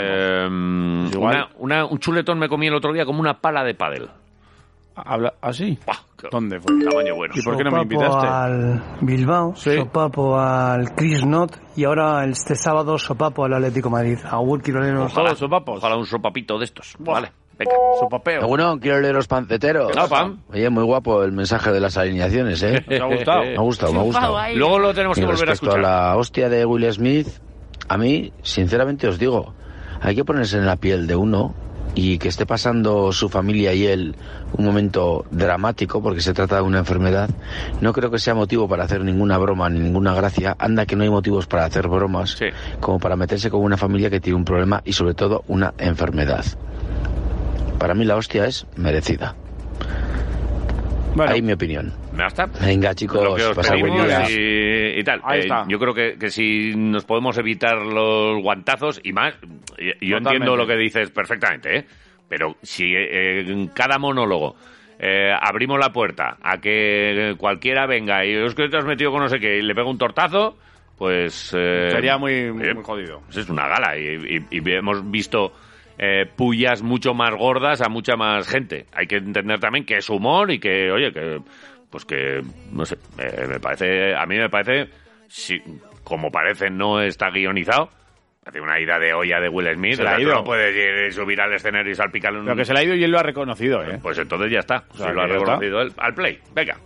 [SPEAKER 2] Eh,
[SPEAKER 3] Igual.
[SPEAKER 2] una- una- un chuletón me comí el otro día como una pala de pádel.
[SPEAKER 3] ¿Habla ¿ah, así? ¿Dónde fue?
[SPEAKER 2] Tamaño bueno.
[SPEAKER 3] ¿Y por qué no me invitaste?
[SPEAKER 15] al Bilbao, sopapo al Chris Not y ahora este sábado sopapo al Atlético Madrid. Agur Quiroleros.
[SPEAKER 2] Ojalá, ojalá un sopapito de estos. Vale, venga. Sopapeo.
[SPEAKER 13] Bueno, quiero leer los panceteros.
[SPEAKER 2] ¿Qué pasa?
[SPEAKER 13] Oye, muy guapo el mensaje de las alineaciones, ¿eh?
[SPEAKER 2] ¿Te ha gustado?
[SPEAKER 13] Me ha gustado, me ha gustado.
[SPEAKER 2] Chupao ahí. Luego lo tenemos
[SPEAKER 13] Y
[SPEAKER 2] que volver a
[SPEAKER 13] respecto
[SPEAKER 2] escuchar.
[SPEAKER 13] la hostia de Will Smith, a mí, sinceramente os digo, hay que ponerse en la piel de uno y que esté pasando su familia y él un momento dramático porque se trata de una enfermedad, no creo que sea motivo para hacer ninguna broma ni ninguna gracia. Anda que no hay motivos para hacer bromas como para meterse con una familia que tiene un problema y sobre todo una enfermedad. Para mí la hostia es merecida. Ahí mi opinión.
[SPEAKER 2] ¿Me basta?
[SPEAKER 13] Venga, chicos,
[SPEAKER 2] Lo que os
[SPEAKER 13] pasad buen
[SPEAKER 2] pedimos
[SPEAKER 13] día.
[SPEAKER 2] y, y tal.
[SPEAKER 13] Ahí
[SPEAKER 2] Eh,
[SPEAKER 13] está.
[SPEAKER 2] yo creo que, que si nos podemos evitar los guantazos y más, y- y yo
[SPEAKER 3] Totalmente.
[SPEAKER 2] entiendo lo que dices perfectamente, ¿eh? pero si eh, en cada monólogo eh, abrimos la puerta a que cualquiera venga y es que te has metido con no sé qué y le pega un tortazo, pues... eh,
[SPEAKER 3] Sería muy, muy
[SPEAKER 2] eh,
[SPEAKER 3] jodido.
[SPEAKER 2] pues es una gala y, y- y hemos visto eh, pullas mucho más gordas a mucha más gente. Hay que entender también que es humor y que, oye, que pues que no sé, eh, me parece a mí me parece si, como parece no está guionizado. Hace una ida de olla de Will Smith,
[SPEAKER 3] Se le ha
[SPEAKER 2] o sea, tú
[SPEAKER 3] ido.
[SPEAKER 2] no puedes ir- subir al escenario y salpicarle un
[SPEAKER 3] Lo que se le ha ido y él lo ha reconocido, ¿eh?
[SPEAKER 2] Pues entonces ya está,
[SPEAKER 3] sea,
[SPEAKER 2] si lo ha
[SPEAKER 3] que ya está.
[SPEAKER 2] reconocido él, al play. Venga.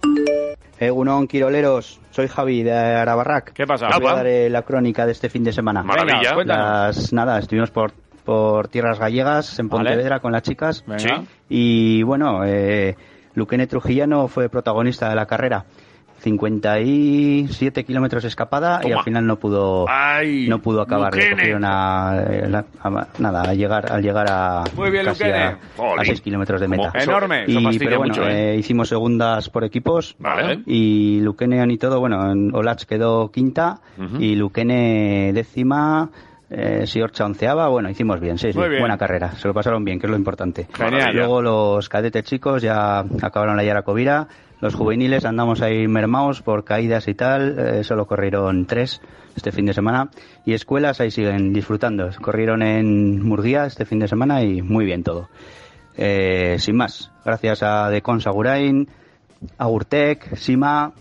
[SPEAKER 20] Egunon, Eh, Quiroleros, soy Javi de Arabarrac.
[SPEAKER 3] ¿Qué pasa?
[SPEAKER 20] Os voy a
[SPEAKER 3] Apa.
[SPEAKER 20] dar eh, la crónica de este fin de semana.
[SPEAKER 3] Maravilla. Venga, cuéntanos.
[SPEAKER 20] Las- nada, estuvimos por, por tierras gallegas, en
[SPEAKER 3] Vale.
[SPEAKER 20] Pontevedra, con las chicas.
[SPEAKER 3] Venga. Sí.
[SPEAKER 20] Y bueno, eh, Luquene Trujillano fue protagonista de la carrera. 57 kilómetros de escapada y
[SPEAKER 21] Toma.
[SPEAKER 20] al final no pudo no pudo acabar Le
[SPEAKER 21] Luquene.
[SPEAKER 20] cogieron a, eh, la- a- nada al llegar al llegar a
[SPEAKER 21] Muy bien,
[SPEAKER 20] casi
[SPEAKER 21] Luquene.
[SPEAKER 20] a,
[SPEAKER 21] Jolín.
[SPEAKER 20] 6 kilómetros de
[SPEAKER 21] Como-
[SPEAKER 20] meta
[SPEAKER 21] Enorme. Eso
[SPEAKER 20] Y-
[SPEAKER 21] fastidia
[SPEAKER 20] pero bueno,
[SPEAKER 21] mucho, ¿eh?
[SPEAKER 20] eh, hicimos segundas por equipos
[SPEAKER 21] Vale.
[SPEAKER 20] y Luquenean y todo, bueno, en Olach quedó quinta
[SPEAKER 21] Ujú.
[SPEAKER 20] y Luquene décima, eh, Siorcha onceava, bueno, hicimos bien, sí, sí,
[SPEAKER 21] Muy bien.
[SPEAKER 20] buena carrera, se lo pasaron bien, que es lo importante.
[SPEAKER 21] Genial.
[SPEAKER 20] Luego los cadetes chicos ya acabaron la Yaracovira, los juveniles andamos ahí mermaos por caídas y tal, eh, solo corrieron tres este fin de semana y escuelas ahí siguen disfrutando, corrieron en Murguía este fin de semana y muy bien todo. Eh, sin más, gracias a Decon Sagurain, a Urtec, Sima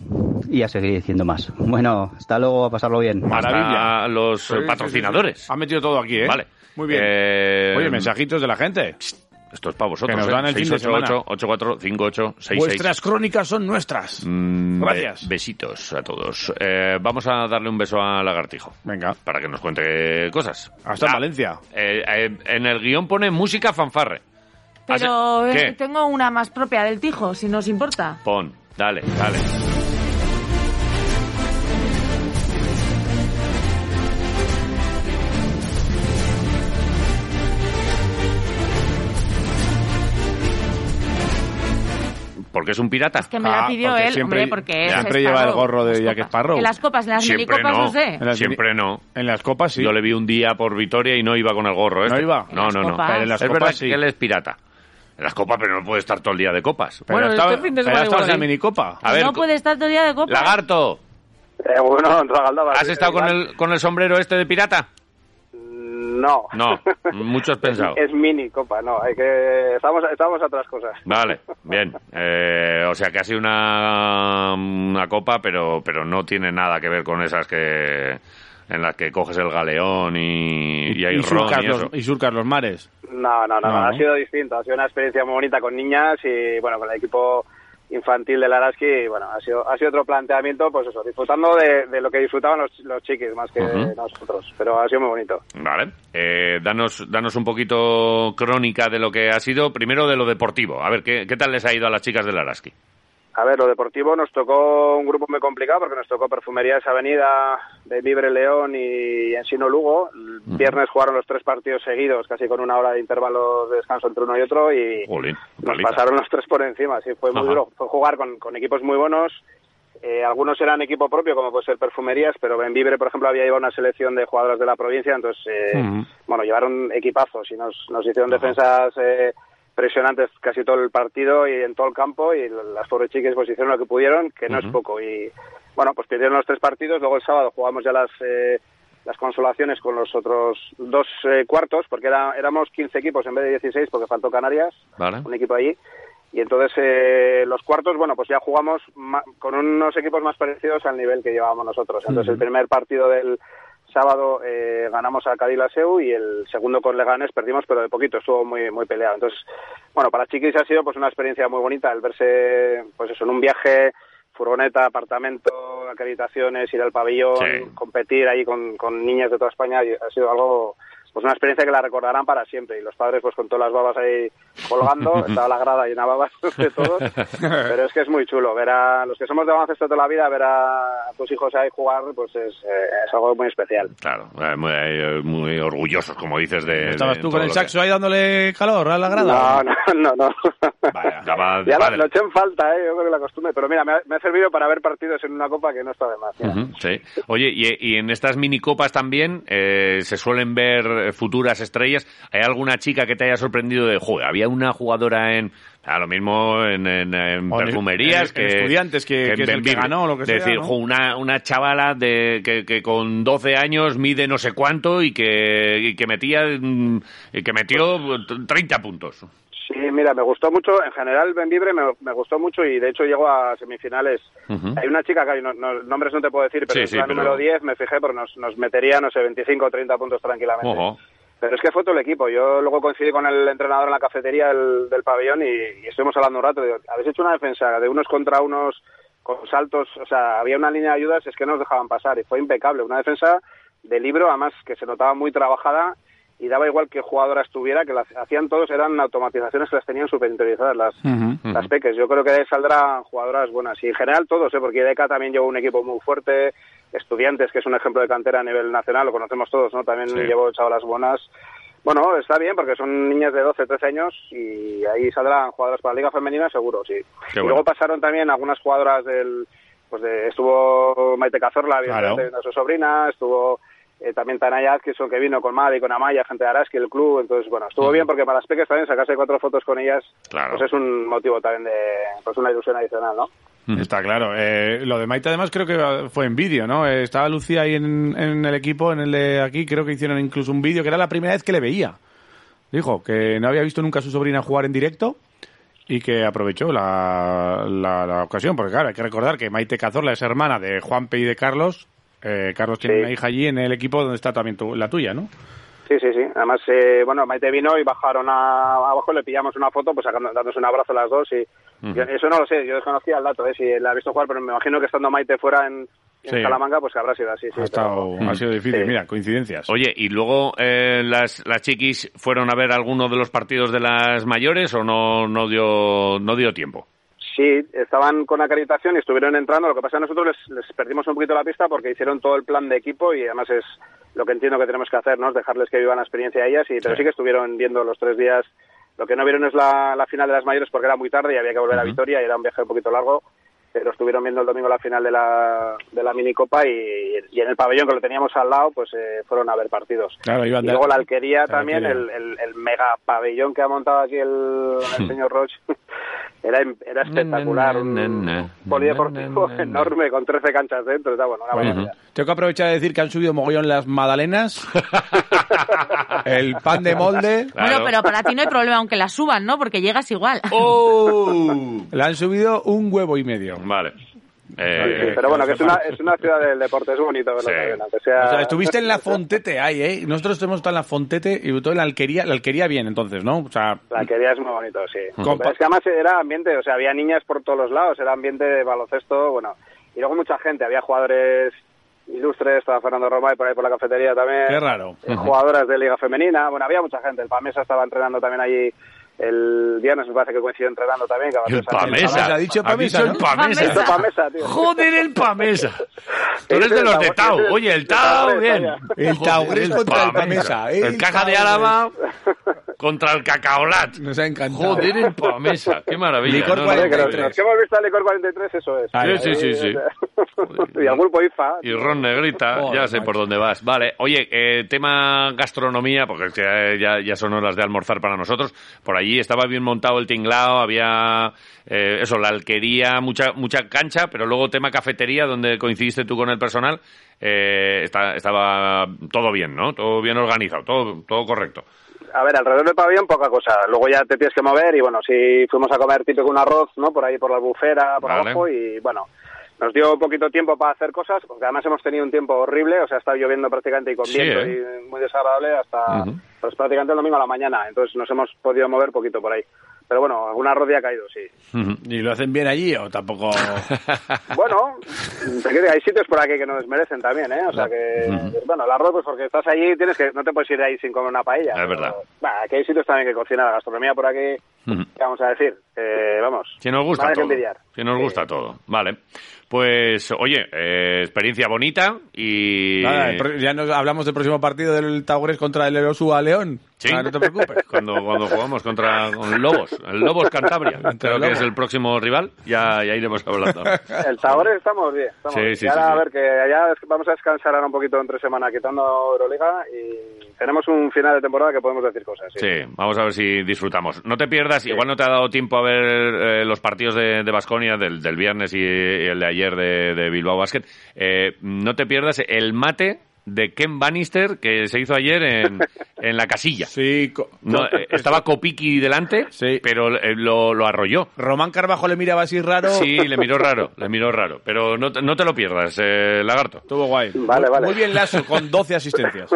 [SPEAKER 20] y a seguir diciendo más. Bueno, hasta luego, a pasarlo bien.
[SPEAKER 2] Hasta los eh, patrocinadores.
[SPEAKER 3] Ha metido todo aquí, ¿eh?
[SPEAKER 2] Vale.
[SPEAKER 3] Muy bien.
[SPEAKER 2] Eh,
[SPEAKER 3] Oye, mensajitos de la gente.
[SPEAKER 2] Esto es para vosotros.
[SPEAKER 3] Que nos
[SPEAKER 2] ¿eh?
[SPEAKER 3] dan el fin de semana.
[SPEAKER 2] 688 8458 66.
[SPEAKER 3] Vuestras crónicas son nuestras.
[SPEAKER 2] Mm,
[SPEAKER 3] Gracias.
[SPEAKER 2] be- besitos a todos. Eh, vamos a darle un beso a Lagartijo. Venga. Para que nos cuente cosas.
[SPEAKER 3] Hasta en Valencia.
[SPEAKER 2] Eh, eh, en el guión pone música fanfarre.
[SPEAKER 4] Pero
[SPEAKER 2] Así-
[SPEAKER 4] eh,
[SPEAKER 2] ¿Qué?
[SPEAKER 4] tengo una más propia del Tijo, si nos importa.
[SPEAKER 2] Pon, dale, dale. porque es un pirata.
[SPEAKER 4] que me la pidió
[SPEAKER 2] porque
[SPEAKER 4] él, hombre, porque es
[SPEAKER 3] Ah, siempre lleva el
[SPEAKER 4] Sparrow.
[SPEAKER 3] gorro de Jack Sparrow.
[SPEAKER 4] En las copas, en las
[SPEAKER 2] Siempre
[SPEAKER 4] minicopas,
[SPEAKER 2] no.
[SPEAKER 4] no, sé.
[SPEAKER 2] En las Siempre no.
[SPEAKER 3] En las copas sí.
[SPEAKER 2] Yo le vi un día por Vitoria y no iba con el gorro. este.
[SPEAKER 3] ¿No iba? En
[SPEAKER 2] No,
[SPEAKER 3] las
[SPEAKER 2] no, no.
[SPEAKER 3] copas. Pero en las
[SPEAKER 2] es
[SPEAKER 3] copas
[SPEAKER 2] verdad
[SPEAKER 3] sí.
[SPEAKER 2] que él es pirata. En las copas, pero no puede estar todo el día de copas.
[SPEAKER 3] Pero
[SPEAKER 2] bueno,
[SPEAKER 3] estaba-
[SPEAKER 2] este fin de
[SPEAKER 3] pero
[SPEAKER 2] semana
[SPEAKER 3] estaba
[SPEAKER 2] igual Pues
[SPEAKER 3] en la
[SPEAKER 2] sí.
[SPEAKER 3] minicopa.
[SPEAKER 2] A ver,
[SPEAKER 4] no puede estar todo el día de copas.
[SPEAKER 2] lagarto.
[SPEAKER 19] Eh, bueno, Ragaldábal,
[SPEAKER 2] ¿Has
[SPEAKER 19] eh,
[SPEAKER 2] estado con
[SPEAKER 19] igual.
[SPEAKER 2] el, con el sombrero este de pirata?
[SPEAKER 19] No. *laughs*
[SPEAKER 2] No, muchos pensado.
[SPEAKER 19] Es mini copa, no, hay que estamos estamos a otras cosas.
[SPEAKER 2] Vale, bien. Eh, o sea, que ha sido una, una copa, pero, pero no tiene nada que ver con esas que en las que coges el galeón y, y hay
[SPEAKER 3] y,
[SPEAKER 2] ron
[SPEAKER 3] surcas
[SPEAKER 2] y
[SPEAKER 3] los,
[SPEAKER 2] eso.
[SPEAKER 3] y surcas los mares.
[SPEAKER 19] No, no, no,
[SPEAKER 3] No,
[SPEAKER 19] no, ha
[SPEAKER 3] ¿no?
[SPEAKER 19] sido distinto, ha sido una experiencia muy bonita con niñas y bueno, con el equipo infantil del Araski, bueno, ha sido ha sido otro planteamiento, pues eso, disfrutando de, de lo que disfrutaban los, los chiquis más que
[SPEAKER 2] Ujú.
[SPEAKER 19] nosotros, pero ha sido muy bonito.
[SPEAKER 2] Vale. Eh, danos, danos un poquito crónica de lo que ha sido, primero de lo deportivo. A ver, ¿qué, qué tal les ha ido a las chicas del Araski?
[SPEAKER 19] A ver, lo deportivo nos tocó un grupo muy complicado porque nos tocó Perfumerías Avenida de Libre León y Ensino Lugo. El viernes jugaron los tres partidos seguidos, casi con una hora de intervalo de descanso entre uno y otro y
[SPEAKER 2] Jolín,
[SPEAKER 19] nos
[SPEAKER 2] paliza.
[SPEAKER 19] pasaron los tres por encima. Sí, fue muy
[SPEAKER 2] Ajá.
[SPEAKER 19] duro. Fue jugar con, con equipos muy buenos. Eh, algunos eran equipo propio, como puede ser Perfumerías, pero Benvibre, por ejemplo, había llevado una selección de jugadoras de la provincia, entonces eh, bueno, llevaron equipazos y nos, nos hicieron defensas eh, presionantes casi todo el partido y en todo el campo y las pobres chiques pues hicieron lo que pudieron, que no es
[SPEAKER 38] Ujú.
[SPEAKER 19] poco. Y bueno, pues perdieron los tres partidos, luego el sábado jugamos ya las, eh, las consolaciones con los otros dos eh, cuartos, porque era- éramos 15 equipos en vez de 16 porque faltó Canarias,
[SPEAKER 2] Vale.
[SPEAKER 19] un equipo allí. Y entonces eh, los cuartos, bueno, pues ya jugamos ma- con unos equipos más parecidos al nivel que llevábamos nosotros. Entonces
[SPEAKER 1] Ujú.
[SPEAKER 19] el primer partido del sábado eh, ganamos a Cádiz la SEU y el segundo con Leganés perdimos, pero de poquito, estuvo muy, muy peleado. Entonces, bueno, para Chiquis ha sido pues una experiencia muy bonita el verse, pues eso, en un viaje, furgoneta, apartamento, acreditaciones, ir al pabellón,
[SPEAKER 2] Sí.
[SPEAKER 19] competir ahí con, con niñas de toda España, y ha sido algo... Pues una experiencia que la recordarán para siempre y los padres pues con todas las babas ahí
[SPEAKER 2] *laughs*
[SPEAKER 19] colgando, estaba la grada llena de babas de todos, pero es que es muy chulo ver a los que somos de baloncesto toda la vida, ver a tus hijos ahí jugar, pues es, eh, es algo muy especial.
[SPEAKER 2] Claro, eh, muy, eh, muy orgullosos, como dices, de...
[SPEAKER 3] ¿Estabas
[SPEAKER 2] de
[SPEAKER 3] tú
[SPEAKER 2] todo
[SPEAKER 3] con el
[SPEAKER 2] lo
[SPEAKER 3] saxo ahí dándole calor a la grada?
[SPEAKER 19] No, no, no.
[SPEAKER 2] que- daba de
[SPEAKER 19] Ya lo,
[SPEAKER 2] padre.
[SPEAKER 19] lo eché en falta, ¿eh? yo creo que la costumbre, pero mira, me ha, me ha servido para ver partidos en una copa que no está de más. mira.
[SPEAKER 2] Ujú, sí. Oye, y, y en estas minicopas también eh, se suelen ver eh, futuras estrellas. ¿Hay alguna chica que te haya sorprendido de, joder, había una jugadora en, a lo mismo en, en- en
[SPEAKER 3] O en-
[SPEAKER 2] perfumerías,
[SPEAKER 3] en- en
[SPEAKER 2] que,
[SPEAKER 3] Estudiantes, que- que es el que
[SPEAKER 2] Benvibre?
[SPEAKER 3] ganó o lo que sea,
[SPEAKER 2] decir,
[SPEAKER 3] ¿no?
[SPEAKER 2] "Jo, una, una chavala de, que, que con 12 años mide no sé cuánto y que, y que metía, mm, y que metió
[SPEAKER 19] Pues-
[SPEAKER 2] 30 puntos.
[SPEAKER 19] Sí, mira, me gustó mucho, en general Benvibre me, me gustó mucho y de hecho llego a semifinales.
[SPEAKER 2] Ujú.
[SPEAKER 19] Hay una chica, claro, y no- no- nombres no te puedo decir, pero
[SPEAKER 2] Sí,
[SPEAKER 19] es
[SPEAKER 2] sí,
[SPEAKER 19] la
[SPEAKER 2] pero-
[SPEAKER 19] número 10, me fijé, pero nos, nos metería, no sé, 25 o 30 puntos tranquilamente.
[SPEAKER 2] Ojo.
[SPEAKER 19] Pero es que fue todo el equipo. Yo luego coincidí con el entrenador en la cafetería del, del pabellón y, y estuvimos hablando un rato. Digo, Habéis hecho una defensa de unos contra unos con saltos. O sea, había una línea de ayudas, es que no nos dejaban pasar y fue impecable. Una defensa de libro, además que se notaba muy trabajada y daba igual qué jugadora estuviera, que las hacían todos, eran automatizaciones que las tenían súper interiorizadas las, las peques. Yo creo que de ahí saldrán jugadoras buenas. Y en general todos, ¿eh? porque IDECA también llevó un equipo muy fuerte. Estudiantes, que es un ejemplo de cantera a nivel nacional, lo conocemos todos, ¿no? También
[SPEAKER 2] Sí.
[SPEAKER 19] llevó chavalas buenas. Bueno, está bien, porque son niñas de 12, 13 años y ahí saldrán jugadoras para la Liga Femenina, seguro, sí.
[SPEAKER 2] Qué
[SPEAKER 19] y
[SPEAKER 2] bueno.
[SPEAKER 19] luego pasaron también algunas jugadoras del... Pues de- estuvo Maite Cazorla, evidentemente, viendo a su sobrina, estuvo eh, también Tanaya Atkinson, que vino con Madi, con Amaya, gente de Araski, el club, entonces, bueno, estuvo bien, porque para las peques también sacarse cuatro fotos con ellas
[SPEAKER 2] Claro.
[SPEAKER 19] pues es un motivo también de, pues una ilusión adicional, ¿no?
[SPEAKER 3] Está claro. Eh, lo de Maite, además, creo que fue en vídeo, ¿no? Eh, estaba Lucía ahí en, en el equipo, en el de aquí, creo que hicieron incluso un vídeo, que era la primera vez que le veía. Dijo que no había visto nunca a su sobrina jugar en directo y que aprovechó la, la- la ocasión, porque claro, hay que recordar que Maite Cazorla es hermana de Juanpe y de Carlos. Eh, Carlos tiene
[SPEAKER 19] Sí.
[SPEAKER 3] una hija allí en el equipo donde está también tu- la tuya, ¿no?
[SPEAKER 19] Sí, sí, sí. Además, eh, bueno, Maite vino y bajaron a, abajo, le pillamos una foto, pues sacando- dándose un abrazo las dos y yo- eso no lo sé, yo desconocía el dato, ¿eh? si la he visto jugar, pero me imagino que estando Maite fuera en, en
[SPEAKER 3] Sí.
[SPEAKER 19] Salamanca, pues que habrá sido así. Sí,
[SPEAKER 2] Ah,
[SPEAKER 3] Ha, estado-
[SPEAKER 19] pero-
[SPEAKER 3] ha sido difícil, mira, coincidencias.
[SPEAKER 2] Oye, ¿y luego eh, las, las chiquis fueron a ver alguno de los partidos de las mayores o no, no, dio, no dio tiempo?
[SPEAKER 19] Sí, estaban con acreditación y estuvieron entrando. Lo que pasa es que nosotros les, les perdimos un poquito la pista porque hicieron todo el plan de equipo y además es lo que entiendo que tenemos que hacer, ¿no? Es dejarles que vivan la experiencia a ellas. Y, pero sí. que estuvieron viendo los tres días Lo que no vieron es la, la final de las mayores porque era muy tarde y había que volver a Vitoria y era un viaje un poquito largo. Pero estuvieron viendo el domingo la final de la, de la minicopa y, y en el pabellón que lo teníamos al lado, pues eh, fueron a ver partidos.
[SPEAKER 3] Claro, iban
[SPEAKER 19] Y
[SPEAKER 3] de-
[SPEAKER 19] luego la alquería también,
[SPEAKER 3] Alquería.
[SPEAKER 19] el, el, el mega pabellón que ha montado aquí el,
[SPEAKER 3] Hmm.
[SPEAKER 19] el señor Roche, *laughs* era, im- era espectacular. Un polideportivo enorme con 13 canchas dentro. Está bueno, una
[SPEAKER 3] Oye,
[SPEAKER 19] barbaridad.
[SPEAKER 3] Tengo que aprovechar de decir que han subido mogollón
[SPEAKER 2] *laughs*
[SPEAKER 3] las magdalenas, el pan de molde.
[SPEAKER 4] Bueno, pero para ti no hay problema, aunque la suban, ¿no? Porque llegas igual.
[SPEAKER 2] Oh.
[SPEAKER 4] *laughs*
[SPEAKER 3] Le han subido un huevo y medio.
[SPEAKER 2] Vale. Eh,
[SPEAKER 19] Sí, pero bueno, que es una, es una ciudad del deporte, es bonito verlo también, aunque sea...
[SPEAKER 3] O sea, estuviste en la Fontete ahí, ¿eh? Nosotros hemos estado en la Fontete y sobre todo en la Alquería. La Alquería bien, entonces, ¿no? O sea,
[SPEAKER 19] La alquería es muy bonito, sí.
[SPEAKER 3] Compa-
[SPEAKER 19] Pero es que además era ambiente, o sea, había niñas por todos los lados, era ambiente de baloncesto, bueno. Y luego mucha gente, había jugadores ilustres, estaba Fernando Romay por ahí por la cafetería también.
[SPEAKER 3] qué raro.
[SPEAKER 19] eh, Jugadoras de Liga Femenina, bueno, había mucha gente. El Pamesa estaba entrenando también allí el viernes, me parece que coincidió entrenando también. que
[SPEAKER 2] El
[SPEAKER 19] avanzó Sánchez.
[SPEAKER 2] Pamesa.
[SPEAKER 3] Ha dicho Pamesa,
[SPEAKER 2] el
[SPEAKER 19] ¿no?
[SPEAKER 2] Pamesa.
[SPEAKER 19] Esto Pamesa, tío.
[SPEAKER 2] Joder, el Pamesa.
[SPEAKER 19] *laughs*
[SPEAKER 2] Tú eres de los de Tau. Oye, el Tau, bien.
[SPEAKER 3] El
[SPEAKER 2] Joder,
[SPEAKER 3] Taurés contra el Pamesa.
[SPEAKER 2] El, Caja de Álava contra el Cacaolat.
[SPEAKER 3] Nos ha encantado.
[SPEAKER 2] Joder, el Pamesa. Qué maravilla.
[SPEAKER 3] Licor
[SPEAKER 2] No, no, no,
[SPEAKER 19] Oye, que los-
[SPEAKER 2] no.
[SPEAKER 19] los que hemos visto el Licor 43, eso es.
[SPEAKER 2] Sí, sí, sí, sí.
[SPEAKER 19] *laughs* Y al grupo IFA.
[SPEAKER 2] Y Ron Negrita, ya sé por dónde vas. Vale, oye, eh, tema gastronomía, porque es que, eh, ya, ya son horas de almorzar para nosotros. Por allí estaba bien montado el tinglao, había eh, eso, la alquería, mucha, mucha cancha, pero luego tema cafetería, donde coincidiste tú con el personal, eh, está- estaba todo bien, ¿no? Todo bien organizado, todo, todo correcto.
[SPEAKER 19] A ver, alrededor del pabellón poca cosa. Luego ya te tienes que mover y bueno, sí fuimos a comer típico un arroz, ¿no? Por ahí por la albufera, por
[SPEAKER 2] Vale.
[SPEAKER 19] abajo y bueno, nos dio un poquito tiempo para hacer cosas, porque además hemos tenido un tiempo horrible, o sea, ha estado lloviendo prácticamente y con
[SPEAKER 2] Sí,
[SPEAKER 19] viento
[SPEAKER 2] ¿eh?
[SPEAKER 19] y muy desagradable hasta
[SPEAKER 2] Ujú.
[SPEAKER 19] pues, prácticamente el domingo a la mañana. Entonces nos hemos podido mover poquito por ahí. Pero bueno, algún arroz ya ha caído, sí.
[SPEAKER 3] ¿Y lo hacen bien allí o
[SPEAKER 2] *laughs*
[SPEAKER 3] tampoco?
[SPEAKER 19] Bueno, te quiero decir, hay sitios por aquí que nos merecen también, ¿eh? O sea que, bueno, el arroz, pues porque estás allí, tienes que, no te puedes ir de ahí sin comer una paella.
[SPEAKER 2] Es verdad.
[SPEAKER 19] Bah, que hay sitios también que cocina la gastronomía por aquí,
[SPEAKER 2] Ujú.
[SPEAKER 19] ¿qué vamos a decir? Eh, vamos.
[SPEAKER 2] Que nos gusta
[SPEAKER 19] nada que
[SPEAKER 2] todo.
[SPEAKER 19] envidiar.
[SPEAKER 2] Que nos gusta todo. Vale. Pues, oye, eh, experiencia bonita y...
[SPEAKER 3] Nada, el pro- ya nos hablamos del próximo partido del Taurés contra el Erosúa León.
[SPEAKER 2] Sí.
[SPEAKER 3] Ah, no te preocupes.
[SPEAKER 2] pues, Cuando, cuando jugamos contra con Lobos, el Lobos Cantabria,
[SPEAKER 3] Entre
[SPEAKER 2] creo que
[SPEAKER 3] Lobos.
[SPEAKER 2] es el próximo rival, ya, ya iremos hablando.
[SPEAKER 19] *laughs* El Tagore estamos bien. Estamos
[SPEAKER 2] Sí,
[SPEAKER 19] bien.
[SPEAKER 2] sí,
[SPEAKER 19] Y ahora,
[SPEAKER 2] sí,
[SPEAKER 19] a
[SPEAKER 2] sí.
[SPEAKER 19] ver, que allá es que vamos a descansar ahora un poquito entre semana quitando Euroliga y tenemos un final de temporada que podemos decir cosas. sí.
[SPEAKER 2] Sí, vamos a ver si disfrutamos. No te pierdas, igual no te ha dado tiempo a ver eh, los partidos de Vasconia, del, del viernes y, y el de ayer de, de Bilbao Basket. Eh, no te pierdas el mate de Ken Bannister que se hizo ayer en, en la casilla.
[SPEAKER 3] Sí,
[SPEAKER 2] No, eh, estaba Kopiki delante, pero eh, lo, lo arrolló.
[SPEAKER 3] Román Carvajal le miraba así raro.
[SPEAKER 2] Sí, le miró raro, le miró raro. Pero no te, no te lo pierdas, eh, lagarto.
[SPEAKER 3] Estuvo guay.
[SPEAKER 19] Vale,
[SPEAKER 3] Muy-
[SPEAKER 19] vale.
[SPEAKER 3] Muy bien Lasso, con 12 asistencias.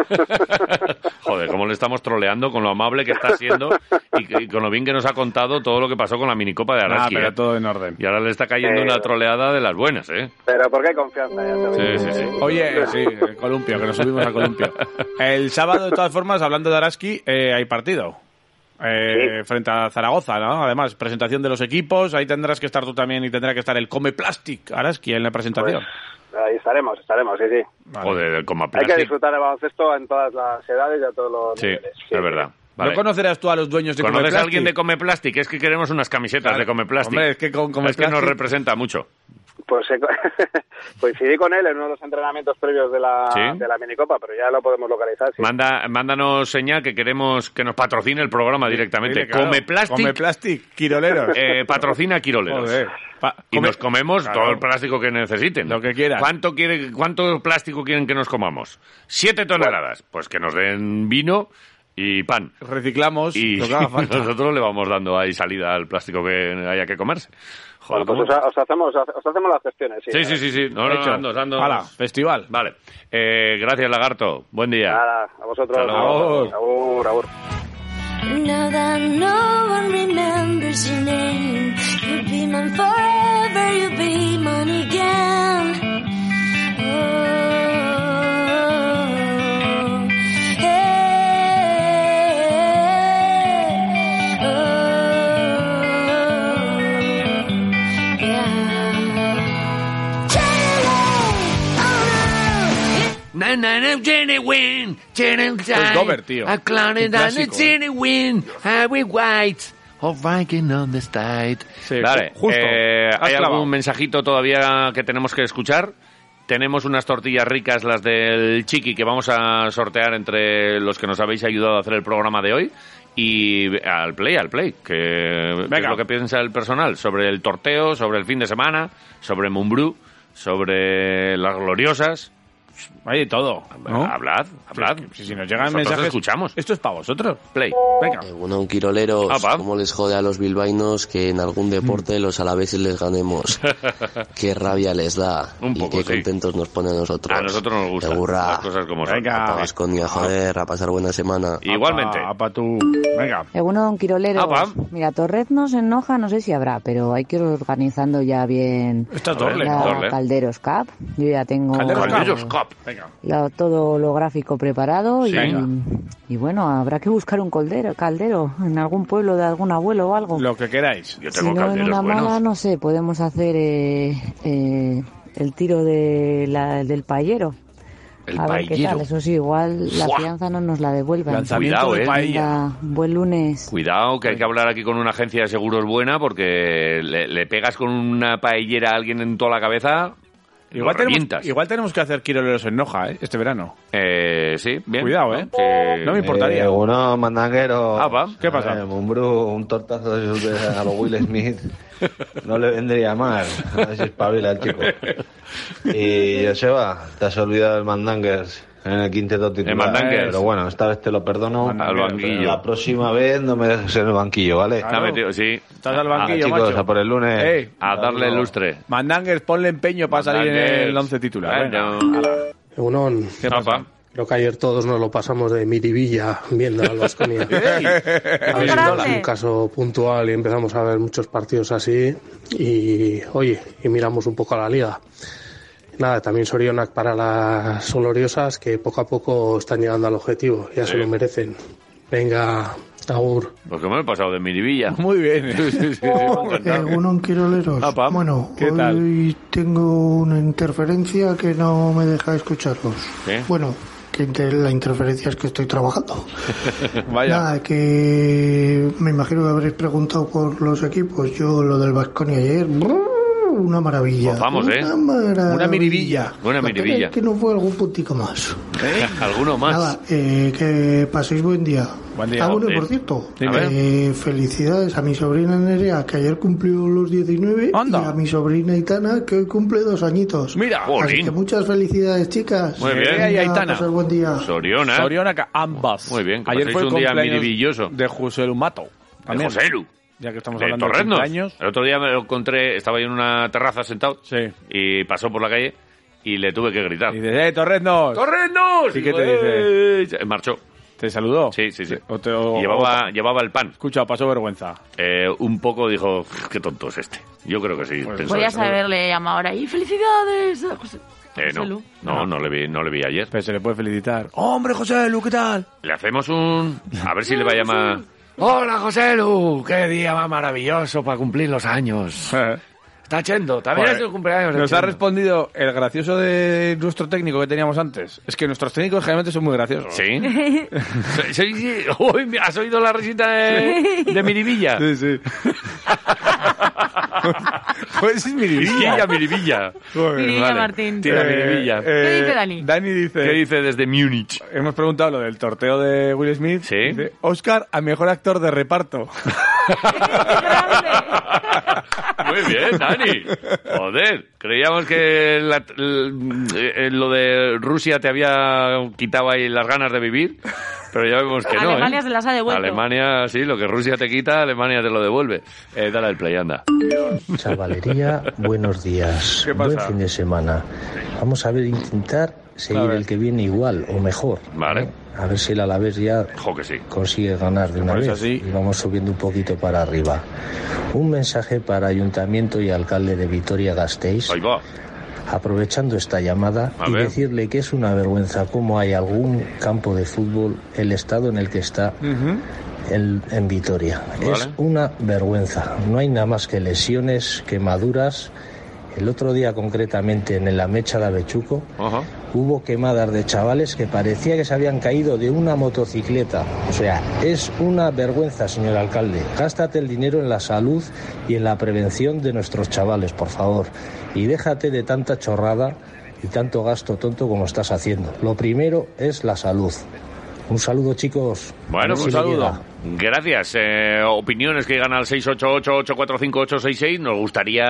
[SPEAKER 2] Joder, cómo le estamos troleando con lo amable que está siendo y, que- y con lo bien que nos ha contado todo lo que pasó con la minicopa de
[SPEAKER 3] Ah,
[SPEAKER 2] Araski.
[SPEAKER 3] pero
[SPEAKER 2] ¿eh?
[SPEAKER 3] todo en orden.
[SPEAKER 2] Y ahora le está cayendo
[SPEAKER 19] Eh.
[SPEAKER 2] una troleada de las buenas, ¿eh?
[SPEAKER 19] Pero porque hay confianza, ya te
[SPEAKER 2] Sí,
[SPEAKER 19] digo.
[SPEAKER 2] sí, sí.
[SPEAKER 3] Oye, sí, el columpio, que nos subimos al columpio. El sábado, de todas formas, hablando de Araski, eh, hay partido. Eh, Frente a Zaragoza, ¿no? Además, presentación de los equipos. Ahí tendrás que estar tú también y tendrá que estar el Come Plastic Araski en la presentación.
[SPEAKER 19] Ahí estaremos, estaremos, sí, sí.
[SPEAKER 2] Joder, el coma
[SPEAKER 19] Pues, Hay que
[SPEAKER 2] plástico.
[SPEAKER 19] disfrutar del baloncesto en todas las edades y a todos los
[SPEAKER 2] Sí,
[SPEAKER 19] niveles.
[SPEAKER 2] es verdad. Vale.
[SPEAKER 3] ¿No conocerás tú a los dueños de Come
[SPEAKER 2] ¿Conoces
[SPEAKER 3] Plastic?
[SPEAKER 2] a alguien de Come Plastic? Es que queremos unas camisetas de Come Plastic.
[SPEAKER 3] Hombre, es que con Come
[SPEAKER 2] Es que nos
[SPEAKER 3] Plastic-
[SPEAKER 2] representa mucho.
[SPEAKER 19] Pues eh, *laughs* coincidí con él en uno de los entrenamientos previos de la,
[SPEAKER 2] Sí.
[SPEAKER 19] de la minicopa, pero ya lo podemos localizar. sí.
[SPEAKER 2] Manda, mándanos señal que queremos que nos patrocine el programa directamente.
[SPEAKER 3] Dile, claro,
[SPEAKER 2] Come Plastic.
[SPEAKER 3] Come Plastic,
[SPEAKER 2] *laughs*
[SPEAKER 3] Quiroleros.
[SPEAKER 2] Eh, patrocina Quiroleros.
[SPEAKER 3] Joder. Pa-
[SPEAKER 2] Y
[SPEAKER 3] come-
[SPEAKER 2] nos comemos
[SPEAKER 3] Claro.
[SPEAKER 2] todo el plástico que necesiten. Lo que quieran. ¿Cuánto, quiere, ¿Cuánto plástico quieren que nos comamos? Siete toneladas. Pues que nos den vino y pan.
[SPEAKER 3] Reciclamos
[SPEAKER 2] Y
[SPEAKER 3] lo que
[SPEAKER 2] *laughs*
[SPEAKER 3] haga falta.
[SPEAKER 2] nosotros le vamos dando ahí salida al plástico que haya que comerse. Joder,
[SPEAKER 19] Bueno, pues
[SPEAKER 2] ¿cómo-
[SPEAKER 19] os, ha- os hacemos, os hacemos las gestiones. Sí,
[SPEAKER 2] Sí, sí, sí, sí. No, no,
[SPEAKER 3] Hecho.
[SPEAKER 2] dando, dando.
[SPEAKER 3] Hala, festival.
[SPEAKER 2] Vale. Eh, gracias, Lagarto. Buen día.
[SPEAKER 19] Nada, a vosotros.
[SPEAKER 2] Hasta luego.
[SPEAKER 19] Agur, agur.
[SPEAKER 6] Now that no one remembers your name, you'll be mine forever, you'll be mine again. Oh, hey, oh, yeah. Take it away, oh no.
[SPEAKER 12] Na, na, na, Jenny Wynn, Jenny
[SPEAKER 3] Es Dover, tío.
[SPEAKER 12] A Clown
[SPEAKER 3] Un
[SPEAKER 12] and a
[SPEAKER 3] clásico, ¿eh?
[SPEAKER 12] Jenny Wynn, Harry White, a Viking on the side.
[SPEAKER 2] Vale,
[SPEAKER 12] Justo.
[SPEAKER 2] eh,
[SPEAKER 12] Has
[SPEAKER 2] ¿Hay
[SPEAKER 12] clavado.
[SPEAKER 2] algún mensajito todavía que tenemos que escuchar? Tenemos unas tortillas ricas, las del Chiqui, que vamos a sortear entre los que nos habéis ayudado a hacer el programa de hoy. Y al play, al play, que que es lo que piensa el personal sobre el torteo, sobre el fin de semana, sobre Mumbrú, sobre las gloriosas.
[SPEAKER 3] Hay de todo.
[SPEAKER 2] Hablad, hablad.
[SPEAKER 3] Si, nos llegan
[SPEAKER 2] Nosotros
[SPEAKER 3] mensajes-
[SPEAKER 2] escuchamos.
[SPEAKER 3] Esto es para vosotros.
[SPEAKER 2] Play. Venga.
[SPEAKER 39] eh, Bueno, quiroleros, ¿cómo les jode a los bilbainos que en algún
[SPEAKER 2] Mm.
[SPEAKER 39] deporte los alaveses les
[SPEAKER 2] *laughs*
[SPEAKER 39] ganemos? Qué rabia les da
[SPEAKER 2] Un
[SPEAKER 39] y qué contentos nos pone a nosotros.
[SPEAKER 2] A nosotros nos gustan
[SPEAKER 39] Egurra.
[SPEAKER 2] las cosas como son.
[SPEAKER 39] A Tabasconia, joder, a pasar buena semana.
[SPEAKER 2] Igualmente.
[SPEAKER 3] Venga.
[SPEAKER 40] Egunon,
[SPEAKER 12] Ah,
[SPEAKER 40] Quiroleros.
[SPEAKER 39] Apa.
[SPEAKER 40] Mira, Torreznos en Noja no sé si habrá, pero hay que ir organizando ya bien
[SPEAKER 12] Está Torle,
[SPEAKER 40] la
[SPEAKER 12] Torle.
[SPEAKER 40] Calderos Cup. Yo ya tengo
[SPEAKER 12] Calderos Cup.
[SPEAKER 40] la- todo lo gráfico preparado
[SPEAKER 12] Sí.
[SPEAKER 40] y, y bueno, habrá que buscar un caldero, caldero en algún pueblo de algún abuelo o algo.
[SPEAKER 3] Lo que queráis. Yo
[SPEAKER 40] si no, en una mala, no sé, podemos hacer eh, eh, el tiro de la- del payero.
[SPEAKER 2] El
[SPEAKER 40] a ver qué
[SPEAKER 2] paellero.
[SPEAKER 40] tal, eso sí, igual la
[SPEAKER 2] Buah.
[SPEAKER 40] fianza no nos la devuelven.
[SPEAKER 2] Lanzamiento Cuidado, de eh. paella.
[SPEAKER 40] Venga, Buen lunes.
[SPEAKER 2] Cuidado, que hay que hablar aquí con una agencia de seguros buena porque le, le pegas con una paellera a alguien en toda la cabeza,
[SPEAKER 3] Igual
[SPEAKER 2] lo
[SPEAKER 3] tenemos,
[SPEAKER 2] revientas.
[SPEAKER 3] igual tenemos que hacer quiroleros en Noja, ¿eh? Este verano.
[SPEAKER 2] Eh, sí, bien.
[SPEAKER 3] Cuidado, ¿eh?
[SPEAKER 2] Que-
[SPEAKER 3] No me importaría.
[SPEAKER 26] Eh, uno mandanguero.
[SPEAKER 3] Ah, va. ¿Qué pasa?
[SPEAKER 26] Eh, Mumbrú, un tortazo de esos de- a los Will Smith no le vendría mal. A ver si espabila el chico. Y Joseba, te has olvidado del Mandangers en el quinteto titular.
[SPEAKER 2] Mandangers.
[SPEAKER 26] Pero bueno, esta vez te lo perdono.
[SPEAKER 2] Al banquillo.
[SPEAKER 26] Pero La próxima vez no me dejes en el banquillo, ¿vale?
[SPEAKER 2] Está metido, sí.
[SPEAKER 3] Estás al banquillo,
[SPEAKER 26] Ah, chicos,
[SPEAKER 3] macho.
[SPEAKER 26] a por el lunes.
[SPEAKER 3] Ey.
[SPEAKER 2] A darle lustre.
[SPEAKER 3] Mandangers, ponle empeño para salir en
[SPEAKER 2] Mandangers.
[SPEAKER 3] el once titular.
[SPEAKER 2] Bueno.
[SPEAKER 3] Venga.
[SPEAKER 22] Egunon. Creo que ayer todos nos lo pasamos de miribilla viendo a los
[SPEAKER 3] grande.
[SPEAKER 22] un caso puntual y empezamos a ver muchos partidos así y oye, y miramos un poco a la liga. Nada, también Sorionac para las gloriosas que poco a poco están llegando al objetivo, ya
[SPEAKER 2] Sí.
[SPEAKER 22] se lo merecen. Venga, Agur.
[SPEAKER 2] *laughs* Porque pues me lo he pasado de miribilla.
[SPEAKER 3] *laughs* Muy bien. ¿eh?
[SPEAKER 2] Sí, sí, sí, sí,
[SPEAKER 23] Oh,
[SPEAKER 2] me ha encantado.
[SPEAKER 23] Algunos eh, quiroleros.
[SPEAKER 2] Apa,
[SPEAKER 23] bueno,
[SPEAKER 2] Ah, ¿qué tal?
[SPEAKER 23] hoy tengo una interferencia que no me deja escucharlos.
[SPEAKER 2] ¿Qué?
[SPEAKER 23] Bueno, que inter- la interferencia es que estoy trabajando.
[SPEAKER 3] Vaya.
[SPEAKER 23] Nada, que me imagino que habréis preguntado por los equipos. Yo lo del Vasconi ayer, brrr, una maravilla.
[SPEAKER 2] Pues vamos, ¿eh?
[SPEAKER 23] Una maravilla.
[SPEAKER 2] Una miribilla. Una
[SPEAKER 23] La pena es
[SPEAKER 2] miribilla.
[SPEAKER 23] Que no fue algún puntico
[SPEAKER 2] *laughs*
[SPEAKER 23] más.
[SPEAKER 2] ¿Alguno más?
[SPEAKER 23] Nada, eh, que paséis buen día.
[SPEAKER 2] Buen día.
[SPEAKER 23] Ah, bueno,
[SPEAKER 2] Sí.
[SPEAKER 23] por cierto,
[SPEAKER 2] Dime.
[SPEAKER 23] eh, felicidades a mi sobrina Nerea, que ayer cumplió los 19, y a mi sobrina Itana, que hoy cumple dos añitos.
[SPEAKER 3] Mira.
[SPEAKER 23] Así
[SPEAKER 2] Jolín.
[SPEAKER 23] que muchas felicidades, chicas.
[SPEAKER 2] Muy bien.
[SPEAKER 23] Venga,
[SPEAKER 2] Y Aitana.
[SPEAKER 23] pasad buen día.
[SPEAKER 2] Soriona.
[SPEAKER 3] Soriona, ca- ambas.
[SPEAKER 2] Muy bien, que
[SPEAKER 3] Ayer
[SPEAKER 2] paséis
[SPEAKER 3] fue el
[SPEAKER 2] un día
[SPEAKER 3] cumpleaños
[SPEAKER 2] miribilloso.
[SPEAKER 3] de José Lumato.
[SPEAKER 2] De Joselu.
[SPEAKER 3] Ya que estamos
[SPEAKER 2] De
[SPEAKER 3] hablando
[SPEAKER 2] Torreznos.
[SPEAKER 3] de años.
[SPEAKER 2] eh, El otro día me lo encontré, estaba yo en una terraza sentado y pasó por la calle y le tuve que gritar.
[SPEAKER 3] Y dice, ¡eh, Torreznos!
[SPEAKER 2] ¡Torreznos!
[SPEAKER 3] Sí, ¿qué te
[SPEAKER 2] Digo, "Eh". Marchó.
[SPEAKER 3] ¿Te saludó?
[SPEAKER 2] Sí, sí, sí.
[SPEAKER 3] o-
[SPEAKER 2] Y llevaba, llevaba el pan.
[SPEAKER 3] Escucha, pasó vergüenza.
[SPEAKER 2] Eh, un poco dijo, qué tonto es este. Yo creo que
[SPEAKER 3] Pues,
[SPEAKER 2] sí. pensó
[SPEAKER 4] Podrías
[SPEAKER 2] eso.
[SPEAKER 4] haberle llamado ahora. ¡Y felicidades! José-
[SPEAKER 2] Eh, no,
[SPEAKER 4] Joselu.
[SPEAKER 2] no, no le vi, no le vi ayer.
[SPEAKER 3] Pero se le puede felicitar. ¡Hombre, José Lu, qué tal!
[SPEAKER 2] Le hacemos un... A ver si le va a llamar...
[SPEAKER 12] Hola, José Lu. Qué día más maravilloso para cumplir los años.
[SPEAKER 15] Eh.
[SPEAKER 12] Está chendo. También
[SPEAKER 3] Joder,
[SPEAKER 12] es tu cumpleaños.
[SPEAKER 3] Nos
[SPEAKER 12] está
[SPEAKER 3] ha respondido el gracioso de nuestro técnico que teníamos antes. Es que nuestros técnicos generalmente son muy graciosos. *laughs*
[SPEAKER 2] Sí. Soy- soy- *laughs* Uy, me- ¿Has oído la risita de, de Miribilla? *laughs*
[SPEAKER 3] Sí, sí. *laughs* pues es Miribilla.
[SPEAKER 2] Miribilla, Miribilla.
[SPEAKER 4] Miribilla Martín.
[SPEAKER 2] Tira
[SPEAKER 3] Eh,
[SPEAKER 2] Miribilla.
[SPEAKER 3] eh,
[SPEAKER 4] ¿Qué dice Dani?
[SPEAKER 3] dice...
[SPEAKER 2] ¿Qué dice desde Múnich?
[SPEAKER 3] Hemos preguntado lo del torteo de Will Smith. Sí. Dice, Oscar a mejor actor de reparto.
[SPEAKER 2] Muy bien, Dani. Joder, creíamos que la- l- eh, lo de Rusia te había quitado ahí las ganas de vivir, pero ya vemos que no. ¿eh?
[SPEAKER 4] Alemania se las ha devuelto.
[SPEAKER 2] Alemania, sí, lo que Rusia te quita, Alemania te lo devuelve. Eh, dale al play, anda.
[SPEAKER 15] Chavalería, buenos días.
[SPEAKER 2] pasa?
[SPEAKER 15] Buen fin de semana. Vamos a ver, intentar seguir el que viene igual o mejor. ¿eh?
[SPEAKER 2] Vale.
[SPEAKER 15] A ver si el Alavés ya consigue ganar de una
[SPEAKER 2] Pues
[SPEAKER 15] vez
[SPEAKER 2] así.
[SPEAKER 15] y vamos subiendo un poquito para arriba. Un mensaje para Ayuntamiento y Alcalde de Vitoria-Gasteiz. Aprovechando esta llamada
[SPEAKER 2] A
[SPEAKER 15] y
[SPEAKER 2] ver.
[SPEAKER 15] decirle que es una vergüenza cómo hay algún campo de fútbol, el estado en el que está el- en Vitoria.
[SPEAKER 2] Vale.
[SPEAKER 15] Es una vergüenza. No hay nada más que lesiones, quemaduras El otro día, concretamente, en la mecha de Avechuco, hubo quemadas de chavales que parecía que se habían caído de una motocicleta. O sea, es una vergüenza, señor alcalde. Gástate el dinero en la salud y en la prevención de nuestros chavales, por favor. Y déjate de tanta chorrada y tanto gasto tonto como estás haciendo. Lo primero es la salud. Un saludo, chicos. A
[SPEAKER 2] Bueno,
[SPEAKER 15] ver
[SPEAKER 2] pues un
[SPEAKER 15] si me
[SPEAKER 2] saludo.
[SPEAKER 15] llega.
[SPEAKER 2] Gracias. Eh, opiniones que llegan al 688-845-866. Nos gustaría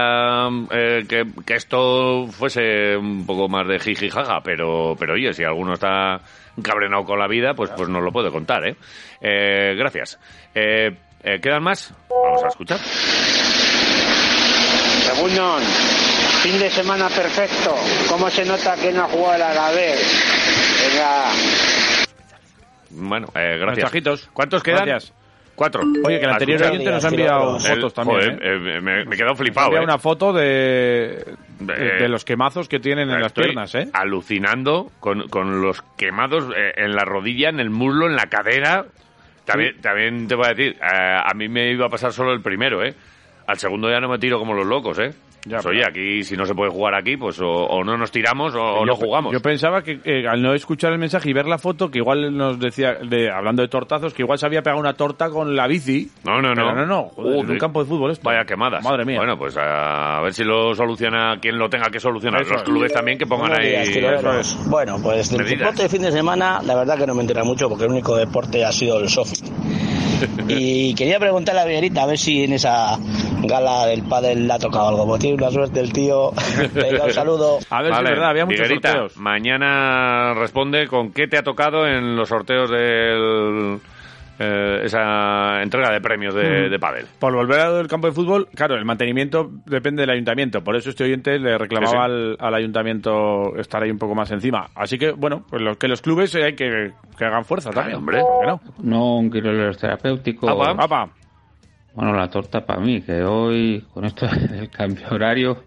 [SPEAKER 2] eh, que, que esto fuese un poco más de jiji jaja, pero, pero oye, si alguno está cabrenado con la vida, pues, pues nos lo puede contar, ¿eh? Eh, gracias. Eh, eh, ¿Quedan más? Vamos a escuchar.
[SPEAKER 12] Reunión, fin de semana perfecto. ¿Cómo se nota que no ha jugado el Alavés? Venga.
[SPEAKER 2] Bueno, eh, gracias.
[SPEAKER 3] Mensajitos.
[SPEAKER 2] ¿Cuántos quedan?
[SPEAKER 3] Gracias.
[SPEAKER 2] *laughs* Cuatro.
[SPEAKER 3] Oye, que el
[SPEAKER 2] A
[SPEAKER 3] anterior
[SPEAKER 2] escuchar.
[SPEAKER 3] oyente nos ha enviado
[SPEAKER 2] El-
[SPEAKER 3] fotos también,
[SPEAKER 2] joder, eh, me, me he quedado flipado.
[SPEAKER 3] Había
[SPEAKER 2] eh.
[SPEAKER 3] una foto de, de,
[SPEAKER 2] Eh,
[SPEAKER 3] de los quemazos que tienen en las
[SPEAKER 2] Estoy
[SPEAKER 3] piernas, ¿eh?
[SPEAKER 2] Alucinando con, con los quemados eh, en la rodilla, en el muslo, en la cadera. También, también te voy a decir, eh, a mí me iba a pasar solo el primero, ¿eh? Al segundo ya no me tiro como los locos, ¿eh? Pues, oye, aquí si no se puede jugar aquí, pues o, o no nos tiramos o, o no
[SPEAKER 3] Yo pe-
[SPEAKER 2] jugamos.
[SPEAKER 3] Yo pensaba que eh, al no escuchar el mensaje y ver la foto, que igual nos decía, de, hablando de tortazos, que igual se había pegado una torta con la bici.
[SPEAKER 2] No, no, Uh, no.
[SPEAKER 3] Pero no, no. joder, en
[SPEAKER 2] Joder.
[SPEAKER 3] un campo de fútbol esto.
[SPEAKER 2] Vaya quemadas.
[SPEAKER 3] Madre mía.
[SPEAKER 2] Bueno, pues a, ver si lo soluciona quien lo tenga que solucionar.
[SPEAKER 3] Eso
[SPEAKER 2] Los
[SPEAKER 3] es.
[SPEAKER 2] clubes también que pongan
[SPEAKER 20] Buenos
[SPEAKER 2] ahí.
[SPEAKER 20] días, tiroleros. Bueno, pues del
[SPEAKER 2] Medidas.
[SPEAKER 20] deporte de fin de semana, la verdad que no me entera mucho porque el único deporte ha sido
[SPEAKER 3] *laughs*
[SPEAKER 20] el soft. Y quería preguntarle a Villarita a ver si en esa gala del pádel le ha tocado algo. Porque tiene una suerte
[SPEAKER 3] *laughs*
[SPEAKER 20] el tío. Venga, un saludo.
[SPEAKER 3] A ver si es verdad, había muchos
[SPEAKER 2] Miguelita,
[SPEAKER 3] sorteos.
[SPEAKER 2] Mañana responde con qué te ha tocado en los sorteos de esa entrega de premios de,
[SPEAKER 3] Mm.
[SPEAKER 2] de pádel.
[SPEAKER 3] Por volver a lo del campo de fútbol, claro, el mantenimiento depende del ayuntamiento. Por eso este oyente le reclamaba
[SPEAKER 2] Sí,
[SPEAKER 3] Al, al ayuntamiento estar ahí un poco más encima. Así que, bueno, pues lo- que los clubes eh, hay que, que hagan fuerza también. hombre.
[SPEAKER 14] No, un quirólogo terapéutico. Bueno, la torta para mí, que hoy, con esto *laughs* del cambio de
[SPEAKER 2] *laughs*
[SPEAKER 14] horario,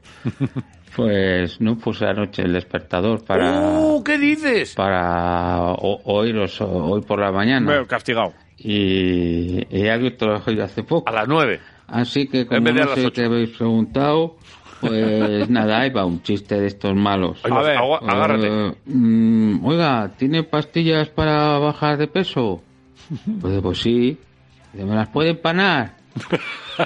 [SPEAKER 14] pues no puse anoche el despertador para...
[SPEAKER 2] ¡Uh! ¿Qué dices?
[SPEAKER 14] Para o- oíros o- hoy por la mañana.
[SPEAKER 3] Veo castigado.
[SPEAKER 14] Y he abierto los ojos hace poco.
[SPEAKER 2] A las nueve.
[SPEAKER 14] Así que como
[SPEAKER 2] En vez de a
[SPEAKER 14] no
[SPEAKER 2] las
[SPEAKER 14] sé
[SPEAKER 2] ocho.
[SPEAKER 14] qué habéis preguntado,
[SPEAKER 2] *laughs*
[SPEAKER 14] pues nada, ahí va un chiste de estos malos.
[SPEAKER 2] A ver, agua- agárrate.
[SPEAKER 14] Eh, mm, oiga, ¿tiene pastillas para bajar de
[SPEAKER 2] *laughs*
[SPEAKER 14] peso? Pues, pues sí. Dice, ¿Me las puede
[SPEAKER 2] *laughs*
[SPEAKER 14] empanar? *laughs*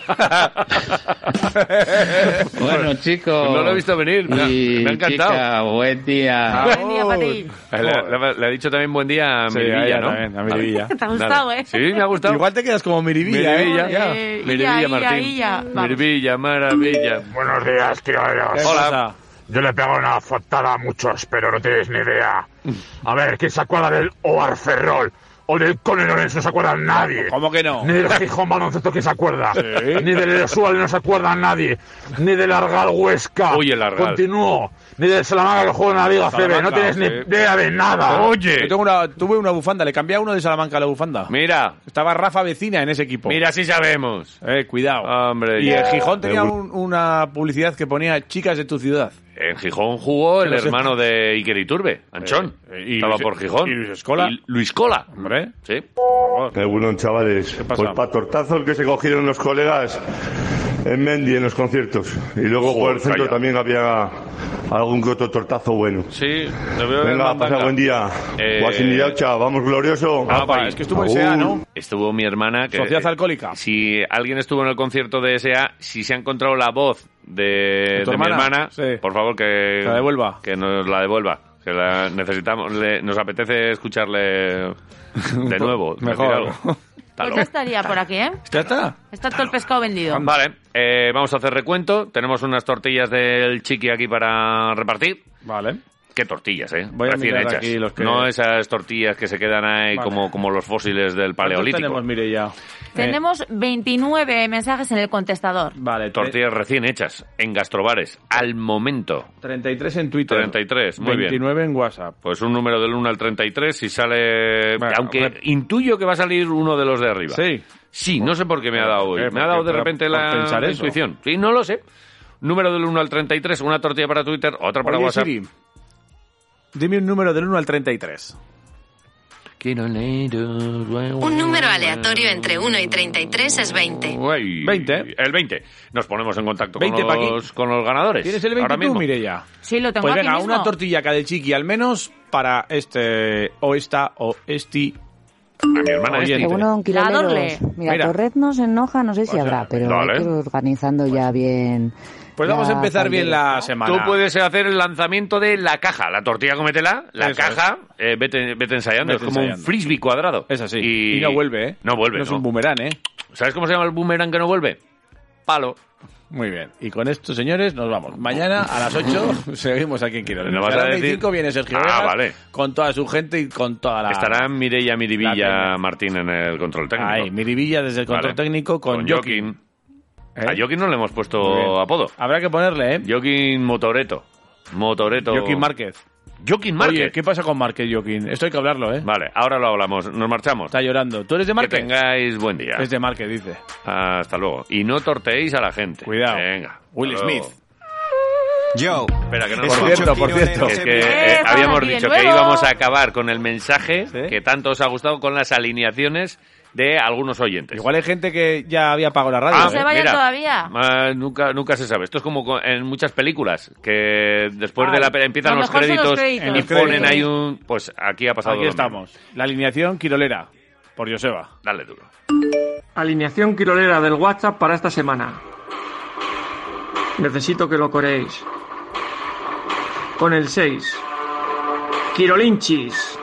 [SPEAKER 14] bueno, chicos.
[SPEAKER 2] No lo he visto venir, me ha-
[SPEAKER 14] y
[SPEAKER 2] me ha encantado. Ah,
[SPEAKER 14] chica, buen día.
[SPEAKER 2] Le, le- le ha dicho también buen día a
[SPEAKER 14] Sí,
[SPEAKER 2] Mirivilla,
[SPEAKER 14] a ella
[SPEAKER 2] ¿no?
[SPEAKER 14] también, a
[SPEAKER 2] Vale.
[SPEAKER 14] Mirivilla.
[SPEAKER 4] *laughs* Te ha gustado, ¿eh?
[SPEAKER 2] Sí, me ha gustado. Igual
[SPEAKER 3] te quedas como Mirivilla,
[SPEAKER 2] Mirivilla,
[SPEAKER 4] ¿eh? Eh,
[SPEAKER 2] Mirivilla,
[SPEAKER 4] illa,
[SPEAKER 2] Martín.
[SPEAKER 4] illa, illa. Vamos.
[SPEAKER 2] Mirivilla, maravilla.
[SPEAKER 8] Buenos días, tiraderos.
[SPEAKER 2] ¿Qué pasa?
[SPEAKER 8] Yo le pego una fotada a muchos, pero no tenéis ni idea. A ver, ¿quién se acuerda del Oar Ferrol? O del Cone Lorenzo no se acuerda nadie.
[SPEAKER 3] ¿Cómo que no?
[SPEAKER 8] Ni del Gijón Baloncesto que se acuerda.
[SPEAKER 2] Sí.
[SPEAKER 8] Ni del Eresual no se acuerda nadie. Ni del Argal Huesca.
[SPEAKER 2] Oye, el Argal.
[SPEAKER 8] Continuó. Ni del Salamanca que juega en la Liga CB. No
[SPEAKER 3] Salamanca,
[SPEAKER 8] tenéis ni
[SPEAKER 3] sí.
[SPEAKER 8] idea de nada.
[SPEAKER 3] Yo tengo una- tuve una bufanda, le cambié a uno de Salamanca a la bufanda.
[SPEAKER 2] Mira.
[SPEAKER 3] Estaba Rafa Vecina en ese equipo.
[SPEAKER 2] Mira, sí sabemos.
[SPEAKER 3] Eh, cuidado.
[SPEAKER 2] Hombre,
[SPEAKER 3] Y
[SPEAKER 2] ya.
[SPEAKER 3] en Gijón
[SPEAKER 2] Me
[SPEAKER 3] tenía
[SPEAKER 2] gusta.
[SPEAKER 3] un- una publicidad que ponía chicas de tu ciudad.
[SPEAKER 2] En Gijón jugó el
[SPEAKER 3] Que no sé.
[SPEAKER 2] hermano de Iker Iturbe, Anchón. Estaba
[SPEAKER 3] Luis-
[SPEAKER 2] por Gijón.
[SPEAKER 3] y Luis Escola.
[SPEAKER 2] Y Luis Cola.
[SPEAKER 3] Hombre.
[SPEAKER 2] Sí.
[SPEAKER 41] Qué bueno, chavales.
[SPEAKER 2] pasa?
[SPEAKER 41] Pues para tortazos que se cogieron los colegas en Mendy en los conciertos. Y luego por
[SPEAKER 2] Joder,
[SPEAKER 41] el centro
[SPEAKER 2] calla.
[SPEAKER 41] también había algún que otro tortazo bueno.
[SPEAKER 2] Sí, te veo en
[SPEAKER 41] Venga,
[SPEAKER 2] mandanga.
[SPEAKER 41] pasa buen día.
[SPEAKER 2] Eh,
[SPEAKER 41] Guasín y Yaucha, vamos glorioso.
[SPEAKER 3] Ah,
[SPEAKER 2] Apa,
[SPEAKER 41] Agur.
[SPEAKER 2] uh, Estuvo mi hermana. Que, eh,
[SPEAKER 41] Sociedad
[SPEAKER 3] Alcohólica.
[SPEAKER 2] Si alguien estuvo en el concierto de SA, si se ha encontrado la voz de,
[SPEAKER 3] ¿De tu
[SPEAKER 2] de mi
[SPEAKER 3] hermana?
[SPEAKER 2] hermana, por favor que,
[SPEAKER 3] Que la devuelva.
[SPEAKER 2] Que nos la devuelva. Que la necesitamos, le- nos apetece escucharle
[SPEAKER 3] *laughs*
[SPEAKER 2] de nuevo. decir
[SPEAKER 3] mejor.
[SPEAKER 2] algo. Está
[SPEAKER 4] Pues
[SPEAKER 2] loco.
[SPEAKER 4] ya estaría por aquí, ¿eh?
[SPEAKER 3] ¿Ya está?
[SPEAKER 4] Está todo el pescado vendido.
[SPEAKER 2] Vale, eh, vamos a hacer recuento. Tenemos unas tortillas del chiqui aquí para repartir.
[SPEAKER 3] Vale.
[SPEAKER 2] Qué tortillas, ¿eh?
[SPEAKER 3] Voy a
[SPEAKER 2] Recién
[SPEAKER 3] mirar
[SPEAKER 2] hechas.
[SPEAKER 3] aquí los que-
[SPEAKER 2] No esas tortillas que se quedan ahí
[SPEAKER 3] Vale.
[SPEAKER 2] como, como los fósiles del paleolítico.
[SPEAKER 3] tenemos, Mireia?
[SPEAKER 2] Eh.
[SPEAKER 4] Tenemos 29 mensajes en el contestador.
[SPEAKER 3] Vale,
[SPEAKER 2] Tortillas recién hechas en gastrobares, al momento.
[SPEAKER 3] 33 en Twitter.
[SPEAKER 2] 33, muy bien.
[SPEAKER 3] 29 en WhatsApp.
[SPEAKER 2] Pues un número del 1 al 33, si sale... aunque
[SPEAKER 3] rep-
[SPEAKER 2] intuyo que va a salir uno de los de arriba.
[SPEAKER 3] Sí.
[SPEAKER 2] Sí, no sé por qué me ha dado hoy.
[SPEAKER 3] Eh,
[SPEAKER 2] me ha dado de
[SPEAKER 3] porque-
[SPEAKER 2] repente
[SPEAKER 3] por
[SPEAKER 2] la,
[SPEAKER 3] pensar
[SPEAKER 2] la
[SPEAKER 3] eso.
[SPEAKER 2] intuición. Sí, no lo sé. Número del 1 al 33, una tortilla para Twitter, otra para
[SPEAKER 3] Oye,
[SPEAKER 2] WhatsApp.
[SPEAKER 3] Siri, dime un número del 1 al 33.
[SPEAKER 2] Un
[SPEAKER 24] Un número aleatorio entre 1 y 33 es 20.
[SPEAKER 2] 20. El 20. Nos ponemos en contacto
[SPEAKER 3] 20 pa'
[SPEAKER 2] con,
[SPEAKER 3] aquí.
[SPEAKER 2] los, con los ganadores.
[SPEAKER 3] ¿Tienes el 20
[SPEAKER 2] Ahora
[SPEAKER 3] tú,
[SPEAKER 2] mismo.
[SPEAKER 3] Mireia?
[SPEAKER 28] Sí, lo tengo
[SPEAKER 3] Pues
[SPEAKER 28] aquí
[SPEAKER 3] venga,
[SPEAKER 28] mismo.
[SPEAKER 3] una tortillaca del chiqui al menos para este o esta o este.
[SPEAKER 2] A mi hermana
[SPEAKER 3] oyente.
[SPEAKER 40] Según
[SPEAKER 28] La
[SPEAKER 40] Quiroleros.
[SPEAKER 28] doble.
[SPEAKER 40] Mira,
[SPEAKER 3] Mira.
[SPEAKER 40] Torreznos en Noja, no sé si habrá, pero
[SPEAKER 3] dale.
[SPEAKER 40] hay que ir organizando ya bien.
[SPEAKER 3] Pues vamos a
[SPEAKER 40] la
[SPEAKER 3] empezar bien
[SPEAKER 40] pandemia.
[SPEAKER 3] la semana.
[SPEAKER 2] Tú puedes hacer el lanzamiento de la caja, la tortilla cométela, la
[SPEAKER 3] Eso
[SPEAKER 2] caja, eh, vete, vete ensayando,
[SPEAKER 3] Vete
[SPEAKER 2] es como un
[SPEAKER 3] ensayando.
[SPEAKER 2] frisbee cuadrado. Es así. Y,
[SPEAKER 3] Y no vuelve, ¿eh?
[SPEAKER 2] No vuelve.
[SPEAKER 3] No es un boomerang, ¿eh?
[SPEAKER 2] ¿Sabes cómo se llama el boomerang que no vuelve? Palo.
[SPEAKER 3] Muy bien. Y con esto, señores, nos vamos. Mañana a
[SPEAKER 2] *laughs*
[SPEAKER 3] las 8 seguimos aquí en Quiroleros.
[SPEAKER 2] ¿No vas
[SPEAKER 3] a
[SPEAKER 2] a
[SPEAKER 3] las
[SPEAKER 2] decir?
[SPEAKER 3] 25 viene Sergio
[SPEAKER 2] Ah,
[SPEAKER 3] Vegas
[SPEAKER 2] vale.
[SPEAKER 3] con toda su gente y con toda la...
[SPEAKER 2] Estará Mireia Mirivilla
[SPEAKER 3] La
[SPEAKER 2] Martín en el control técnico.
[SPEAKER 3] Ahí, Miribilla desde el control
[SPEAKER 2] Vale.
[SPEAKER 3] técnico con,
[SPEAKER 2] Con
[SPEAKER 3] Joaquín. ¿Eh?
[SPEAKER 2] Joaquín. A Joaquín no le hemos
[SPEAKER 3] Muy bien.
[SPEAKER 2] puesto apodo.
[SPEAKER 3] Habrá que ponerle, ¿eh?
[SPEAKER 2] Joaquín Motoreto. Motoreto.
[SPEAKER 3] Joaquín Márquez.
[SPEAKER 2] Joaquín Márquez.
[SPEAKER 3] Oye, ¿qué pasa con Márquez, Joaquín? Esto hay que hablarlo, ¿eh?
[SPEAKER 2] Vale, ahora lo hablamos. Nos marchamos.
[SPEAKER 3] Está llorando. ¿Tú eres de Márquez?
[SPEAKER 2] Que tengáis buen día.
[SPEAKER 3] Es de Márquez, dice.
[SPEAKER 2] Hasta luego. Y no torteéis a la gente. Cuidado. Venga.
[SPEAKER 3] Will
[SPEAKER 2] Hasta luego.
[SPEAKER 3] Smith.
[SPEAKER 2] Yo. Espera, que no
[SPEAKER 3] Es
[SPEAKER 2] nos
[SPEAKER 3] cierto,
[SPEAKER 2] vamos.
[SPEAKER 3] por cierto.
[SPEAKER 2] Es que eh,
[SPEAKER 3] Eh, estamos
[SPEAKER 2] habíamos
[SPEAKER 3] aquí de
[SPEAKER 2] dicho que
[SPEAKER 3] nuevo.
[SPEAKER 2] íbamos a acabar con el mensaje que tanto os ha gustado con las alineaciones de algunos oyentes.
[SPEAKER 3] Igual hay gente que ya había pagado la radio. ¿eh?
[SPEAKER 2] Ah,
[SPEAKER 28] No se vayan
[SPEAKER 2] mira.
[SPEAKER 28] todavía.
[SPEAKER 2] Ah, nunca, nunca se sabe. Esto es como co- en muchas películas, que después
[SPEAKER 3] Ah,
[SPEAKER 2] de la pe- empiezan
[SPEAKER 3] lo
[SPEAKER 2] los
[SPEAKER 3] mejor son
[SPEAKER 2] créditos,
[SPEAKER 3] los créditos.
[SPEAKER 2] y
[SPEAKER 3] Los
[SPEAKER 2] ponen
[SPEAKER 3] créditos.
[SPEAKER 2] ahí un... Pues aquí ha pasado
[SPEAKER 3] Aquí
[SPEAKER 2] lo
[SPEAKER 3] estamos. La alineación quirolera. Por Joseba.
[SPEAKER 2] Dale duro.
[SPEAKER 12] Alineación quirolera del WhatsApp para esta semana. Necesito que lo coreéis. Con el 6. Quirolinchis.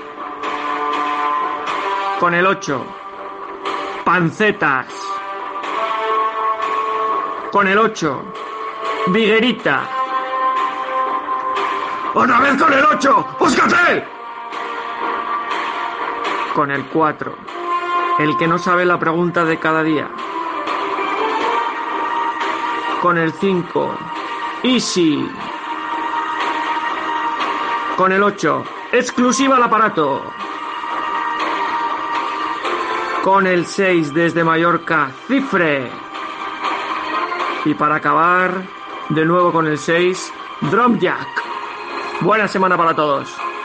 [SPEAKER 12] Con el 8. Pancetas. Con el 8. Viguerita. ¡Otra vez con el 8! ¡Búscate! Con el 4. El que no sabe la pregunta de cada día. Con el 5. Easy. Con el 8. Exclusiva al aparato. Con el 6 desde Mallorca. Cifre. Y para acabar, de nuevo con el 6. Drumjack. Buena semana para todos.